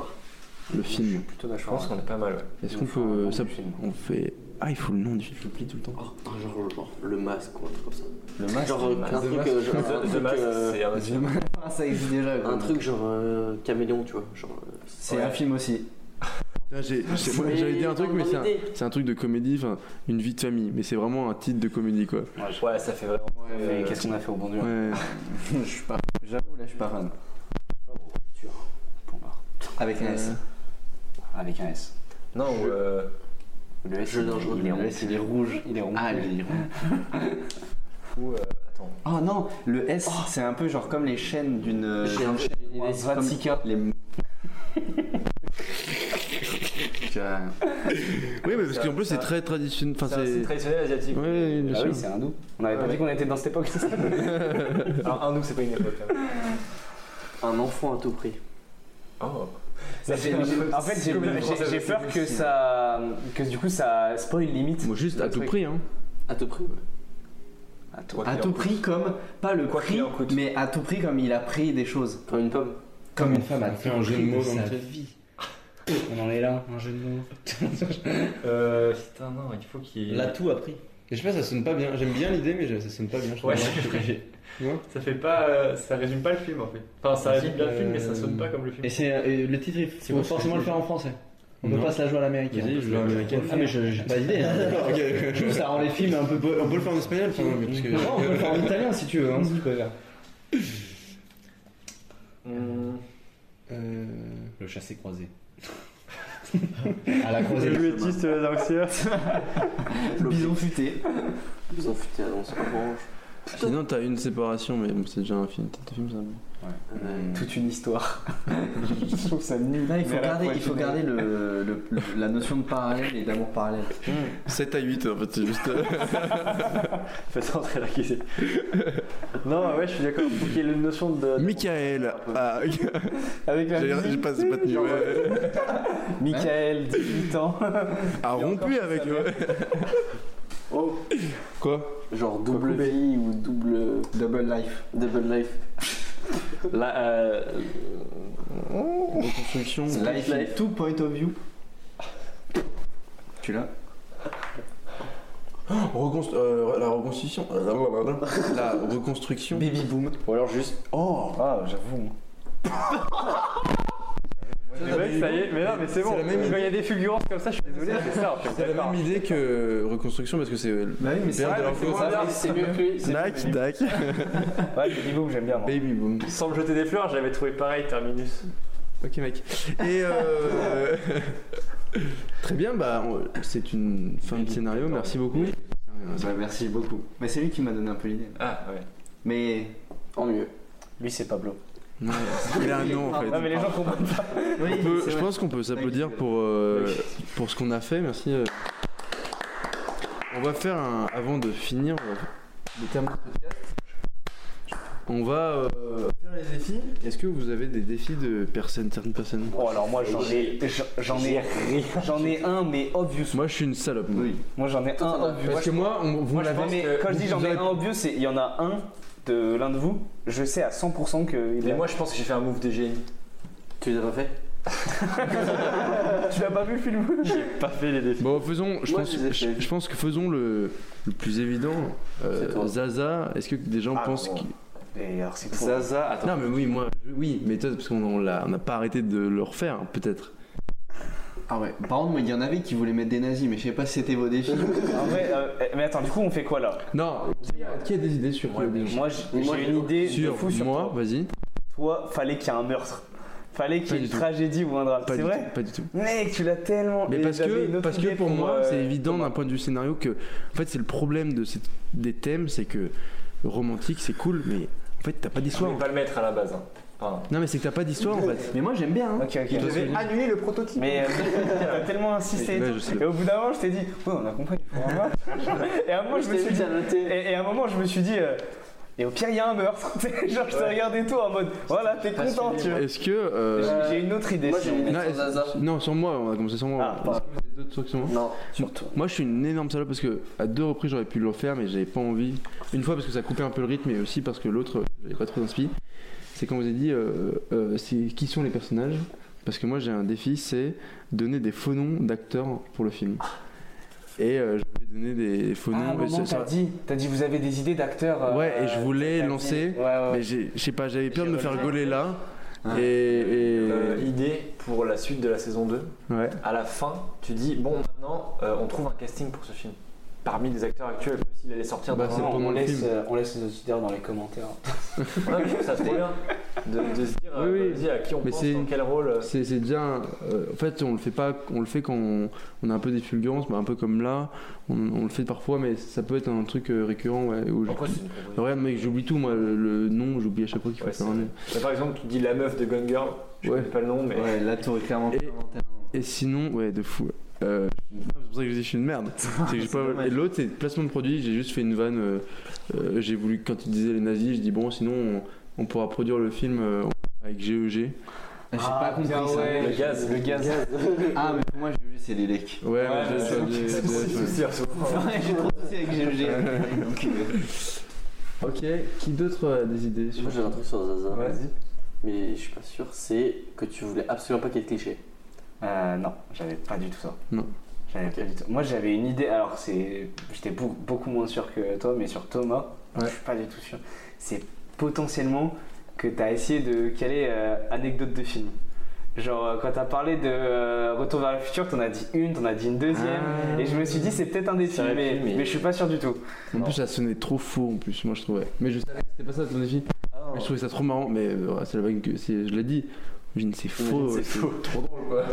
Speaker 1: le film
Speaker 7: Plutôt Je pense qu'on est pas mal. ouais.
Speaker 1: Est-ce qu'on peut. ça- on fait. Ah, il faut le nom du film, je l'oublie tout le temps.
Speaker 5: Oh, un genre, genre, le masque ou un truc comme ça.
Speaker 3: Le masque.
Speaker 5: Genre, euh, un truc, euh, genre, un
Speaker 7: The- The
Speaker 5: truc,
Speaker 7: Mask,
Speaker 5: euh,
Speaker 7: c'est un autre film.
Speaker 3: Ah, ça existe déjà. quoi.
Speaker 5: un truc genre euh, caméléon, tu vois. Genre, euh,
Speaker 3: C'est un film aussi.
Speaker 1: Putain, j'ai- j'ai- moi, J'allais dire un truc, mais c'est un, c'est un truc de comédie, enfin, une vie de famille, mais c'est vraiment un titre de comédie quoi.
Speaker 2: Ouais, ça fait vraiment.
Speaker 1: Euh,
Speaker 2: Mais qu'est-ce qu'on a fait au bon Dieu
Speaker 1: Ouais.
Speaker 3: je suis pas. J'avoue, là, je suis pas fan.
Speaker 2: Pompard.
Speaker 3: Avec un S. Euh.
Speaker 2: Avec un S.
Speaker 20: Non, ou, euh,
Speaker 2: Le S,
Speaker 21: Jeu
Speaker 2: il,
Speaker 21: dangereux.
Speaker 2: il est rond. il est rouge. Il est rond.
Speaker 3: Ah, le lion.
Speaker 20: ou, euh, attends.
Speaker 3: Oh non, le S, c'est un peu genre comme les chaînes d'une. euh,
Speaker 21: J'ai un-
Speaker 2: Il est
Speaker 3: comme
Speaker 2: 26K.
Speaker 3: les. Tu vois,
Speaker 1: Oui, mais parce qu'en plus c'est très traditionnel. Enfin,
Speaker 20: C'est un
Speaker 1: c'est.
Speaker 20: site traditionnel asiatique.
Speaker 1: Ouais, bien
Speaker 4: Ah oui,
Speaker 1: sûr.
Speaker 4: c'est hindou. On avait pas
Speaker 20: Ouais.
Speaker 4: dit qu'on était dans cette époque.
Speaker 20: Alors, un nous, c'est pas une époque. hein.
Speaker 21: Un enfant à tout prix.
Speaker 20: Oh.
Speaker 4: Ça, j'ai- j'ai- en fait, j'ai- j'ai j'ai peur que ça, que du coup, ça spoil limite.
Speaker 1: Moi, juste à tout prix, hein.
Speaker 21: À tout prix, ouais.
Speaker 3: à tout prix comme pas le
Speaker 20: Quoi
Speaker 3: prix
Speaker 20: qu'il en coûte.
Speaker 3: mais à tout prix comme il a pris des choses
Speaker 21: Comme une pomme.
Speaker 22: Comme une femme a
Speaker 5: fait un jeu de mots dans le titre.
Speaker 22: vie.
Speaker 4: On en est là, un jeu de mots.
Speaker 20: Euh, putain, non, il faut qu'il.
Speaker 22: L'a tout appris.
Speaker 5: Et je sais pas, ça sonne pas bien. J'aime bien l'idée, mais je- ça sonne pas bien. je trouve.
Speaker 20: Ouais, c'est vrai.
Speaker 5: Ouais.
Speaker 20: Ça fait pas. euh, ça résume pas le film en fait. Enfin, ça résume bien le film, mais ça sonne pas comme le film.
Speaker 22: Et c'est euh, le titre, il
Speaker 5: C'est
Speaker 22: faut
Speaker 5: quoi ce
Speaker 22: forcément
Speaker 5: film
Speaker 22: le faire en français. On
Speaker 5: Non.
Speaker 22: peut pas se la jouer à l'américaine.
Speaker 5: Vas-y, je joue à l'américaine.
Speaker 22: Ah, mais je- j'ai pas d'idée.
Speaker 3: [LAUGHS]
Speaker 22: hein.
Speaker 5: D'accord, ok.
Speaker 22: Je trouve que ça rend les films un peu. beaux-
Speaker 5: On peut le faire en espagnol, enfin, mais parce que.
Speaker 22: Non, on peut le faire en italien si tu veux, hein, si tu préfères.
Speaker 20: Hum,
Speaker 5: Euh,
Speaker 22: Le chassé croisé. à la croisée.
Speaker 4: [LAUGHS]
Speaker 3: bison futé
Speaker 21: Ils ont futé à l'once orange.
Speaker 1: [LAUGHS] Sinon, t'as une séparation, mais bon, c'est déjà un film. T'as film, ça.
Speaker 21: Euh,
Speaker 4: Toute une histoire. je trouve ça nul.
Speaker 3: il faut garder, il faut garder le, le- le- la notion de parallèle et d'amour parallèle
Speaker 1: 7 à 8, en fait, c'est juste. euh,
Speaker 2: Faites rentrer la cuisine. non, ouais, je suis d'accord. Faut qu'il y ait une notion de.
Speaker 1: Michael ah, [LAUGHS]
Speaker 2: Avec la
Speaker 1: J'ai j'ai
Speaker 2: musique.
Speaker 1: pas, c'est pas tenu. ouais.
Speaker 4: Hein
Speaker 2: Michael, 18 ans.
Speaker 1: A Ah, rompu avec. ouais. [LAUGHS]
Speaker 21: Oh
Speaker 1: Quoi
Speaker 21: Genre double vie ou double.
Speaker 3: double life
Speaker 21: Double life.
Speaker 1: [LAUGHS]
Speaker 2: La, euh,
Speaker 1: Reconstruction.
Speaker 3: life in two point of view tu l'as
Speaker 1: Reconst- euh, la reconstruction. euh, blablabla. [LAUGHS] La reconstruction.
Speaker 3: baby boom
Speaker 2: ou alors juste.
Speaker 1: Oh
Speaker 2: Ah, j'avoue. Ouais, ça y est, mais non, mais c'est bon.
Speaker 1: la même
Speaker 2: Quand il y a des fulgurances comme ça, je suis désolé, c'est ça. en fait.
Speaker 1: C'est la
Speaker 2: D'accord.
Speaker 1: même idée que reconstruction parce que c'est. euh,
Speaker 3: bah oui mais c'est
Speaker 1: Père de
Speaker 3: vrai,
Speaker 1: leur
Speaker 3: mais c'est
Speaker 1: cause.
Speaker 3: moins bien.
Speaker 21: C'est mieux que lui.
Speaker 1: Tac, tac.
Speaker 4: Ouais, Baby Boom, j'aime bien. Moi.
Speaker 1: Baby boom.
Speaker 20: Sans me jeter des fleurs, j'avais trouvé pareil Terminus.
Speaker 1: Ok, mec. Et euh... Très bien, bah, on- c'est une fin de scénario, merci beaucoup.
Speaker 3: Ouais, Bah, merci beaucoup mais c'est lui qui m'a donné un peu l'idée
Speaker 20: Ah ouais.
Speaker 3: mais
Speaker 21: Ennuyeux.
Speaker 4: Lui, c'est Pablo. Ah.
Speaker 1: Ouais, Il a un nom en fait.
Speaker 4: Non, mais les gens comprennent pas.
Speaker 3: oui,
Speaker 1: On peut-
Speaker 3: c'est
Speaker 1: je
Speaker 3: vrai.
Speaker 1: pense qu'on peut s'applaudir pour, euh, pour ce qu'on a fait, merci. euh. On va faire un. Avant de finir euh, le terme du podcast, on va euh, faire les défis. Est-ce que vous avez des défis de personne, certaines personnes
Speaker 4: Oh, alors moi, j'en ai, j'en ai, j'en ai un, mais obvious.
Speaker 1: Moi je suis une salope. moi.
Speaker 4: Moi, j'en ai un obvious.
Speaker 1: Parce que moi, on, vous
Speaker 4: Moi, je
Speaker 1: l'avez-
Speaker 4: pense que quand je dis j'en ai un obvious, c'est il y en a un de l'un de vous. Je sais à 100% que. il
Speaker 20: Mais
Speaker 4: a-
Speaker 20: moi, je pense que j'ai fait un move de génie.
Speaker 21: Tu les as pas fait
Speaker 4: [LAUGHS] tu l'as pas vu le film
Speaker 2: Pas fait les défis.
Speaker 1: Bon, faisons. Je,
Speaker 21: Moi,
Speaker 1: pense,
Speaker 21: je les ai
Speaker 1: je,
Speaker 21: fait.
Speaker 1: je pense que faisons le, le plus évident. Euh,
Speaker 21: C'est toi.
Speaker 1: Zaza, est-ce que des gens
Speaker 4: Ah,
Speaker 1: pensent.
Speaker 4: bon.
Speaker 1: qu'il-
Speaker 4: Et alors, c'est trop.
Speaker 2: Zaza, attends.
Speaker 1: Non, mais oui, moi, je- oui, mais toi, parce qu'on on l'a- on n'a pas arrêté de le refaire, hein, peut-être.
Speaker 3: ah ouais par contre moi, il y en avait qui voulaient mettre des nazis mais je sais pas si c'était vos
Speaker 2: [LAUGHS]
Speaker 3: défis
Speaker 4: En vrai, euh, mais attends, du coup, on fait quoi là
Speaker 1: Non, qui a, qui a des idées sur le
Speaker 4: Moi, j'ai
Speaker 21: Moi,
Speaker 4: j'ai une idée de
Speaker 1: Sur
Speaker 4: fou sur
Speaker 1: moi,
Speaker 4: toi.
Speaker 1: vas-y.
Speaker 4: Toi, fallait qu'il y ait un meurtre. Fallait qu'il
Speaker 1: Pas
Speaker 4: y ait
Speaker 1: du
Speaker 4: une
Speaker 1: tout.
Speaker 4: tragédie ou un drame.
Speaker 1: Pas
Speaker 4: C'est
Speaker 1: du
Speaker 4: vrai
Speaker 1: tout. Pas du tout.
Speaker 4: Mec, tu l'as tellement.
Speaker 1: Mais
Speaker 4: Et
Speaker 1: parce
Speaker 4: j'avais
Speaker 1: que,
Speaker 4: une autre
Speaker 1: parce que
Speaker 4: idée
Speaker 1: pour moi,
Speaker 4: euh,
Speaker 1: c'est évident d'un point de vue scénario que. En fait, c'est le problème de cette- des thèmes, c'est que romantique, c'est cool, mais en fait, t'as pas
Speaker 20: Je
Speaker 1: d'histoire.
Speaker 20: voulais pas le mettre à la base. hein. Enfin,
Speaker 1: Non, mais c'est que t'as pas d'histoire en fait.
Speaker 3: mais moi j'aime bien hein.
Speaker 4: Ok, ok.
Speaker 1: Il devait
Speaker 4: annuler le
Speaker 1: [LAUGHS]
Speaker 4: prototype. Mais euh, t'as tellement insisté. et
Speaker 1: Ouais,
Speaker 4: tout.
Speaker 1: je sais.
Speaker 4: et au bout d'un moment, je t'ai dit, ouais, on a compris. il faut un [LAUGHS] meurtre. et à un moment, je me suis dit, et, et à un moment, je me suis dit, euh, et au pire, il y a un meurtre. [LAUGHS] Tu sais, Genre, je t'ai regardé toi en mode, voilà, t'es content, tu vois.
Speaker 1: Est-ce que. euh,
Speaker 4: J'ai- J'ai une autre idée.
Speaker 21: Moi,
Speaker 4: si
Speaker 21: j'ai
Speaker 4: on-
Speaker 21: une- sur
Speaker 1: non, est-ce-
Speaker 21: Zaza.
Speaker 1: non, sur moi, on a commencé sur moi.
Speaker 4: Ah,
Speaker 1: Est-ce
Speaker 4: pardon.
Speaker 1: que vous avez d'autres trucs sur moi
Speaker 21: Non.
Speaker 1: Moi, je suis une énorme salope parce que à deux reprises j'aurais pu le faire, mais j'avais pas envie. Une fois parce que ça coupait un peu le rythme, et aussi parce que l'autre, j'avais pas trop d'inspi. C'est quand vous avez dit, euh, euh, c'est qui sont les personnages Parce que moi, j'ai un défi, c'est donner des faux noms d'acteurs pour le film. Et euh, je voulais donner des faux
Speaker 4: Ah, à un
Speaker 1: noms. et
Speaker 4: moment,
Speaker 1: ça- ça-
Speaker 4: t'as dit, t'as dit, vous avez des idées d'acteurs. euh,
Speaker 1: Ouais, et je voulais
Speaker 4: t'as dit-
Speaker 1: lancer, bah,
Speaker 4: Ouais, ouais, ouais.
Speaker 1: Mais j'ai- je sais pas, j'avais peur de me faire gauler là. Et, et-
Speaker 4: Euh, idée pour la suite de la saison 2.
Speaker 1: ouais.
Speaker 4: À la fin, tu dis bon, maintenant, euh, on trouve un casting pour ce film. Parmi les acteurs actuels, même s'il allait sortir
Speaker 1: Bah,
Speaker 4: dans
Speaker 1: c'est
Speaker 4: un an.
Speaker 1: pendant
Speaker 2: on,
Speaker 1: le
Speaker 2: laisse,
Speaker 1: film.
Speaker 2: euh, on laisse les auditeurs dans les commentaires.
Speaker 4: Ah, Non, mais ça se trouve bien de, de se dire euh,
Speaker 1: Oui, oui.
Speaker 4: vas-y, à qui on
Speaker 1: Mais
Speaker 4: pense,
Speaker 1: c'est-
Speaker 4: dans quel rôle. euh,
Speaker 1: C'est c'est déjà. un- euh, en fait, on le fait pas. On le fait quand on, on a un peu des fulgurances, bah, un peu comme là. On, on le fait parfois, mais ça peut être un truc euh, récurrent. Ouais, où je-
Speaker 4: Après, c'est une proposition.
Speaker 1: Ouais, mec, j'oublie tout, moi, le, le nom, j'oublie à chaque fois qu'il faut
Speaker 4: Ouais, c'est
Speaker 1: faire un
Speaker 4: vrai.
Speaker 1: nom.
Speaker 4: Mais par exemple, tu dis la meuf de Gone Girl, je
Speaker 1: Ouais.
Speaker 4: connais pas le nom, mais
Speaker 3: Ouais, là, t'aurais clairement
Speaker 1: Et-
Speaker 3: pas inventé
Speaker 1: Et sinon, ouais, de fou. Euh, c'est pour ça que je dis que je suis une merde. C'est que j'ai pas-
Speaker 3: dommage.
Speaker 1: Et l'autre, c'est placement de produit. J'ai juste fait une vanne. euh, euh, j'ai voulu, quand tu disais les nazis, je dis bon, sinon on, on pourra produire le film euh, avec GEG.
Speaker 3: un- Ah, J'ai pas compris ça.
Speaker 4: le gaz.
Speaker 2: Ah, Le gaz.
Speaker 3: Ah, mais pour moi, GEG, c'est les
Speaker 2: [LAUGHS]
Speaker 3: lecs.
Speaker 1: Ouais, ouais, je- je- je- je- ouais.
Speaker 3: Ouais, J'ai trop de soucis avec GEG. [LAUGHS] Donc, euh,
Speaker 1: Ok, qui d'autre euh, a des idées sur-
Speaker 5: Moi j'ai un truc sur Zaza,
Speaker 1: Vas-y.
Speaker 5: mais je suis pas sûr, c'est que tu voulais absolument pas qu'il y ait de cliché.
Speaker 2: Euh, non, j'avais pas du tout ça.
Speaker 1: Non.
Speaker 2: J'avais pas du tout. Moi, j'avais une idée. Alors, c'est, j'étais bou- beaucoup moins sûr que toi, mais Euh, sur Thomas,
Speaker 1: Ouais.
Speaker 2: je suis pas du tout sûr. C'est potentiellement que t'as essayé de caler euh, anecdote de film. Genre, euh, quand t'as parlé de euh, Retour vers le futur, t'en as dit une, t'en as dit une deuxième.
Speaker 1: Ah.
Speaker 2: Et je me suis dit, c'est peut-être un des films,
Speaker 5: aurait
Speaker 2: mais,
Speaker 5: pu, mais-
Speaker 2: mais je suis pas sûr du tout.
Speaker 1: En plus, ça sonnait trop faux en plus, moi je trouvais. Mais je savais que c'était pas ça ton défi.
Speaker 4: Ah,
Speaker 1: Mais je trouvais ça trop marrant, mais euh, ouais, c'est la vague que c'est- je l'ai dit. J'imagine c'est faux.
Speaker 5: J'imagine, c'est
Speaker 1: ouais,
Speaker 5: faux.
Speaker 1: Trop drôle quoi.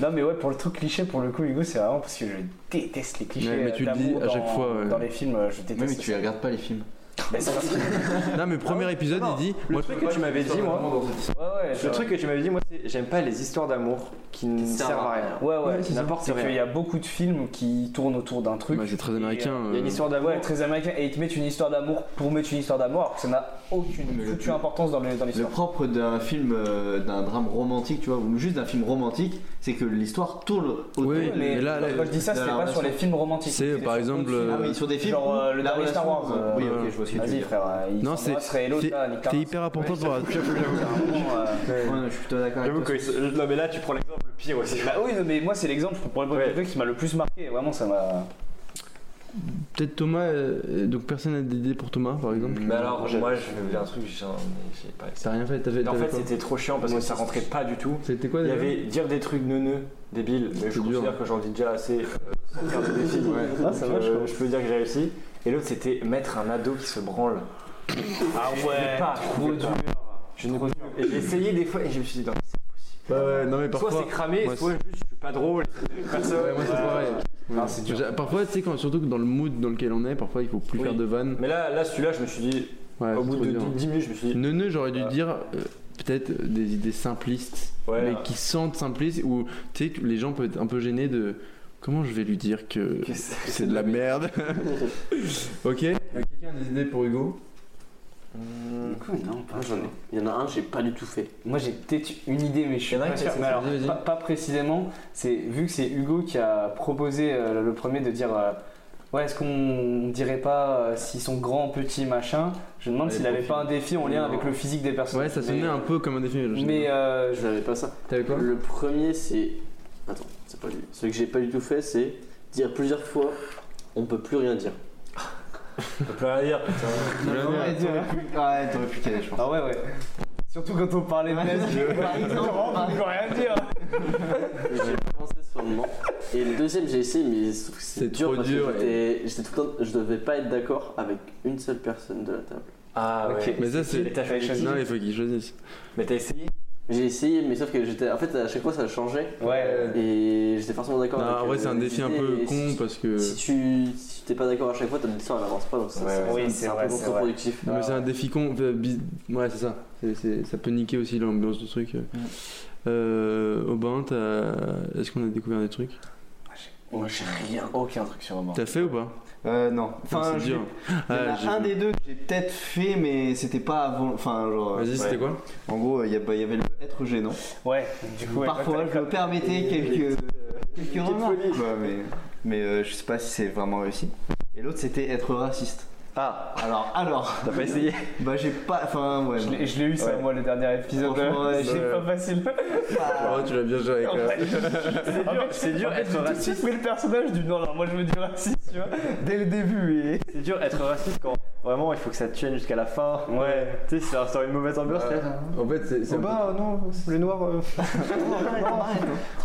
Speaker 2: Non, mais ouais, pour le truc cliché, pour le coup, Hugo, c'est vraiment parce que je déteste les clichés.
Speaker 1: Ouais, mais tu le dis
Speaker 2: d'amour
Speaker 1: à chaque
Speaker 2: dans-
Speaker 1: fois, ouais.
Speaker 2: Dans les films, euh, je déteste.
Speaker 3: Oui, mais tu
Speaker 2: ça.
Speaker 3: les regardes pas les films.
Speaker 2: Mais c'est parce que-
Speaker 1: Non, mais premier épisode,
Speaker 4: Ah Non,
Speaker 1: il dit
Speaker 4: Le
Speaker 1: moi,
Speaker 4: truc que tu m'avais dit, moi,
Speaker 2: Ouais, ouais,
Speaker 4: le truc que tu m'avais dit, moi, c'est j'aime pas les histoires d'amour qui ne servent à rien.
Speaker 2: Ouais, ouais,
Speaker 1: Ouais, c'est
Speaker 2: c'est
Speaker 1: ça.
Speaker 2: n'importe
Speaker 4: C'est
Speaker 2: qu'il y a beaucoup de films qui tournent autour d'un truc.
Speaker 1: Bah, c'est très
Speaker 2: Et,
Speaker 1: américain.
Speaker 2: euh,
Speaker 4: Il y a une
Speaker 1: euh,
Speaker 4: histoire d'amour.
Speaker 2: Ouais, très américain. Et ils te mettent une histoire d'amour pour mettre une histoire d'amour alors que ça n'a aucune foutue importance dans le- dans
Speaker 3: Le
Speaker 2: l'histoire.
Speaker 3: propre d'un film, euh, d'un drame romantique, tu vois, ou juste d'un film romantique, c'est que l'histoire tourne autour
Speaker 1: Oui,
Speaker 3: de-
Speaker 1: mais là, là,
Speaker 2: quand je dis ça,
Speaker 3: de
Speaker 2: c'était
Speaker 3: la
Speaker 2: pas sur les
Speaker 3: relation.
Speaker 2: films romantiques.
Speaker 1: C'est,
Speaker 2: C'était
Speaker 1: par
Speaker 2: sur d'autres
Speaker 1: exemple,
Speaker 2: films.
Speaker 3: Ah oui, sur des films.
Speaker 2: Genre,
Speaker 3: où
Speaker 2: euh, le
Speaker 3: la
Speaker 2: dernier Star
Speaker 3: relation-
Speaker 2: Wars, euh,
Speaker 3: oui, ok, je vois ce que tu veux
Speaker 2: Vas-y,
Speaker 3: dire.
Speaker 2: frère. euh, ils
Speaker 1: Non,
Speaker 2: sont
Speaker 1: c'est.
Speaker 2: Moss et l'autre,
Speaker 1: t'es-
Speaker 2: là, Nicolas.
Speaker 1: T'es hyper important pour.
Speaker 2: Vraiment,
Speaker 4: [LAUGHS]
Speaker 2: euh,
Speaker 3: Ouais, non, je suis plutôt d'accord avec
Speaker 4: J'avoue
Speaker 3: toi.
Speaker 4: que non mais là tu prends l'exemple le pire aussi.
Speaker 2: Bah oui, non, mais moi, c'est l'exemple pour le
Speaker 4: Ouais.
Speaker 2: truc qui m'a le plus marqué. Vraiment, ça m'a.
Speaker 1: Peut-être Thomas. euh, Donc personne n'a d'idée pour Thomas, par exemple.
Speaker 4: Mais Bah alors moi je vais vous dire un truc, j'en ai- j'ai pas.
Speaker 1: T'as rien fait. T'as fait.
Speaker 4: En
Speaker 1: t'as
Speaker 4: fait
Speaker 1: quoi
Speaker 4: c'était trop chiant parce que ça rentrait pas du tout.
Speaker 1: C'était quoi
Speaker 4: Il y
Speaker 1: déjà
Speaker 4: avait dire des trucs neuneux, débiles, mais je
Speaker 1: C'est dur.
Speaker 4: considère que j'en dis déjà assez euh, sans faire de défi.
Speaker 2: Ah, ça va,
Speaker 4: Donc,
Speaker 2: je
Speaker 4: euh, je peux dire que j'ai réussi. Et l'autre c'était mettre un ado qui se branle. Ah ouais, pas, trop dur. Je ne Et j'ai essayé des fois et je me suis dit non,
Speaker 1: Bah ouais, non mais parfois.
Speaker 4: soit c'est Euh, cramé,
Speaker 1: moi,
Speaker 4: soit juste je suis pas drôle. Personne.
Speaker 1: Ouais, moi c'est
Speaker 4: Ouais.
Speaker 1: pareil. Ouais. J'ai- Parfois, tu sais, quand- surtout que dans le mood dans lequel on est, parfois il faut plus
Speaker 4: Oui.
Speaker 1: faire de vannes.
Speaker 4: Mais là, là celui-là, je me suis dit,
Speaker 1: Ouais,
Speaker 4: au
Speaker 1: c'est
Speaker 4: bout
Speaker 1: Ah, trop
Speaker 4: de
Speaker 1: dur.
Speaker 4: 10 minutes, je me suis dit,
Speaker 1: Neuneu, j'aurais dû
Speaker 4: Ouais.
Speaker 1: dire euh, peut-être des idées simplistes,
Speaker 4: ouais,
Speaker 1: mais qui sentent simplistes, ou tu sais, que les gens peuvent être un peu gênés de comment je vais lui dire que
Speaker 5: Que c'est-
Speaker 1: c'est de la merde. [LAUGHS] ok Euh, Quelqu'un a des idées pour Hugo
Speaker 5: Du coup, non, pas j'en ai. Il y en a un, j'ai pas du tout fait.
Speaker 2: Moi j'ai peut-être une idée, mais je suis
Speaker 4: Il y en a
Speaker 2: pas
Speaker 4: qui
Speaker 2: sûr.
Speaker 4: essaient
Speaker 2: Mais
Speaker 4: de
Speaker 2: alors,
Speaker 1: dire, vas-y.
Speaker 2: pas, pas précisément. C'est vu que c'est Hugo qui a proposé euh, le premier de dire. euh, Ouais, est-ce qu'on dirait pas euh, s'ils sont grands, petits, machin Je me demande s'il avait pas un défi en lien avec le physique des personnes.
Speaker 1: Ouais, ça
Speaker 2: Mais-
Speaker 1: sonnait un peu comme un défi. je sais
Speaker 2: Mais
Speaker 1: pas.
Speaker 2: euh, je-
Speaker 5: J'avais pas ça.
Speaker 1: T'avais quoi
Speaker 5: Le premier, c'est. Attends, c'est pas lui. Celui que j'ai pas du tout fait, c'est dire plusieurs fois on peut plus rien dire.
Speaker 4: je peux plus rien dire.
Speaker 3: Ouais, t'aurais pu- ouais, t'aurais pu caler, je pense.
Speaker 2: Ah ouais, ouais. Surtout quand on parlait de nazis.
Speaker 3: Par exemple, par
Speaker 2: Je peux rien dire.
Speaker 5: Et J'ai pas pensé sur le moment. Et le deuxième, j'ai essayé, mais je trouve que c'est
Speaker 1: C'est
Speaker 5: dur
Speaker 1: trop
Speaker 5: parce
Speaker 1: dur,
Speaker 5: que j'étais- j'étais tout le temps. Je devais pas être d'accord avec une seule personne de la table.
Speaker 4: Ah
Speaker 2: Ok.
Speaker 4: ouais.
Speaker 1: Mais ça,
Speaker 4: Mais
Speaker 1: c'est.
Speaker 4: t'as fait
Speaker 2: Choisis.
Speaker 1: Non, il faut qu'ils choisissent.
Speaker 4: Mais t'as essayé
Speaker 5: J'ai essayé, mais sauf que j'étais. En fait, à chaque fois, ça changeait.
Speaker 2: Ouais.
Speaker 5: Et j'étais forcément d'accord
Speaker 1: Non,
Speaker 5: avec
Speaker 1: en vrai,
Speaker 5: euh,
Speaker 1: c'est un
Speaker 5: les
Speaker 1: défi un
Speaker 5: idées,
Speaker 1: peu
Speaker 5: et
Speaker 1: con
Speaker 5: si-
Speaker 1: parce que.
Speaker 5: Si tu si t'es pas d'accord à chaque fois, ton histoire elle avance pas donc ça,
Speaker 4: Ouais,
Speaker 5: c'est-
Speaker 2: Oui,
Speaker 4: ouais.
Speaker 5: c'est
Speaker 2: c'est
Speaker 5: un
Speaker 2: vrai,
Speaker 5: peu
Speaker 2: c'est vrai.
Speaker 5: contre-productif.
Speaker 1: Non, mais c'est un défi con. euh, bi- Ouais, c'est ça. C'est- c'est- Ça peut niquer aussi l'ambiance du truc. Euh, Aubin, t'as- est-ce qu'on a découvert des trucs
Speaker 2: Moi j'ai rien, aucun truc sur moi.
Speaker 1: T'as fait ou pas
Speaker 3: Euh, non. Enfin,
Speaker 1: Putain,
Speaker 3: je-
Speaker 1: c'est dur.
Speaker 3: il y en
Speaker 1: Ah,
Speaker 3: a
Speaker 1: j'ai-
Speaker 3: un des deux que j'ai peut-être fait, mais c'était pas avant. Enfin, genre.
Speaker 1: Vas-y, c'était quoi
Speaker 3: En gros, il y, a- bah, il y avait le être gênant.
Speaker 2: Ouais, du coup, ouais,
Speaker 3: Parfois,
Speaker 2: quand
Speaker 3: je me permettais quelques, quelques remarques.
Speaker 2: folies.
Speaker 3: Ouais, mais mais euh, je sais pas si c'est vraiment réussi. Et l'autre, c'était être raciste. Ah Alors, alors
Speaker 4: T'as pas essayé
Speaker 3: [LAUGHS] Bah, j'ai pas. Enfin, ouais.
Speaker 2: Je
Speaker 3: non.
Speaker 2: l'ai- je l'ai eu ça,
Speaker 3: Ouais.
Speaker 2: moi, le dernier épisode.
Speaker 3: Franchement, ouais,
Speaker 2: C'est
Speaker 1: je-
Speaker 4: euh, [LAUGHS]
Speaker 2: pas facile.
Speaker 1: Oh, tu l'as bien géré.
Speaker 23: euh,
Speaker 1: quand même.
Speaker 2: C'est dur, c'est dur être raciste. le personnage du non, non, moi je me dis raciste, tu vois, dès le début. Et...
Speaker 4: C'est dur être raciste quand
Speaker 24: Vraiment, il faut que ça te tienne jusqu'à la fin.
Speaker 4: Ouais.
Speaker 24: Tu sais, si ça instaure une mauvaise ambiance,
Speaker 23: Ouais.
Speaker 24: t'es là,
Speaker 23: En fait, c'est. c'est
Speaker 24: Oh
Speaker 23: un peu-
Speaker 24: bah non, les noirs. euh,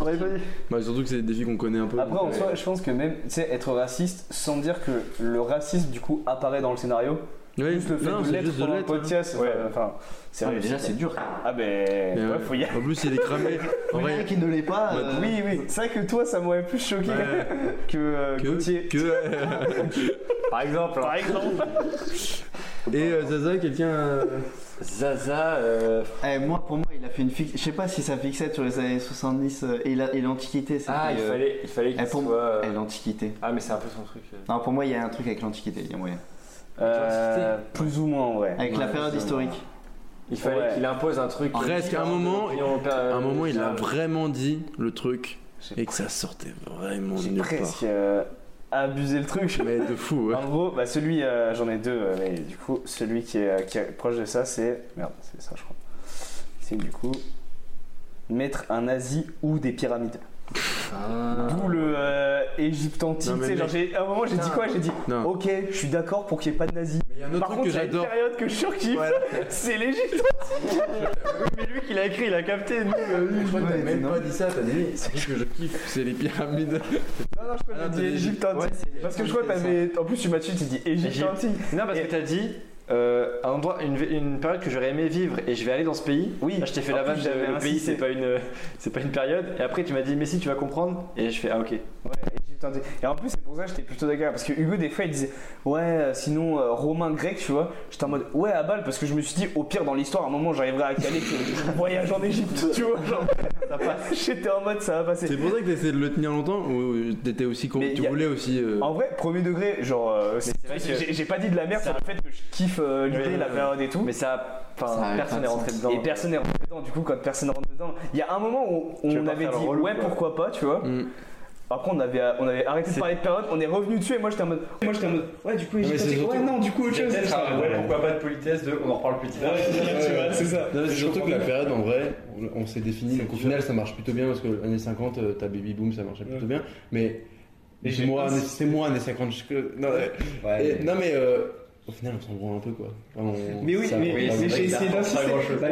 Speaker 24: on avait pas dit.
Speaker 23: Bah, surtout que c'est des filles qu'on connaît un peu.
Speaker 4: Après,
Speaker 23: donc,
Speaker 4: en
Speaker 23: euh,
Speaker 4: soi, je pense que même, tu sais, être raciste sans dire que le racisme, du coup, apparaît dans le scénario.
Speaker 23: ouais,
Speaker 4: Juste le fait
Speaker 23: non,
Speaker 4: de
Speaker 23: c'est
Speaker 4: l'être
Speaker 23: juste
Speaker 4: dans le
Speaker 23: l'être, hein.
Speaker 4: podcast,
Speaker 24: Ouais.
Speaker 4: enfin, enfin, c'est
Speaker 24: Ah, mais déjà,
Speaker 4: réussi,
Speaker 24: c'est dur.
Speaker 4: quoi. Ah, ben,
Speaker 23: Mais,
Speaker 4: ouais,
Speaker 23: hein. ouais.
Speaker 4: faut y aller.
Speaker 23: En plus, il est [LAUGHS] cramé. En vrai,
Speaker 25: qui ne l'est pas.
Speaker 23: Ouais.
Speaker 25: euh,
Speaker 4: Oui, oui, c'est vrai que toi, ça m'aurait plus
Speaker 23: [LAUGHS]
Speaker 4: choqué
Speaker 23: Ouais.
Speaker 4: que euh,
Speaker 23: que. [LAUGHS]
Speaker 4: Gauthier.
Speaker 23: que
Speaker 7: Par exemple,
Speaker 4: Par exemple,
Speaker 23: Et euh, Zaza, quelqu'un. euh,
Speaker 7: Zaza, euh,
Speaker 25: eh, moi, pour moi, il a fait une fixe. Je sais pas si ça fixait sur les années 70 euh, et la- et l'Antiquité. c'était,
Speaker 7: ah, il
Speaker 25: euh,
Speaker 7: fallait, il fallait qu'il
Speaker 25: eh, pour-
Speaker 7: soit. euh,
Speaker 25: eh, l'Antiquité.
Speaker 7: Ah, mais c'est un peu son truc. euh.
Speaker 25: Non, pour moi, il y a un truc avec l'Antiquité, il y a moyen.
Speaker 4: Euh, plus ou moins, ouais.
Speaker 25: Avec la
Speaker 4: Ouais,
Speaker 25: période
Speaker 4: plus ou moins.
Speaker 25: historique.
Speaker 7: Il fallait
Speaker 4: Ouais.
Speaker 7: qu'il impose un truc.
Speaker 23: Presque, à un
Speaker 7: différent de
Speaker 23: moment,
Speaker 7: l'opinion
Speaker 23: À
Speaker 7: pa-
Speaker 23: un moment, il a
Speaker 7: générale.
Speaker 23: vraiment dit le truc
Speaker 4: J'ai
Speaker 23: et que ça sortait vraiment de
Speaker 4: J'ai
Speaker 23: nulle part.
Speaker 4: presque euh, abusé le truc.
Speaker 23: Mais de fou, ouais.
Speaker 4: En gros, bah celui, euh, j'en ai deux, euh, mais du coup, celui qui est, euh, qui est proche de ça, c'est. Merde, c'est ça, je crois. C'est du coup. Mettre un nazi ou des pyramides.
Speaker 7: Ah.
Speaker 4: D'où le euh, Égypte antique.
Speaker 23: Non, mais
Speaker 4: tu sais, genre, j'ai- à un moment, j'ai dit quoi J'ai dit,
Speaker 23: Non.
Speaker 4: ok, je suis d'accord pour qu'il n'y ait pas de nazis.
Speaker 23: Mais il y a un autre
Speaker 4: Par
Speaker 23: truc
Speaker 4: contre,
Speaker 23: que
Speaker 4: il y a une
Speaker 23: j'adore.
Speaker 4: période que je surkiffe, c'est l'Égypte antique. oui, mais lui qui l'a écrit, il a capté. nous, euh, nous,
Speaker 23: Je crois que
Speaker 25: Ouais,
Speaker 23: t'as même
Speaker 25: non.
Speaker 23: pas dit ça, t'as dit c'est ce que je kiffe, c'est les [LAUGHS] pyramides.
Speaker 4: Non, non, je crois que
Speaker 23: Ah,
Speaker 4: j'ai
Speaker 23: t'as
Speaker 4: dit
Speaker 23: dit
Speaker 4: Égypte antique. Parce que je crois que t'avais. En plus, tu m'as tué, tu dis Égypte
Speaker 7: Égypte.
Speaker 4: antique.
Speaker 7: Non, parce
Speaker 4: Et-
Speaker 7: que t'as dit euh, un endroit, une, une période que j'aurais aimé vivre et je vais aller dans ce pays.
Speaker 4: Oui.
Speaker 7: Là, je t'ai fait
Speaker 4: En
Speaker 7: la
Speaker 4: plus,
Speaker 7: vanne, de,
Speaker 4: j'avais
Speaker 7: le pays,
Speaker 4: insisté.
Speaker 7: c'est pas une, c'est pas une période. Et après, tu m'as dit, mais si, tu vas comprendre. Et je fais, ah ok.
Speaker 4: Ouais, Égypte antique. Et en plus, c'est pour ça que j'étais plutôt d'accord. Parce que Hugo, des fois, il disait Ouais, euh, sinon, euh, romain, grec, tu vois. J'étais en mode Ouais, à balle, parce que je me suis dit, au pire, dans l'histoire, à un moment, j'arriverai à caler
Speaker 7: [LAUGHS]
Speaker 4: que je voyage en Égypte, tu vois. Genre, ça passe. [LAUGHS] J'étais en mode Ça va passer.
Speaker 23: C'est pour ça que t'essayais de le tenir longtemps ou t'étais aussi con,
Speaker 4: Mais
Speaker 23: tu
Speaker 4: y a-
Speaker 23: voulais aussi. euh,
Speaker 4: En vrai, premier degré, genre, euh, c'est-
Speaker 7: vrai que-
Speaker 4: j'ai j'ai pas dit de la merde, c'est le fait que je kiffe euh, l'idée,
Speaker 7: Ouais,
Speaker 4: la
Speaker 7: ouais,
Speaker 4: période et tout.
Speaker 7: Mais ça,
Speaker 26: Ça
Speaker 7: enfin,
Speaker 26: avait
Speaker 7: personne
Speaker 26: pas de
Speaker 7: n'est rentré dedans.
Speaker 4: Et personne n'est rentré dedans, du coup, quand personne rentre dedans. Il y a un moment où
Speaker 7: Tu
Speaker 4: on
Speaker 7: vas pas
Speaker 4: avait
Speaker 7: faire
Speaker 4: dit
Speaker 7: le relou,
Speaker 4: Ouais,
Speaker 7: quoi.
Speaker 4: pourquoi pas, tu vois.
Speaker 23: hmm.
Speaker 4: Après, on avait, euh, on avait arrêté de parler de période, on est revenu dessus, et moi, j'étais en mode
Speaker 3: Moi j'étais en mode, ouais, du coup,
Speaker 1: mais
Speaker 3: Égypte
Speaker 1: c'est
Speaker 3: antique,
Speaker 1: surtout-
Speaker 3: ouais, non, du coup, autre chose.
Speaker 2: Peut-être un ouais, pourquoi pas de politesse de on en reparle plus tard.
Speaker 3: c'est ça.
Speaker 1: Non, c'est surtout que la période, en vrai, on- on s'est défini, donc au final, ça marche plutôt bien parce que les années 50, euh, t'as Baby Boom, ça marchait plutôt bien. Mais
Speaker 2: Et
Speaker 1: c'est
Speaker 2: j'ai
Speaker 1: moi,
Speaker 2: pas-
Speaker 1: années- c'est moi, années 50. je- que- Non, euh,
Speaker 2: Ouais,
Speaker 1: et- non, mais euh, au final, on s'en branle un peu quoi. Enfin, on-
Speaker 3: Mais oui,
Speaker 1: ça-
Speaker 3: mais,
Speaker 1: on-
Speaker 3: mais
Speaker 1: on-
Speaker 3: j'ai
Speaker 2: ça
Speaker 3: essayé
Speaker 2: apporte
Speaker 3: d'insister.
Speaker 2: pas grand-chose.
Speaker 3: Bah,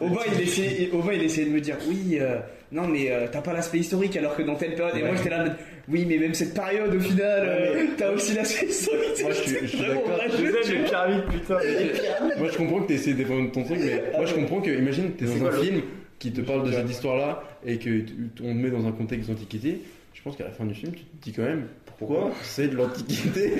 Speaker 3: Aubin, Aubin, il essayait, il- Aubin, il essayait de me dire oui, euh, non mais euh, t'as pas l'aspect historique alors que dans telle période. Et moi j'étais là, en mode, oui mais même cette période au final, euh, t'as aussi l'aspect historique.
Speaker 1: Moi, je suis- je suis
Speaker 3: Vraiment,
Speaker 1: d'accord.
Speaker 3: rageux, tu vois.
Speaker 7: [LAUGHS]
Speaker 1: Moi je comprends que tu essayes de défendre ton truc, mais moi je comprends que, imagine, t'es dans un film qui te parle de cette histoire-là et que tu- on te met dans un contexte d'antiquité. Je pense qu'à la fin du film, tu te dis quand même pourquoi c'est de
Speaker 7: [LAUGHS]
Speaker 1: l'antiquité.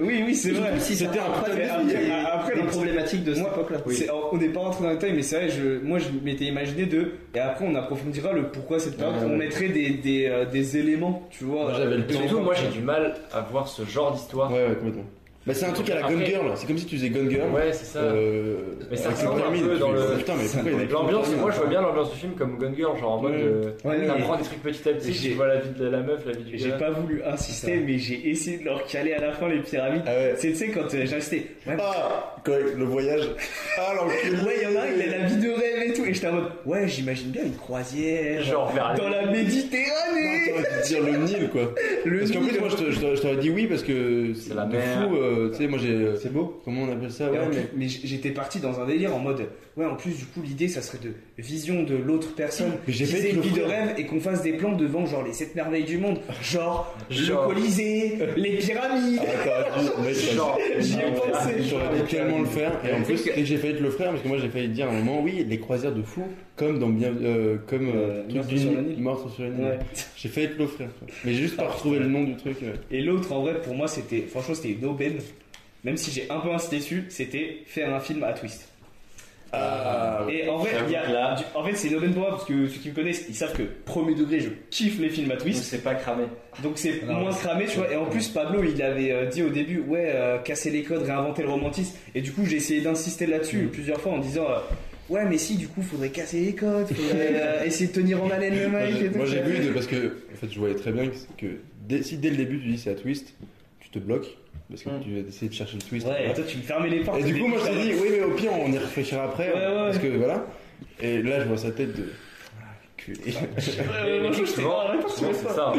Speaker 3: Oui, oui, c'est vrai.
Speaker 2: si c'était un
Speaker 3: Après,
Speaker 2: putain de
Speaker 3: après,
Speaker 2: défi,
Speaker 3: après,
Speaker 2: les
Speaker 3: dans-
Speaker 2: problématiques de cette
Speaker 3: Moi,
Speaker 2: époque-là.
Speaker 3: c'est- on n'est pas rentré dans le détail, mais c'est vrai, je, moi je m'étais imaginé de. Et après, on approfondira le pourquoi cette période.
Speaker 1: Ouais, ouais.
Speaker 3: On mettrait des, des, euh, des éléments, tu vois.
Speaker 1: Moi, j'avais le
Speaker 3: de
Speaker 1: temps.
Speaker 3: l'époque.
Speaker 7: Surtout, moi, j'ai du mal à voir ce genre d'histoire.
Speaker 1: Ouais, ouais, complètement. Bah, c'est un truc à la Gun
Speaker 7: Après-
Speaker 1: Girl, c'est comme si tu faisais Gun Girl.
Speaker 7: Ouais, c'est ça.
Speaker 1: Euh,
Speaker 7: Mais ça
Speaker 1: avec le
Speaker 7: ressemble un
Speaker 1: pyramide,
Speaker 7: peu
Speaker 1: tu
Speaker 7: dans
Speaker 1: fais,
Speaker 7: le-
Speaker 1: Putain, mais pourquoi il y a des
Speaker 7: L'ambiance,
Speaker 1: pyramides
Speaker 7: moi je vois bien l'ambiance du film comme Gun Girl, genre en mode.
Speaker 1: euh, Ouais.
Speaker 7: euh,
Speaker 3: Ouais,
Speaker 7: T'apprends
Speaker 3: mais-
Speaker 7: des trucs petit à petit,
Speaker 3: J'ai-
Speaker 7: tu vois la vie de la meuf, la vie du
Speaker 3: J'ai
Speaker 7: gars.
Speaker 3: pas voulu insister, mais j'ai essayé de leur caler à la fin les pyramides.
Speaker 1: Ah ouais.
Speaker 3: C'est, tu sais, quand euh, j'ai insisté, ouais,
Speaker 1: Ah Quand le voyage. Ah
Speaker 7: [LAUGHS]
Speaker 1: l'enculé
Speaker 3: ouais, y'en a un, il a la vie de rêve et tout. Et j'étais en mode, ouais, j'imagine bien une croisière.
Speaker 7: Genre vers
Speaker 3: Dans la Méditerranée.
Speaker 1: T'aurais dû dire le Nil quoi.
Speaker 3: Le
Speaker 1: parce qu'en plus
Speaker 3: Nil.
Speaker 1: moi je te- je t'aurais je t'aurais dit oui parce que c'est
Speaker 7: C'est la
Speaker 1: de
Speaker 7: mer.
Speaker 1: fou. euh, tu sais moi j'ai. euh,
Speaker 2: C'est beau.
Speaker 1: Comment on appelle ça
Speaker 3: Et
Speaker 1: ouais,
Speaker 3: en plus-
Speaker 1: mais-
Speaker 3: mais j- j'étais parti dans un délire en mode ouais en plus du coup l'idée ça serait de vision de l'autre personne
Speaker 1: Mais j'ai
Speaker 3: qui
Speaker 1: fait
Speaker 3: faisait une
Speaker 1: le
Speaker 3: vie de
Speaker 1: frère.
Speaker 3: rêve et qu'on fasse des plans devant genre les sept merveilles du monde genre,
Speaker 7: Genre.
Speaker 3: le Colisée les pyramides
Speaker 1: Ah, t'aurais dû- mec,
Speaker 3: [LAUGHS]
Speaker 1: t'aurais-
Speaker 7: Genre,
Speaker 3: j'y ai pensé
Speaker 1: J'aurais dû tellement le faire et en plus dès que j'ai failli te le faire parce que moi j'ai failli te dire à un moment oui les croisières de fou comme dans bien euh, comme
Speaker 3: Euh,
Speaker 1: truc
Speaker 3: Meurtre
Speaker 1: du
Speaker 3: sur
Speaker 1: Nil-
Speaker 3: la Nile.
Speaker 1: Meurtre sur la Nile.
Speaker 3: Ouais.
Speaker 1: J'ai failli te l'offrir quoi. mais j'ai juste pas retrouvé le nom du truc. euh. ouais.
Speaker 3: et l'autre en vrai pour moi c'était franchement c'était une aubaine même si j'ai un peu insisté dessus c'était faire un film à twist Euh,
Speaker 1: Ah ouais.
Speaker 3: et en vrai il y a du- en fait c'est une aubaine pour moi parce que ceux qui me connaissent ils savent que premier degré je kiffe les films à twist
Speaker 7: C'est pas cramé.
Speaker 3: Donc c'est
Speaker 2: Non,
Speaker 3: moins
Speaker 2: c'est-
Speaker 3: cramé, tu vois. Et en plus, Pablo, il avait euh, dit au début, ouais, euh, casser les codes, réinventer le romantisme. Et du coup, j'ai essayé d'insister là-dessus
Speaker 1: Mm.
Speaker 3: plusieurs fois en disant, euh, ouais, mais si, du coup, faudrait casser les codes, faudrait euh, essayer de tenir en haleine le
Speaker 1: Moi,
Speaker 3: mec. et
Speaker 1: j'ai-
Speaker 3: tout.
Speaker 1: Moi j'ai vu de- parce que en fait je voyais très bien que, que dès, si dès le début tu dis c'est à twist, tu te bloques parce que
Speaker 3: Mm.
Speaker 1: tu vas essayer de chercher le twist.
Speaker 3: Ouais, et toi, tu me fermais les portes.
Speaker 1: Et du coup moi je t'ai dit oui mais au pire on y réfléchira après
Speaker 3: Ouais, ouais,
Speaker 1: parce
Speaker 3: ouais.
Speaker 1: que voilà. Et là je vois sa tête de enculé.
Speaker 3: Ouais, ouais, ouais, j'étais-
Speaker 7: souvent,
Speaker 3: ah, attends,
Speaker 7: souvent,
Speaker 3: tu fais
Speaker 7: c'est
Speaker 3: ça.
Speaker 7: ça.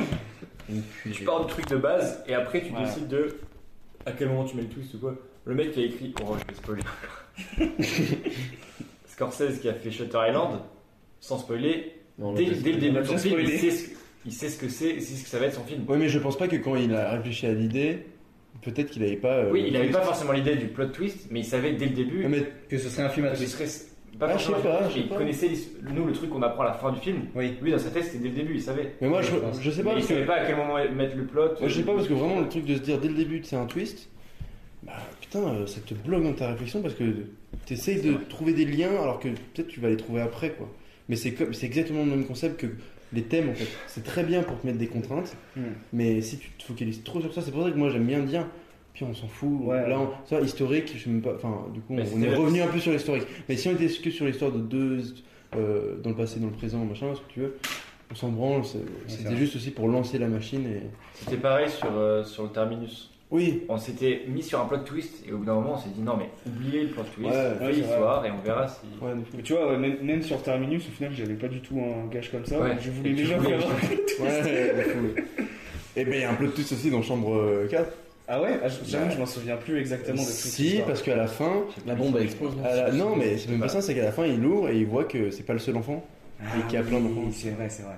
Speaker 7: Tu pars du truc de base et après tu
Speaker 3: Voilà.
Speaker 7: décides de
Speaker 4: à quel moment tu mets le twist ou quoi. Le mec qui a écrit, oh je vais spoiler. Scorsese qui a fait Shutter Island, sans spoiler,
Speaker 1: Non,
Speaker 4: dès,
Speaker 1: le-
Speaker 4: dès le début de son
Speaker 1: déjà
Speaker 4: film,
Speaker 1: spoilé.
Speaker 4: il sait ce, il sait ce que c'est, il sait ce que ça va être son film.
Speaker 1: Ouais, mais je pense pas que quand il a réfléchi à l'idée, peut-être qu'il avait pas. euh,
Speaker 4: Oui,
Speaker 1: le
Speaker 4: il n'avait
Speaker 1: twist.
Speaker 4: pas forcément l'idée du plot twist, mais il savait dès le début
Speaker 1: Non, mais
Speaker 5: Que ce serait un film à
Speaker 4: que ce
Speaker 5: twist.
Speaker 4: serait pas
Speaker 1: Ah, je sais
Speaker 4: forcément.
Speaker 1: pas,
Speaker 4: un
Speaker 1: je sais
Speaker 4: film. il
Speaker 1: pas.
Speaker 4: connaissait l'his- nous le truc qu'on apprend à la fin du film.
Speaker 5: Oui.
Speaker 4: Lui dans sa tête c'était dès le début, il savait.
Speaker 1: Mais moi,
Speaker 5: Ouais,
Speaker 1: je,
Speaker 5: je pense.
Speaker 1: je sais pas.
Speaker 4: Mais il
Speaker 1: parce que-
Speaker 4: savait pas à quel moment mettre le plot. euh,
Speaker 1: Moi, je sais pas parce que vraiment le truc de se dire dès le début c'est un twist, bah putain euh, ça te bloque dans ta réflexion parce que t'essayes de trouver des liens alors que peut-être tu vas les trouver après quoi. Mais c'est comme- c'est exactement le même concept que les thèmes en fait. C'est très bien pour te mettre des contraintes,
Speaker 5: Hmm.
Speaker 1: mais si tu te focalises trop sur ça, c'est pour ça que moi j'aime bien dire. Puis on s'en fout.
Speaker 5: Ouais.
Speaker 1: Là, on- ça historique, je sais même pas. Enfin, du coup,
Speaker 4: Mais
Speaker 1: on
Speaker 4: c'était
Speaker 1: est
Speaker 4: la-
Speaker 1: revenu un peu sur l'historique. Mais si on était que sur l'histoire de deux euh, dans le passé, dans le présent, machin, ce que tu veux, on s'en branle. c'est- C'était
Speaker 5: vrai.
Speaker 1: juste aussi pour lancer la machine et.
Speaker 4: C'était pareil sur, euh, sur le Terminus.
Speaker 1: Oui,
Speaker 4: on s'était mis sur un plot twist et au bout d'un moment on s'est dit non mais oubliez le plot twist,
Speaker 1: Ouais, ouais,
Speaker 4: fais
Speaker 1: c'est
Speaker 4: l'histoire et on verra si.
Speaker 1: Ouais, de fou.
Speaker 3: Mais tu vois, ouais, même, même sur Terminus, au final, j'avais pas du tout un gage comme ça.
Speaker 4: Ouais.
Speaker 3: Je voulais
Speaker 4: Et tu
Speaker 3: déjà
Speaker 4: voulais-
Speaker 3: faire.
Speaker 1: Ouais, de fou. Et ben, il y a un plot twist aussi dans chambre euh, 4.
Speaker 3: Ah ouais Ah, je- J'avoue, je m'en souviens plus exactement de toute
Speaker 1: Si,
Speaker 3: l'histoire.
Speaker 1: parce qu'à la fin.
Speaker 27: La bombe elle explose.
Speaker 1: à la- Non, mais c'est même pas ça, c'est qu'à la fin, il ouvre et il voit que c'est pas le seul enfant. Et qu'il y a plein d'enfants.
Speaker 3: Ah Oui, C'est vrai, c'est vrai.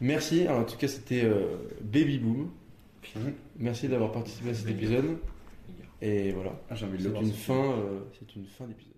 Speaker 1: Merci, Alors, en tout cas, c'était euh, Baby Boom. Merci d'avoir participé à cet épisode. Et voilà,
Speaker 5: Ah, J'ai envie
Speaker 1: c'est
Speaker 5: de le voir.
Speaker 1: une
Speaker 5: ce film.
Speaker 1: fin, euh, c'est une fin d'épisode.